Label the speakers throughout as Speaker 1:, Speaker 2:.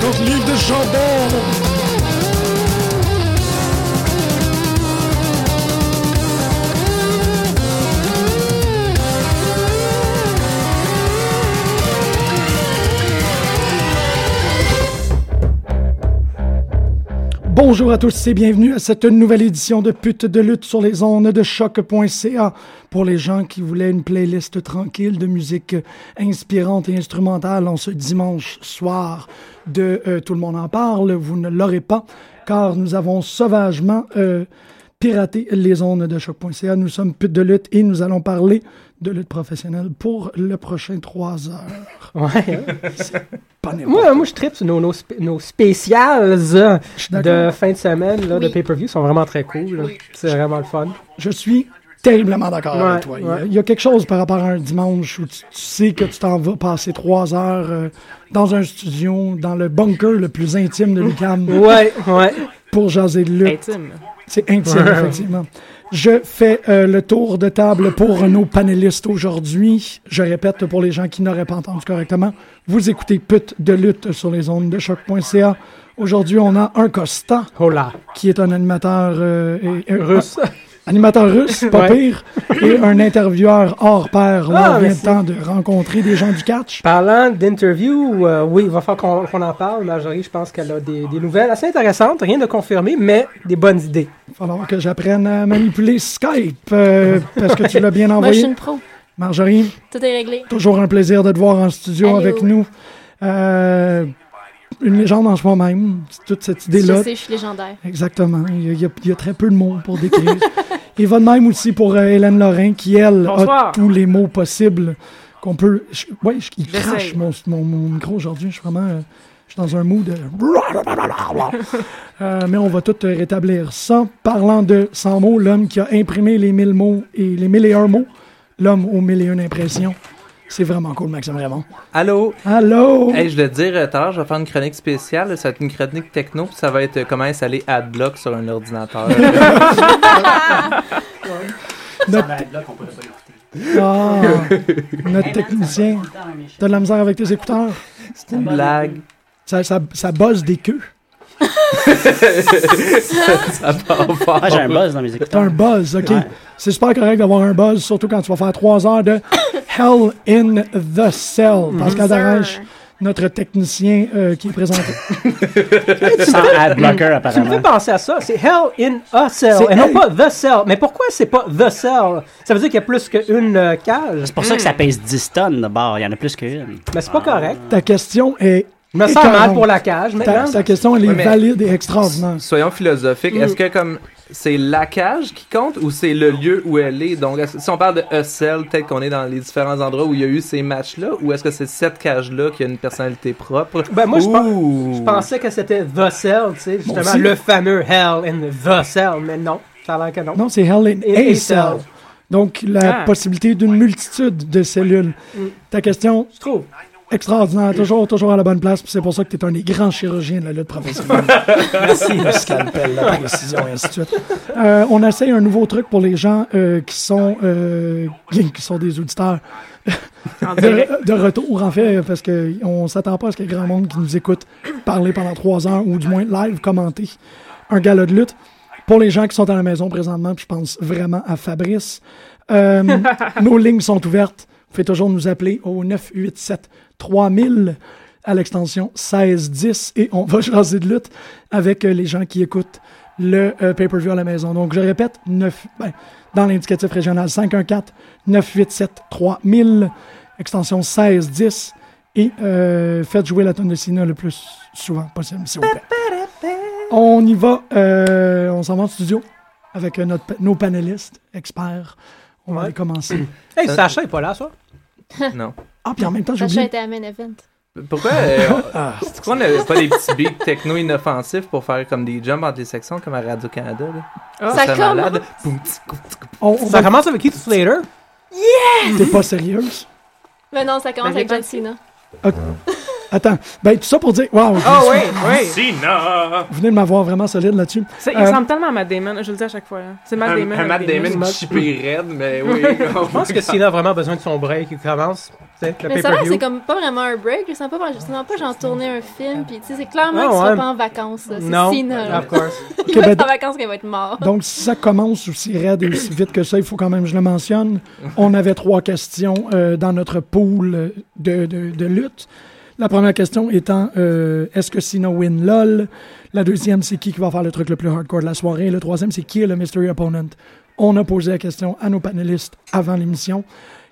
Speaker 1: contre l'île de Chandelle. Bonjour à tous et bienvenue à cette nouvelle édition de Pute de lutte sur les ondes de choc.ca pour les gens qui voulaient une playlist tranquille de musique inspirante et instrumentale en ce dimanche soir de euh, Tout le monde en parle. Vous ne l'aurez pas car nous avons sauvagement euh, piraté les ondes de choc.ca. Nous sommes Pute de lutte et nous allons parler de lutte professionnelle pour le prochain 3 heures.
Speaker 2: Ouais.
Speaker 1: C'est pas n'importe
Speaker 2: Moi, moi, je tripe sur nos, nos, spé- nos spéciales euh, de
Speaker 1: d'accord.
Speaker 2: fin de semaine, là, de pay-per-view, sont vraiment très cool. là. C'est vraiment le fun.
Speaker 1: Je suis terriblement d'accord
Speaker 2: Ouais,
Speaker 1: avec toi. Il y a-
Speaker 2: ouais.
Speaker 1: Il y a quelque chose par rapport à un dimanche où tu, tu sais que tu t'en vas passer trois heures euh, dans un studio, dans le bunker le plus intime de l'UQAM
Speaker 2: Ouais, ouais.
Speaker 1: pour jaser de lutte.
Speaker 3: Intime.
Speaker 1: C'est intime, effectivement. Je fais euh, le tour de table pour nos panélistes aujourd'hui. Je répète pour les gens qui n'auraient pas entendu correctement, vous écoutez Pute de lutte sur les ondes de choc.ca. Aujourd'hui, on a un Costa
Speaker 2: Hola.
Speaker 1: qui est un animateur euh, et- et-
Speaker 2: Russe.
Speaker 1: animateur russe, pas
Speaker 2: Ouais.
Speaker 1: pire, et un intervieweur hors pair. Là,
Speaker 2: Ah,
Speaker 1: on vient
Speaker 2: merci.
Speaker 1: de temps de rencontrer des gens du catch.
Speaker 2: Parlant d'interview, euh, oui, il va falloir qu'on qu'on en parle. Marjorie, je pense qu'elle a des, des nouvelles assez intéressantes, rien de confirmé, mais des bonnes idées.
Speaker 1: Il va falloir que j'apprenne euh, à manipuler Skype euh, parce que tu l'as bien
Speaker 3: Moi, je suis
Speaker 1: envoyé.
Speaker 3: une pro.
Speaker 1: Marjorie,
Speaker 3: Tout est réglé.
Speaker 1: toujours un plaisir de te voir en studio
Speaker 3: Allô.
Speaker 1: avec nous. Euh, une légende en soi-même, c'est toute cette idée-là.
Speaker 3: Je sais, je suis légendaire.
Speaker 1: Exactement. Il y, a, il y a- il y a très peu de mots pour décrire. Et va de même aussi pour euh, Hélène Lorrain, qui, elle, a
Speaker 4: Bonsoir.
Speaker 1: tous les mots possibles qu'on peut. je- ouais, je- il
Speaker 4: J'essaie.
Speaker 1: crache mon, mon- mon micro aujourd'hui. Je suis vraiment. euh, je suis dans un mood. de- Euh, mais on va tout euh, rétablir ça. Parlant de 100 mots, l'homme qui a imprimé les 1000 mots et les 1001 mots, l'homme aux 1001 impressions. C'est vraiment cool, Maxime Raymond.
Speaker 5: Allô?
Speaker 1: Allô!
Speaker 5: Hey, je voulais te dire, euh, tout à l'heure, je vais faire une chronique spéciale. Ça va être une chronique techno, puis ça va être euh, comment installer AdBlock sur un ordinateur.
Speaker 1: Ah, notre technicien. T'as de la misère avec tes écouteurs?
Speaker 5: C'est une blague.
Speaker 1: Ça, ça, ça buzz des queues.
Speaker 5: Ça part fort.
Speaker 6: Ah, j'ai un buzz dans mes écouteurs.
Speaker 1: T'as un buzz, OK.
Speaker 6: Ouais.
Speaker 1: C'est super correct d'avoir un buzz, surtout quand tu vas faire trois heures de Hell in the Cell. Pascal Daranche, notre technicien euh, qui est présenté.
Speaker 6: Sans ad blocker,
Speaker 2: Tu me fais
Speaker 6: apparemment.
Speaker 2: penser à ça, c'est Hell in a Cell,
Speaker 1: C'est
Speaker 2: et non
Speaker 1: elle.
Speaker 2: pas The Cell. Mais pourquoi c'est pas The Cell? Ça veut dire qu'il y a plus qu'une euh, cage,
Speaker 6: C'est pour ça que ça pèse 10 tonnes de bord. Il y en a plus qu'une. Ah.
Speaker 2: mais c'est pas correct.
Speaker 1: Ta question est.
Speaker 2: Je me sens
Speaker 1: écœurante.
Speaker 2: mal pour la cage
Speaker 1: Ta,
Speaker 2: maintenant.
Speaker 1: ta question, elle est
Speaker 5: Ouais, mais-
Speaker 1: valide et extraordinaire.
Speaker 5: Soyons philosophiques. Est-ce que comme c'est la cage qui compte ou c'est le lieu où elle est? Donc, est-ce- si on parle de ESL, peut-être qu'on est dans les différents endroits où il y a eu ces matchs-là, ou est-ce que c'est cette cage-là qui a une personnalité propre?
Speaker 2: Ben, moi, je pense-
Speaker 5: Ouh.
Speaker 2: Je pensais que c'était The Cell, tu sais, justement,
Speaker 1: aussi.
Speaker 2: le fameux Hell in the Cell, mais non, ça a l'air que non.
Speaker 1: Non, c'est Hell in
Speaker 2: Et-
Speaker 1: a
Speaker 2: et
Speaker 1: Cell.
Speaker 2: cell.
Speaker 1: Donc, la
Speaker 4: Ah.
Speaker 1: possibilité d'une multitude de cellules. Ta question,
Speaker 2: Je trouve.
Speaker 1: extraordinaire. Toujours, toujours à la bonne place. puis C'est pour ça que t'es un des grands chirurgiens de la lutte professionnelle.
Speaker 2: Merci.
Speaker 1: Le scalpel, la précision, et ainsi de suite. Euh, on essaye un nouveau truc pour les gens euh, qui sont euh, qui sont des auditeurs
Speaker 4: En direct.
Speaker 1: de, de retour, en fait, parce que on s'attend pas à ce qu'il y ait grand monde qui nous écoute parler pendant trois heures ou du moins live commenter un gala de lutte. Pour les gens qui sont à la maison présentement, puis je pense vraiment à Fabrice, euh, nos lignes sont ouvertes. Vous pouvez toujours nous appeler au 987 3000 à l'extension 1610 et on va jaser de lutte avec euh, les gens qui écoutent le euh, pay-per-view à la maison. Donc, je répète, 9, ben, dans l'indicatif régional 514-987-3000, extension 1610 et euh, faites jouer la tonne de Sina le plus souvent possible, s'il vous plaît. On y va, euh, on s'en va en studio avec euh, notre, pa- nos panélistes experts. On va
Speaker 2: Ouais.
Speaker 1: aller commencer.
Speaker 2: Hey, Sacha est pas là, ça?
Speaker 5: Non.
Speaker 1: Ah, puis en même temps, j'ai
Speaker 3: Sacha
Speaker 1: oublié.
Speaker 3: était à Main Event.
Speaker 5: Pourquoi, euh,
Speaker 4: Ah,
Speaker 5: c'est pourquoi on n'avait pas des petits beats techno inoffensifs pour faire comme des jumps entre les sections comme à Radio-Canada? là?
Speaker 4: Ah.
Speaker 5: Ça
Speaker 3: Ça
Speaker 5: serait
Speaker 3: commence.
Speaker 5: malade. Poum, tsk, poum, tsk.
Speaker 1: On, on
Speaker 2: Ça
Speaker 1: va...
Speaker 2: commence avec Keith Slater.
Speaker 1: T'es pas sérieuse?
Speaker 3: Mais non, ça commence
Speaker 4: Ben,
Speaker 3: avec
Speaker 4: j'ai
Speaker 3: John Cena.
Speaker 1: Attends, ben tout ça pour dire, waouh,
Speaker 4: Oh, oui, oui.
Speaker 7: Sina!
Speaker 1: vous venez de m'avoir vraiment solide là-dessus.
Speaker 4: Ça, il
Speaker 1: Euh,
Speaker 4: ressemble tellement à Matt Damon, je le dis à chaque fois. là. C'est Matt
Speaker 5: Un,
Speaker 4: Damon.
Speaker 5: un Matt Damon
Speaker 2: Matt-
Speaker 5: chippé raide, mais oui.
Speaker 2: Je pense que Cena a vraiment besoin de son break, il commence. sais, le
Speaker 3: Mais ça va,
Speaker 2: pay-per-view.
Speaker 3: c'est comme pas vraiment un break. Je sens pas, je sens pas genre tourner un film. Puis tu sais, c'est clairement
Speaker 2: Ah,
Speaker 3: que tu
Speaker 2: ouais.
Speaker 3: seras pas en vacances. là. C'est
Speaker 2: Non,
Speaker 3: Cena.
Speaker 2: of course.
Speaker 3: Il va
Speaker 1: ben,
Speaker 3: être en vacances qu'il va être mort.
Speaker 1: Euh, Donc, si ça commence aussi raide et aussi vite que ça, il faut quand même, je le mentionne, on avait trois questions euh, dans notre pool euh, de, de- de lutte. La première question étant euh, est-ce que Cena win LOL La deuxième, c'est qui qui va faire le truc le plus hardcore de la soirée Le troisième, c'est qui est le mystery opponent On a posé la question à nos panélistes avant l'émission.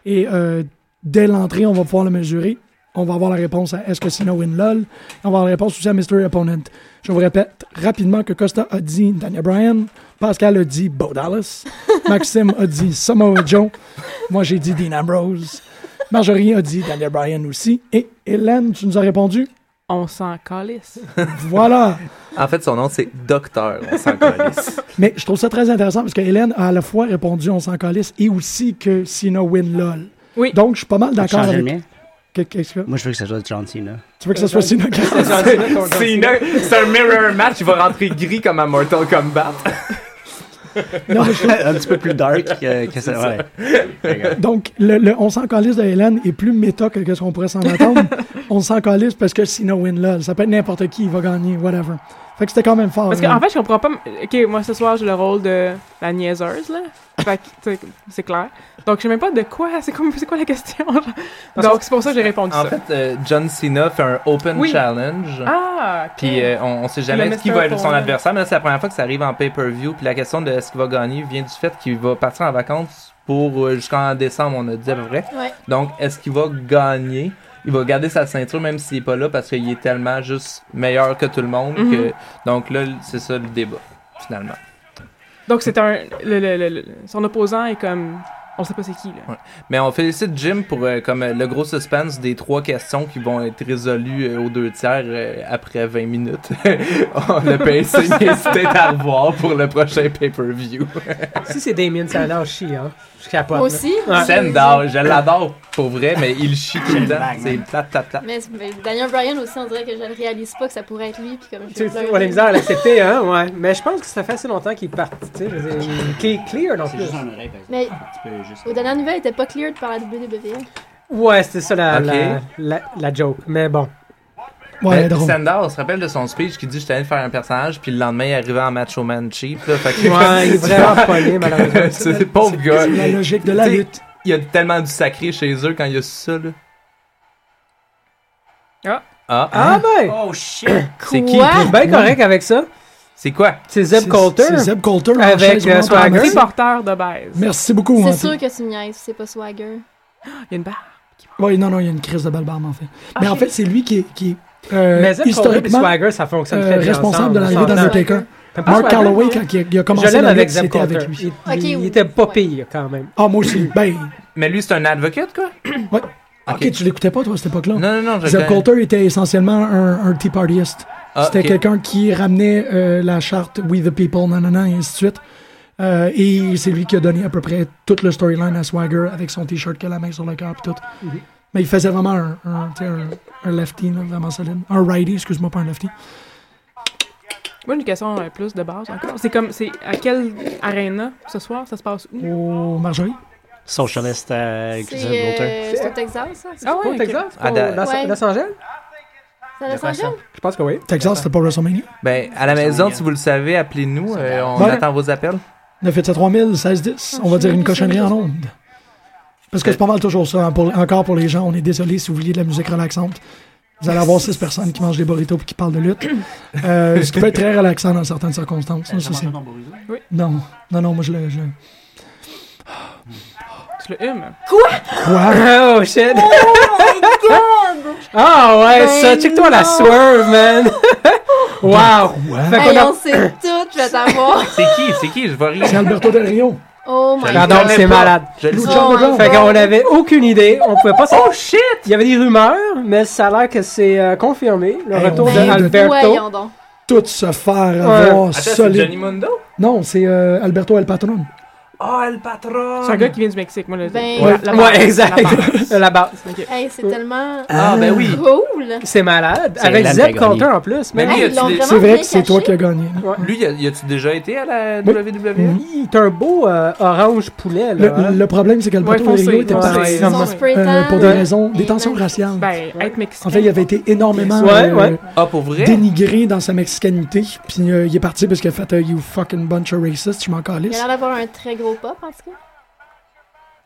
Speaker 1: Et euh, dès l'entrée, on va pouvoir le mesurer. On va avoir la réponse à est-ce que Cena win LOL On va avoir la réponse aussi à mystery opponent. Je vous répète rapidement que Costa a dit Daniel Bryan. Pascal a dit Bo Dallas. Maxime a dit Samoa Joe. Moi, j'ai dit Dean Ambrose. Marjorie a dit Daniel Bryan aussi. Et Hélène, tu nous as répondu
Speaker 4: On s'en calisse.
Speaker 1: Voilà.
Speaker 5: En fait, son nom, c'est Docteur. On s'en calisse.
Speaker 1: Mais je trouve ça très intéressant parce que Hélène a à la fois répondu On s'en calisse et aussi que Cena win LOL.
Speaker 4: Oui.
Speaker 1: Donc, je suis pas mal d'accord
Speaker 6: Changer le
Speaker 1: avec.
Speaker 6: mien.
Speaker 1: Qu'est- qu'est-ce que-
Speaker 6: Moi, je veux que ça soit John Cena.
Speaker 1: Tu veux que ce
Speaker 6: Euh,
Speaker 1: soit Cena qui
Speaker 5: c'est une- c'est un mirror match. Il va rentrer gris comme à Mortal Kombat.
Speaker 1: Non, mais je-
Speaker 6: un petit peu plus dark que, que ça. Ouais.
Speaker 1: Donc, le, le on s'en calisse de Hélène est plus méta que ce qu'on pourrait s'en attendre. on s'en calisse parce que Cena win LOL. Ça peut être n'importe qui, il va gagner, whatever. Fait que c'était quand même fort.
Speaker 4: Parce
Speaker 1: hein.
Speaker 4: qu'en fait, je comprends pas. m- Ok, moi ce soir, j'ai le rôle de la niaiseuse, là. Fait que, tu sais, c'est clair. Donc, je sais même pas de quoi. C'est comme- c'est quoi la question? genre. Donc, c'est pour ça que j'ai répondu
Speaker 5: En
Speaker 4: ça.
Speaker 5: fait, euh, John Cena fait un open
Speaker 4: Oui.
Speaker 5: challenge.
Speaker 4: Ah! ok.
Speaker 5: Puis euh, on, on sait jamais
Speaker 4: Le
Speaker 5: qui va être
Speaker 4: Mr.
Speaker 5: son
Speaker 4: Opponent.
Speaker 5: adversaire, mais là, c'est la première fois que ça arrive en pay-per-view. Puis la question de est-ce qu'il va gagner vient du fait qu'il va partir en vacances pour euh, jusqu'en décembre, on a dit à peu près.
Speaker 3: Ouais.
Speaker 5: Donc, est-ce qu'il va gagner? Il va garder sa ceinture même s'il est pas là parce qu'il est tellement juste meilleur que tout le monde.
Speaker 4: Mhm.
Speaker 5: que- Donc là, c'est ça le débat, finalement.
Speaker 4: Donc, c'est un. le- le- le- le- son opposant est comme. On sait pas c'est qui, là.
Speaker 5: Mais on félicite Jim pour euh, comme euh, le gros suspense des trois questions qui vont être résolues euh, aux deux tiers euh, après 20 minutes. on le pacing est peut-être à revoir pour le prochain pay-per-view.
Speaker 2: Si c'est Damien Sandow, je chie, hein. Je capote.
Speaker 3: Moi
Speaker 2: là.
Speaker 3: aussi.
Speaker 2: Ouais.
Speaker 5: Sam Dow, je l'adore pour vrai, mais il chie tout le
Speaker 6: Quelle
Speaker 5: temps.
Speaker 6: blague,
Speaker 5: C'est
Speaker 6: man.
Speaker 5: plate, plate, plate.
Speaker 3: Mais, mais Daniel Bryan aussi, on dirait que je ne réalise pas que ça pourrait être lui. Puis comme je
Speaker 2: Tu
Speaker 3: suis
Speaker 2: sais, on a misère à l'accepter, hein, ouais. Mais je pense que ça fait assez longtemps qu'il est parti, tu sais. je veux dire, il- Qu'il est clear, non plus.
Speaker 6: oreille,
Speaker 3: Mais
Speaker 6: Tu peux juste.
Speaker 3: aux dernières nouvelles, il était pas cleared par la E. WWE.
Speaker 2: Ouais, c'était ça la,
Speaker 5: Ok.
Speaker 2: la, la, la joke. Mais bon.
Speaker 1: ouais,
Speaker 5: Mais
Speaker 1: drôle.
Speaker 5: Sandow, Ben, on se rappelle de son speech qui dit Je t'allais faire un personnage, puis le lendemain, il est arrivé en Macho Man Cheap. Là, fait que-
Speaker 2: Ouais, il est vraiment pogné, malheureusement.
Speaker 5: C'est pauvre gars.
Speaker 1: C'est la logique de la
Speaker 5: T'sais,
Speaker 1: lutte.
Speaker 5: Il y a tellement du sacré chez eux quand il y a ça. Là.
Speaker 4: Ah.
Speaker 5: Ah.
Speaker 2: Ah, ben!
Speaker 6: Oh shit!
Speaker 5: C'est qui?
Speaker 3: Quoi?
Speaker 2: Bien correct avec ça.
Speaker 5: C'est quoi
Speaker 2: C'est Zeb
Speaker 1: C'est-
Speaker 2: Coulter.
Speaker 1: C'est Zeb Coulter. en
Speaker 2: Avec,
Speaker 1: chaise
Speaker 2: euh,
Speaker 1: roulante en
Speaker 2: Swagger.
Speaker 1: masse.
Speaker 2: Merci.
Speaker 4: Supporteur de base.
Speaker 1: Merci beaucoup.
Speaker 3: C'est
Speaker 1: Anthony.
Speaker 3: sûr que c'est une niaise, c'est pas Swagger.
Speaker 4: Il y a une barre.
Speaker 1: Oui, non, non, il y a une crise de belle barbe, en fait. Mais en fait, c'est lui qui est, qui est, euh,
Speaker 2: Mais Zeb Coulter et
Speaker 1: historiquement
Speaker 2: Swagger, ça fonctionne
Speaker 1: euh,
Speaker 2: très bien.
Speaker 1: responsable
Speaker 2: ensemble,
Speaker 1: de l'arrivée
Speaker 2: on s'entend.
Speaker 1: d'Undertaker.
Speaker 2: T'aimes pas
Speaker 1: Mark
Speaker 2: Swagger?
Speaker 1: Calloway, quand il a, il a
Speaker 2: Je
Speaker 1: commencé
Speaker 2: l'aime
Speaker 1: la
Speaker 2: avec
Speaker 1: lutte,
Speaker 2: Zeb
Speaker 1: c'était
Speaker 2: Coulter.
Speaker 1: avec lui.
Speaker 2: Il, il-
Speaker 3: Ok,
Speaker 2: il
Speaker 3: oui.
Speaker 2: était pas
Speaker 3: Ouais.
Speaker 2: pire quand même.
Speaker 1: Ah, moi aussi. Ben,
Speaker 5: Mais lui, c'est un advocate, quoi
Speaker 1: ouais.
Speaker 5: Ok.
Speaker 1: OK, tu l'écoutais pas, toi, à cette époque-là?
Speaker 5: Non, non, non, je
Speaker 1: Zeb
Speaker 5: connais-
Speaker 1: Coulter était essentiellement un, un Tea Partyiste.
Speaker 5: Ah,
Speaker 1: C'était
Speaker 5: ok.
Speaker 1: quelqu'un qui ramenait euh, la charte We the People, nanana, et ainsi de suite. Euh, et c'est lui qui a donné à peu près toute le storyline à Swagger avec son t-shirt que la main sur le cœur et tout.
Speaker 2: Mhm.
Speaker 1: Mais il faisait vraiment un, un, tu sais, un- un lefty, là, vraiment solide. Un righty, excuse-moi, pas un lefty.
Speaker 4: Moi, j'ai une question euh, plus de base encore. C'est comme. C'est à quelle arena ce soir? Ça se passe où?
Speaker 1: Oh, Marjorie?
Speaker 6: Socialist euh,
Speaker 3: C'est
Speaker 6: Zeb Coulter.
Speaker 3: euh, c'est au Texas, ça? C'est
Speaker 4: Ah
Speaker 2: Pour
Speaker 4: ok.
Speaker 2: Texas?
Speaker 5: Ah,
Speaker 2: Pour
Speaker 5: de-
Speaker 2: Los-
Speaker 3: Ouais.
Speaker 2: Los Angeles?
Speaker 3: à Los Angeles?
Speaker 2: Je pense que oui.
Speaker 1: Texas, c'était pas WrestleMania?
Speaker 5: Ben, à la maison, si vous le savez, appelez-nous. euh, on
Speaker 1: Ouais.
Speaker 5: attend vos appels.
Speaker 1: 987 3000,
Speaker 3: Ah,
Speaker 1: 16-10. On va dire une cochonnerie en ondes. Parce que c'est pas mal toujours ça. hein, pour- encore pour les gens, on est désolé si vous vouliez de la musique relaxante. Vous allez avoir six personnes qui mangent des burritos et qui parlent de lutte. Euh, ce qui peut être très relaxant dans certaines circonstances. hein, ça, c'est- non, non, non, moi je le. Je...
Speaker 4: Tu le humes.
Speaker 1: Quoi?
Speaker 2: Oh shit! Oh my god! Ah ouais, ça,
Speaker 3: Ben
Speaker 2: check-toi la
Speaker 3: non.
Speaker 2: swerve, man!
Speaker 1: Ben,
Speaker 2: wow! Fait qu'on
Speaker 3: Hey,
Speaker 2: a-
Speaker 3: on sait tout, je vais t'avoir.
Speaker 5: C'est qui C'est qui Je vois rien.
Speaker 1: C'est Alberto Del Rio.
Speaker 3: Oh my
Speaker 2: Pardon,
Speaker 3: god.
Speaker 5: Je le connais
Speaker 2: Ah, c'est
Speaker 5: pas.
Speaker 2: malade.
Speaker 5: Je le-
Speaker 1: Lucha
Speaker 3: Oh my
Speaker 1: Underground.
Speaker 2: Fait
Speaker 3: God.
Speaker 2: qu'on avait aucune idée, on pouvait pas savoir. Oh shit! Il y avait des rumeurs, mais ça a l'air que c'est euh, confirmé, le
Speaker 1: Hey,
Speaker 2: retour
Speaker 1: on
Speaker 2: de
Speaker 1: vient de-
Speaker 2: Alberto.
Speaker 3: Voyons donc.
Speaker 1: Tout se faire
Speaker 2: Ouais.
Speaker 1: avoir
Speaker 5: Attends, c'est
Speaker 1: solide.
Speaker 5: Johnny Mundo
Speaker 1: Non, c'est euh, Alberto El Patron.
Speaker 5: Ah, El Patron!
Speaker 4: C'est un gars qui vient du Mexique, moi. Là,
Speaker 3: Ben,
Speaker 2: Ouais,
Speaker 4: la- la base,
Speaker 2: ouais, exact.
Speaker 4: la base.
Speaker 2: La base.
Speaker 4: Ok.
Speaker 3: Hey, c'est tellement
Speaker 5: Ah, ben oui!
Speaker 3: cool.
Speaker 2: C'est malade.
Speaker 6: C'est
Speaker 2: Avec
Speaker 6: Alan
Speaker 2: Zeb
Speaker 6: Pagani.
Speaker 2: Coulter en plus.
Speaker 5: Mais
Speaker 2: Mais
Speaker 5: lui,
Speaker 3: Hey,
Speaker 5: y
Speaker 3: ils
Speaker 5: a-tu
Speaker 3: l'ont
Speaker 5: des-
Speaker 3: vraiment
Speaker 1: C'est vrai que
Speaker 3: bien
Speaker 1: c'est
Speaker 3: caché.
Speaker 1: toi qui as gagné. là.
Speaker 5: Lui, y a- y a-tu déjà été à la
Speaker 1: Oui.
Speaker 5: WWE?
Speaker 2: il est un beau euh, orange poulet. Là, hein.
Speaker 1: Le, le problème, c'est que le
Speaker 4: Ouais,
Speaker 1: poteau de Rio
Speaker 4: foncé,
Speaker 1: était
Speaker 4: ouais,
Speaker 1: parti
Speaker 2: ouais.
Speaker 3: Ils sont
Speaker 1: euh,
Speaker 3: spray
Speaker 1: pour des
Speaker 3: tan.
Speaker 1: raisons, des
Speaker 3: Mais
Speaker 1: tensions
Speaker 3: non.
Speaker 1: raciales.
Speaker 4: Ben, être mexicain.
Speaker 1: En fait, il avait été énormément euh,
Speaker 2: Ouais, ouais.
Speaker 5: Ah, pour vrai?
Speaker 1: dénigré dans sa mexicanité. Puis euh, il est parti parce qu'il a fait euh, You fucking bunch of racists, je m'en
Speaker 3: Il a
Speaker 1: calisse.
Speaker 3: l'air d'avoir un très gros pop, en tout cas.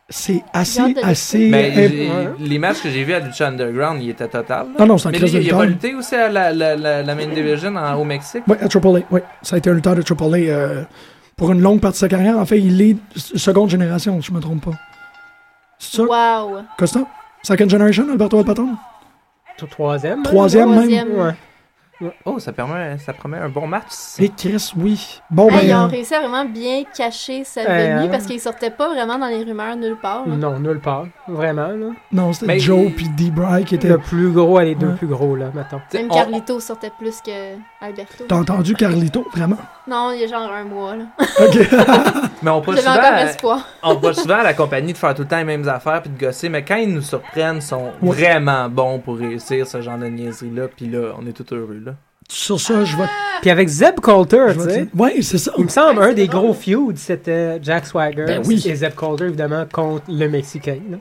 Speaker 1: C'est
Speaker 3: J'ai
Speaker 1: assez,
Speaker 3: hâte de
Speaker 1: assez.
Speaker 5: Ben,
Speaker 1: imp-
Speaker 5: j'ai-
Speaker 2: ouais.
Speaker 5: les matchs que j'ai vus à Lucha Underground, il était total. là.
Speaker 1: Ah non, c'est un
Speaker 5: Mais
Speaker 1: crise
Speaker 5: lui,
Speaker 1: de
Speaker 5: il a pas
Speaker 1: lutteur.
Speaker 5: lutté aussi à la, la, la, la Main Division en- au Mexique.
Speaker 1: Oui, à AAA, oui. Ça a été un lutteur de AAA euh, pour une longue partie de sa carrière. En fait, il est s- seconde génération, si je me trompe pas. C'est ça,
Speaker 3: Wow.
Speaker 1: Costa? Second generation, Alberto El Patron?
Speaker 2: Tout troisième. hein.
Speaker 1: Troisième, même.
Speaker 3: Troisième.
Speaker 2: Ouais.
Speaker 5: Oh, ça, permet, ça promet un bon match.
Speaker 1: Et Chris, oui. Bon,
Speaker 3: Hey, ils ont
Speaker 1: ben, euh,
Speaker 3: réussi à vraiment bien cacher sa
Speaker 2: Hey,
Speaker 3: venue
Speaker 2: hein.
Speaker 3: parce qu'il sortait pas vraiment dans les rumeurs nulle part. là.
Speaker 2: Non, nulle part. Vraiment. Là. Ben,
Speaker 1: non, c'était
Speaker 5: Mais-
Speaker 1: Joe puis D. Bry qui étaient...
Speaker 2: Le plus gros, elle est deux
Speaker 1: Ouais.
Speaker 2: plus gros, là, maintenant.
Speaker 5: T'sais,
Speaker 3: Même
Speaker 5: on-
Speaker 3: Carlito sortait plus que Alberto.
Speaker 1: T'as entendu Carlito, vraiment?
Speaker 3: Non, il y a genre un mois. là.
Speaker 1: OK.
Speaker 5: mais on parle
Speaker 3: J'avais
Speaker 5: souvent,
Speaker 3: encore
Speaker 5: à-
Speaker 3: espoir.
Speaker 5: on parle souvent à la compagnie de faire tout le temps les mêmes affaires puis de gosser, mais quand ils nous surprennent, ils sont
Speaker 1: Ouais.
Speaker 5: vraiment bons pour réussir ce genre de niaiserie-là, puis là, on est tout heureux, là.
Speaker 1: Sur ça, je vais...
Speaker 2: Puis avec Zeb Coulter,
Speaker 1: je
Speaker 2: tu
Speaker 1: vais
Speaker 2: sais.
Speaker 1: te- Ouais, c'est ça.
Speaker 2: Il me semble
Speaker 3: Ouais,
Speaker 2: un
Speaker 3: c'est
Speaker 2: des
Speaker 3: drôle.
Speaker 2: gros feuds, c'était Jack Swagger
Speaker 1: Ben oui.
Speaker 2: et Zeb Coulter, évidemment, contre le Mexicain. là.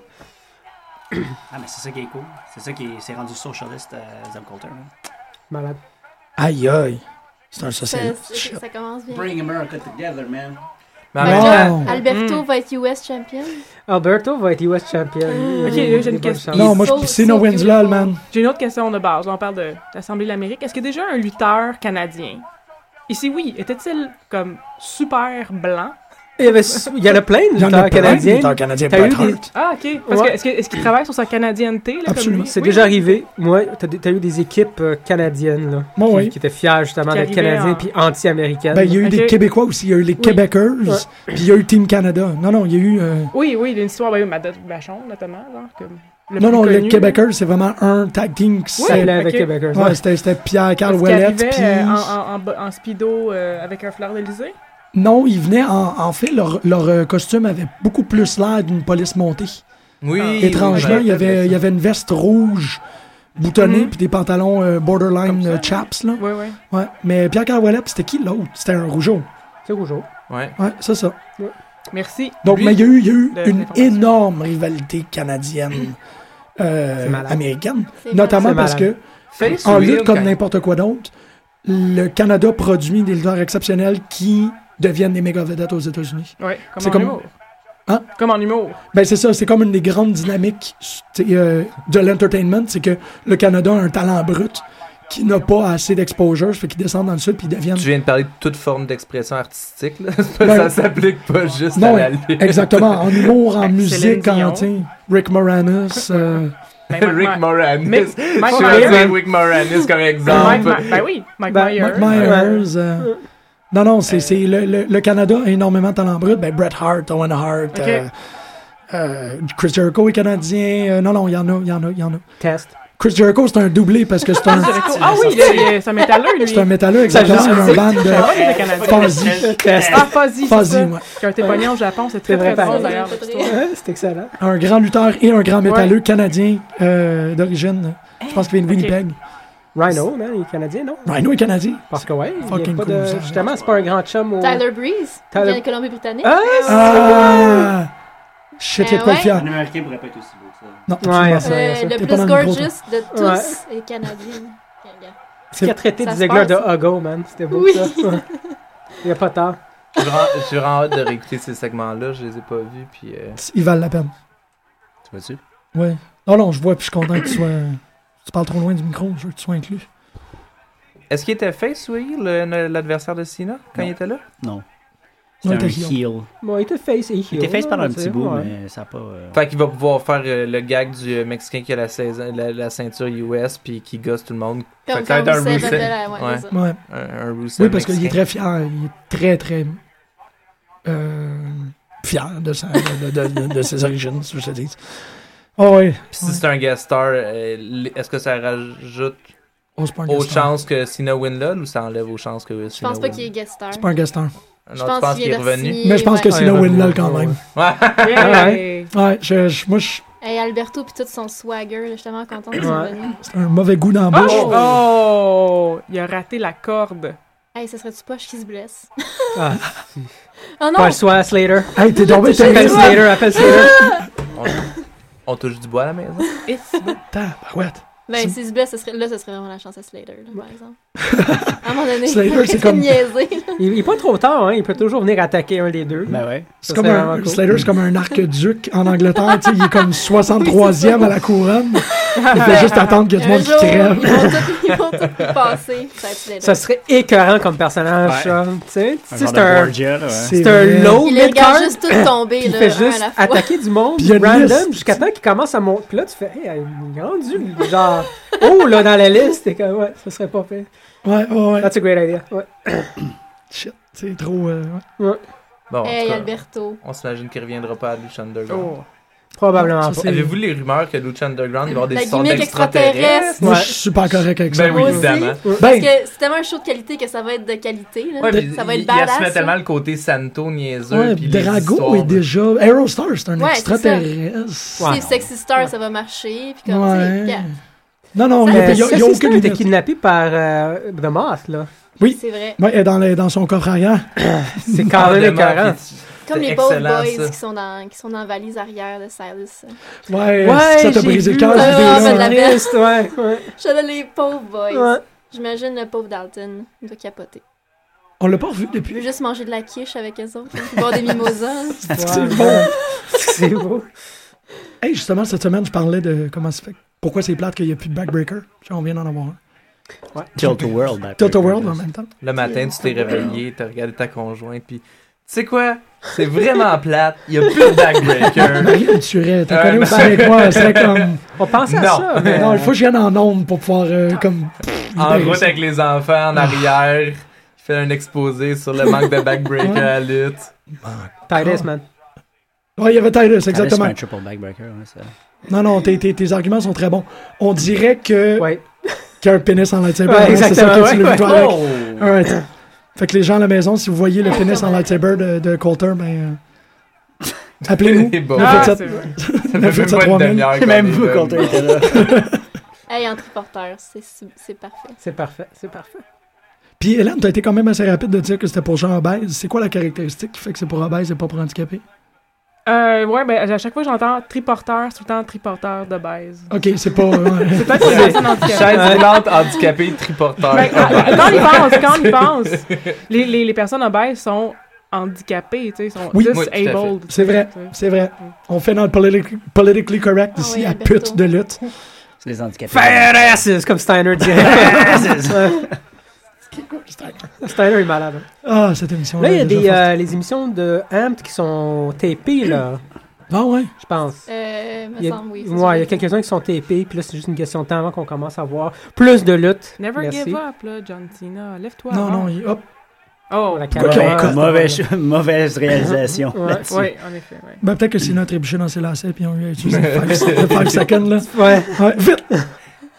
Speaker 6: Ah, mais c'est ça qui est cool. C'est ça qui est- s'est rendu socialiste à Zeb Coulter. hein. là.
Speaker 2: Malade.
Speaker 1: Aïe, aïe. C'est un
Speaker 3: Ça,
Speaker 1: socialiste.
Speaker 3: ça- ça commence bien.
Speaker 6: Bring America together, man.
Speaker 5: Mais en
Speaker 3: Fait
Speaker 5: même
Speaker 3: que
Speaker 5: temps,
Speaker 3: là,
Speaker 2: Oh.
Speaker 1: Wow.
Speaker 3: Alberto
Speaker 5: Mm.
Speaker 3: va être US champion.
Speaker 2: Alberto va être US champion. Il a
Speaker 4: Ah. Ok, là, j'ai
Speaker 2: des
Speaker 4: une
Speaker 2: bonnes
Speaker 4: question.
Speaker 2: chances.
Speaker 1: Non, moi,
Speaker 3: So-
Speaker 1: je- c'est
Speaker 3: so
Speaker 1: No
Speaker 3: beautiful.
Speaker 1: Winslow, man.
Speaker 4: J'ai une autre question de base. Là, on parle de l'Assemblée de l'Amérique. Est-ce qu'il y a déjà un lutteur canadien? Et si oui, était-il comme super blanc?
Speaker 2: Il y, avait, su- il y en a plein de
Speaker 1: Il y en a
Speaker 2: lutteurs
Speaker 1: plein,
Speaker 2: canadiens.
Speaker 1: lutteur canadien,
Speaker 2: T'as eu
Speaker 1: Blackheart.
Speaker 2: des-
Speaker 4: Ah, ok. Parce
Speaker 2: Ouais.
Speaker 4: que, est-ce, que- est-ce qu'il travaille sur sa canadienneté? Là,
Speaker 1: Absolument.
Speaker 4: Comme lui?
Speaker 2: C'est
Speaker 4: Oui,
Speaker 2: déjà
Speaker 4: oui.
Speaker 2: arrivé. Moi, t'as des- t'as eu des équipes euh, canadiennes là,
Speaker 1: Moi,
Speaker 2: qui,
Speaker 1: oui.
Speaker 2: qui étaient fiers justement
Speaker 4: Qui
Speaker 2: d'être
Speaker 4: arrivaient
Speaker 2: canadiens
Speaker 4: en-
Speaker 2: puis anti-américaines.
Speaker 1: Ben, il y a eu
Speaker 4: Ok.
Speaker 1: des Québécois aussi. Il y a eu les Québécoises,
Speaker 2: Ouais.
Speaker 1: puis il y a eu Team Canada. Non, non, il y a eu... euh,
Speaker 4: Oui, oui, il y a une histoire, ben, oui, Madoff Bachon, notamment. Genre, comme le
Speaker 1: Non,
Speaker 4: plus
Speaker 1: non,
Speaker 4: connu,
Speaker 1: le
Speaker 4: là.
Speaker 1: Québécois, c'est vraiment un tag team qui
Speaker 4: Oui,
Speaker 1: s'est-
Speaker 2: Celle avec
Speaker 4: ok.
Speaker 2: Québécois.
Speaker 1: Ouais, c'était c'était Pierre Carl
Speaker 4: Parce qu'il
Speaker 1: Ouellet.
Speaker 4: arrivait
Speaker 1: puis-
Speaker 4: euh, en, en, en, bo- en speedo euh, avec un fleur d'Elysée.
Speaker 1: Non, ils venaient en, en fait, leur, leur euh, costume avait beaucoup plus l'air d'une police montée.
Speaker 5: oui,
Speaker 4: Ah.
Speaker 1: Étrangement,
Speaker 5: oui,
Speaker 1: il y avait, il y avait une veste rouge boutonnée
Speaker 4: Mhm.
Speaker 1: puis des pantalons euh, borderline euh, chaps là.
Speaker 4: Oui, oui.
Speaker 1: Ouais, mais Pierre Carl Ouellet, c'était qui l'autre C'était un rougeau.
Speaker 2: C'est rougeau.
Speaker 5: Ouais.
Speaker 1: Ouais, c'est ça.
Speaker 4: Merci.
Speaker 1: Donc
Speaker 5: Lui-
Speaker 1: mais il y a eu, il y a eu
Speaker 4: De-
Speaker 1: une
Speaker 4: d'information.
Speaker 1: énorme rivalité canadienne euh,
Speaker 2: C'est malade.
Speaker 1: américaine,
Speaker 3: C'est
Speaker 1: notamment
Speaker 2: malade.
Speaker 1: parce que
Speaker 5: Face
Speaker 1: En
Speaker 5: reveal
Speaker 1: lutte comme
Speaker 5: quand-
Speaker 1: n'importe quoi d'autre, le Canada produit des lutteurs exceptionnels qui deviennent des méga vedettes aux États-Unis.
Speaker 4: Ouais, comme
Speaker 1: C'est
Speaker 4: en
Speaker 1: comme-
Speaker 4: humour.
Speaker 1: Hein?
Speaker 4: Comme en humour.
Speaker 1: Ben c'est ça, c'est comme une des grandes dynamiques tu sais, euh, de l'entertainment, c'est que le Canada a un talent brut qui n'a pas assez d'exposure, ça fait qu'ils descendent dans le sud puis ils deviennent
Speaker 5: Tu viens de parler de toute forme d'expression artistique, là.
Speaker 1: Ben-
Speaker 5: ça s'applique pas juste
Speaker 1: non,
Speaker 5: à la lutte.
Speaker 1: exactement, en humour, en
Speaker 4: Céline
Speaker 1: musique, en
Speaker 4: Dion.
Speaker 1: tu sais, Rick Moranis, euh,
Speaker 4: Ben, Mike-
Speaker 5: Rick
Speaker 4: Mike-
Speaker 5: Moranis.
Speaker 4: Mike- Mike
Speaker 5: Je
Speaker 4: Myers.
Speaker 5: vais Rick Moranis comme
Speaker 4: Mike-
Speaker 5: exemple.
Speaker 4: Mike- Ben oui, Mike
Speaker 2: Ben,
Speaker 4: Myers. Euh,
Speaker 1: Mike Myers. euh, non, non, c'est c'est le, le- le Canada a énormément de talent brut. Ben, Bret Hart, Owen Hart,
Speaker 4: Ok.
Speaker 1: euh, euh, Chris Jericho est canadien. Euh, non, non, il y en a, il y en a, il y en a.
Speaker 2: Test.
Speaker 1: Chris Jericho, c'est un doublé parce que c'est un,
Speaker 4: Ah oui, il est- c'est un métalleux, lui.
Speaker 1: c'est un métalleux, exactement.
Speaker 2: Ça,
Speaker 1: C'est un band de
Speaker 4: métalleux canadien.
Speaker 1: Fuzzy.
Speaker 2: Test.
Speaker 4: Ah, Fuzzy, c'est
Speaker 1: Fuzzy,
Speaker 4: ça.
Speaker 1: ouais.
Speaker 4: Qui a été pogné au Japon. C'est
Speaker 2: C'est
Speaker 4: très, très
Speaker 2: vrai,
Speaker 4: drôle,
Speaker 2: pareil.
Speaker 4: d'ailleurs, cette histoire.
Speaker 2: C'est excellent.
Speaker 1: Un grand lutteur et un grand métalleux canadien euh, d'origine. Je pense qu'il vient de Winnipeg.
Speaker 2: Rhino, man, il est canadien, non?
Speaker 1: Rhino est canadien.
Speaker 2: Parce que, ouais, il y
Speaker 1: Fucking
Speaker 2: a pas
Speaker 1: cool,
Speaker 2: de...
Speaker 1: ça.
Speaker 2: Justement, c'est pas un grand chum au...
Speaker 3: Tyler Breeze, qui
Speaker 2: Oh. Tyler-
Speaker 3: vient de Colombie-Britannique.
Speaker 2: Ah,
Speaker 1: Ah! Shit, il y a de quoi
Speaker 3: Eh
Speaker 1: de
Speaker 3: ouais.
Speaker 1: fier.
Speaker 6: Ah Un Américain pourrait pas être aussi beau que ça.
Speaker 1: Non,
Speaker 2: Ouais,
Speaker 1: absolument
Speaker 2: ça-
Speaker 1: pas.
Speaker 2: ouais,
Speaker 3: Euh,
Speaker 2: ça.
Speaker 3: le
Speaker 1: T'es
Speaker 3: plus
Speaker 1: pas dans le micro,
Speaker 3: gorgeous de tous
Speaker 2: Ouais.
Speaker 3: est canadien. Regarde.
Speaker 2: qui a traité
Speaker 3: Ça
Speaker 2: des
Speaker 3: se
Speaker 2: aigleurs de
Speaker 3: passe.
Speaker 2: Hugo, man. C'était beau,
Speaker 3: Oui.
Speaker 2: ça. Il y a pas tard.
Speaker 5: Je suis vraiment- je suis vraiment hâte de réécouter ces segments-là. Je les ai pas vus, puis... euh,
Speaker 1: Ils valent la peine.
Speaker 6: Tu vois-tu?
Speaker 1: Ouais. Non, non, je vois, puis je suis content que tu sois. Tu parles trop loin du micro, je veux que tu sois inclus.
Speaker 5: Est-ce qu'il était face, oui, le- le- l'adversaire de Cena, quand
Speaker 6: Non.
Speaker 5: il était là?
Speaker 6: Non. C'est
Speaker 1: Non,
Speaker 6: un
Speaker 1: il était heel.
Speaker 6: heel.
Speaker 2: Bon, il était face et heel.
Speaker 6: Il était face
Speaker 2: là,
Speaker 6: pendant un
Speaker 2: tu
Speaker 6: petit
Speaker 2: sais,
Speaker 6: bout,
Speaker 2: ouais.
Speaker 6: mais ça n'a pas. euh,
Speaker 5: Fait qu'il va pouvoir faire euh, le gag du euh, Mexicain qui a la, saison- la- la ceinture US, puis qui gosse tout le monde. Fait
Speaker 3: Comme
Speaker 5: que ça va
Speaker 3: quand
Speaker 5: être un
Speaker 3: Rousseff
Speaker 5: Rusev.
Speaker 3: appelle à... Ouais,
Speaker 5: Ouais.
Speaker 3: c'est ça.
Speaker 1: Ouais.
Speaker 5: Un, un Rusev
Speaker 1: Oui, parce qu'il est
Speaker 5: mexicain.
Speaker 1: très fier. Il est très, très. Euh, fier de, sa, de, de, de- de ses origines, si je te dis. Oh, oui.
Speaker 5: Puis si c'est un guest star, euh, l- est-ce que ça rajoute
Speaker 1: Oh, c'est pas un
Speaker 5: aux
Speaker 1: guest star.
Speaker 5: chances que Cena win là, ou ça enlève aux chances que
Speaker 3: Je
Speaker 5: Cena
Speaker 3: pense pas
Speaker 5: win?
Speaker 3: qu'il est guest star.
Speaker 1: C'est pas un guest star.
Speaker 5: Non,
Speaker 3: Je
Speaker 5: tu
Speaker 3: pense
Speaker 5: penses
Speaker 3: qu'il
Speaker 5: qu'il est
Speaker 3: vient de
Speaker 5: revenu.
Speaker 3: signer,
Speaker 1: Mais je pense
Speaker 3: ouais.
Speaker 1: que c'est
Speaker 5: Ah, il
Speaker 1: le
Speaker 5: est
Speaker 1: win-là
Speaker 5: revenu.
Speaker 1: quand même.
Speaker 4: Yeah.
Speaker 1: Ouais, je, je- moi, je-
Speaker 3: Hey, Alberto, puis tout son swagger, là, je suis tellement contente de
Speaker 2: Ouais.
Speaker 3: venir.
Speaker 1: c'est un mauvais goût dans la bouche.
Speaker 4: Oh! Oh! Il a raté la corde.
Speaker 3: Hey, ça serait-tu poche qui se blesse?
Speaker 2: Ah.
Speaker 3: oh non!
Speaker 2: Paul Swan, Slater.
Speaker 1: Hey, t'es tombé, t'es
Speaker 2: Appelle
Speaker 1: resté.
Speaker 2: Slater, appelle Slater.
Speaker 5: On touche du bois à la maison.
Speaker 1: Tabarouette.
Speaker 3: Ben, s'il se blesse, ça serait- là, ça serait vraiment la chance à Slater, là, par exemple. à un moment donné,
Speaker 1: Slater,
Speaker 3: il serait
Speaker 1: c'est comme- Oh,
Speaker 3: niaisé.
Speaker 2: Il il est pas trop tard, hein. Il peut toujours venir attaquer un des deux.
Speaker 6: Ben ouais.
Speaker 1: C'est
Speaker 2: Ça,
Speaker 1: comme
Speaker 2: c'est
Speaker 1: un,
Speaker 2: vraiment cool.
Speaker 1: Slater, c'est comme un arc-duc en Angleterre. tu sais, il est comme 63e à la couronne. Il fait juste attendre qu'il y a du
Speaker 3: Un
Speaker 1: monde qui
Speaker 3: jour, ils
Speaker 1: crève.
Speaker 3: vont tous- ils vont tous passer. Ça va être Slater.
Speaker 2: Ça serait écœurant comme personnage,
Speaker 6: Ouais.
Speaker 2: ça. Tu sais, tu
Speaker 6: Un
Speaker 2: sais,
Speaker 6: genre
Speaker 2: c'est
Speaker 6: de
Speaker 2: un.
Speaker 6: Borgia, là, ouais.
Speaker 2: C'est un
Speaker 1: vrai.
Speaker 2: low
Speaker 3: il les regarde
Speaker 2: mid-card.
Speaker 3: juste tous tomber,
Speaker 2: Il
Speaker 3: là,
Speaker 2: fait
Speaker 3: un
Speaker 2: juste
Speaker 3: à la fois.
Speaker 2: attaquer du monde
Speaker 1: Puis il y a une
Speaker 2: random
Speaker 1: liste.
Speaker 2: jusqu'à temps qu'il commence à monter. Puis là, tu fais, hey, il est rendu genre, oh, là, dans la liste, t'es comme, ouais, ça serait pas fait.
Speaker 1: Ouais, ouais, ouais.
Speaker 2: That's a great idea. Ouais.
Speaker 1: Shit, c'est trop. euh, ouais.
Speaker 5: Bon, en
Speaker 3: Hey,
Speaker 5: tout cas,
Speaker 3: Alberto.
Speaker 5: on s'imagine qu'il reviendra pas à Lucha Underground.
Speaker 4: Oh.
Speaker 2: Probablement
Speaker 1: Ça,
Speaker 2: pas.
Speaker 1: c'est-
Speaker 5: Avez-vous les rumeurs que Lucha Underground il va y avoir des
Speaker 3: La
Speaker 5: histoires
Speaker 3: gimmick
Speaker 5: d'extraterrestres?
Speaker 3: extraterrestre.
Speaker 1: Moi,
Speaker 2: Ouais.
Speaker 1: je suis super correct avec ça.
Speaker 5: Ben oui,
Speaker 3: Moi aussi.
Speaker 5: évidemment.
Speaker 3: Parce
Speaker 1: Ben,
Speaker 3: que c'est tellement un show de qualité que ça va être de qualité. Là.
Speaker 5: Ouais, mais
Speaker 3: ça va
Speaker 5: il-
Speaker 3: être
Speaker 5: Il
Speaker 3: badass. hein.
Speaker 5: assumait
Speaker 3: là.
Speaker 5: tellement le côté Santo niaiseux.
Speaker 1: ouais,
Speaker 5: puis les
Speaker 1: Drago
Speaker 5: histoires
Speaker 1: est
Speaker 5: de-
Speaker 1: déjà. Aerostar, c'est un
Speaker 3: Ouais, c'est ça.
Speaker 1: extraterrestre.
Speaker 3: Tu sais,
Speaker 6: Ouais, non.
Speaker 3: Sexy Star, ça va marcher. Puis comme,
Speaker 1: Ouais.
Speaker 3: tu sais, yeah.
Speaker 1: Non, non,
Speaker 3: Ça,
Speaker 1: il y a-
Speaker 2: Ah, Mais
Speaker 1: il y a, il y a
Speaker 2: Sexy
Speaker 1: aucune
Speaker 2: Star était
Speaker 1: limite.
Speaker 2: kidnappé par euh, The Moth, là.
Speaker 1: Oui.
Speaker 3: c'est vrai.
Speaker 1: Ouais, elle est dans, les- dans son coffre arrière.
Speaker 2: C'est quand
Speaker 5: Probablement,
Speaker 2: même écœurant.
Speaker 5: puis tu-
Speaker 3: Comme
Speaker 5: C'est
Speaker 3: les Bold
Speaker 5: excellent,
Speaker 3: Boys
Speaker 5: ça.
Speaker 3: qui sont, dans, qui sont dans la valise arrière de Silas.
Speaker 1: Ouais,
Speaker 2: Ouais,
Speaker 1: ça t'a
Speaker 2: j'ai
Speaker 1: brisé
Speaker 2: vu.
Speaker 1: le cœur.
Speaker 3: Ah,
Speaker 1: cette
Speaker 3: ouais,
Speaker 1: idée-là.
Speaker 3: ben, la-
Speaker 2: Triste, ouais, ouais,
Speaker 3: J'avais les pauvres boys.
Speaker 2: ouais.
Speaker 3: J'imagine le pauvre Dalton. Il doit capoter.
Speaker 1: On l'a pas revu
Speaker 3: Il veut
Speaker 1: depuis.
Speaker 3: juste manger de la quiche avec eux autres. puis boire des mimosas.
Speaker 1: C'est
Speaker 2: Ouais,
Speaker 1: bon.
Speaker 2: ouais. C'est beau.
Speaker 1: Hey, justement, cette semaine, je parlais de comment ça fait. Pourquoi c'est plate qu'il n'y a plus de backbreaker? Puis on vient d'en avoir un.
Speaker 6: Tilt the World. ben,
Speaker 1: Total World
Speaker 6: plus.
Speaker 1: en même temps.
Speaker 5: Le matin, tu t'es réveillé, t'as regardé ta conjointe, puis tu sais quoi? C'est vraiment plate. Il y a plus de backbreaker.
Speaker 1: Marie, tu es. T'as
Speaker 5: Euh,
Speaker 1: connu aussi avec moi. C'est comme.
Speaker 2: On pensait à
Speaker 5: Non.
Speaker 2: ça, mais.
Speaker 1: Non, il faut que je vienne en nombre pour pouvoir, euh, comme.
Speaker 5: En
Speaker 1: libérer
Speaker 5: route
Speaker 1: ça.
Speaker 5: avec les enfants, en arrière. Il fait un exposé sur le manque de backbreaker à la lutte.
Speaker 2: Titus, man.
Speaker 1: Ouais, il y avait Titus,
Speaker 6: Ah, là, C'est
Speaker 1: exactement.
Speaker 6: un triple backbreaker, ouais, ça.
Speaker 1: Non, non, tes, tes, tes arguments sont très bons. On dirait que
Speaker 2: Ouais.
Speaker 1: qu'il y a un pénis en lightsaber.
Speaker 2: Ouais,
Speaker 1: hein, c'est ça
Speaker 2: exactement,
Speaker 1: que tu le
Speaker 2: ouais,
Speaker 1: vois
Speaker 2: ouais.
Speaker 1: avec.
Speaker 5: Oh!
Speaker 1: Alright. Fait que les gens à la maison, si vous voyez le pénis en lightsaber de, de Coulter, ben. euh, Appelez-nous.
Speaker 5: C'est bon.
Speaker 1: Neuf
Speaker 4: Ah,
Speaker 1: huit sept-
Speaker 4: c'est vrai.
Speaker 5: Ça
Speaker 1: neuf huit
Speaker 5: fait même
Speaker 1: sept
Speaker 5: pas une
Speaker 1: 3000.
Speaker 5: demi-heure. qu'on
Speaker 6: Même
Speaker 5: est
Speaker 6: vous,
Speaker 5: là.
Speaker 6: quand était là.
Speaker 3: hey, entre porteurs, c'est su- c'est parfait.
Speaker 2: C'est parfait, c'est parfait.
Speaker 1: Puis Hélène, t'as été quand même assez rapide de dire que c'était pour gens obèses. C'est quoi la caractéristique qui fait que c'est pour obèses et pas pour handicapés?
Speaker 4: Euh, ouais, ben, à chaque fois, j'entends triporteur, tout le temps triporteur de baise.
Speaker 1: Ok, c'est pas. euh, ouais.
Speaker 4: C'est peut-être une personne handicapée.
Speaker 5: Chaise roulante, handicapé, triporteur.
Speaker 4: Ben, quand quand on y pense, quand on y pense, les, les, les personnes obèses sont handicapées, tu sais, sont
Speaker 1: Oui,
Speaker 5: oui, tout à fait.
Speaker 4: disabled. tu sais,
Speaker 1: C'est vrai,
Speaker 4: tu sais.
Speaker 1: c'est vrai. On fait notre politi- politically correct
Speaker 3: Ah
Speaker 1: ici
Speaker 3: oui,
Speaker 1: à
Speaker 3: Alberto.
Speaker 1: pute de lutte.
Speaker 6: C'est les handicapés.
Speaker 2: Fire asses, comme Steiner dit. Steiner est malade. hein.
Speaker 1: Ah, cette émission.
Speaker 2: Là, il y a
Speaker 1: déjà
Speaker 2: des,
Speaker 1: forte.
Speaker 2: euh, les émissions de Amped qui sont tapées, là,
Speaker 1: Ah ouais.
Speaker 2: je pense.
Speaker 3: Euh, me
Speaker 2: Il y a,
Speaker 3: semble, oui. c'est
Speaker 2: ouais, il y a
Speaker 3: sûr.
Speaker 2: quelques-uns qui sont tapés, puis là, c'est juste une question de temps avant qu'on commence à voir plus de lutte.
Speaker 4: Never
Speaker 2: Merci.
Speaker 4: give up, là, John Cena. Lève-toi.
Speaker 1: Non, Ah non,
Speaker 4: avance.
Speaker 1: il- hop.
Speaker 4: Oh,
Speaker 2: La
Speaker 1: Pourquoi
Speaker 2: caméra.
Speaker 1: qu'on cote?
Speaker 6: Mauvaise, mauvaise réalisation.
Speaker 2: Ouais,
Speaker 6: là-dessus.
Speaker 4: Oui, en effet, ouais.
Speaker 1: Ben, peut-être que c'est notre trébuché dans ses lacets puis on lui a utilisé 5 seconds là.
Speaker 2: ouais.
Speaker 1: Ouais, vite!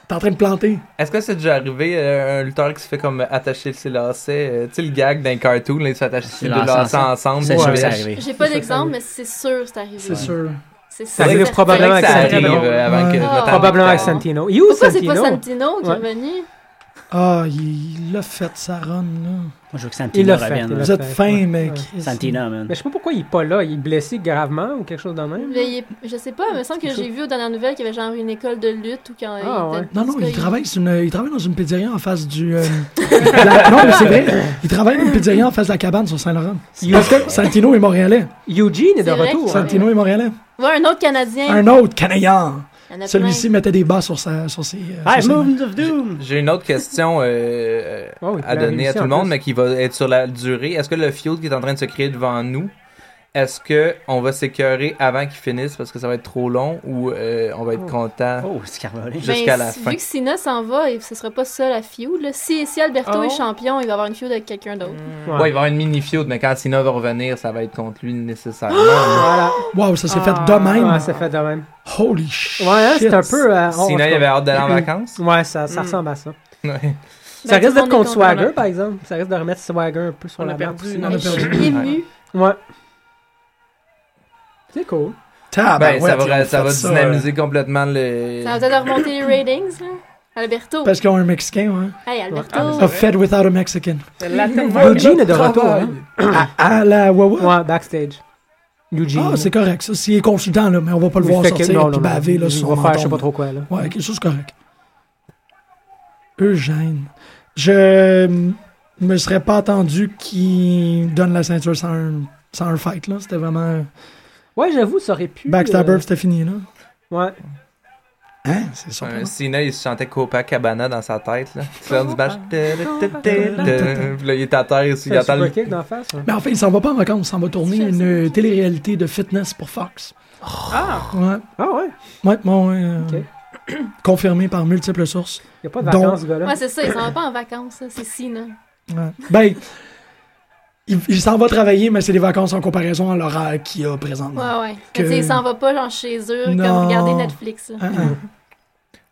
Speaker 1: T'es en train de planter.
Speaker 5: Est-ce que c'est déjà arrivé euh, un lutteur qui se fait comme attacher ses lacets euh, Tu sais, le gag d'un cartoon, là, il se fait attacher ses deux
Speaker 6: Lacets
Speaker 5: lacets ensemble.
Speaker 6: C'est
Speaker 5: ouais.
Speaker 6: sûr que
Speaker 1: Eh
Speaker 6: c'est arrivé.
Speaker 3: J'ai pas
Speaker 2: C'est
Speaker 3: d'exemple,
Speaker 2: sûr.
Speaker 3: mais c'est sûr, c'est arrivé.
Speaker 1: C'est sûr.
Speaker 3: C'est
Speaker 2: Ça arrive
Speaker 3: certain.
Speaker 5: C'est
Speaker 2: probablement
Speaker 5: vrai que ça
Speaker 2: avec
Speaker 5: arrive
Speaker 2: Santino.
Speaker 5: euh, avant que.
Speaker 1: Ouais.
Speaker 5: notamment-
Speaker 2: Probablement avec Santino. You,
Speaker 3: Ah, Pourquoi c'est pas
Speaker 2: Santino.
Speaker 3: Santino qui est
Speaker 2: Ouais.
Speaker 3: revenu?
Speaker 1: Ah, il il l'a fait, sa run, là.
Speaker 6: Moi, je veux que
Speaker 2: Il
Speaker 6: Santina
Speaker 2: l'a fait.
Speaker 6: revienne.
Speaker 2: il
Speaker 6: là.
Speaker 1: Vous
Speaker 2: l'a
Speaker 1: êtes
Speaker 2: fait,
Speaker 1: fin,
Speaker 2: ouais.
Speaker 1: mec.
Speaker 2: Ouais.
Speaker 6: Santina, man.
Speaker 2: Mais je sais pas pourquoi il est pas là. Il est blessé gravement ou quelque chose de même.
Speaker 3: Mais il est- Je sais pas, il me semble que j'ai vu aux dernières nouvelles qu'il y avait genre une école de lutte ou quand
Speaker 2: Ah,
Speaker 3: il
Speaker 2: ouais.
Speaker 3: était-
Speaker 1: Non,
Speaker 3: en
Speaker 1: non,
Speaker 3: tout cas,
Speaker 1: il travaille, sur une, il travaille dans une pizzeria en face du. euh, la- non, mais c'est vrai. Il travaille dans une pizzeria en face de la cabane sur Saint-Laurent. Parce que Santino est montréalais.
Speaker 2: Eugene est de
Speaker 3: C'est vrai
Speaker 2: retour.
Speaker 3: qu'il-
Speaker 2: hein.
Speaker 1: Santino est montréalais.
Speaker 3: Ouais, un autre Canadien.
Speaker 1: Un autre, Canadien.
Speaker 3: Il y en a Ah.
Speaker 1: Celui-ci mettait des bas sur, sa, sur ses. euh,
Speaker 6: Hey,
Speaker 1: sur ses mains.
Speaker 6: Moons of Doom!
Speaker 5: J'ai une autre question euh, euh,
Speaker 2: Oh, oui,
Speaker 5: à
Speaker 4: ben,
Speaker 2: la
Speaker 5: donner à
Speaker 2: réussite,
Speaker 5: tout le
Speaker 2: en
Speaker 5: monde,
Speaker 2: plus.
Speaker 5: mais qui va être sur la durée. Est-ce que le feud qui est en train de se créer devant nous, est-ce que on va s'écœurer avant qu'il finisse parce que ça va être trop long ou euh, on va être
Speaker 2: Oh.
Speaker 5: content
Speaker 6: Oh, c'est Carvalho.
Speaker 3: Ben,
Speaker 5: jusqu'à la
Speaker 3: si-
Speaker 5: fin?
Speaker 3: Vu que Sina s'en va, et ce sera pas ça la feud. là. Si, si Alberto
Speaker 5: Ah
Speaker 4: Oh.
Speaker 3: est champion, il va avoir une feud avec quelqu'un d'autre.
Speaker 5: Ouais. il va y avoir une mini feud, mais quand Sina va revenir, ça va être contre lui nécessairement.
Speaker 2: Voilà.
Speaker 1: Wow, ça s'est fait
Speaker 4: Ah,
Speaker 1: de même.
Speaker 2: Ouais, c'est fait de même.
Speaker 1: Holy shit.
Speaker 2: Ouais, hein, c'est un peu. euh, on-
Speaker 4: Mm.
Speaker 5: Sina, il avait hâte d'aller en vacances.
Speaker 4: Ben,
Speaker 2: Ouais, ça, ça ressemble à ça.
Speaker 5: Ouais.
Speaker 2: Ça risque d'être contre Swagger,
Speaker 3: Swagger.
Speaker 2: par exemple. Ça risque de remettre Swagger un peu sur
Speaker 4: On
Speaker 2: la
Speaker 4: a
Speaker 2: map
Speaker 4: perdu
Speaker 2: aussi.
Speaker 4: notre-
Speaker 3: Je suis émue.
Speaker 2: Ouais. C'est cool.
Speaker 1: Tab,
Speaker 5: ben, ça
Speaker 1: ouais, ils ont
Speaker 5: va, ça
Speaker 1: fait
Speaker 5: va
Speaker 1: ça,
Speaker 5: dynamiser complètement le.
Speaker 3: Ça va peut-être remonter les ratings, là. Alberto.
Speaker 1: euh, Parce qu'ils ont un Mexicain, ouais.
Speaker 3: Hey, Alberto.
Speaker 5: Ah,
Speaker 1: A Fed without a Mexican.
Speaker 4: Le Latin Vogue.
Speaker 2: Eugene est de retour. hein.
Speaker 1: À, à la Wawa.
Speaker 2: Ouais, backstage. Eugene.
Speaker 1: Ah, c'est correct, ça. S'il est consultant, là, mais on va pas le
Speaker 2: Il
Speaker 1: voir
Speaker 2: fait que- non,
Speaker 1: sortir
Speaker 2: non,
Speaker 1: puis
Speaker 2: non.
Speaker 1: baver, là,
Speaker 2: Il
Speaker 1: sur son
Speaker 2: va faire je sais
Speaker 1: menton,
Speaker 2: pas trop quoi, là.
Speaker 1: là. Ouais, quelque chose correct. Eugène. Je euh, me serais pas attendu qu'il donne la ceinture sans un, sans un fight, là. C'était vraiment... euh,
Speaker 2: Ouais, j'avoue, ça aurait pu.
Speaker 1: Backstabber,
Speaker 2: euh,
Speaker 1: c'était fini, là.
Speaker 2: Ouais.
Speaker 1: Hein? C'est sûr.
Speaker 5: Un Cena, il se chantait Copacabana dans sa tête. Là. Tu lances du match. Puis là, il est à terre, il
Speaker 2: C'est un
Speaker 5: attend le
Speaker 2: super kick d'en face. hein? ouais.
Speaker 1: Mais enfin, il s'en va pas en vacances, il s'en va tourner une euh, télé-réalité de fitness pour Fox.
Speaker 4: Ah,
Speaker 1: Ouais,
Speaker 2: Ah ouais.
Speaker 1: ouais, bon, ouais, euh,
Speaker 2: Ok.
Speaker 1: confirmé par multiples sources.
Speaker 2: Il a pas de
Speaker 1: Donc-
Speaker 2: vacances, ce gars-là.
Speaker 3: Ouais, c'est ça, il s'en va pas en vacances, ça, c'est Sina.
Speaker 1: Ouais. Ben, il, il s'en va travailler, mais c'est des vacances en comparaison à l'horaire qu'il a présentement.
Speaker 3: Ouais, ouais. Mais
Speaker 1: Ah, Que-
Speaker 3: tu sais, il s'en va pas, genre, chez eux,
Speaker 1: Non.
Speaker 3: comme regarder Netflix, là.
Speaker 1: Hein, hein.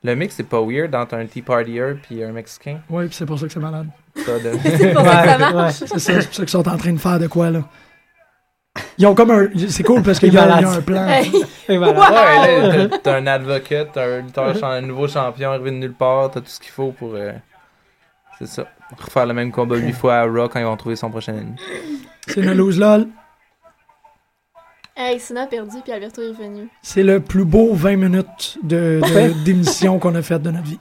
Speaker 5: Le mix, c'est pas weird entre un Tea Partier puis un Mexicain.
Speaker 1: Ouais, puis c'est pour ça que c'est malade.
Speaker 5: Ça, de-
Speaker 3: C'est pour ça que ça marche.
Speaker 2: Ouais.
Speaker 1: C'est ça, c'est pour ça qu'ils sont en train de faire de quoi, là. Ils ont comme un. C'est cool parce qu'il y, a- il y a un plan.
Speaker 3: Hey,
Speaker 2: Et voilà.
Speaker 5: Ouais, là, t'as- t'as un advocate, t'as un lutteur, chan- un nouveau champion arrivé de nulle part, t'as tout ce qu'il faut pour. euh, C'est ça. Refaire le même combat huit fois à Raw quand ils vont trouver son prochain ennemi.
Speaker 1: C'est le lose lol.
Speaker 3: hey, Sina a perdu, puis Alberto est revenu.
Speaker 1: C'est le plus beau 20 minutes de- de- d'émission qu'on a faite de notre vie.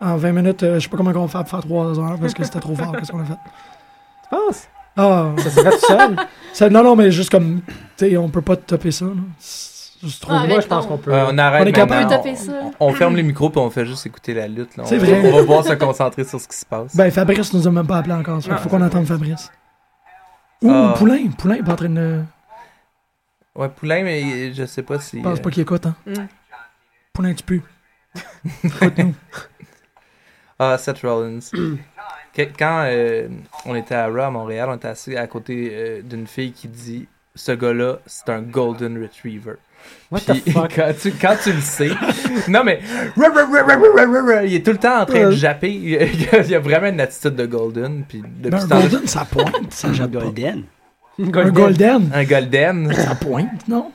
Speaker 1: En 20 minutes, euh, je sais pas comment on va faire pour faire 3 heures parce que c'était trop fort, qu'est-ce qu'on a fait.
Speaker 2: Tu penses?
Speaker 1: Ah,
Speaker 2: Ça serait tout seul.
Speaker 1: ça- non, non, mais juste comme, tu sais, on peut pas te topper ça. là. C'est juste trop.
Speaker 3: Ah,
Speaker 2: Moi, je pense qu'on peut.
Speaker 5: Euh, on arrête
Speaker 1: On est
Speaker 5: maintenant,
Speaker 1: capable
Speaker 3: de
Speaker 5: on-
Speaker 3: taper ça.
Speaker 5: On, on ferme les micros puis on fait juste écouter la lutte. là. On,
Speaker 1: C'est vrai.
Speaker 5: on va pouvoir se concentrer sur ce qui se passe.
Speaker 1: Ben, Fabrice nous a même pas appelé encore, ça.
Speaker 4: Non,
Speaker 1: faut qu'on
Speaker 5: c'est
Speaker 1: attende Fabrice. Ouh,
Speaker 5: Ah.
Speaker 1: Poulain, Poulain est pas en train de.
Speaker 5: Ouais, Poulain, mais je sais pas si.
Speaker 1: Je pense
Speaker 5: euh,
Speaker 1: pas qu'il écoute, hein.
Speaker 4: Mm.
Speaker 1: Poulain, tu pues. Écoute-nous.
Speaker 5: Ah, Seth Rollins. Que- quand euh, on était à Raw à Montréal, on était assis à côté euh, d'une fille qui dit Ce gars-là, c'est un Golden Retriever.
Speaker 2: What the
Speaker 5: Puis,
Speaker 2: fuck?
Speaker 5: quand, tu, quand tu le sais, non mais ra, ra, ra, ra, ra, ra, ra, ra, il est tout le temps en train de
Speaker 2: Ouais.
Speaker 5: japper. Il y a- il y a, il y a vraiment une attitude de Golden. Puis depuis
Speaker 1: Ben, un
Speaker 5: ce temps-là,
Speaker 1: Golden, ça pointe, ça
Speaker 6: Un
Speaker 1: jappe pas.
Speaker 6: golden.
Speaker 1: Un Golden,
Speaker 5: un Golden,
Speaker 1: ça pointe, non?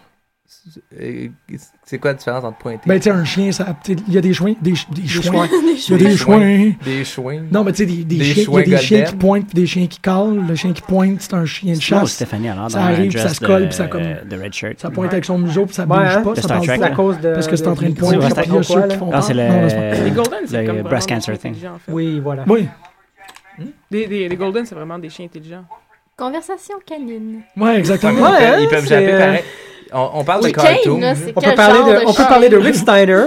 Speaker 5: euh, c'est quoi la différence entre pointer
Speaker 1: Ben, tu sais, un chien, ça. tu sais, Il y a des chouins. Des, ch- des chouins. Il y a
Speaker 5: Des
Speaker 1: des
Speaker 5: chouins.
Speaker 1: chouins.
Speaker 5: des chouins
Speaker 1: Non, mais tu sais, des, des
Speaker 5: Des
Speaker 1: chiens, il y
Speaker 5: chouins
Speaker 1: a des chiens qui
Speaker 5: golden.
Speaker 1: pointent pis des chiens qui calent. Le chien qui pointe, c'est un chien de
Speaker 6: Non,
Speaker 1: chasse.
Speaker 6: Stéphanie, alors,
Speaker 1: Ça
Speaker 6: dans
Speaker 1: arrive,
Speaker 6: un
Speaker 1: puis
Speaker 6: dress
Speaker 1: ça se colle,
Speaker 6: de-
Speaker 1: puis ça comme-
Speaker 6: De red shirt.
Speaker 1: Ça pointe avec son museau pis ça bouge
Speaker 2: Ouais, hein.
Speaker 1: pas, ça
Speaker 6: Le
Speaker 1: parle
Speaker 6: Star Trek,
Speaker 1: pas.
Speaker 2: C'est à cause de.
Speaker 1: Parce que c'est en train de
Speaker 2: du-
Speaker 1: pointer.
Speaker 6: Ouais,
Speaker 1: Puis
Speaker 6: c'est
Speaker 1: il y a ceux qui font
Speaker 6: Non,
Speaker 2: là.
Speaker 6: Ah, c'est
Speaker 1: peur. Non, laisse pas.
Speaker 4: les
Speaker 6: le.
Speaker 4: Golden, c'est
Speaker 6: le
Speaker 4: comme
Speaker 6: breast
Speaker 4: vraiment
Speaker 6: cancer
Speaker 4: des
Speaker 6: thing.
Speaker 4: intelligents, en fait.
Speaker 2: Oui, voilà.
Speaker 1: Oui,
Speaker 5: Hmm?
Speaker 4: Les, les- les Golden, c'est vraiment des chiens intelligents.
Speaker 3: Conversation canine.
Speaker 1: ouais,
Speaker 5: Ouais, mais
Speaker 1: exactement.
Speaker 5: ils peuvent-
Speaker 2: hein,
Speaker 5: ils peuvent
Speaker 2: c'est,
Speaker 5: japper
Speaker 2: euh,
Speaker 5: pareil. On, on parle
Speaker 3: Oui,
Speaker 5: de cartoon.
Speaker 3: Kane, là, c'est
Speaker 2: On
Speaker 3: quel
Speaker 2: peut parler
Speaker 3: genre
Speaker 2: de,
Speaker 3: de
Speaker 2: on peut parler de Rick
Speaker 3: chien?
Speaker 2: Steiner.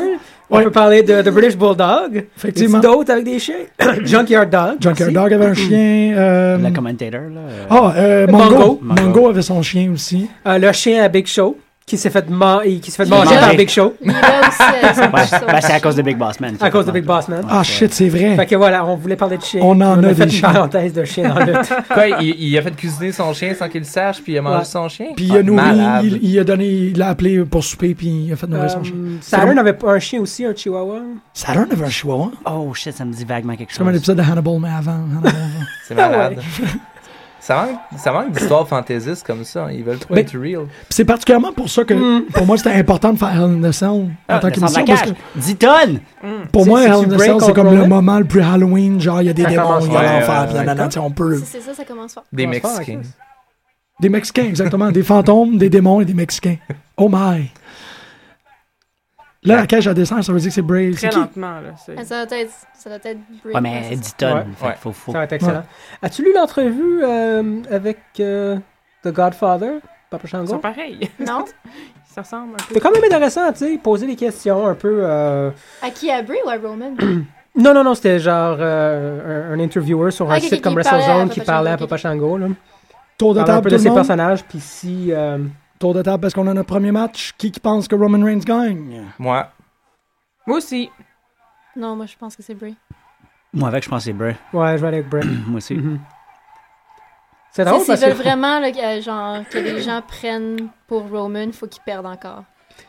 Speaker 2: On
Speaker 1: Ouais.
Speaker 2: peut parler de, de British Bulldog.
Speaker 1: Effectivement.
Speaker 2: Et D'autres avec des chiens. Junkyard Dog.
Speaker 1: Junkyard
Speaker 2: aussi.
Speaker 1: Dog avait un chien. euh,
Speaker 6: Le commentator, là. euh,
Speaker 1: Ah, euh, Mongo.
Speaker 2: Mongo.
Speaker 1: Mongo avait son chien aussi.
Speaker 2: Euh, le chien à Big Show qui s'est fait, man- et qui s'est fait
Speaker 3: Il
Speaker 2: manger
Speaker 3: mange.
Speaker 2: par Big Show
Speaker 3: Il est là aussi avec son
Speaker 6: Ouais,
Speaker 3: petit
Speaker 6: ben, c'est à
Speaker 3: saut.
Speaker 6: cause de Big Boss Man.
Speaker 2: à cause de Big Boss Man.
Speaker 1: Ah, shit, c'est
Speaker 2: Fait
Speaker 1: vrai.
Speaker 2: que voilà, on voulait parler de chien.
Speaker 1: On en a
Speaker 2: a fait
Speaker 1: des
Speaker 2: une
Speaker 1: chiens.
Speaker 2: parenthèse de chien dans le
Speaker 5: Quoi, il, il a fait cuisiner son chien sans qu'il le sache, puis il a mangé
Speaker 2: Ouais.
Speaker 5: son chien.
Speaker 1: Puis il a
Speaker 5: Ah, malade.
Speaker 1: nourri, il, il a donné, il l'a appelé pour souper, puis il a fait nourrir son chien.
Speaker 5: Mm,
Speaker 2: Euh, Saturn avait pas un chien aussi, un chihuahua.
Speaker 1: Saturn avait un chihuahua.
Speaker 6: Oh shit, ça me dit vaguement quelque
Speaker 1: C'est comme un
Speaker 6: chose.
Speaker 1: épisode de Hannibal, mais avant. Hannibal avant.
Speaker 5: C'est
Speaker 3: Ah
Speaker 5: malade. Ça manque, ça manque d'histoires fantaisistes comme ça. hein. Ils veulent pas
Speaker 1: Ben,
Speaker 5: être real.
Speaker 1: Puis c'est particulièrement pour ça que, pour moi, c'était important de faire Hell in the Cell en tant
Speaker 6: Le sens de
Speaker 1: qu'émission.
Speaker 6: la
Speaker 1: Parce que
Speaker 6: cage. 10 tonnes!
Speaker 1: pour
Speaker 2: C'est-
Speaker 1: moi,
Speaker 2: c'est-tu
Speaker 1: Hell in the
Speaker 2: Break
Speaker 1: Cell, c'est comme le
Speaker 2: Control?
Speaker 1: moment le plus Halloween. Genre, il y a des
Speaker 2: Ça
Speaker 1: démons,
Speaker 2: commence
Speaker 1: il y a
Speaker 5: fort.
Speaker 1: l'enfer,
Speaker 5: Ouais,
Speaker 1: puis nanana, tu sais, on peut.
Speaker 3: Si c'est ça, ça commence fort.
Speaker 5: Des
Speaker 2: On se parle avec
Speaker 5: Mexicains.
Speaker 2: ça.
Speaker 1: Des Mexicains, exactement. des fantômes, des démons et des Mexicains. Oh my. Là, la cage à descendre, ça veut dire que c'est Bray. C'est
Speaker 4: Très
Speaker 1: qui?
Speaker 4: lentement, là. c'est-
Speaker 3: Ah, Ça doit être. Ça doit être. Brie,
Speaker 6: Ouais,
Speaker 3: ça.
Speaker 6: mais 10 tonnes. Fait
Speaker 5: Ouais.
Speaker 6: que Faut, faut...
Speaker 2: Ça va être excellent. As-tu lu l'entrevue euh, avec euh, The Godfather, Papa
Speaker 4: Ils
Speaker 2: Shango?
Speaker 4: sont pareils.
Speaker 3: Non?
Speaker 4: Ils se ressemblent un peu.
Speaker 2: C'est quand même intéressant, tu sais, poser des questions un peu. euh,
Speaker 3: À qui à Brie ou à Roman?
Speaker 2: Non, non, non, c'était genre euh, un, un interviewer sur un
Speaker 3: Ok, ok,
Speaker 2: site comme
Speaker 3: qui parlait à
Speaker 2: WrestleZone
Speaker 3: Papa
Speaker 2: qui parlait à
Speaker 3: Shango,
Speaker 2: Papa Shango. Là.
Speaker 1: Tour de
Speaker 2: Parlait un
Speaker 1: table,
Speaker 2: peu
Speaker 1: tout
Speaker 2: de
Speaker 1: le
Speaker 2: ses
Speaker 1: monde.
Speaker 2: personnages, puis si. euh,
Speaker 1: Tour de table parce qu'on a notre premier match. Qui qui pense que Roman Reigns gagne?
Speaker 6: Euh,
Speaker 5: Moi,
Speaker 4: Moi aussi.
Speaker 3: Non, moi je pense que c'est Brie.
Speaker 6: Moi, avec, je pense que c'est Bray.
Speaker 2: Ouais, je vais aller avec Brett.
Speaker 6: Moi aussi.
Speaker 2: Mhm.
Speaker 3: Tu sais,
Speaker 2: C'est drôle
Speaker 3: S'ils
Speaker 2: parce
Speaker 3: veulent
Speaker 2: que.
Speaker 3: vraiment là, que, genre, que les gens prennent pour Roman, faut qu'ils perdent encore.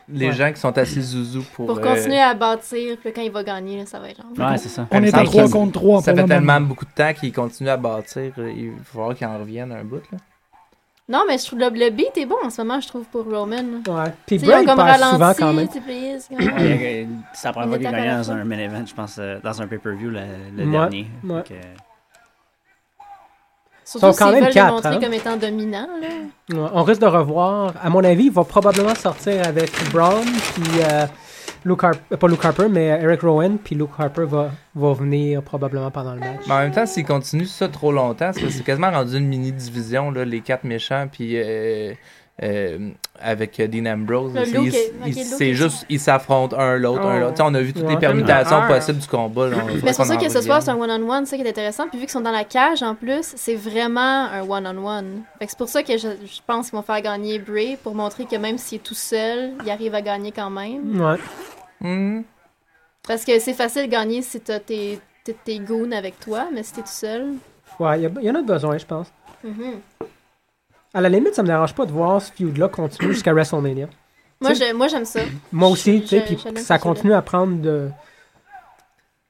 Speaker 5: les
Speaker 6: Ouais.
Speaker 5: gens qui sont assez zouzou pour.
Speaker 3: Pour
Speaker 5: euh,
Speaker 3: continuer à bâtir, puis quand il va gagner, là, ça va être genre.
Speaker 6: Ouais, c'est ça.
Speaker 1: On est à
Speaker 5: ça,
Speaker 1: 3
Speaker 5: ça-
Speaker 1: contre 3
Speaker 5: Ça fait
Speaker 1: pour le moment.
Speaker 5: tellement beaucoup de temps qu'ils continuent à bâtir. euh, Il va falloir qu'ils en reviennent un bout. Là.
Speaker 3: Non, mais je trouve le, le beat est bon en ce moment, je trouve, pour Roman.
Speaker 2: Ouais. Puis
Speaker 3: Tu sais, ils ont
Speaker 2: Bray
Speaker 3: comme
Speaker 2: passe souvent quand même.
Speaker 3: ralenti, tu sais, c'est comme-
Speaker 6: Ouais, euh, C'est la première
Speaker 3: On
Speaker 6: fois qu'il
Speaker 3: attaque à
Speaker 6: gagnait
Speaker 3: la
Speaker 6: dans
Speaker 3: fin.
Speaker 6: un main event, je pense, euh, dans un pay-per-view le, le
Speaker 2: Ouais,
Speaker 6: dernier.
Speaker 2: ouais.
Speaker 6: Fait que-
Speaker 3: Surtout
Speaker 2: Ils sont quand
Speaker 3: s'ils
Speaker 2: même
Speaker 3: veulent
Speaker 2: quatre,
Speaker 3: le montrer
Speaker 2: hein.
Speaker 3: comme étant dominant, là.
Speaker 2: Ouais, On risque de revoir. À mon avis, il va probablement sortir avec Brown, puis euh, Luke Harper, pas Luke Harper, mais euh, Eric Rowan, puis Luke Harper va, va venir probablement pendant le match.
Speaker 5: Mais en même temps, s'ils continuent ça trop longtemps, c'est parce que c'est quasiment rendu une mini-division, là, les quatre méchants, puis euh, euh, avec euh, Dean Ambrose.
Speaker 3: Le
Speaker 5: c'est-
Speaker 3: look
Speaker 5: ils-
Speaker 3: est-
Speaker 5: ils-
Speaker 3: ok, le look
Speaker 5: c'est
Speaker 3: est-
Speaker 5: juste, ils s'affrontent un l'autre, un
Speaker 4: Oh.
Speaker 5: l'autre. Tu sais, On a vu toutes
Speaker 2: Ouais.
Speaker 5: les permutations
Speaker 4: Comme une
Speaker 5: possibles du combat. là. Faudrait
Speaker 3: Mais c'est pour
Speaker 5: qu'on
Speaker 3: ça
Speaker 5: en
Speaker 3: que ce soir,
Speaker 5: revienne.
Speaker 3: c'est un one-on-one, c'est ça qui est intéressant. Puis vu qu'ils sont dans la cage, en plus, c'est vraiment un one-on-one. Fait que c'est pour ça que je, je pense qu'ils vont faire gagner Bray pour montrer que même s'il est tout seul, il arrive à gagner quand même.
Speaker 2: Ouais.
Speaker 5: Hmm.
Speaker 3: Parce que c'est facile de gagner si t'as tes, tes, tes goons avec toi, mais si t'es tout seul.
Speaker 2: Ouais, il y, a- il y en a de besoin, je pense.
Speaker 3: mhm.
Speaker 2: À la limite, ça me dérange pas de voir ce feud-là continuer jusqu'à WrestleMania.
Speaker 3: Moi,
Speaker 2: Tu sais-
Speaker 3: je- moi, j'aime ça.
Speaker 2: Moi aussi,
Speaker 3: Je-
Speaker 2: tu sais,
Speaker 3: je-
Speaker 2: puis
Speaker 3: j'aime
Speaker 2: que
Speaker 3: bien
Speaker 2: ça
Speaker 3: ce feud-là.
Speaker 2: continue à prendre de,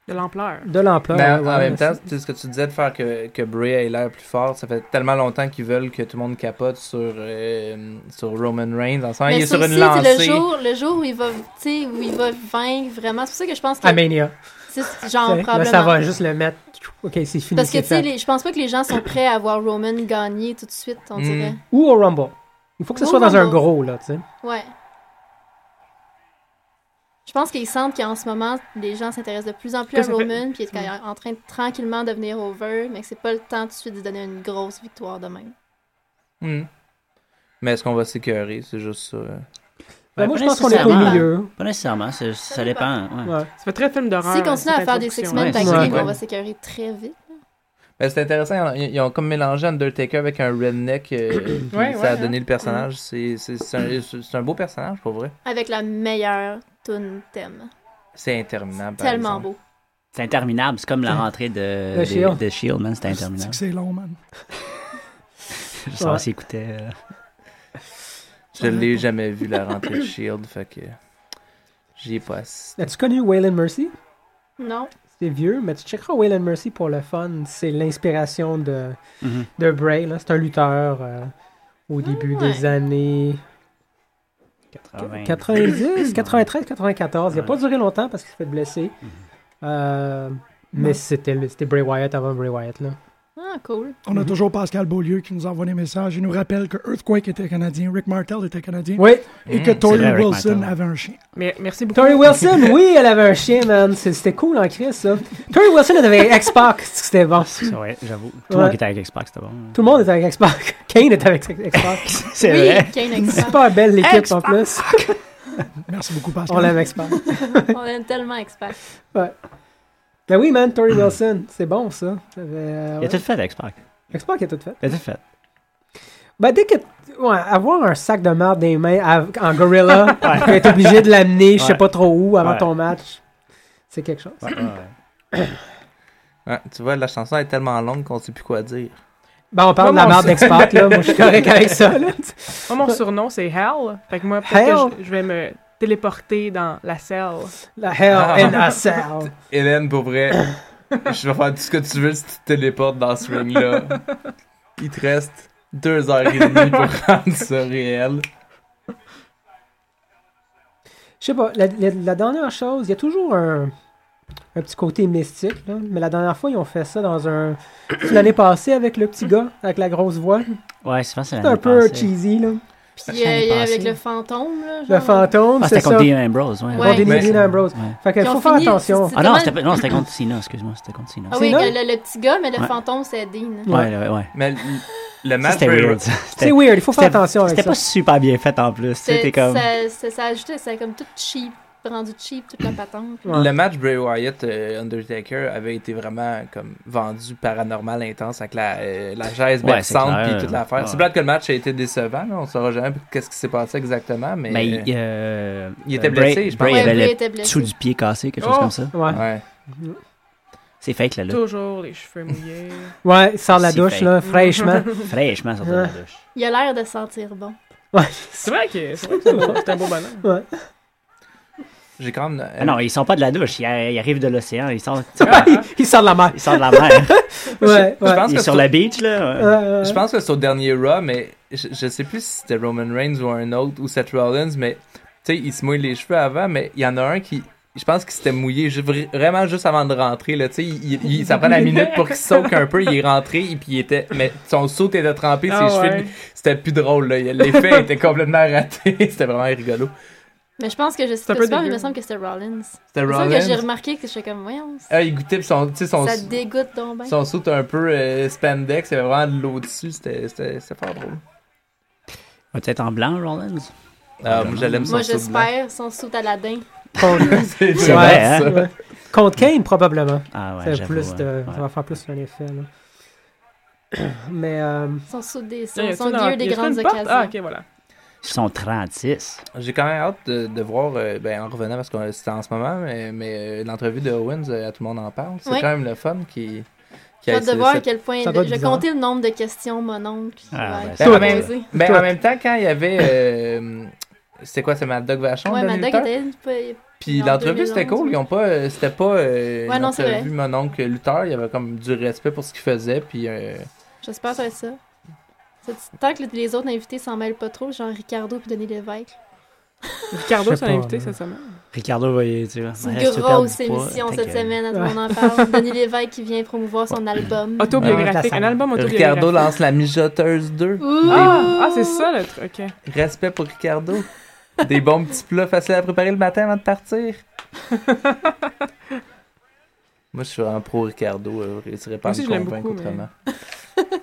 Speaker 4: de l'ampleur.
Speaker 2: de l'ampleur.
Speaker 5: Mais Ben, en,
Speaker 2: ouais,
Speaker 5: en
Speaker 2: ouais,
Speaker 5: même temps,
Speaker 2: c'est-
Speaker 5: tu sais, ce que tu disais de faire que, que Bray ait l'air plus fort, ça fait tellement longtemps qu'ils veulent que tout le monde capote sur, euh, sur Roman Reigns. En ce moment, il
Speaker 3: mais
Speaker 5: est
Speaker 3: ça
Speaker 5: sur
Speaker 3: aussi, c'est
Speaker 5: une
Speaker 3: le
Speaker 5: lancée.
Speaker 3: jour, le jour où il va, tu sais, où il va vaincre vraiment. C'est pour ça que je pense que
Speaker 2: à Mania.
Speaker 3: c'est
Speaker 2: tu
Speaker 3: genre
Speaker 2: sais. Là,
Speaker 3: probablement.
Speaker 2: ça va juste le mettre. Ok, c'est fini.
Speaker 3: Parce que
Speaker 2: c'est
Speaker 3: tu sais,
Speaker 2: fait.
Speaker 3: les- je pense pas que les gens sont prêts à voir Roman gagner tout de suite, on
Speaker 5: Mm.
Speaker 3: dirait.
Speaker 2: Ou au Rumble. Il faut que ce
Speaker 3: Ou
Speaker 2: soit
Speaker 3: au
Speaker 2: dans un
Speaker 3: Rumble.
Speaker 2: gros, là, tu sais.
Speaker 3: Ouais. Je pense qu'ils sentent qu'en ce moment, les gens s'intéressent de plus en plus
Speaker 4: Que
Speaker 3: à
Speaker 4: ça
Speaker 3: Roman, puis ils sont
Speaker 6: Mm.
Speaker 3: en train de tranquillement devenir over, mais que c'est pas le temps tout de suite de donner une grosse victoire de même.
Speaker 5: Hmm. Mais est-ce qu'on va s'écœurer? C'est juste ça. euh.
Speaker 2: Ben,
Speaker 6: Ouais,
Speaker 2: moi, je
Speaker 6: pas
Speaker 2: pense qu'on est au
Speaker 6: nécessairement.
Speaker 2: milieu.
Speaker 6: Pas nécessairement, c'est- ça dépend. ouais.
Speaker 2: Ouais.
Speaker 4: Ça fait très film d'horreur.
Speaker 3: S'ils continuent
Speaker 4: cette
Speaker 3: à faire des
Speaker 4: introduction.
Speaker 3: six-men,
Speaker 6: Ouais,
Speaker 3: par
Speaker 2: c'est
Speaker 3: game,
Speaker 5: vrai.
Speaker 3: on va s'écœurer très vite.
Speaker 5: Ben, c'est intéressant, ils ont, ils ont comme mélangé Undertaker avec un redneck. euh, puis
Speaker 4: Ouais,
Speaker 5: ça
Speaker 4: ouais,
Speaker 5: a
Speaker 4: hein.
Speaker 5: donné le personnage. C'est- C'est c'est un, c'est- c'est un beau personnage, pour vrai.
Speaker 3: Avec la meilleure tune thème.
Speaker 5: C'est interminable. par
Speaker 3: Tellement
Speaker 5: exemple.
Speaker 3: beau.
Speaker 6: C'est interminable, c'est comme la rentrée de,
Speaker 2: Le
Speaker 6: de-
Speaker 2: Shield.
Speaker 6: de Shield, man, c'était
Speaker 1: Ah, C'est
Speaker 6: interminable.
Speaker 1: que c'est long, man.
Speaker 6: Je sais pas
Speaker 2: Ouais.
Speaker 6: s'il écoutait. euh,
Speaker 5: Je l'ai jamais vu, la rentrée de Shield, fait que. J'y ai pas assisté.
Speaker 2: As-tu connu Waylon Mercy?
Speaker 3: Non.
Speaker 2: C'est vieux, mais tu checkeras Waylon Mercy pour le fun. C'est l'inspiration de,
Speaker 6: mhm.
Speaker 2: de Bray. là. C'est un lutteur euh, au début
Speaker 3: Ah ouais.
Speaker 2: des années
Speaker 6: 80.
Speaker 2: 90, 93, 94. Il n'a pas duré longtemps parce qu'il s'est fait blesser. Euh, mais c'était le- c'était Bray Wyatt avant Bray Wyatt. Là.
Speaker 3: Ah, cool.
Speaker 1: On
Speaker 2: Mhm.
Speaker 1: a toujours Pascal Beaulieu qui nous envoie des messages. Il nous rappelle que Earthquake était canadien, Rick Martel était canadien
Speaker 2: Oui,
Speaker 1: et que
Speaker 5: Hmm.
Speaker 1: Tori
Speaker 6: Mhm, C'est vrai, Rick
Speaker 1: Wilson
Speaker 6: Martel.
Speaker 1: avait un chien.
Speaker 4: Mais merci beaucoup.
Speaker 2: Tori Wilson, oui, elle avait un chien, man. C'est- C'était cool en crise, ça. Tori Wilson, elle avait X-Pac. C'était bon.
Speaker 6: Ça, Ouais, j'avoue. Tout le
Speaker 2: Ouais.
Speaker 6: monde qui était avec Xbox, c'était bon.
Speaker 2: Tout le monde était avec X-Pac. Kane était avec X-Pac.
Speaker 6: C'est
Speaker 3: oui,
Speaker 6: vrai.
Speaker 3: Kane
Speaker 2: Une
Speaker 3: Expat.
Speaker 2: super belle l'équipe en plus.
Speaker 1: Merci beaucoup,
Speaker 2: On
Speaker 1: Pascal.
Speaker 2: l'aime X-Pac.
Speaker 3: On aime tellement Expat.
Speaker 2: Ben oui, man, Tori Wilson, c'est bon ça. Ça fait, euh,
Speaker 6: Il a
Speaker 2: ouais.
Speaker 6: tout fait, Xbox.
Speaker 2: Expert qui a tout fait.
Speaker 6: Il a tout fait.
Speaker 2: Ben dès que. Ouais, avoir un sac de merde des mains av- en gorilla, tu être obligé de l'amener, je sais
Speaker 6: Ouais.
Speaker 2: pas trop où, avant
Speaker 6: Ouais.
Speaker 2: ton match, c'est quelque chose.
Speaker 6: Ouais, ouais, ouais.
Speaker 5: Ouais, Ah, tu vois, la chanson est tellement longue qu'on sait plus quoi dire.
Speaker 2: Ben on parle
Speaker 4: Moi,
Speaker 2: de la
Speaker 4: mon
Speaker 2: merde d'Expac, là, moi je suis correct avec ça, là.
Speaker 4: Moi, mon surnom, c'est Hell. Fait que moi, peut-être que
Speaker 2: Hell?
Speaker 4: je, je vais me téléporter dans la selle.
Speaker 2: La hell
Speaker 5: Ah.
Speaker 2: in a cell.
Speaker 5: Hélène, pour vrai, je vais faire tout ce que tu veux si tu te téléportes dans ce ring-là. Il te reste deux heures et demie pour rendre ça réel.
Speaker 2: Je sais pas, la, la- la dernière chose, il y a toujours un, un petit côté mystique, là, mais la dernière fois, ils ont fait ça dans un. c'est L'année passée avec le petit gars, avec la grosse voix.
Speaker 6: Ouais, c'est facile.
Speaker 2: C'était un peu cheesy, là.
Speaker 3: Puis
Speaker 6: Ça me
Speaker 3: euh, il y a
Speaker 6: passait.
Speaker 3: avec le fantôme, là.
Speaker 2: Le
Speaker 3: genre.
Speaker 2: fantôme,
Speaker 6: Ah,
Speaker 2: c'est
Speaker 6: c'était
Speaker 2: ça.
Speaker 6: contre Dean Ambrose, ouais.
Speaker 3: Ouais. Contre
Speaker 2: Dean-
Speaker 5: Mais-
Speaker 2: Dean Ambrose.
Speaker 6: Ouais.
Speaker 2: Fait que
Speaker 3: Ils
Speaker 2: faut
Speaker 3: ont
Speaker 2: faire
Speaker 3: fini-
Speaker 2: attention.
Speaker 3: c'est-
Speaker 6: Ah non,
Speaker 3: Comment-
Speaker 6: c'était pas- non, c'était contre Cena, excuse-moi, c'était contre Cena.
Speaker 3: Ah oui,
Speaker 2: C'est
Speaker 3: le, le- le petit gars, mais le
Speaker 6: Ouais.
Speaker 3: fantôme, c'est Dean.
Speaker 6: Ouais, ouais, ouais.
Speaker 5: Mais le- le
Speaker 6: Ça,
Speaker 5: match
Speaker 6: C'était
Speaker 5: Bray-
Speaker 6: weird. ça.
Speaker 2: C'est
Speaker 6: C'était
Speaker 2: weird, il faut faire
Speaker 6: c'était-
Speaker 2: attention avec
Speaker 6: c'était
Speaker 2: ça.
Speaker 6: pas super bien fait en plus. tu sais, T'es
Speaker 3: C'est-
Speaker 6: comme.
Speaker 3: Ça, ça, ça ajoutait, ça a comme tout cheap, rendu cheap, toute la patente.
Speaker 2: Ouais.
Speaker 5: Le match Bray Wyatt euh, Undertaker avait été vraiment comme vendu paranormal intense avec la, euh, la chaise
Speaker 6: Ouais,
Speaker 5: berçante
Speaker 6: c'est clair,
Speaker 5: puis toute
Speaker 6: là.
Speaker 5: l'affaire.
Speaker 6: Ouais.
Speaker 5: C'est plate que le match a été décevant, là. on saura jamais qu'est-ce qui s'est passé exactement, mais,
Speaker 6: Mais
Speaker 5: euh,
Speaker 6: il, euh,
Speaker 5: il était
Speaker 6: Bray-
Speaker 5: blessé, je pense.
Speaker 6: Bray
Speaker 3: Ouais,
Speaker 6: avait
Speaker 3: Bray
Speaker 6: le
Speaker 3: était blessé.
Speaker 6: dessous du pied cassé, quelque chose
Speaker 4: Oh.
Speaker 6: comme ça.
Speaker 2: Ouais.
Speaker 5: ouais.
Speaker 6: C'est fake, là, là.
Speaker 4: Toujours les cheveux mouillés.
Speaker 2: ouais, il sort de la
Speaker 6: C'est
Speaker 2: douche,
Speaker 6: fake.
Speaker 2: là, fraîchement.
Speaker 6: Fraîchement sorti de la douche.
Speaker 3: Il a l'air de sentir bon.
Speaker 2: Ouais.
Speaker 4: C'est vrai que c'est vrai que c'est un beau- c'est un beau bonhomme.
Speaker 5: J'ai quand même. euh,
Speaker 7: Ah non, ils sont pas de la douche. Ils, a- ils arrivent de l'océan. Ils sont,
Speaker 2: il, il sort de la mer.
Speaker 7: ils sont de la mer.
Speaker 2: Ouais,
Speaker 5: je
Speaker 2: ouais.
Speaker 5: pense
Speaker 7: ils
Speaker 5: que
Speaker 7: sont sur
Speaker 5: c'est-
Speaker 7: la beach, là. ouais.
Speaker 2: Euh,
Speaker 5: Je pense que c'est au dernier Raw, mais je, je sais plus si c'était Roman Reigns ou un autre, ou Seth Rollins, mais tu sais, il se mouille les cheveux avant, mais il y en a un qui. Je pense qu'il s'était mouillé ju- vra- vraiment juste avant de rentrer. Là, tu sais, il, il- il- ça prend la minute pour qu'il soak un peu. Il est rentré et puis il était. Mais son saut était trempé,
Speaker 4: Ah
Speaker 5: ses
Speaker 4: ouais.
Speaker 5: cheveux. C'était plus drôle. là. L'effet était complètement raté. C'était vraiment rigolo.
Speaker 3: Mais je pense que je sais
Speaker 4: C'est un
Speaker 3: pas,
Speaker 4: peu
Speaker 3: mais il
Speaker 4: dégueu.
Speaker 3: me semble que c'était Rollins.
Speaker 5: C'était
Speaker 3: Il me semble que j'ai
Speaker 5: Rollins.
Speaker 3: remarqué que je suis comme, voyons,
Speaker 5: Ah, il goûtait puis son, tu sais, son,
Speaker 3: ça dégoûte donc bien.
Speaker 5: son saut était un peu euh, spandex. Il y avait vraiment de l'eau dessus. C'était c'était- c'était fort drôle.
Speaker 7: Va être en blanc, Rollins?
Speaker 5: Ah, moi, j'aime son
Speaker 3: Moi,
Speaker 5: saut de blanc.
Speaker 3: j'espère son sous Aladdin.
Speaker 2: contre,
Speaker 5: C'est
Speaker 7: C'est
Speaker 5: vraiment
Speaker 7: vrai, hein?
Speaker 5: ça.
Speaker 2: ouais. Contre Kane, probablement.
Speaker 7: Ah ouais,
Speaker 2: C'est
Speaker 7: j'avoue,
Speaker 2: plus de-
Speaker 7: ouais.
Speaker 2: Ça va faire plus un effet. là. Mais euh,
Speaker 3: Son sous des,
Speaker 4: Tiens, y
Speaker 3: son,
Speaker 4: a-t-il
Speaker 3: son
Speaker 4: dans-
Speaker 3: dieu des
Speaker 4: y a-t-il
Speaker 3: grandes
Speaker 4: une porte?
Speaker 3: occasions.
Speaker 4: Ah, ok, voilà.
Speaker 7: Ils sont 36.
Speaker 5: J'ai quand même hâte de, de voir, euh, ben, en revenant parce que c'est en ce moment, mais, mais, euh, l'entrevue de Owens, euh, à tout le monde en parle. C'est
Speaker 3: Oui.
Speaker 5: quand même le fun qui, qui
Speaker 3: J'ai hâte de voir à quel point.
Speaker 2: ça doit être
Speaker 3: Je vais
Speaker 2: bizarre.
Speaker 3: compter le nombre de questions, mon oncle. qui
Speaker 7: Ah,
Speaker 3: va
Speaker 7: ben,
Speaker 3: être
Speaker 5: ça va être-
Speaker 3: posé.
Speaker 5: Mais en même temps, quand il y avait. euh, c'était quoi, c'est Mad Dog Vachon?
Speaker 3: Ouais,
Speaker 5: le
Speaker 3: ma dog
Speaker 5: lutteur?
Speaker 3: était. pas-
Speaker 5: Puis
Speaker 3: en
Speaker 5: l'entrevue, c'était
Speaker 3: 2011,
Speaker 5: cool. Ils ont pas. euh, c'était pas. euh,
Speaker 3: Ouais,
Speaker 5: une
Speaker 3: non, c'est
Speaker 5: entrevue, mon oncle lutteur. Il y avait comme du respect pour ce qu'il faisait. Puis. euh,
Speaker 3: J'espère que ça va être ça. C'est- Tant que les autres invités s'en mêlent pas trop, genre Ricardo puis Denis Lévesque.
Speaker 4: Ricardo,
Speaker 2: Je sais
Speaker 4: c'est un
Speaker 2: pas,
Speaker 4: invité
Speaker 2: là.
Speaker 4: cette semaine.
Speaker 7: Ricardo va y tu vois.
Speaker 3: C'est
Speaker 7: ouais,
Speaker 3: une
Speaker 7: si tu perds du
Speaker 3: grosse
Speaker 7: poids,
Speaker 3: émission
Speaker 7: ta
Speaker 3: cette
Speaker 7: gueule.
Speaker 3: semaine, à tout le monde en parle. Denis Lévesque qui vient promouvoir son album.
Speaker 4: Mm. Ah, Autobiographique,
Speaker 2: Ouais.
Speaker 4: un album autobiographique.
Speaker 5: Ricardo lance la mijoteuse 2.
Speaker 3: Ouh!
Speaker 4: Ah, ah, c'est ça le truc. ok.
Speaker 5: Respect pour Ricardo. Des bons petits plats faciles à préparer le matin avant de partir. Moi, je suis un pro Ricardo. euh, Il serait pas
Speaker 4: Moi
Speaker 5: à
Speaker 4: aussi,
Speaker 5: me
Speaker 4: je l'aime
Speaker 5: convaincre
Speaker 4: beaucoup, mais-
Speaker 5: autrement.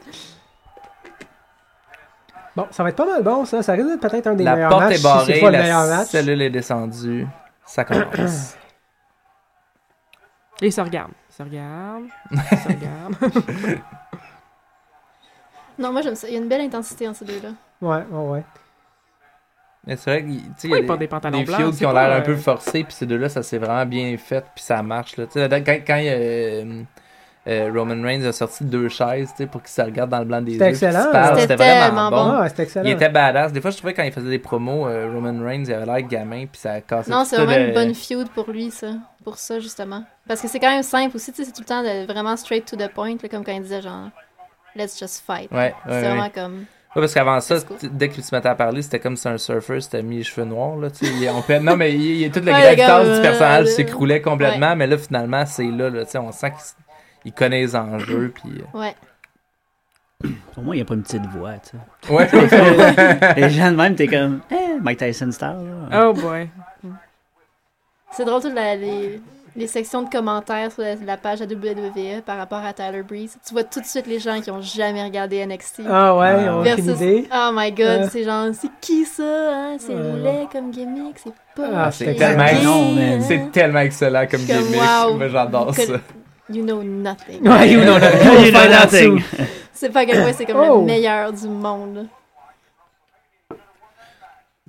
Speaker 2: bon, ça va être pas mal bon, ça. Ça risque d'être peut-être un des
Speaker 5: La
Speaker 2: meilleurs
Speaker 5: porte
Speaker 2: matchs.
Speaker 5: est
Speaker 2: si
Speaker 5: barrée,
Speaker 2: c'est pas le meilleur
Speaker 5: la
Speaker 2: match.
Speaker 5: cellule est descendue. Ça commence.
Speaker 4: Et ils se regardent. Ils se regardent. Ils se regardent.
Speaker 3: Non, moi j'aime ça. Il y a une belle intensité en ces deux-là.
Speaker 2: Ouais, ouais, ouais.
Speaker 5: mais c'est vrai qu'il tu sais, il y
Speaker 4: Pourquoi
Speaker 5: a
Speaker 4: ils portent
Speaker 5: des,
Speaker 4: des pantalons
Speaker 5: des
Speaker 4: blancs?
Speaker 5: feuds
Speaker 4: C'est
Speaker 5: qui ont
Speaker 4: pas,
Speaker 5: l'air un
Speaker 4: euh,
Speaker 5: peu forcés, puis ces deux-là, ça s'est vraiment bien fait, puis ça marche. Là. Tu sais, Quand, quand il y a, euh, euh, Roman Reigns a sorti deux chaises tu sais, pour qu'ils se regardent dans le blanc des yeux.
Speaker 2: C'était
Speaker 5: puis qu'ils se
Speaker 2: excellent.
Speaker 5: parlent,
Speaker 3: C'était tellement bon.
Speaker 2: Ah, ouais, c'est excellent.
Speaker 5: Il était badass. Des fois, je trouvais quand il faisait des promos, euh, Roman Reigns, il avait l'air gamin, puis ça cassait
Speaker 3: Non,
Speaker 5: tout
Speaker 3: c'est
Speaker 5: ça,
Speaker 3: vraiment
Speaker 5: le-
Speaker 3: une bonne feud pour lui, ça. Pour ça, justement. Parce que c'est quand même simple aussi, tu sais, c'est tout le temps de- vraiment straight to the point, là, comme quand il disait genre, let's just fight.
Speaker 5: Ouais, ouais,
Speaker 3: c'est
Speaker 5: ouais.
Speaker 3: vraiment comme.
Speaker 5: Ouais, parce qu'avant ça,
Speaker 3: Let's go.
Speaker 5: t- dès que tu te mettais à parler, c'était comme si un surfer s'était mis les cheveux noirs, là, tu sais. il- on fait- Non, mais il, il- toute la
Speaker 3: Ouais, le gars,
Speaker 5: gravitance du
Speaker 3: euh,
Speaker 5: personnage
Speaker 3: euh,
Speaker 5: s'écroulait complètement, mais là, finalement, c'est là, là, tu sais, on sent qu'il s- il connaît les enjeux, puis... euh,
Speaker 3: Ouais.
Speaker 7: Au moins, il n'y a pas une petite voix, tu sais.
Speaker 5: Ouais,
Speaker 7: Les gens de même, t'es comme, eh, Mike Tyson Star, là.
Speaker 4: Oh boy.
Speaker 3: C'est drôle, toutes la- les, les sections de commentaires sur la, la page à WWE par rapport à Tyler Breeze. Tu vois tout de suite les gens qui ont jamais regardé NXT.
Speaker 2: Ah ouais, on a aucune
Speaker 3: Versus,
Speaker 2: idée.
Speaker 3: oh my god,
Speaker 2: Euh.
Speaker 3: c'est genre, c'est qui ça? hein? C'est
Speaker 2: Euh.
Speaker 3: laid comme gimmick, c'est pas.
Speaker 2: Ah,
Speaker 5: c'est
Speaker 3: c'est
Speaker 5: tellement-
Speaker 3: gay,
Speaker 7: Non, mais
Speaker 3: hein?
Speaker 5: c'est tellement excellent comme
Speaker 3: Je suis comme,
Speaker 5: gimmick,
Speaker 3: wow.
Speaker 5: moi j'adore
Speaker 3: Col-
Speaker 5: ça.
Speaker 3: You know nothing.
Speaker 2: Ouais, you know nothing.
Speaker 7: You
Speaker 2: We'll
Speaker 7: know
Speaker 2: find out
Speaker 7: nothing.
Speaker 2: soon.
Speaker 3: C'est pas à quel point c'est comme
Speaker 2: Oh.
Speaker 3: le meilleur du monde.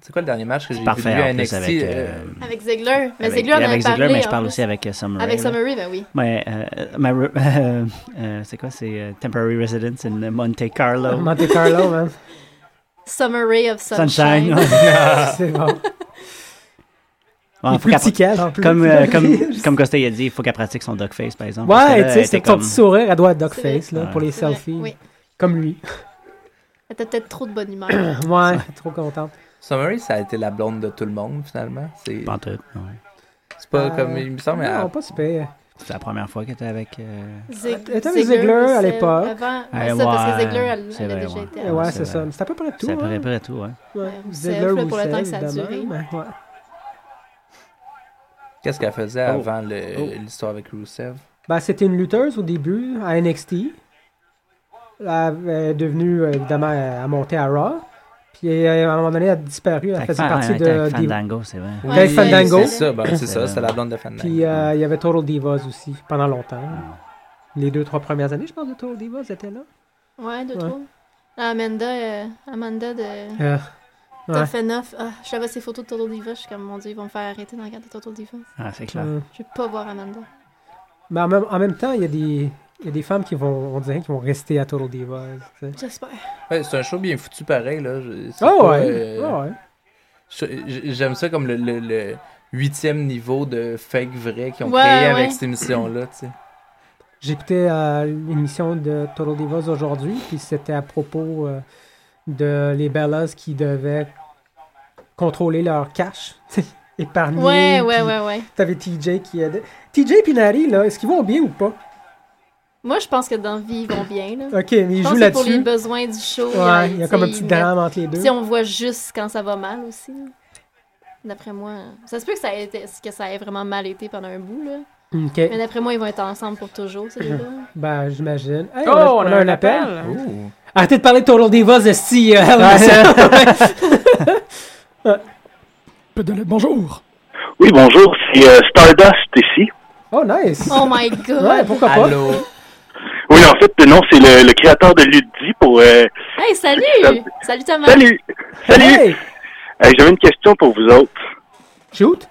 Speaker 5: C'est quoi le dernier match que j'ai vu
Speaker 7: Parfait,
Speaker 5: à
Speaker 7: en plus,
Speaker 5: NXT?
Speaker 7: avec...
Speaker 5: euh,
Speaker 7: euh,
Speaker 3: Avec Ziegler. Mais
Speaker 7: avec,
Speaker 3: Ziegler, on en avait
Speaker 7: avec Ziggler,
Speaker 3: parlé.
Speaker 7: mais je
Speaker 3: en
Speaker 7: parle
Speaker 3: plus.
Speaker 7: aussi avec euh, Summer
Speaker 3: Avec
Speaker 7: Rae, là.
Speaker 3: Summary, ben oui.
Speaker 7: Ouais, euh, ma re- euh, euh, c'est quoi, c'est euh, Temporary Residence in Monte Carlo.
Speaker 2: Ah, Monte Carlo, hein. man.
Speaker 3: Summary of Sunshine.
Speaker 7: Sunshine. ouais.
Speaker 2: C'est bon.
Speaker 7: Ouais,
Speaker 2: Il est
Speaker 7: faut
Speaker 2: plus
Speaker 7: qu'elle-
Speaker 2: petit qu'elle, en plus.
Speaker 7: Comme, euh, comme, comme Costa a dit, il faut qu'elle pratique son dog face, par exemple. parce que
Speaker 2: Ouais,
Speaker 7: là,
Speaker 2: tu
Speaker 7: elle
Speaker 2: sais,
Speaker 7: était
Speaker 2: c'est ton petit sourire, elle doit être Duckface,
Speaker 7: vrai.
Speaker 2: là, pour les
Speaker 3: C'est vrai,
Speaker 2: selfies.
Speaker 3: Oui.
Speaker 2: Comme lui.
Speaker 7: Ah,
Speaker 3: Elle était peut-être trop de bonne humeur.
Speaker 7: euh,
Speaker 2: Ouais, trop contente.
Speaker 5: Summery, ça a été la blonde de tout le monde, finalement. C'est
Speaker 7: Pas en tout, ouais.
Speaker 5: c'est pas
Speaker 2: Euh,
Speaker 5: comme... Il me semble...
Speaker 2: Non,
Speaker 5: à-
Speaker 2: pas super.
Speaker 7: C'est la première fois qu'elle était avec... euh,
Speaker 3: Zig-
Speaker 2: Elle était avec Ziegler Ah, à
Speaker 3: Russell,
Speaker 2: l'époque.
Speaker 3: Avant,
Speaker 7: Eh,
Speaker 3: ouais, ça, parce que
Speaker 7: ouais,
Speaker 3: Ziegler, elle,
Speaker 7: c'est
Speaker 3: elle a
Speaker 7: vrai,
Speaker 3: déjà
Speaker 7: ouais.
Speaker 3: été
Speaker 2: Ouais,
Speaker 3: avant.
Speaker 7: Ouais,
Speaker 2: c'est
Speaker 7: c'est
Speaker 2: ça.
Speaker 7: vrai.
Speaker 2: C'est à peu près tout.
Speaker 7: C'est à
Speaker 2: hein.
Speaker 7: peu près tout, ouais.
Speaker 2: Ouais,
Speaker 3: Rousseff,
Speaker 2: Ziegler,
Speaker 3: là, pour le temps que ça a
Speaker 2: Rousseff,
Speaker 3: duré,
Speaker 2: de même, ouais.
Speaker 5: Qu'est-ce qu'elle faisait
Speaker 7: Oh.
Speaker 5: avant le-
Speaker 7: Oh.
Speaker 5: l'histoire avec Rusev?
Speaker 2: Ben, c'était une lutteuse au début à NXT. Elle est devenue, euh, évidemment, elle a monté à Raw. Puis euh, à un moment donné, elle a disparu. Elle
Speaker 7: Avec
Speaker 2: faisait
Speaker 7: Fan-
Speaker 2: partie
Speaker 7: ouais,
Speaker 2: de.
Speaker 7: avec
Speaker 2: des-
Speaker 7: Fandango, c'est vrai.
Speaker 3: Ouais,
Speaker 2: Dave
Speaker 3: c'est-
Speaker 2: Fandango.
Speaker 5: C'est ça, ben, c'est ça,
Speaker 7: Euh,
Speaker 5: c'est la blonde de Fandango.
Speaker 2: Puis euh, il y avait Total Divas aussi, pendant longtemps. Les deux, trois premières années, je pense, de Total Divas étaient là.
Speaker 3: Ouais, de
Speaker 2: Ouais.
Speaker 3: trop. Là, Amanda, euh, Amanda de
Speaker 2: Euh, ouais.
Speaker 3: Tough Enough. Ah, je savais ses photos de Total Diva. Je suis comme, mon dieu, ils vont me faire arrêter de regarder Total Diva.
Speaker 7: Ah, c'est clair.
Speaker 2: Euh,
Speaker 3: Je vais pas voir Amanda.
Speaker 2: Mais en même, en même temps, il y a des. Il y a des femmes qui vont, on dirait, qui vont rester à Total Divas. tu sais.
Speaker 3: J'espère.
Speaker 5: Ouais, c'est un show bien foutu pareil, là. Je- c'est
Speaker 2: Ah
Speaker 5: pas,
Speaker 2: ouais,
Speaker 5: euh,
Speaker 2: ah ouais.
Speaker 5: je- je- J'aime ça comme le, le- le huitième niveau de fake vrai qu'ils ont
Speaker 3: Ouais,
Speaker 5: créé
Speaker 3: ouais.
Speaker 5: avec cette émission-là, tu sais.
Speaker 2: J'écoutais euh, l'émission de Total Divas aujourd'hui, puis c'était à propos euh, de les Bellas qui devaient contrôler leur cash, épargner.
Speaker 3: Ouais, ouais,
Speaker 2: puis
Speaker 3: ouais, ouais.
Speaker 2: T'avais TJ qui aidait. TJ et Nari, là, est-ce qu'ils vont bien ou pas?
Speaker 3: Moi, je pense que dans vie, ils vont bien. Là.
Speaker 2: Ok, mais
Speaker 3: Je
Speaker 2: ils
Speaker 3: pense
Speaker 2: jouent
Speaker 3: que c'est pour les
Speaker 2: là-dessus.
Speaker 3: besoins du show.
Speaker 2: Ouais, il y a comme un
Speaker 3: tu sais,
Speaker 2: petit
Speaker 3: ils
Speaker 2: drame entre les deux.
Speaker 3: Si on voit juste quand ça va mal aussi. là. D'après moi. Ça se peut que ça, ait été- que ça ait vraiment mal été pendant un bout, là.
Speaker 2: Ok,
Speaker 3: Mais d'après moi, ils vont être ensemble pour toujours, ces deux-là.
Speaker 2: ben j'imagine. Hey,
Speaker 4: Oh, on a, un appel.
Speaker 5: Ouh.
Speaker 2: Arrêtez de parler de Total Divas, esti. euh,
Speaker 1: Peut-être- Bonjour.
Speaker 8: Oui, bonjour, c'est euh, Stardust ici.
Speaker 2: oh, nice.
Speaker 3: Oh my god!
Speaker 2: Ouais, pourquoi pas?
Speaker 5: Allô?
Speaker 8: Oui, en fait, non, c'est le, le créateur de Ludzi pour... euh,
Speaker 3: Hey, salut! Salut Thomas!
Speaker 8: Salut! Salut!
Speaker 2: Hey,
Speaker 8: Euh, J'avais une question pour vous autres.
Speaker 2: shoot.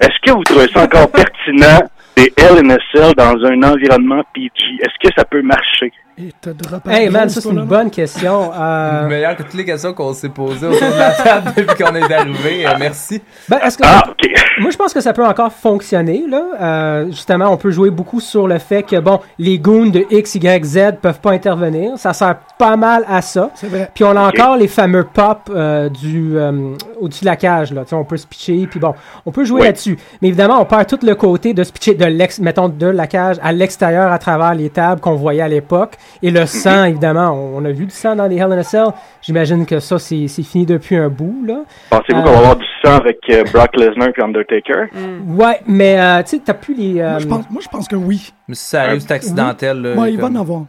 Speaker 8: Est-ce que vous trouvez ça encore pertinent des LNSL dans un environnement PG? Est-ce que ça peut marcher?
Speaker 1: Et te drop
Speaker 2: Hey man, ça c'est une bonne question. Euh,
Speaker 5: Meilleur que toutes les questions qu'on s'est posées autour de la table depuis qu'on est arrivé. euh, merci.
Speaker 2: ben, est-ce que
Speaker 8: Ah, OK.
Speaker 2: Moi, je pense que ça peut encore fonctionner. Là. Euh, justement, on peut jouer beaucoup sur le fait que, bon, les goons de X, Y, Z peuvent pas intervenir. Ça sert pas mal à ça.
Speaker 1: C'est vrai.
Speaker 2: Puis on a encore les fameux pop euh, du, euh, au-dessus de la cage. Là. Tu sais, on peut se pitcher, puis bon, on peut jouer
Speaker 8: Oui.
Speaker 2: là-dessus. Mais évidemment, on perd tout le côté de se pitcher de, l'ex- mettons, de la cage à l'extérieur à travers les tables qu'on voyait à l'époque. Et
Speaker 8: Mhm.
Speaker 2: le sang, évidemment, on on a vu du sang dans les Hell in a Cell. J'imagine que ça, c'est c'est fini depuis un bout. Là.
Speaker 8: Pensez-vous
Speaker 2: Euh.
Speaker 8: qu'on va avoir du sang avec euh, Brock Lesnar et Undertaker?
Speaker 2: Ouais, mais euh, tu sais, t'as plus les...
Speaker 1: Moi, je
Speaker 2: euh,
Speaker 1: pense, moi, je pense que oui.
Speaker 5: Mais si ça arrive, c'est accidentel. Là,
Speaker 1: Moi, il va
Speaker 5: comme-
Speaker 1: en avoir.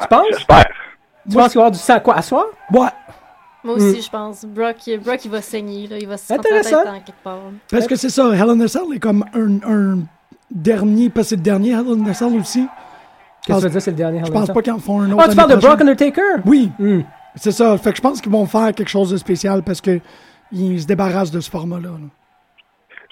Speaker 2: Tu penses?
Speaker 8: J'espère.
Speaker 2: Tu penses qu'il va y avoir du sang quoi à soir?
Speaker 1: Ouais.
Speaker 3: Moi aussi, je pense. Brock, Brock, il va saigner, là. Il va se sentir la tête
Speaker 2: Mm. Intéressant.
Speaker 3: dans quelque part.
Speaker 1: Parce que c'est ça, Hell in a Cell est comme un, un dernier, parce que c'est le dernier Hell in a Cell aussi.
Speaker 2: Qu'est-ce que tu veux dire, c'est le dernier
Speaker 1: Je pense pas qu'ils en font un autre.
Speaker 2: Oh, tu parles de
Speaker 1: l'année
Speaker 2: Brock
Speaker 1: prochaine.
Speaker 2: Undertaker?
Speaker 1: Oui,
Speaker 2: Hmm.
Speaker 1: c'est ça. Fait que je pense qu'ils vont faire quelque chose de spécial parce que ils se débarrassent de ce format-là. là.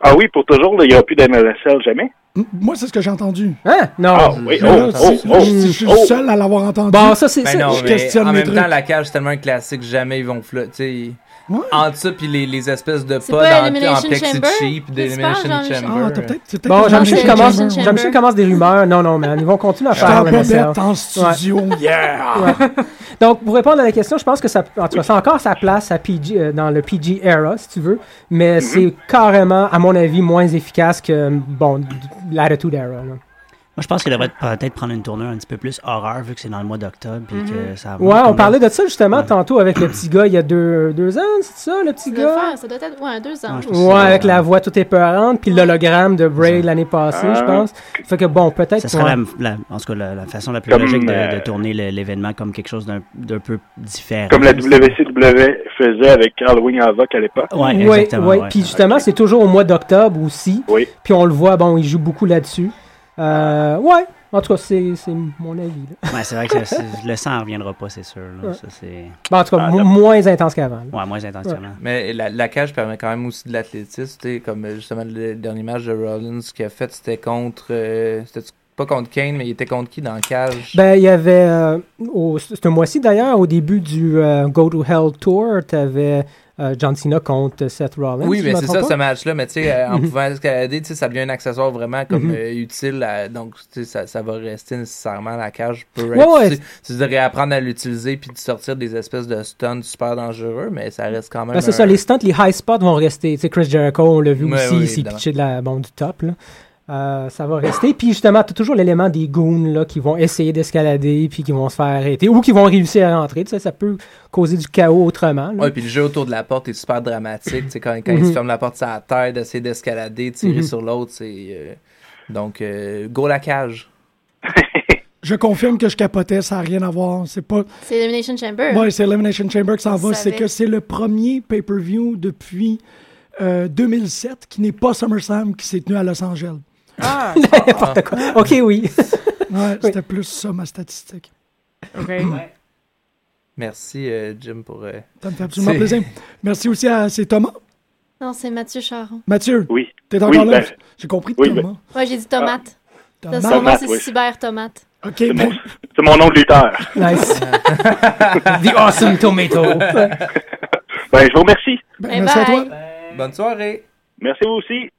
Speaker 8: Ah oui, pour toujours, là, il n'y aura plus d'LNSL jamais?
Speaker 1: M- Moi, c'est ce que j'ai entendu.
Speaker 2: Hein? Non.
Speaker 8: Ah oui,
Speaker 1: Mais
Speaker 8: oh,
Speaker 1: là,
Speaker 8: oh,
Speaker 1: si-
Speaker 8: oh,
Speaker 1: si je suis le
Speaker 8: oh.
Speaker 1: seul à l'avoir entendu.
Speaker 2: Bon, Bah, ça, c'est.
Speaker 5: Ben
Speaker 2: ça-
Speaker 5: non,
Speaker 1: je
Speaker 5: mais
Speaker 1: questionne
Speaker 5: en
Speaker 1: mes
Speaker 5: même temps,
Speaker 1: trucs.
Speaker 5: la cage, c'est tellement un classique, jamais ils vont flotter. tu sais.
Speaker 1: Ouais.
Speaker 5: Entre ça, puis les, les espèces de
Speaker 3: C'est
Speaker 5: pods
Speaker 3: pas
Speaker 5: en, en
Speaker 3: Elimination
Speaker 5: plexi
Speaker 3: Chamber?
Speaker 5: cheap
Speaker 3: Qu'est-ce que tu parles,
Speaker 5: d'Elimination Chamber.
Speaker 3: Jean-Michel?
Speaker 1: Ah, t'as peut-être. c'est peut-être
Speaker 2: Bon,
Speaker 1: que
Speaker 2: Jean-Michel
Speaker 1: j'ai-
Speaker 3: Chamber,
Speaker 2: commence,
Speaker 3: Chamber.
Speaker 2: Jean-Michel commence des rumeurs. Non, non, man. Ils vont continuer à
Speaker 1: J'étais en
Speaker 2: faire le message.
Speaker 1: bobette en studio. Yeah!
Speaker 2: Donc, pour répondre à la question, je pense que ça, en tout cas, ça a encore sa place à PG, euh, dans le PG era, si tu veux, mais c'est carrément, à mon avis, moins efficace que, bon, d- l'attitude era. là.
Speaker 7: Moi, je pense qu'il devrait peut-être prendre une tournure un petit peu plus horreur, vu que c'est dans le mois d'octobre. puis
Speaker 3: Mm-hmm.
Speaker 7: que
Speaker 5: Ah,
Speaker 7: ça
Speaker 2: Ouais, on
Speaker 7: comme-
Speaker 2: parlait de ça justement
Speaker 7: Ouais.
Speaker 2: tantôt avec le petit gars il y a deux, deux ans, c'est ça, le petit
Speaker 3: Tu dois
Speaker 2: gars?
Speaker 3: faire, ça doit être, ouais,
Speaker 1: Ah,
Speaker 3: deux ans.
Speaker 7: Ouais, je pense que
Speaker 2: Ouais,
Speaker 7: c'est-
Speaker 2: avec
Speaker 8: euh,
Speaker 2: la voix toute épeurante, puis l'hologramme de Bray l'année passée,
Speaker 8: Ah.
Speaker 2: je pense. Fait que bon, peut-être.
Speaker 7: Ça serait
Speaker 2: ouais.
Speaker 7: la, la- en tout cas, la, la façon la plus
Speaker 8: Comme,
Speaker 7: logique de, de
Speaker 8: euh,
Speaker 7: tourner le- l'événement comme quelque chose d'un d'un peu différent.
Speaker 8: Comme la WCW faisait avec Halloween Havoc à l'époque.
Speaker 7: Ouais,
Speaker 2: Ouais,
Speaker 7: exactement.
Speaker 2: ouais.
Speaker 7: ouais.
Speaker 2: Puis justement, c'est toujours au mois d'octobre aussi.
Speaker 8: Oui.
Speaker 2: Puis on le voit, bon, il joue beaucoup là-dessus. Euh, ouais, en tout cas, c'est c'est mon avis.
Speaker 8: E.
Speaker 2: là.
Speaker 7: Ouais, c'est vrai que ça- c'est- le sang ne reviendra pas, c'est sûr. là.
Speaker 2: Ouais.
Speaker 7: Ça, c'est...
Speaker 2: Bon, en tout cas,
Speaker 8: Ah,
Speaker 2: mo-
Speaker 8: là.
Speaker 2: moins intense qu'avant. là.
Speaker 7: Ouais, moins intensément.
Speaker 5: Mais la, la cage permet quand même aussi de l'athlétisme, tu sais, comme euh, justement le dernier match de Rollins qu'il a fait, c'était contre. euh, c'était pas contre Kane, mais il était contre qui dans la cage
Speaker 2: Ben, il y avait, euh, au, ce ce mois-ci d'ailleurs, au début du euh, Go to Hell Tour, t'avais euh, John Cena contre Seth Rollins.
Speaker 5: Oui,
Speaker 2: si je
Speaker 5: mais
Speaker 2: me
Speaker 5: c'est
Speaker 2: trompe
Speaker 5: ça,
Speaker 2: pas.
Speaker 5: ce match-là. Mais tu sais, euh, en
Speaker 2: Mhm.
Speaker 5: pouvant escalader, tu sais, ça devient un accessoire vraiment comme
Speaker 1: Mm-hmm.
Speaker 2: Mhm.
Speaker 5: euh, utile. à- donc, tu sais, ça, ça va rester nécessairement la cage. Peut
Speaker 2: Ouais, ouais.
Speaker 5: tu sais, C'est de réapprendre à l'utiliser puis de sortir des espèces de stuns super dangereux, mais ça reste quand même.
Speaker 2: Ben, c'est
Speaker 5: un-
Speaker 2: ça, les stunts, les high spots vont rester. Tu sais, Chris Jericho, on l'a vu
Speaker 5: Ouais,
Speaker 2: aussi,
Speaker 5: oui,
Speaker 2: il s'est
Speaker 5: évidemment.
Speaker 2: pitché de la, bon, du top. Là. Euh, ça va rester. Puis justement, tu as toujours l'élément des goons là, qui vont essayer d'escalader, puis qui vont se faire arrêter, ou qui vont réussir à rentrer. Tu sais, ça peut causer du chaos autrement.
Speaker 1: hein.
Speaker 2: là.
Speaker 5: Ouais, puis le jeu autour de la porte est super dramatique. tu sais, quand quand il
Speaker 1: Mm-hmm.
Speaker 2: Mhm.
Speaker 5: se ferme la porte sur la terre, d'essayer d'escalader, de tirer
Speaker 2: Mhm.
Speaker 5: sur l'autre, c'est. euh, donc, euh, go la cage.
Speaker 1: Je confirme que je capotais, ça n'a rien à voir. C'est pas.
Speaker 3: C'est Elimination Chamber.
Speaker 1: Ouais, c'est Elimination Chamber qui s'en
Speaker 3: Je
Speaker 1: va. C'est
Speaker 3: savais.
Speaker 1: que c'est le premier pay-per-view depuis euh, 2007 qui n'est pas SummerSlam qui s'est tenu à Los Angeles. Ah.
Speaker 4: Ah,
Speaker 2: N'importe quoi. Ok, oui.
Speaker 1: Ouais, c'était plus ça ma statistique.
Speaker 4: ok.
Speaker 5: Merci, euh, Jim, pour. euh,
Speaker 1: Ça me fait absolument
Speaker 5: C'est-
Speaker 1: plaisir. Merci aussi à c'est Thomas.
Speaker 3: Non, c'est Mathieu Charon.
Speaker 1: Mathieu,
Speaker 8: Oui.
Speaker 1: t'es encore
Speaker 8: Oui,
Speaker 1: là?
Speaker 8: ben-
Speaker 1: J'ai compris
Speaker 8: oui, ben.
Speaker 1: Thomas.
Speaker 3: Ouais, j'ai dit tomate.
Speaker 2: Ah.
Speaker 3: Dans son
Speaker 1: Tomate.
Speaker 3: nom,
Speaker 8: oui.
Speaker 3: c'est Cyber Tomate.
Speaker 1: Ok,
Speaker 8: C'est mon,
Speaker 1: ben,
Speaker 8: c'est mon nom de lutteur.
Speaker 2: Nice.
Speaker 7: The Awesome Tomato.
Speaker 8: Ben, je vous remercie.
Speaker 1: ben,
Speaker 3: Bye
Speaker 1: merci à toi.
Speaker 3: bye.
Speaker 5: Bonne soirée.
Speaker 8: Merci vous aussi.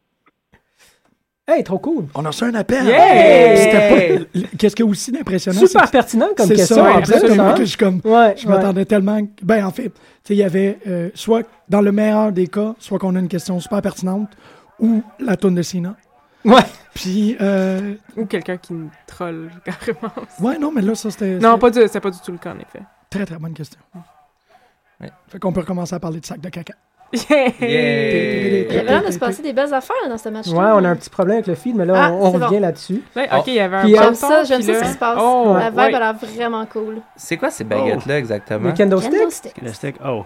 Speaker 2: Hey, trop cool.
Speaker 1: On a reçu un appel.
Speaker 2: Yeah!
Speaker 1: C'était pas. l- Qu'est-ce qui est aussi impressionnant, c'est
Speaker 2: Super pertinent comme
Speaker 1: c'est
Speaker 2: question.
Speaker 1: ça,
Speaker 2: en
Speaker 1: en fait,
Speaker 2: plus, hein?
Speaker 1: que je suis comme.
Speaker 2: Ouais,
Speaker 1: Je
Speaker 2: ouais.
Speaker 1: m'attendais tellement. que- Ben, en fait, tu sais, il y avait euh, soit, dans le meilleur des cas, soit qu'on a une question super pertinente ou la toune de Sina.
Speaker 2: Ouais.
Speaker 1: Puis, euh,
Speaker 4: Ou quelqu'un qui me troll carrément.
Speaker 1: ouais, non, mais là, ça, c'était
Speaker 4: Non, pas du, c'est pas du tout le cas en effet.
Speaker 1: c'était très, très bonne question.
Speaker 5: Ouais.
Speaker 1: Fait qu'on peut recommencer à parler de sac de caca.
Speaker 3: Il y
Speaker 5: Yeah.
Speaker 3: avait l'air de se passer des belles affaires dans ce match-là.
Speaker 2: Ouais, on a un petit problème avec le feed, mais là,
Speaker 3: Ah,
Speaker 2: on, on
Speaker 3: c'est bon.
Speaker 2: revient là-dessus.
Speaker 4: Ouais,
Speaker 5: Oh.
Speaker 4: Ben, ok, il y avait un
Speaker 2: Puis, euh,
Speaker 4: bon
Speaker 3: J'aime ça,
Speaker 4: temps,
Speaker 3: j'aime
Speaker 4: puis
Speaker 3: ça ce
Speaker 4: là-
Speaker 3: qui se passe.
Speaker 4: Oh,
Speaker 3: La vibe
Speaker 4: ouais.
Speaker 3: a l'air vraiment cool.
Speaker 5: C'est quoi ces
Speaker 9: Oh.
Speaker 5: baguettes-là exactement?
Speaker 2: Oh. Le kendo stick?
Speaker 3: Candlestick.
Speaker 7: Le stick. Oh.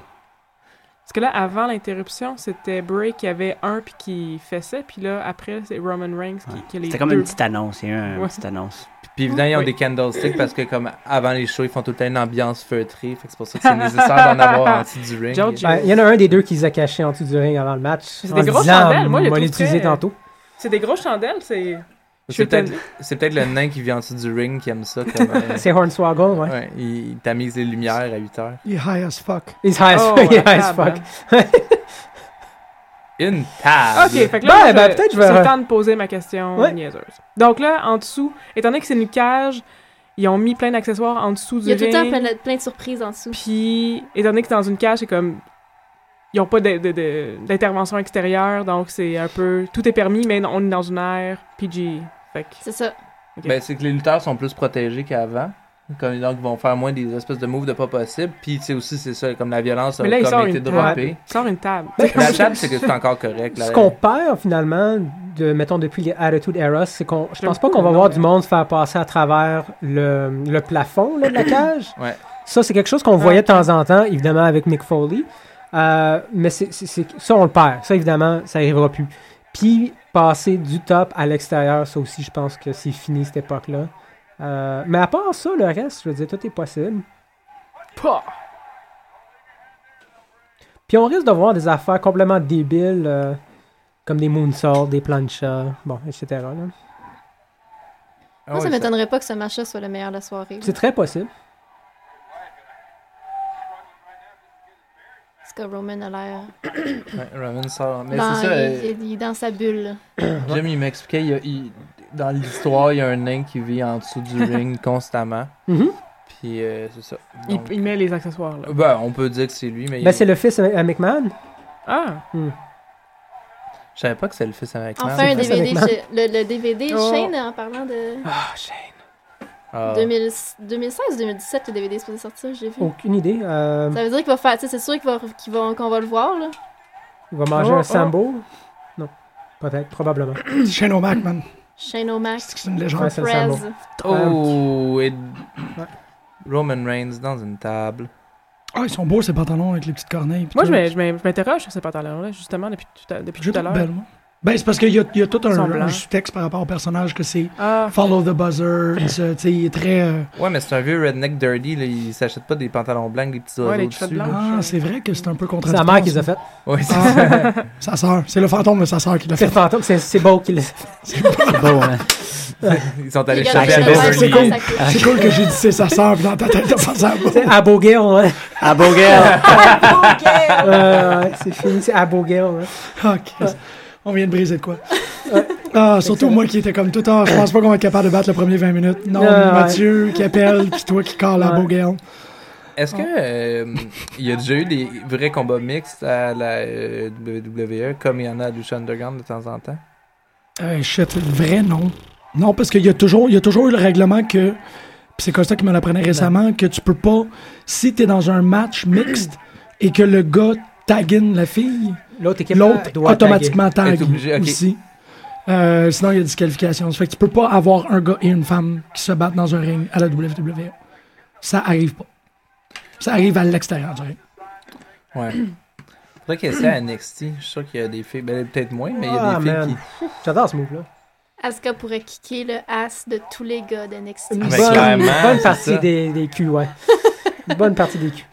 Speaker 4: Parce que là, avant l'interruption, c'était Bray qui avait un puis qui fessait, puis là, après, c'est Roman Reigns qui, qui a les
Speaker 7: C'était comme
Speaker 4: deux.
Speaker 7: une petite annonce. Il y a eu une
Speaker 4: Ouais.
Speaker 7: petite annonce.
Speaker 5: Puis évidemment, ils ont
Speaker 4: Oui.
Speaker 5: des candlesticks parce que, comme avant les shows, ils font tout le temps une ambiance feutrée. Fait que c'est pour ça que c'est nécessaire d'en avoir en dessous du ring.
Speaker 4: George-
Speaker 2: Ben, Il y en a un des deux qu'ils a caché en dessous du ring avant le match.
Speaker 4: C'est
Speaker 2: en
Speaker 4: des grosses
Speaker 2: Ah, disant,
Speaker 4: chandelles, moi, je les
Speaker 2: On va
Speaker 4: trouve
Speaker 2: l'utiliser
Speaker 4: très-
Speaker 2: tantôt.
Speaker 4: C'est des grosses chandelles, c'est...
Speaker 5: C'est
Speaker 4: suis
Speaker 5: peut-être c'est peut-être le nain qui vient en dessous du ring qui aime ça. Comme, euh,
Speaker 2: C'est Hornswoggle, ouais.
Speaker 5: ouais, il il tamise les lumières à 8 heures.
Speaker 1: Il est high as fuck.
Speaker 2: He's high as
Speaker 4: Oh,
Speaker 2: fuck.
Speaker 4: ouais,
Speaker 2: high as
Speaker 4: table,
Speaker 2: fuck.
Speaker 5: Une table!
Speaker 4: Ok, fait
Speaker 2: Ben,
Speaker 4: que là, moi,
Speaker 2: ben,
Speaker 4: je-
Speaker 2: peut-être je vais-
Speaker 4: c'est le temps de poser ma question
Speaker 2: Ouais.
Speaker 4: niaiseuse. Donc là, en dessous, étant donné que c'est une cage, ils ont mis plein d'accessoires en dessous du
Speaker 3: Il y a tout le temps
Speaker 4: ring,
Speaker 3: plein de, plein de surprises en dessous.
Speaker 4: Puis, étant donné que c'est dans une cage, c'est comme... Ils n'ont pas de- de- de- d'intervention extérieure, donc c'est un peu... Tout est permis, mais on est dans une ère PG. Fait que...
Speaker 3: C'est ça.
Speaker 5: Ben, c'est que les lutteurs sont plus protégés qu'avant. Comme, donc, ils vont faire moins des espèces de moves de pas possible. Puis, tu sais, aussi, c'est ça, comme la violence a
Speaker 4: Mais là, ils
Speaker 5: comme
Speaker 4: sortent
Speaker 5: été
Speaker 4: une
Speaker 5: droppée.
Speaker 4: Sors une table.
Speaker 5: La table, c'est que c'est encore correct. là.
Speaker 2: Ce qu'on perd finalement, de, mettons depuis les Attitude Era, c'est qu'on, je
Speaker 4: J'aime
Speaker 2: pense pas
Speaker 4: pas
Speaker 2: qu'on
Speaker 4: le
Speaker 2: va
Speaker 4: nom,
Speaker 2: voir
Speaker 4: hein.
Speaker 2: du monde se faire passer à travers le, le plafond là, de la cage.
Speaker 5: Ouais.
Speaker 2: Ça, c'est quelque chose qu'on voyait
Speaker 4: Ouais.
Speaker 2: de temps en temps, évidemment avec Mick Foley. Euh, mais c'est, c'est- c'est- ça, on le perd. Ça, évidemment, ça n'arrivera plus. Puis, passer du top à l'extérieur, ça aussi, je pense que c'est fini cette époque-là. Euh, mais à part ça, le reste, je veux dire, tout est possible.
Speaker 4: Pouah!
Speaker 2: Puis on risque de voir des affaires complètement débiles, euh, comme des moonsaults, des planchas, bon, etc. là.
Speaker 5: Ah
Speaker 3: Moi, ça
Speaker 5: ouais, ça-
Speaker 3: m'étonnerait pas que ce match-là soit le meilleur de la soirée.
Speaker 2: C'est très possible.
Speaker 3: Parce que Roman a l'air.
Speaker 5: Ouais, Roman sort. Mais
Speaker 3: dans-
Speaker 5: c'est ça.
Speaker 3: il,
Speaker 5: euh,
Speaker 3: il- il est dans sa bulle.
Speaker 5: Jim, il m'expliquait, il y a- il- dans l'histoire, il y a un nain qui vit en dessous du ring constamment.
Speaker 2: Mhm.
Speaker 5: Puis, euh, c'est ça.
Speaker 4: Il,
Speaker 5: Donc,
Speaker 4: il met les accessoires, là.
Speaker 5: ben, on peut dire que c'est lui, mais
Speaker 2: Ben,
Speaker 5: il-
Speaker 2: c'est le Mm. fils à à McMahon.
Speaker 4: Ah!
Speaker 5: je savais pas que c'est le fils américain.
Speaker 3: Enfin, un
Speaker 2: c'est vrai,
Speaker 3: DVD.
Speaker 2: honnêtement.
Speaker 3: j'ai- Le, le DVD
Speaker 4: Oh.
Speaker 3: Shane, en parlant de
Speaker 2: Ah, Shane.
Speaker 5: Ah.
Speaker 3: 2016 2017, le DVD est supposé sortir, j'ai vu.
Speaker 2: Aucune idée. euh,
Speaker 3: Ça veut dire qu'il va faire. tu sais, C'est sûr qu'il va- qu'il va- qu'on va le voir, là.
Speaker 2: il va manger
Speaker 4: Oh,
Speaker 2: un
Speaker 4: oh.
Speaker 2: sambo? Non. Peut-être, probablement.
Speaker 1: Shane O'Mac, man.
Speaker 3: Shane O'Mac,
Speaker 1: C'est une légende.
Speaker 2: Ouais, c'est le sambo.
Speaker 3: Prez.
Speaker 5: Oh, et... Roman Reigns dans une table.
Speaker 1: Ah, ils sont beaux, ces pantalons avec les petites corneilles. puis
Speaker 4: Moi, je
Speaker 1: tout.
Speaker 4: m'ai- je m'ai- je m'interroge sur ces pantalons-là, justement, depuis tout à, depuis
Speaker 1: Je
Speaker 4: tout à
Speaker 1: trouve
Speaker 4: l'heure.
Speaker 1: belle, moi. Ben, c'est parce qu'il y, a- il y a tout
Speaker 4: Ils
Speaker 1: un,
Speaker 4: sont
Speaker 1: un
Speaker 4: blancs.
Speaker 1: sous-texte par rapport au personnage que c'est
Speaker 4: Ah,
Speaker 1: follow the buzzer. il se- tu sais, il est très. euh,
Speaker 5: Ouais, mais c'est un vieux redneck dirty, là, il s'achète pas des pantalons blancs, des petits
Speaker 4: Ouais,
Speaker 5: oiseaux
Speaker 4: les
Speaker 5: dessus.
Speaker 4: cheveux blancs.
Speaker 5: là.
Speaker 1: Ah, c'est vrai que c'est un peu
Speaker 2: C'est
Speaker 1: contradictoire.
Speaker 2: la mère qui les a fait.
Speaker 5: Ouais, c'est ça.
Speaker 1: Ah, sa sœur. C'est le fantôme de sa sœur qui l'a
Speaker 2: C'est
Speaker 1: fait.
Speaker 2: le fantôme, c'est- c'est beau qu'il
Speaker 7: C'est beau, hein?
Speaker 5: Ils sont allés
Speaker 3: Il y a
Speaker 5: chercher à
Speaker 3: le-
Speaker 5: Beverly.
Speaker 1: Beverly. C'est cool. C'est cool que j'ai dit c'est sa sœur, puis dans ta tête, t'as pensé à moi.
Speaker 2: À Bogale, ouais.
Speaker 7: Ah, beau gars!
Speaker 2: Euh, ouais, c'est fini, c'est à Bogale. ouais.
Speaker 1: Ah, Christ. On vient de briser de quoi. Ah, surtout moi qui étais comme tout à je pense pas qu'on va être capable de battre le premier 20 minutes. Non,
Speaker 2: Ah, ouais.
Speaker 1: Mathieu qui appelle, puis toi qui calls à
Speaker 2: Ouais.
Speaker 1: beau Guéon.
Speaker 5: Est-ce que euh, il y a déjà eu des vrais combats mixtes à la euh, WWE comme il y en a à Lucha Underground de temps en temps?
Speaker 1: Euh, shit, vrai non. Non, parce qu'il y, a toujours- il y a toujours eu le règlement que. Puis c'est Costa qui me
Speaker 2: Ben.
Speaker 1: l'apprenait récemment, que tu peux pas. Si t'es dans un match mixte et que le gars taguine la fille,
Speaker 2: L'autre équipe
Speaker 1: l'autre
Speaker 2: doit
Speaker 1: automatiquement
Speaker 5: taguer.
Speaker 1: tag
Speaker 5: Est obligé, ok.
Speaker 1: aussi. Euh, sinon, il y a disqualification. Ça fait que tu peux pas avoir un gars et une femme qui se battent dans un ring à la WWE. Ça arrive pas. Ça arrive à l'extérieur du ring.
Speaker 5: Ouais. Faudrait qu'il y ait ça à NXT. Je suis sûr qu'il y a des filles. Ben, peut-être moins, mais il y a
Speaker 2: Ah,
Speaker 5: des filles
Speaker 2: man.
Speaker 5: qui.
Speaker 2: taguer. J'adore ce move-là.
Speaker 3: Asuka pourrait kicker le ass de tous les gars de NXT.
Speaker 5: ben,
Speaker 2: bonne,
Speaker 5: clairement,
Speaker 2: bonne
Speaker 5: c'est
Speaker 2: partie
Speaker 5: ça.
Speaker 2: des, des culs, ouais. Une bonne partie des culs.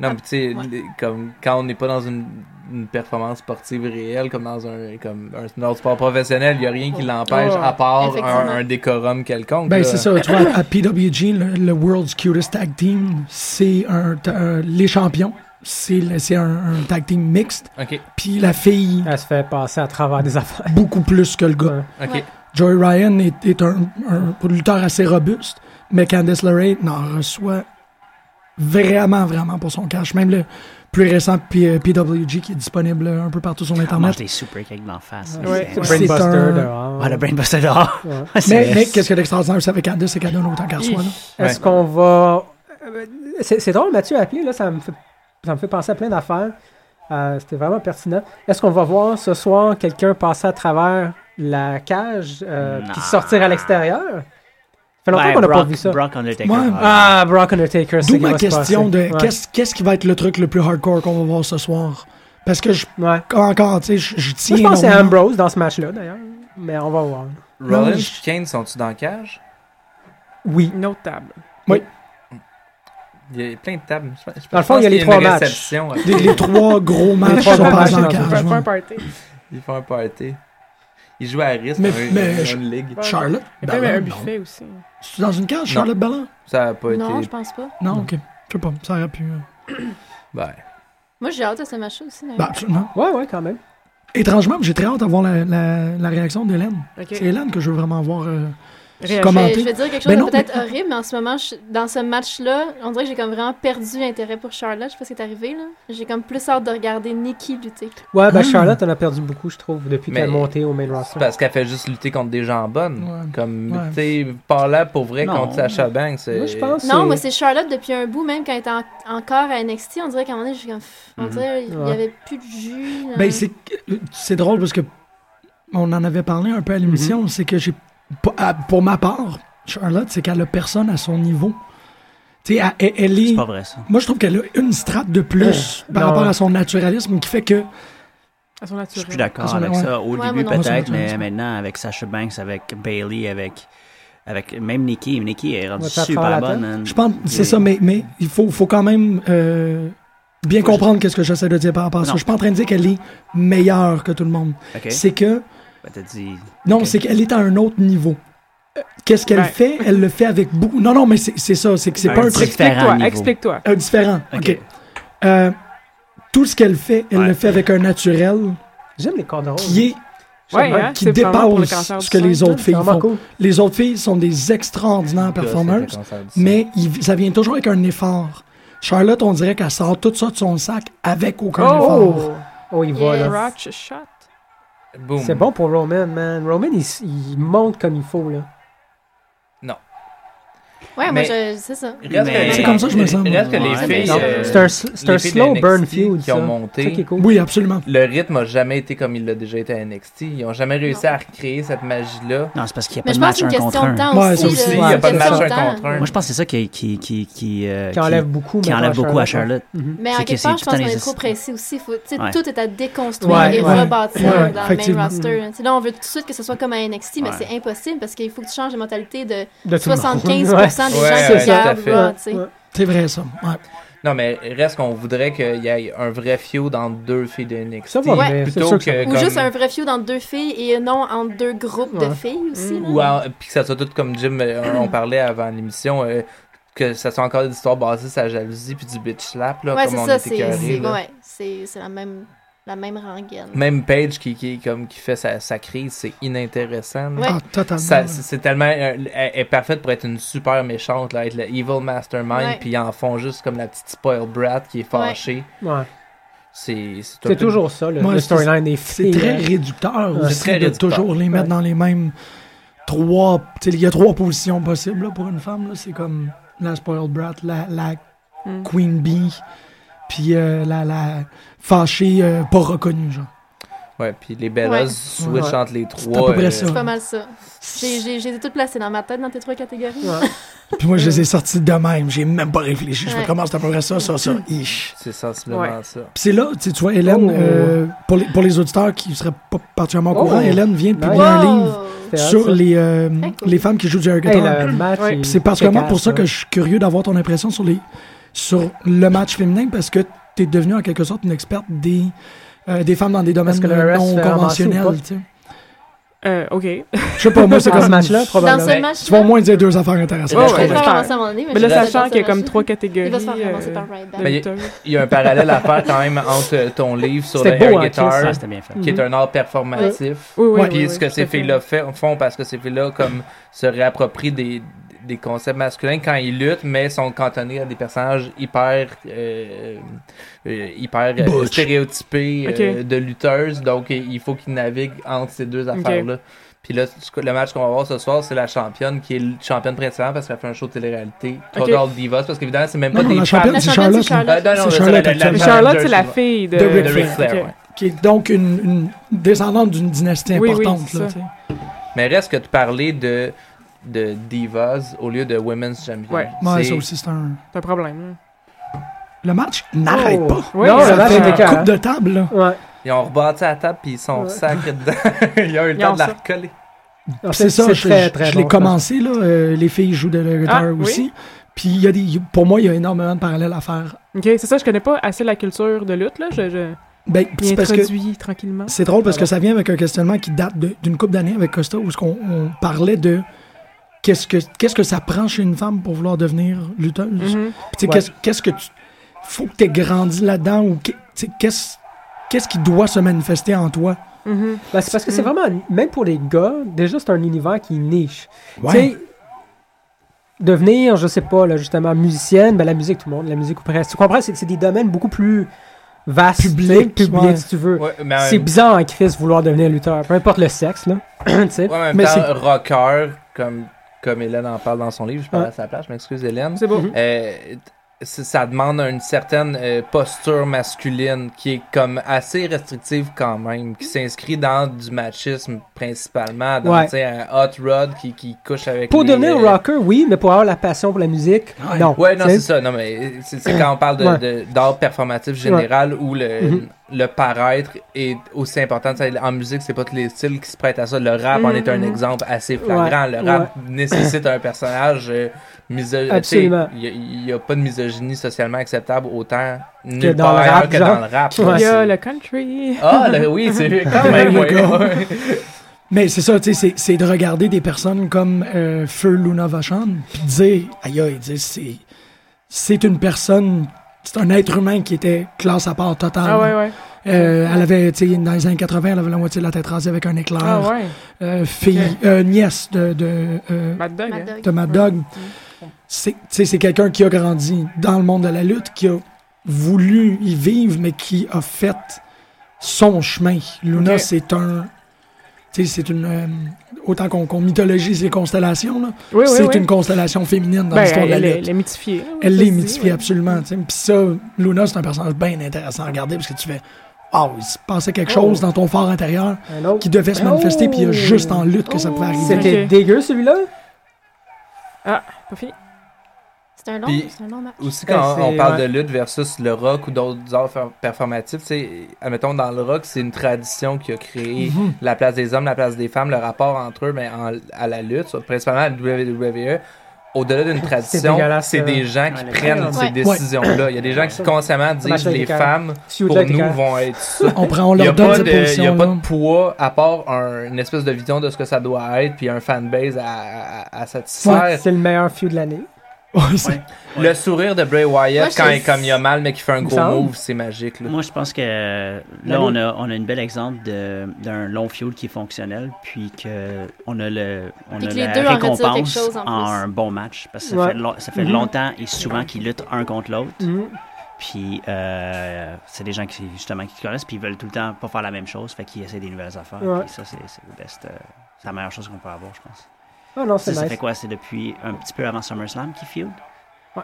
Speaker 5: Non, mais tu sais, les- comme quand on n'est pas dans une, une performance sportive réelle, comme dans un, comme un autre sport professionnel, il n'y a rien qui l'empêche,
Speaker 4: Oh,
Speaker 5: à part un,
Speaker 3: effectivement.
Speaker 5: un décorum quelconque.
Speaker 1: Ben,
Speaker 5: là.
Speaker 1: c'est ça. Tu vois, à PWG, le, le World's Cutest Tag Team, c'est un, t- euh, les champions. C'est le- c'est un, un tag team mixte.
Speaker 5: Ok,
Speaker 1: Puis la fille,
Speaker 2: Elle se fait passer à travers des affaires.
Speaker 1: beaucoup plus que le gars.
Speaker 2: Ouais.
Speaker 5: ok.
Speaker 3: Ouais.
Speaker 1: Joey Ryan est, est un, un lutteur assez robuste, mais Candice LeRae n'en reçoit vraiment, vraiment pour son cash. Même le plus récent P- euh, PWG qui est disponible un peu partout sur
Speaker 7: On mange
Speaker 1: Internet.
Speaker 7: des super cakes d'en face. là,
Speaker 4: Ouais.
Speaker 7: c'est-
Speaker 4: Ouais.
Speaker 1: C'est
Speaker 2: Brainbuster
Speaker 1: un-
Speaker 2: dehors.
Speaker 7: Ah, le brainbuster dehors.
Speaker 2: Ouais.
Speaker 1: Mais, mais qu'est-ce que l'extraordinaire, c'est avec Candice, c'est qu'elle donne autant qu'elle soit. là.
Speaker 2: Est-ce
Speaker 5: Ouais.
Speaker 2: qu'on va. Euh, C'est c'est drôle, Mathieu a appelé, là, ça me fait, ça me fait penser à plein d'affaires. Euh, C'était vraiment pertinent. Est-ce qu'on va voir ce soir quelqu'un passer à travers la cage euh,
Speaker 7: Non.
Speaker 2: puis sortir à l'extérieur? Ça fait longtemps
Speaker 7: Ben,
Speaker 2: qu'on n'a pas
Speaker 7: Brock-
Speaker 2: vu ça.
Speaker 7: Brock Undertaker.
Speaker 1: Ouais.
Speaker 7: Ah,
Speaker 2: Ah, Brock Undertaker, c'est
Speaker 1: D'où
Speaker 2: qui
Speaker 1: ma
Speaker 2: va se
Speaker 1: question de
Speaker 2: passer. Ouais.
Speaker 1: qu'est-ce qu'est-ce qui va être le truc le plus hardcore qu'on va voir ce soir? Parce que je,
Speaker 2: Ouais. Moi,
Speaker 1: encore, tu sais, je, je tiens.
Speaker 2: je pense que c'est
Speaker 1: énormément.
Speaker 2: Ambrose dans ce match-là, d'ailleurs. Mais on va voir.
Speaker 5: Rollins,
Speaker 1: je-
Speaker 5: Kane, sont-tu dans la cage?
Speaker 2: Oui.
Speaker 4: Une autre table.
Speaker 5: Il y a plein de tables. Je, pense- je
Speaker 2: Dans le
Speaker 5: pense
Speaker 2: fond, il y a
Speaker 5: qu'il
Speaker 2: les
Speaker 5: une
Speaker 2: trois matchs.
Speaker 5: réception.
Speaker 1: Les, les trois gros matchs
Speaker 2: trois
Speaker 1: sont
Speaker 2: gros matchs
Speaker 1: passés
Speaker 2: dans un
Speaker 1: en
Speaker 4: On peut
Speaker 1: cage.
Speaker 4: faire
Speaker 1: ouais.
Speaker 4: un party.
Speaker 5: Ils font un party. Ils jouent à risque
Speaker 1: Mais-
Speaker 5: dans un-
Speaker 1: mais
Speaker 5: dans
Speaker 1: je-
Speaker 5: une ligue.
Speaker 1: Charlotte?
Speaker 4: Il y a même un
Speaker 1: Ballon, non.
Speaker 4: buffet aussi.
Speaker 1: C'est dans une cage, Charlotte Ballon?
Speaker 5: Ça n'a pas
Speaker 3: Non, je
Speaker 5: été.
Speaker 3: pense pas.
Speaker 1: Non, ok. Je sais pas, ça aurait pu. euh,
Speaker 5: Ben,
Speaker 3: Moi, j'ai hâte à ce match aussi. d'ailleurs.
Speaker 1: Ben, absolument.
Speaker 2: Ouais, ouais, quand même.
Speaker 1: Étrangement, j'ai très hâte d'avoir la, la, la réaction d'Hélène.
Speaker 4: Ok.
Speaker 1: C'est Hélène que je veux vraiment voir. euh,
Speaker 4: Réagir.
Speaker 1: Comment-
Speaker 3: Je vais-
Speaker 1: commenter.
Speaker 3: Je vais dire quelque chose
Speaker 1: Ben
Speaker 3: de
Speaker 1: non,
Speaker 3: peut-être horrible, mais en ce moment, je- dans ce match-là, on dirait que j'ai comme vraiment perdu l'intérêt pour Charlotte. Je sais pas ce qui est arrivé, là. J'ai comme plus hâte de regarder Nikki lutter.
Speaker 2: Ouais, ben
Speaker 1: Hmm.
Speaker 2: Charlotte, on a perdu beaucoup, je trouve, depuis
Speaker 5: Mais-
Speaker 2: qu'elle est montée au main roster.
Speaker 5: parce qu'elle fait juste lutter contre des gens bonnes.
Speaker 1: Ouais.
Speaker 5: Comme,
Speaker 1: Ouais.
Speaker 5: tu sais, par là, pour vrai,
Speaker 7: Non.
Speaker 5: contre Sacha Banks.
Speaker 2: Moi, je pense.
Speaker 3: Non,
Speaker 2: c'est-
Speaker 3: moi, c'est Charlotte depuis un bout, même quand elle était en- encore à NXT. On dirait qu'à un moment donné, j'ai comme. pff, On
Speaker 5: Hmm.
Speaker 7: Mhm.
Speaker 3: dirait qu'il y
Speaker 2: Ouais.
Speaker 3: avait plus de jus. hein. là.
Speaker 1: Ben, c'est que- c'est drôle parce que on en avait parlé un peu à l'émission,
Speaker 2: Mhm.
Speaker 1: c'est que j'ai pas- à- pour ma part, Charlotte, c'est qu'elle a personne à son niveau. Tu sais, elle- elle, elle est.
Speaker 7: C'est pas vrai, ça.
Speaker 1: Moi, je trouve qu'elle a une strate de plus par
Speaker 2: Eh, Non.
Speaker 1: rapport à son naturalisme qui fait que
Speaker 4: À son
Speaker 7: Je suis
Speaker 4: naturel.
Speaker 7: plus
Speaker 1: Ah,
Speaker 7: d'accord
Speaker 1: ça,
Speaker 7: avec
Speaker 1: ouais.
Speaker 7: ça.
Speaker 3: Ouais,
Speaker 7: Au début,
Speaker 3: moi non.
Speaker 1: Moi, ça,
Speaker 7: peut-être,
Speaker 1: j'aime
Speaker 7: mais
Speaker 1: ça.
Speaker 7: maintenant, avec Sasha Banks, avec Bailey, avec. avec même Nikki. Nikki est rendue
Speaker 2: Ouais, ça prend la
Speaker 7: super bonne. man.
Speaker 1: je pense, c'est
Speaker 7: Oui.
Speaker 1: ça, mais, mais il faut, faut quand même euh, bien
Speaker 7: Faut
Speaker 1: comprendre qu'est-ce que j'essaie de dire par rapport à ça.
Speaker 7: Non.
Speaker 1: Je suis pas en train de dire qu'elle est meilleure que tout le monde.
Speaker 7: Ok.
Speaker 1: C'est que
Speaker 7: Ben, t'as dit.
Speaker 1: Non,
Speaker 7: Ok.
Speaker 1: c'est qu'elle est à un autre niveau. Euh, Qu'est-ce qu'elle
Speaker 4: Ben.
Speaker 1: fait? Elle le fait avec beaucoup. Non, non, mais c'est c'est ça. C'est que c'est
Speaker 7: Ben,
Speaker 1: pas un
Speaker 7: dis-
Speaker 1: truc
Speaker 7: différent
Speaker 4: Explique-toi,
Speaker 7: niveau.
Speaker 4: explique-toi.
Speaker 1: euh, différent. OK.
Speaker 7: Ok.
Speaker 1: Euh, tout ce qu'elle fait, elle
Speaker 7: Ouais.
Speaker 1: le fait avec un naturel
Speaker 2: J'aime les cordes
Speaker 1: qui est
Speaker 4: Ouais,
Speaker 1: euh,
Speaker 4: hein,
Speaker 1: qui
Speaker 4: c'est vraiment pour le
Speaker 1: dépasse
Speaker 4: cancer du
Speaker 1: ce que
Speaker 4: sein,
Speaker 1: les
Speaker 4: ça,
Speaker 1: autres filles
Speaker 2: vraiment
Speaker 1: font.
Speaker 2: cool.
Speaker 1: Les autres filles sont des extraordinaires performeurs, mais il- ça vient toujours avec un effort. Charlotte, on dirait qu'elle sort tout ça de son sac avec aucun effort.
Speaker 2: Oh! Oh, il va,
Speaker 3: Yes.
Speaker 2: là.
Speaker 4: Rock shot.
Speaker 5: Boom.
Speaker 2: C'est bon pour Roman, man. Roman, il, s- il monte comme il faut, là.
Speaker 3: Ouais, moi,
Speaker 5: mais-
Speaker 3: je- c'est ça.
Speaker 5: Reste
Speaker 7: Mais-
Speaker 5: que-
Speaker 1: C'est comme ça que je me sens,
Speaker 5: Reste que
Speaker 7: moi.
Speaker 5: les filles.
Speaker 7: Ouais,
Speaker 3: mais-
Speaker 5: euh,
Speaker 2: C'est un, s- c'est un
Speaker 5: les filles de
Speaker 2: slow
Speaker 5: NXT
Speaker 2: burn feud,
Speaker 5: qui
Speaker 2: ça.
Speaker 5: ont
Speaker 2: C'est ça qui est
Speaker 5: monté.
Speaker 2: cool.
Speaker 1: Oui, absolument.
Speaker 5: Le rythme a jamais été comme il l'a déjà été à NXT. Ils ont jamais réussi à recréer cette magie-là.
Speaker 7: Non, c'est parce qu'il n'y a pas
Speaker 3: Mais
Speaker 7: de
Speaker 3: je pense que
Speaker 7: match
Speaker 3: c'est une
Speaker 7: un contre
Speaker 3: question de
Speaker 7: un.
Speaker 3: temps
Speaker 1: Ouais,
Speaker 3: aussi.
Speaker 1: ça
Speaker 3: là.
Speaker 1: aussi,
Speaker 3: C'est
Speaker 5: il n'y
Speaker 3: une
Speaker 5: a pas de
Speaker 3: question
Speaker 5: match un
Speaker 3: temps.
Speaker 5: contre un.
Speaker 7: Moi, je pense que c'est ça qui. qui, qui, qui, euh,
Speaker 2: Qui enlève beaucoup,
Speaker 7: qui
Speaker 2: mettons,
Speaker 7: enlève beaucoup à Charlotte.
Speaker 2: Mhm.
Speaker 3: Mais en
Speaker 7: C'est que
Speaker 3: quelque
Speaker 7: c'est
Speaker 3: part, je
Speaker 7: tout
Speaker 3: pense
Speaker 7: un
Speaker 3: qu'on est
Speaker 7: exercice.
Speaker 3: trop pressé aussi. Faut, tu sais,
Speaker 7: Ouais.
Speaker 3: Tout est à déconstruire
Speaker 2: Ouais,
Speaker 3: et
Speaker 2: ouais.
Speaker 3: rebâtir
Speaker 1: Ouais,
Speaker 3: dans le
Speaker 1: effectivement.
Speaker 3: main roster. hein. Tu sais, Là, on veut tout de suite que ce soit comme à NXT, mais
Speaker 7: Ouais.
Speaker 3: c'est impossible parce qu'il faut que tu changes de mentalité de
Speaker 2: De tout le monde.
Speaker 3: 75%
Speaker 2: Ouais.
Speaker 3: des
Speaker 5: Ouais,
Speaker 3: gens
Speaker 5: ouais,
Speaker 3: qui
Speaker 5: tout à
Speaker 3: regardent.
Speaker 5: fait.
Speaker 3: là, Ah, tu sais.
Speaker 2: Ouais.
Speaker 1: C'est vrai, ça. Ouais.
Speaker 5: Non, mais reste qu'on voudrait qu'il y ait un vrai feud entre deux filles de NXT.
Speaker 2: Ça va,
Speaker 3: Ouais.
Speaker 2: mais c'est
Speaker 5: Plutôt
Speaker 2: sûr que ça-
Speaker 5: que-
Speaker 3: Ou
Speaker 5: Comme-
Speaker 3: juste un vrai feud entre deux filles et non entre deux groupes de
Speaker 2: Ouais.
Speaker 3: filles aussi. là.
Speaker 5: Mm. Ou en- puis que ça soit tout comme Jim, euh, on parlait avant l'émission, euh, que ça soit encore des histoires basées sur la jalousie puis du bitch slap, là,
Speaker 3: Ouais,
Speaker 5: comme
Speaker 3: c'est
Speaker 5: on
Speaker 3: ça.
Speaker 5: était
Speaker 3: C'est
Speaker 5: carré,
Speaker 3: c'est-
Speaker 5: là.
Speaker 3: ouais, c'est- c'est la même, la même rengaine.
Speaker 5: Même Paige qui, qui, comme, qui fait sa, sa crise, c'est inintéressant. là.
Speaker 3: Ouais.
Speaker 1: Ah, totalement.
Speaker 5: Ça- c'est- c'est tellement. euh, elle est parfaite pour être une super méchante, là, être le evil mastermind,
Speaker 3: Ouais.
Speaker 5: puis ils en font juste comme la petite spoil brat qui est fâchée.
Speaker 2: Ouais.
Speaker 5: C'est c'est un
Speaker 2: C'est
Speaker 5: peu-
Speaker 2: toujours ça, le,
Speaker 1: Ouais,
Speaker 2: le
Speaker 1: c'est-
Speaker 2: storyline des
Speaker 1: C'est
Speaker 2: filles.
Speaker 1: très
Speaker 2: hein.
Speaker 1: réducteur
Speaker 2: Ouais.
Speaker 1: aussi
Speaker 5: C'est très
Speaker 1: de
Speaker 5: réducteur.
Speaker 1: toujours les mettre
Speaker 2: Ouais.
Speaker 1: dans les mêmes trois. tu sais, Il y a trois positions possibles là, pour une femme. là. C'est comme la spoiled brat, la, la
Speaker 4: Mm.
Speaker 1: queen bee, puis euh, la, la fâchée euh, pas reconnue. Genre.
Speaker 5: Ouais, puis les Bellas
Speaker 3: Ouais.
Speaker 5: switch
Speaker 2: Ouais.
Speaker 5: entre les
Speaker 1: à
Speaker 5: trois. euh,
Speaker 1: peu près ça.
Speaker 3: C'est pas mal ça. J'ai- J'ai j'ai tout placé dans ma tête dans tes trois catégories.
Speaker 2: Ouais.
Speaker 1: Puis moi, je les ai sortis de même. J'ai même pas réfléchi. Je me
Speaker 3: Ouais.
Speaker 1: commence à peu près ça, ça, ça. Ish.
Speaker 5: C'est sensiblement
Speaker 4: Ouais.
Speaker 5: ça.
Speaker 1: Puis c'est là, tu sais, tu vois, Hélène,
Speaker 2: Oh.
Speaker 1: euh, pour, les, pour les auditeurs qui seraient pas particulièrement au
Speaker 2: Oh.
Speaker 1: courant, Hélène vient de
Speaker 2: Nice.
Speaker 1: publier un livre
Speaker 2: C'est hot,
Speaker 1: sur
Speaker 2: ça.
Speaker 1: les, euh,
Speaker 3: Très cool.
Speaker 1: les femmes qui jouent du air
Speaker 2: Hey,
Speaker 1: guitar.
Speaker 2: le match.
Speaker 4: Ouais.
Speaker 2: il-
Speaker 1: Puis C'est particulièrement
Speaker 2: Efficace,
Speaker 1: pour ça
Speaker 2: ouais.
Speaker 1: que je suis curieux d'avoir ton impression sur les sur le match féminin parce que tu es devenue en quelque sorte une experte des, euh, des femmes dans des domaines
Speaker 2: Est-ce que le reste
Speaker 1: non
Speaker 2: fait ramasser ou
Speaker 1: conventionnels.
Speaker 2: pas?
Speaker 1: tu sais.
Speaker 4: Euh, ok.
Speaker 1: Je sais pas, moi, c'est
Speaker 2: Dans
Speaker 1: comme
Speaker 2: ce match-là,
Speaker 3: Dans
Speaker 2: probablement.
Speaker 3: ce
Speaker 1: Tu vas au
Speaker 3: match-là,
Speaker 1: moins dire deux affaires intéressantes.
Speaker 4: Ouais,
Speaker 1: je
Speaker 3: je vais
Speaker 4: ouais.
Speaker 1: trouve.
Speaker 3: faire ramasser à un moment donné, mais
Speaker 4: Mais
Speaker 3: je
Speaker 4: là,
Speaker 3: vais
Speaker 4: sachant
Speaker 3: faire
Speaker 4: qu'il y a comme
Speaker 3: ramasser.
Speaker 4: trois catégories.
Speaker 3: Il va se faire
Speaker 4: euh,
Speaker 3: ramasser par Ryder.
Speaker 4: de
Speaker 5: Mais-
Speaker 4: lutteurs.
Speaker 5: Il y a un parallèle à faire quand même entre euh, ton livre sur le
Speaker 2: C'était beau,
Speaker 5: air
Speaker 2: hein,
Speaker 5: guitar,
Speaker 7: Ah, c'était bien fait.
Speaker 5: qui est un art performatif.
Speaker 4: Mm-hmm. Oui, oui, oui,
Speaker 5: Puis
Speaker 4: oui,
Speaker 5: ce
Speaker 4: oui,
Speaker 5: que
Speaker 4: tout
Speaker 5: ces
Speaker 4: à fait.
Speaker 5: filles-là fait- font, parce que ces filles-là comme, se réapproprient des, des concepts masculins quand ils luttent, mais sont cantonnées à des personnages hyper, euh, euh, hyper euh,
Speaker 1: Butch.
Speaker 5: stéréotypés euh,
Speaker 4: Ok.
Speaker 5: de lutteuses. Donc il faut qu'ils naviguent entre ces deux affaires-là. Puis là, ce que- le match qu'on va voir ce soir, c'est la championne qui est l- championne principale parce qu'elle fait un show de télé-réalité.
Speaker 4: Ok.
Speaker 5: Total Divas, parce qu'évidemment, c'est même
Speaker 1: Non,
Speaker 5: pas
Speaker 1: non,
Speaker 5: des
Speaker 1: la
Speaker 5: femmes.
Speaker 1: championne,
Speaker 3: La
Speaker 1: c'est
Speaker 3: championne,
Speaker 1: Charlotte.
Speaker 3: c'est Charlotte.
Speaker 5: Euh, non, non,
Speaker 1: C'est
Speaker 5: c'est
Speaker 1: Charlotte
Speaker 5: la- la- la-
Speaker 1: actuellement.
Speaker 4: Mais
Speaker 5: la-
Speaker 4: Charlotte,
Speaker 5: la-
Speaker 4: c'est la fille de,
Speaker 1: de Ric
Speaker 5: de Ric
Speaker 1: Flair,
Speaker 5: Flair,
Speaker 4: ok.
Speaker 5: ouais.
Speaker 1: qui est donc une, une descendante d'une dynastie
Speaker 4: Oui, oui,
Speaker 1: importante.
Speaker 4: c'est
Speaker 1: là,
Speaker 4: ça.
Speaker 1: tu sais.
Speaker 5: Mais reste que de parler de, de Divas au lieu de Women's Champion.
Speaker 4: Ouais.
Speaker 1: Ouais,
Speaker 5: C'est-
Speaker 1: ça aussi, c'est un.
Speaker 4: C'est un problème.
Speaker 1: Le match n'arrête
Speaker 2: Oh.
Speaker 1: pas.
Speaker 4: Oui,
Speaker 2: non,
Speaker 4: ça
Speaker 2: le match
Speaker 1: fait
Speaker 2: était
Speaker 1: une
Speaker 2: carré.
Speaker 1: coupe de table, là.
Speaker 2: Ouais.
Speaker 5: Ils ont rebâti la table puis ils sont
Speaker 2: Ouais.
Speaker 5: sacrés dedans. Ils ont eu le
Speaker 4: Ils ont
Speaker 5: temps de la
Speaker 4: ça.
Speaker 5: recoller.
Speaker 2: Alors,
Speaker 1: C'est ça, je,
Speaker 2: très,
Speaker 1: je-
Speaker 2: très
Speaker 1: je
Speaker 2: bon,
Speaker 1: l'ai
Speaker 2: ça.
Speaker 1: commencé, là. euh, les filles jouent de la guitare
Speaker 4: Ah, oui.
Speaker 1: aussi. Puis il y a des, il- pour moi, il y a énormément de parallèles à faire.
Speaker 4: Ok, c'est ça, je connais pas assez la culture de lutte, là. Je, je...
Speaker 1: Ben,
Speaker 4: m'y
Speaker 1: c'est parce que
Speaker 4: introduis tranquillement.
Speaker 1: c'est drôle parce que ça vient avec un questionnement qui date de- d'une couple d'années avec Costa où on, on parlait de qu'est-ce que qu'est-ce que ça prend chez une femme pour vouloir devenir lutteuse.
Speaker 4: Mhm.
Speaker 1: Puis, tu sais,
Speaker 2: Mm-hmm. Ouais.
Speaker 1: qu'est-ce- qu'est-ce que tu. Faut que tu grandi là-dedans ou qu'est- tu sais, qu'est-ce qu'est-ce qui doit se manifester en toi? Mm-hmm.
Speaker 4: Mhm.
Speaker 2: Ben, c'est parce que c'est
Speaker 4: Mm.
Speaker 2: vraiment, même pour les gars, déjà c'est un univers qui niche.
Speaker 1: Ouais.
Speaker 2: Tu sais, devenir, je sais pas, là, justement, musicienne, ben, la musique, tout le monde, la musique ou presque. Tu comprends, c'est c'est des domaines beaucoup plus vastes,
Speaker 1: Public,
Speaker 2: tu sais, publics,
Speaker 1: ouais.
Speaker 2: si tu veux.
Speaker 5: Ouais, mais euh, en
Speaker 2: C'est
Speaker 5: même,
Speaker 2: bizarre en Chris vouloir devenir lutteur, peu importe le sexe, là. tu sais.
Speaker 5: ouais, en même
Speaker 1: Mais c'est-
Speaker 5: temps, rocker, comme, comme Hélène en parle dans son livre, je parle
Speaker 2: Ouais.
Speaker 5: à sa place, je m'excuse Hélène.
Speaker 4: C'est beau.
Speaker 5: Euh, c- ça demande une certaine euh, posture masculine qui est comme assez restrictive quand même, qui s'inscrit dans du machisme principalement, dans
Speaker 2: Ouais.
Speaker 5: tu sais, un hot rod qui, qui couche avec
Speaker 2: Pour
Speaker 5: les,
Speaker 2: devenir
Speaker 5: euh,
Speaker 2: rocker, oui, mais pour avoir la passion pour la musique,
Speaker 1: Ouais.
Speaker 2: non.
Speaker 5: Ouais, non,
Speaker 2: Tu sais.
Speaker 5: c'est ça. Non, mais c'est c'est quand on parle de-
Speaker 2: Ouais.
Speaker 5: de- d'art performatif général où le,
Speaker 2: Mhm.
Speaker 5: le paraître est aussi important. Tu sais, En musique, c'est pas tous les styles qui se prêtent à ça. Le rap en est
Speaker 2: Mm-hmm.
Speaker 5: un
Speaker 4: Mhm.
Speaker 5: exemple assez flagrant. Le rap nécessite un personnage euh, miso- tu sais,
Speaker 2: Absolument.
Speaker 5: Il n'y a, pas de misogynie socialement acceptable autant
Speaker 2: Que
Speaker 5: nulle
Speaker 2: dans
Speaker 5: part
Speaker 2: le
Speaker 5: ailleurs
Speaker 2: rap,
Speaker 5: que
Speaker 2: genre.
Speaker 5: dans le rap.
Speaker 2: Ouais.
Speaker 4: Il y a
Speaker 5: C'est-
Speaker 4: le country.
Speaker 5: Ah, le- oui, c'est quand même.
Speaker 1: Le
Speaker 5: ouais,
Speaker 1: gars.
Speaker 5: ouais.
Speaker 1: Mais c'est ça, tu sais, c'est- c'est de regarder des personnes comme euh, Feu Luna Vachon, puis de dire, aïe, aïe, tu sais, c'est, c'est une personne, c'est un être humain qui était classe à part totale.
Speaker 4: Ah ouais, ouais.
Speaker 1: Euh, elle avait, tu sais, dans les années 80, elle avait la moitié de la tête rasée avec un éclair.
Speaker 4: Ah ouais.
Speaker 1: Euh, fille, euh, nièce de, de, euh,
Speaker 4: Mad Dog.
Speaker 3: Mad
Speaker 4: hein.
Speaker 3: Dog.
Speaker 1: de Mad Dog. C'est, tu sais, c'est quelqu'un qui a grandi dans le monde de la lutte, qui a voulu y vivre, mais qui a fait son chemin. Luna,
Speaker 4: Ok.
Speaker 1: c'est un. tu sais, c'est une. euh, autant qu'on, qu'on mythologise les constellations, là,
Speaker 4: Oui, oui,
Speaker 1: c'est
Speaker 4: oui.
Speaker 1: une constellation féminine dans
Speaker 4: Ben,
Speaker 1: l'histoire de la
Speaker 4: elle, est-
Speaker 1: lutte.
Speaker 4: elle est mythifiée. hein,
Speaker 1: Elle l'est
Speaker 4: Ça se dit,
Speaker 1: mythifiée
Speaker 4: ouais.
Speaker 1: absolument. tu sais. Puis ça, Luna, c'est un personnage bien intéressant à regarder parce que tu fais Ah, il se passait
Speaker 4: Oh.
Speaker 1: quelque chose dans ton fort intérieur
Speaker 2: Un autre.
Speaker 1: qui devait
Speaker 4: Ben
Speaker 1: se manifester, puis il y a
Speaker 4: oh.
Speaker 1: juste en lutte que ça pouvait arriver.
Speaker 2: C'était
Speaker 4: Ok.
Speaker 2: dégueu celui-là?
Speaker 4: Ah, Pas fini.
Speaker 3: C'est un long,
Speaker 5: Puis-
Speaker 3: c'est un long match.
Speaker 5: Aussi,
Speaker 2: Ben,
Speaker 5: quand
Speaker 2: c'est-
Speaker 5: on parle
Speaker 2: ouais.
Speaker 5: de lutte versus le rock ou d'autres arts fer- performatifs, tu sais, admettons, dans le rock, c'est une tradition qui a créé la place des hommes, la place des femmes, le rapport entre eux, mais en- à la lutte, soit principalement à la WWE. Au-delà d'une tradition,
Speaker 2: dégueulasse,
Speaker 5: c'est
Speaker 2: ça.
Speaker 5: des gens qui
Speaker 7: Ouais,
Speaker 5: prennent
Speaker 7: les-
Speaker 5: ces
Speaker 3: Ouais.
Speaker 5: décisions-là. Il y a des gens qui consciemment disent
Speaker 2: marche avec
Speaker 5: les
Speaker 2: les cœurs.
Speaker 5: femmes,
Speaker 2: Si
Speaker 5: pour
Speaker 2: Hugh Jack
Speaker 5: nous,
Speaker 2: était-
Speaker 5: vont être ça.
Speaker 1: On prend, on
Speaker 5: Il n'y a,
Speaker 1: leur donne
Speaker 5: pas
Speaker 1: cette
Speaker 5: de, il y a
Speaker 1: position
Speaker 5: pas de poids à part un- une espèce de vision de ce que ça doit être, puis un fanbase à, à- à satisfaire.
Speaker 2: C'est le meilleur feud de l'année.
Speaker 5: Le sourire de Bray
Speaker 3: Moi,
Speaker 5: Wyatt
Speaker 3: je
Speaker 5: quand
Speaker 3: sais-
Speaker 5: il, comme il a mal mais qu'il fait un
Speaker 2: Il me
Speaker 5: gros
Speaker 2: semble.
Speaker 5: move, c'est magique. Là.
Speaker 7: Moi, je pense que euh, là,
Speaker 2: Allô?
Speaker 7: on a, on a une belle exemple de- d'un long fuel qui est fonctionnel, puis que on a, le, on
Speaker 3: Puis
Speaker 7: a
Speaker 3: que les
Speaker 7: la
Speaker 3: deux en retirent quelque
Speaker 7: récompense
Speaker 3: chose en
Speaker 7: en,
Speaker 3: plus. Mm-hmm.
Speaker 7: un bon match. Parce que ça
Speaker 2: Ouais.
Speaker 7: fait, lo- ça fait
Speaker 2: Mhm.
Speaker 7: longtemps et souvent qu'ils luttent un contre l'autre.
Speaker 2: Mhm.
Speaker 7: Puis euh, c'est des gens qui, justement, qui connaissent, puis ils veulent tout le temps pas faire la même chose, fait qu'ils essaient des nouvelles affaires.
Speaker 2: Ouais.
Speaker 7: Puis ça, c'est c'est le best, euh, c'est la meilleure chose qu'on peut avoir, je pense.
Speaker 2: Ah non, c'est
Speaker 7: Ça, ça fait
Speaker 2: nice.
Speaker 7: quoi? C'est depuis un petit peu avant SummerSlam qui feud?
Speaker 2: Ouais.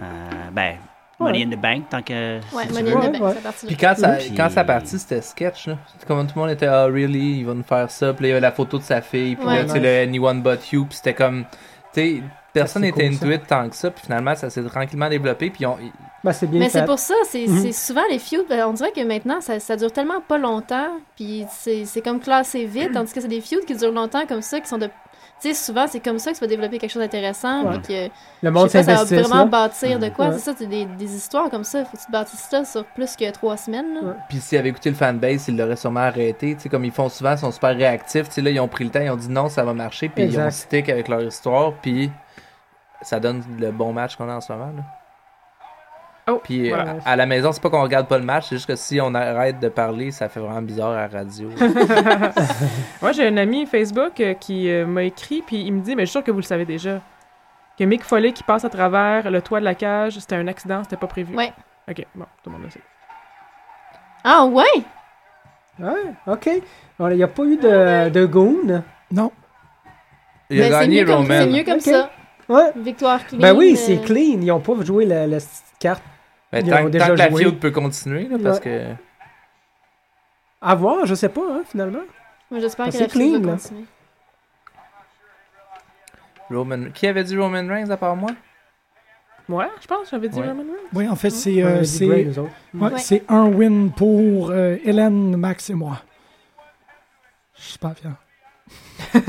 Speaker 7: Euh, ben,
Speaker 2: Ouais.
Speaker 7: Money in the Bank, tant que... si
Speaker 3: Ouais,
Speaker 7: tu
Speaker 3: Money
Speaker 7: veux.
Speaker 3: in the
Speaker 2: Ouais,
Speaker 3: Bank,
Speaker 2: ouais.
Speaker 3: c'est parti là.
Speaker 5: Puis quand ça,
Speaker 7: Puis-
Speaker 5: quand ça partit, c'était sketch, là. C'était Comme tout le monde était, ah, really, il va nous faire ça. Puis là, il y avait la photo de sa fille. Puis là,
Speaker 3: Ouais.
Speaker 5: tu sais, le anyone but you. Puis c'était comme, tu sais, personne
Speaker 2: c'est
Speaker 5: n'était
Speaker 2: cool, ça.
Speaker 5: intuit tant que ça. Puis finalement, ça s'est tranquillement développé. Puis on,
Speaker 2: Ben, c'est bien
Speaker 3: Mais
Speaker 2: fait.
Speaker 3: c'est pour ça, c'est
Speaker 2: Mhm.
Speaker 3: c'est souvent les feuds. ben, On dirait que maintenant, ça, ça dure tellement pas longtemps, puis c'est c'est comme classé vite, tandis que c'est des feuds qui durent longtemps comme ça, qui sont de. sais, souvent, c'est comme ça que tu vas développer quelque chose d'intéressant.
Speaker 2: Ouais.
Speaker 3: puis que,
Speaker 2: Le
Speaker 3: je
Speaker 2: monde
Speaker 3: sais pas, ça
Speaker 2: s'investit.
Speaker 3: va vraiment
Speaker 2: là.
Speaker 3: bâtir de quoi.
Speaker 2: Ouais.
Speaker 3: C'est ça, c'est des, des histoires comme ça. Faut que tu bâtisses ça sur plus que trois semaines. là.
Speaker 2: Ouais.
Speaker 5: Puis s'il avait écouté le fanbase, il l'aurait sûrement arrêté. Tu sais, comme ils font souvent, ils sont super réactifs. Tu sais, là, ils ont pris le temps, ils ont dit non, ça va marcher, puis ils ont
Speaker 2: Exact.
Speaker 5: stick avec leur histoire, puis ça donne le bon match qu'on a en ce moment. Là.
Speaker 4: Oh,
Speaker 5: Puis euh,
Speaker 4: voilà.
Speaker 5: à la maison, c'est pas qu'on regarde pas le match, c'est juste que si on arrête de parler, ça fait vraiment bizarre à la radio.
Speaker 4: Moi, j'ai un ami Facebook euh, qui euh, m'a écrit, puis il me dit, mais je suis sûr que vous le savez déjà, que Mick Foley qui passe à travers le toit de la cage, c'était un accident, c'était pas prévu.
Speaker 3: Ouais.
Speaker 4: Ok, bon, tout le monde le sait.
Speaker 3: Ah ouais!
Speaker 2: Ouais, ok. Alors, Il n'y a pas eu de, de goon.
Speaker 1: Non.
Speaker 5: Il
Speaker 3: Ben,
Speaker 5: a
Speaker 3: c'est
Speaker 5: gagné
Speaker 3: mieux comme-
Speaker 5: Roman.
Speaker 3: C'est mieux comme
Speaker 2: Ok.
Speaker 3: ça.
Speaker 2: Ouais.
Speaker 3: Victoire clean.
Speaker 2: Ben oui,
Speaker 3: euh,
Speaker 2: c'est clean. Ils n'ont pas joué la, la petite carte.
Speaker 5: Mais
Speaker 2: Ils
Speaker 5: Ben, tant,
Speaker 2: ont
Speaker 5: tant
Speaker 2: déjà
Speaker 5: que la
Speaker 2: joué.
Speaker 5: feud peut continuer, là, parce que.
Speaker 2: À voir, je sais pas, hein, finalement.
Speaker 3: Moi, j'espère
Speaker 2: Ben,
Speaker 3: que
Speaker 2: c'est
Speaker 3: la fille
Speaker 2: clean,
Speaker 3: va
Speaker 2: là.
Speaker 3: continuer.
Speaker 5: Roman... Qui avait dit Roman Reigns à part moi?
Speaker 4: Moi, je pense, j'avais dit
Speaker 5: Ouais.
Speaker 4: Roman Reigns.
Speaker 1: Oui, en fait, c'est
Speaker 2: On a
Speaker 1: euh,
Speaker 2: dit
Speaker 1: c'est-
Speaker 2: Bray, nous autres.
Speaker 1: ouais,
Speaker 3: Ouais.
Speaker 1: c'est un win pour euh, Hélène, Max et moi. Je suis pas fier.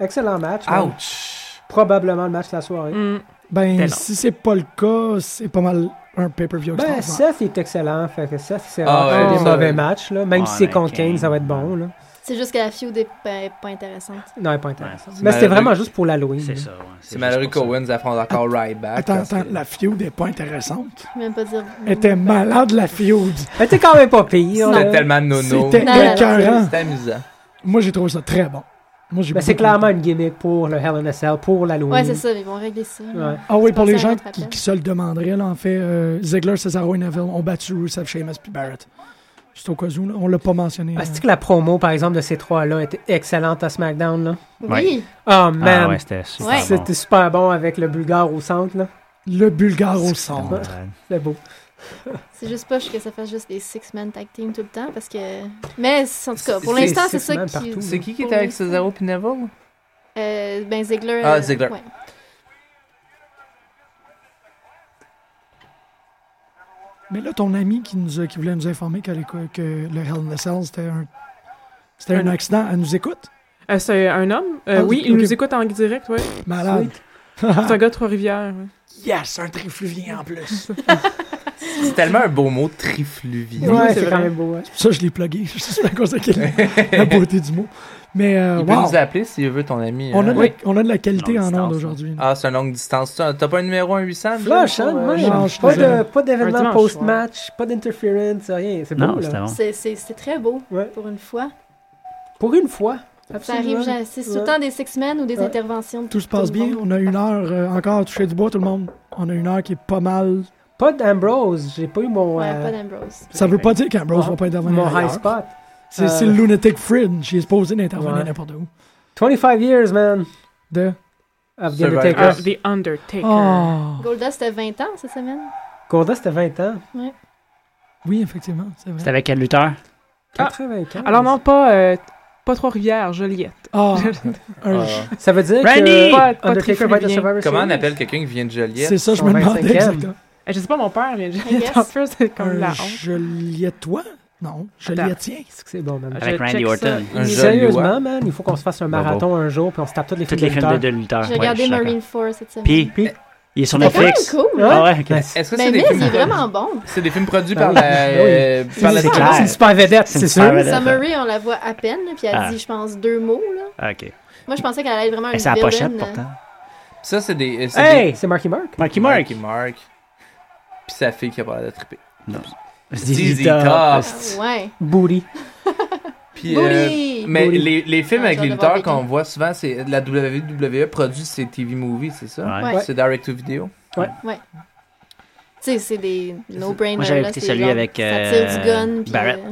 Speaker 2: Excellent match. ouais.
Speaker 5: Ouch!
Speaker 2: Probablement le match de la soirée.
Speaker 4: Mm.
Speaker 1: Ben,
Speaker 4: Tellement.
Speaker 1: si c'est pas le cas, c'est pas mal un pay-per-view
Speaker 2: Ben,
Speaker 1: extraordinaire.
Speaker 2: Seth est excellent. Fait que Seth, c'est
Speaker 5: Ah
Speaker 2: rare qu'il y ait
Speaker 4: ouais,
Speaker 2: des
Speaker 4: ça-
Speaker 2: mauvais matchs. Là. Même
Speaker 7: Ouais, Ah,
Speaker 2: si c'est
Speaker 7: mais
Speaker 2: contre Kane,
Speaker 7: Kane,
Speaker 2: ça va être
Speaker 7: ouais.
Speaker 2: bon. Là.
Speaker 3: C'est juste que la feud n'est pas, pas intéressante.
Speaker 2: Non, il est pas intéressant.
Speaker 7: Ouais,
Speaker 2: mais
Speaker 5: malheureux.
Speaker 2: c'était vraiment juste pour l'Halloween.
Speaker 7: C'est
Speaker 2: là.
Speaker 7: ça, ouais.
Speaker 5: C'est malheureux
Speaker 7: juste pour
Speaker 5: qu'Owens affronte encore Ryback.
Speaker 1: Attends,
Speaker 5: parce
Speaker 1: attends,
Speaker 5: que-
Speaker 1: la feud est pas intéressante.
Speaker 3: Je peux même pas dire.
Speaker 1: Elle était malade, la feud.
Speaker 2: Mais t'es quand même pas pire.
Speaker 5: C'était
Speaker 2: là.
Speaker 5: tellement nono.
Speaker 1: C'était
Speaker 3: Non, non, non,
Speaker 1: écœurant.
Speaker 5: C'était amusant.
Speaker 1: Moi, j'ai trouvé ça très bon. Moi, j'ai
Speaker 2: Ben, c'est
Speaker 1: beaucoup-
Speaker 2: clairement une gimmick pour le Hell in a Cell, pour l'Halloween.
Speaker 3: Ouais, c'est ça, ils vont régler ça. là.
Speaker 2: Ouais.
Speaker 1: Ah oui,
Speaker 3: C'est
Speaker 1: pour
Speaker 3: passé
Speaker 1: les
Speaker 3: à
Speaker 1: gens
Speaker 3: notre
Speaker 1: qui,
Speaker 3: appel.
Speaker 1: qui se le demanderaient, là, en fait, euh, Ziggler, Cesaro et Neville ont battu Rusev, Sheamus puis Barrett. C'est au cas où, là, on l'a pas mentionné.
Speaker 2: Ah,
Speaker 1: hein.
Speaker 2: c'est-tu que la promo, par exemple, de ces trois-là était excellente à SmackDown? Là?
Speaker 3: Oui!
Speaker 2: Oh,
Speaker 7: ça.
Speaker 2: man!
Speaker 7: Ah ouais, c'était super
Speaker 3: Ouais.
Speaker 7: bon.
Speaker 2: C'était super bon avec le Bulgare au centre. là.
Speaker 1: Le Bulgare au
Speaker 7: C'était
Speaker 1: centre.
Speaker 7: malade.
Speaker 2: C'était beau.
Speaker 3: C'est juste poche que ça fasse juste des six-man tag team tout le temps parce que. Mais en tout cas, pour
Speaker 5: C'est-
Speaker 3: l'instant, c'est
Speaker 2: c'est
Speaker 3: ça
Speaker 2: six-man
Speaker 3: qui.
Speaker 2: partout.
Speaker 5: C'est qui qui était avec Cesaro puis Neville?
Speaker 3: Euh, ben Ziggler.
Speaker 5: Ah,
Speaker 3: euh,
Speaker 5: Ziggler.
Speaker 3: ouais.
Speaker 1: Mais là, ton ami qui, nous a- qui voulait nous informer qu'elle écou- que le Hell in a Cell, c'était un, c'était un accident, elle nous écoute.
Speaker 4: Euh, c'est un homme? Euh,
Speaker 1: Ah,
Speaker 4: oui,
Speaker 1: ok.
Speaker 4: il nous écoute en direct, ouais.
Speaker 1: Malade.
Speaker 4: C'est un gars de Trois-Rivières. ouais.
Speaker 1: yes, un trifluvien en plus.
Speaker 5: C'est tellement un beau mot, trifluvien.
Speaker 2: Ouais,
Speaker 4: c'est
Speaker 2: c'est quand
Speaker 4: vrai.
Speaker 2: même beau. ouais.
Speaker 1: hein. Ça, je l'ai plugué. Je sais pas à cause de quelle- la beauté du mot. Mais, euh,
Speaker 5: Il peut
Speaker 1: wow.
Speaker 5: nous appeler s'il veut, ton ami.
Speaker 1: On a,
Speaker 2: euh,
Speaker 5: hein.
Speaker 1: de la, on a de la qualité
Speaker 7: Longue
Speaker 1: en
Speaker 7: distance,
Speaker 1: ondes aujourd'hui.
Speaker 5: Ah, c'est une longue distance. T'as t'as pas un numéro un 800?
Speaker 2: Flush, hein?
Speaker 1: Ouais,
Speaker 2: ouais.
Speaker 1: non, je
Speaker 2: pas,
Speaker 1: suis désolé.
Speaker 2: de, pas
Speaker 4: Un
Speaker 2: d'événement
Speaker 4: dimanche,
Speaker 2: post-match, pas d'interference, rien. C'est beau,
Speaker 7: Non,
Speaker 2: là.
Speaker 7: c'était bon.
Speaker 3: C'est- C'est c'est très beau
Speaker 2: Ouais.
Speaker 3: pour une fois.
Speaker 2: Pour une fois.
Speaker 3: Ça
Speaker 2: Absolument.
Speaker 3: arrive, jamais. c'est tout
Speaker 2: Ouais.
Speaker 3: le temps des six-man ou des
Speaker 2: Ouais.
Speaker 3: interventions. de
Speaker 1: Tout se passe
Speaker 3: le monde.
Speaker 1: bien. On a une heure euh, encore à toucher du bois, tout le monde. On a une heure qui est pas mal.
Speaker 2: Pas d'Ambrose, j'ai pas eu mon,
Speaker 3: Ouais,
Speaker 2: euh,
Speaker 3: pas d'Ambrose.
Speaker 1: Ça veut pas dire qu'Ambrose va pas intervenir.
Speaker 2: mon high
Speaker 1: ailleurs.
Speaker 2: spot.
Speaker 1: C'est c'est
Speaker 2: Euh,
Speaker 1: le Lunatic Fringe. Il est supposé d'intervenir
Speaker 2: Ouais.
Speaker 1: n'importe où.
Speaker 2: 25 years, man,
Speaker 1: De.
Speaker 2: of The
Speaker 5: Survivor.
Speaker 2: Undertaker.
Speaker 4: Ah, The Undertaker.
Speaker 1: Oh.
Speaker 3: Goldust a 20 ans cette semaine.
Speaker 2: Golda, c'était 20 ans.
Speaker 1: Oui, effectivement. C'est vrai.
Speaker 7: C'était avec quel lutteur? Ah.
Speaker 2: 95.
Speaker 4: Alors non, pas, euh, pas Trois-Rivières, Joliette.
Speaker 1: Ah, un-
Speaker 5: Ah.
Speaker 2: ça veut dire
Speaker 7: Randy!
Speaker 2: que
Speaker 4: Pas- pas
Speaker 2: Undertaker va être le
Speaker 4: Trifluvien.
Speaker 2: Survivor
Speaker 5: Comment on
Speaker 2: Series?
Speaker 5: appelle quelqu'un qui vient de Joliette?
Speaker 1: c'est ça, je me
Speaker 2: Son
Speaker 1: demandais
Speaker 2: 25e.
Speaker 1: exactement.
Speaker 4: Eh, Je sais pas, mon père vient de
Speaker 3: I
Speaker 4: Joliette.
Speaker 3: guess.
Speaker 4: En fait, c'est comme la
Speaker 1: Un
Speaker 4: honte.
Speaker 1: Jolietois? Non, Jolietien.
Speaker 2: Qu'est-ce que C'est bon,
Speaker 1: Ah,
Speaker 2: man.
Speaker 4: Je
Speaker 7: Avec Randy
Speaker 4: check
Speaker 7: Orton.
Speaker 4: ça.
Speaker 5: Un
Speaker 4: Il-
Speaker 5: joli ouais.
Speaker 2: Sérieusement, man, il faut qu'on se fasse un
Speaker 7: Bravo.
Speaker 2: marathon un jour, puis on se tape toutes les
Speaker 7: Toutes
Speaker 2: films
Speaker 7: les
Speaker 2: de
Speaker 7: films de,
Speaker 2: lutteurs.
Speaker 7: de lutteurs.
Speaker 3: J'ai
Speaker 7: Ouais,
Speaker 3: regardé
Speaker 7: je suis
Speaker 3: Marine 4 cette semaine.
Speaker 7: Puis, il est sur
Speaker 3: C'est quand même
Speaker 7: Netflix.
Speaker 3: cool.
Speaker 7: Ah ouais, ok.
Speaker 5: Est-ce que c'est
Speaker 3: Ben,
Speaker 5: des
Speaker 3: mais
Speaker 5: films...
Speaker 3: il est vraiment bon.
Speaker 5: C'est des films produits
Speaker 2: Ben
Speaker 5: par
Speaker 2: oui,
Speaker 5: la...
Speaker 2: ben oui.
Speaker 5: euh, par la-
Speaker 7: C'est
Speaker 2: Ah, C'est une
Speaker 7: clair.
Speaker 2: super vedette,
Speaker 7: C'est
Speaker 2: c'est
Speaker 7: une
Speaker 2: sûr.
Speaker 7: super vedette.
Speaker 3: Summary, on la voit à peine, puis elle
Speaker 7: Ah.
Speaker 3: dit, je pense, deux mots. Là.
Speaker 7: Ah, Ok.
Speaker 3: Moi, je pensais qu'elle allait être vraiment
Speaker 7: Et
Speaker 3: une
Speaker 7: c'est la
Speaker 3: villaine.
Speaker 7: pochette,
Speaker 3: euh,
Speaker 7: pourtant.
Speaker 5: Ça, c'est des... euh, c'est
Speaker 2: Hey, c'est Marky Mark.
Speaker 5: des-
Speaker 7: Marky Mark.
Speaker 5: Marky Mark. Puis sa fille qui a pas l'air de triper. ZZ
Speaker 7: ZZ
Speaker 5: Top.
Speaker 7: Top.
Speaker 3: ah, Ouais.
Speaker 2: Booty.
Speaker 5: Puis... euh,
Speaker 3: Booty!
Speaker 5: Mais
Speaker 2: Booty.
Speaker 5: les, les films
Speaker 3: Ah,
Speaker 5: avec
Speaker 3: j'ai
Speaker 5: les
Speaker 3: hâte de voir
Speaker 5: lutteurs qu'on
Speaker 3: Becky.
Speaker 5: voit souvent, c'est la WWE produit ses TV movies, c'est ça?
Speaker 7: Ouais.
Speaker 3: Ouais.
Speaker 5: C'est direct to video.
Speaker 3: Tu sais, c'est des no-brainers.
Speaker 7: Moi, j'avais
Speaker 3: là,
Speaker 7: écouté
Speaker 3: c'est
Speaker 7: celui
Speaker 3: genre,
Speaker 7: avec,
Speaker 3: Ça tire
Speaker 7: euh,
Speaker 3: du gun, puis...
Speaker 7: Barrett.
Speaker 3: euh,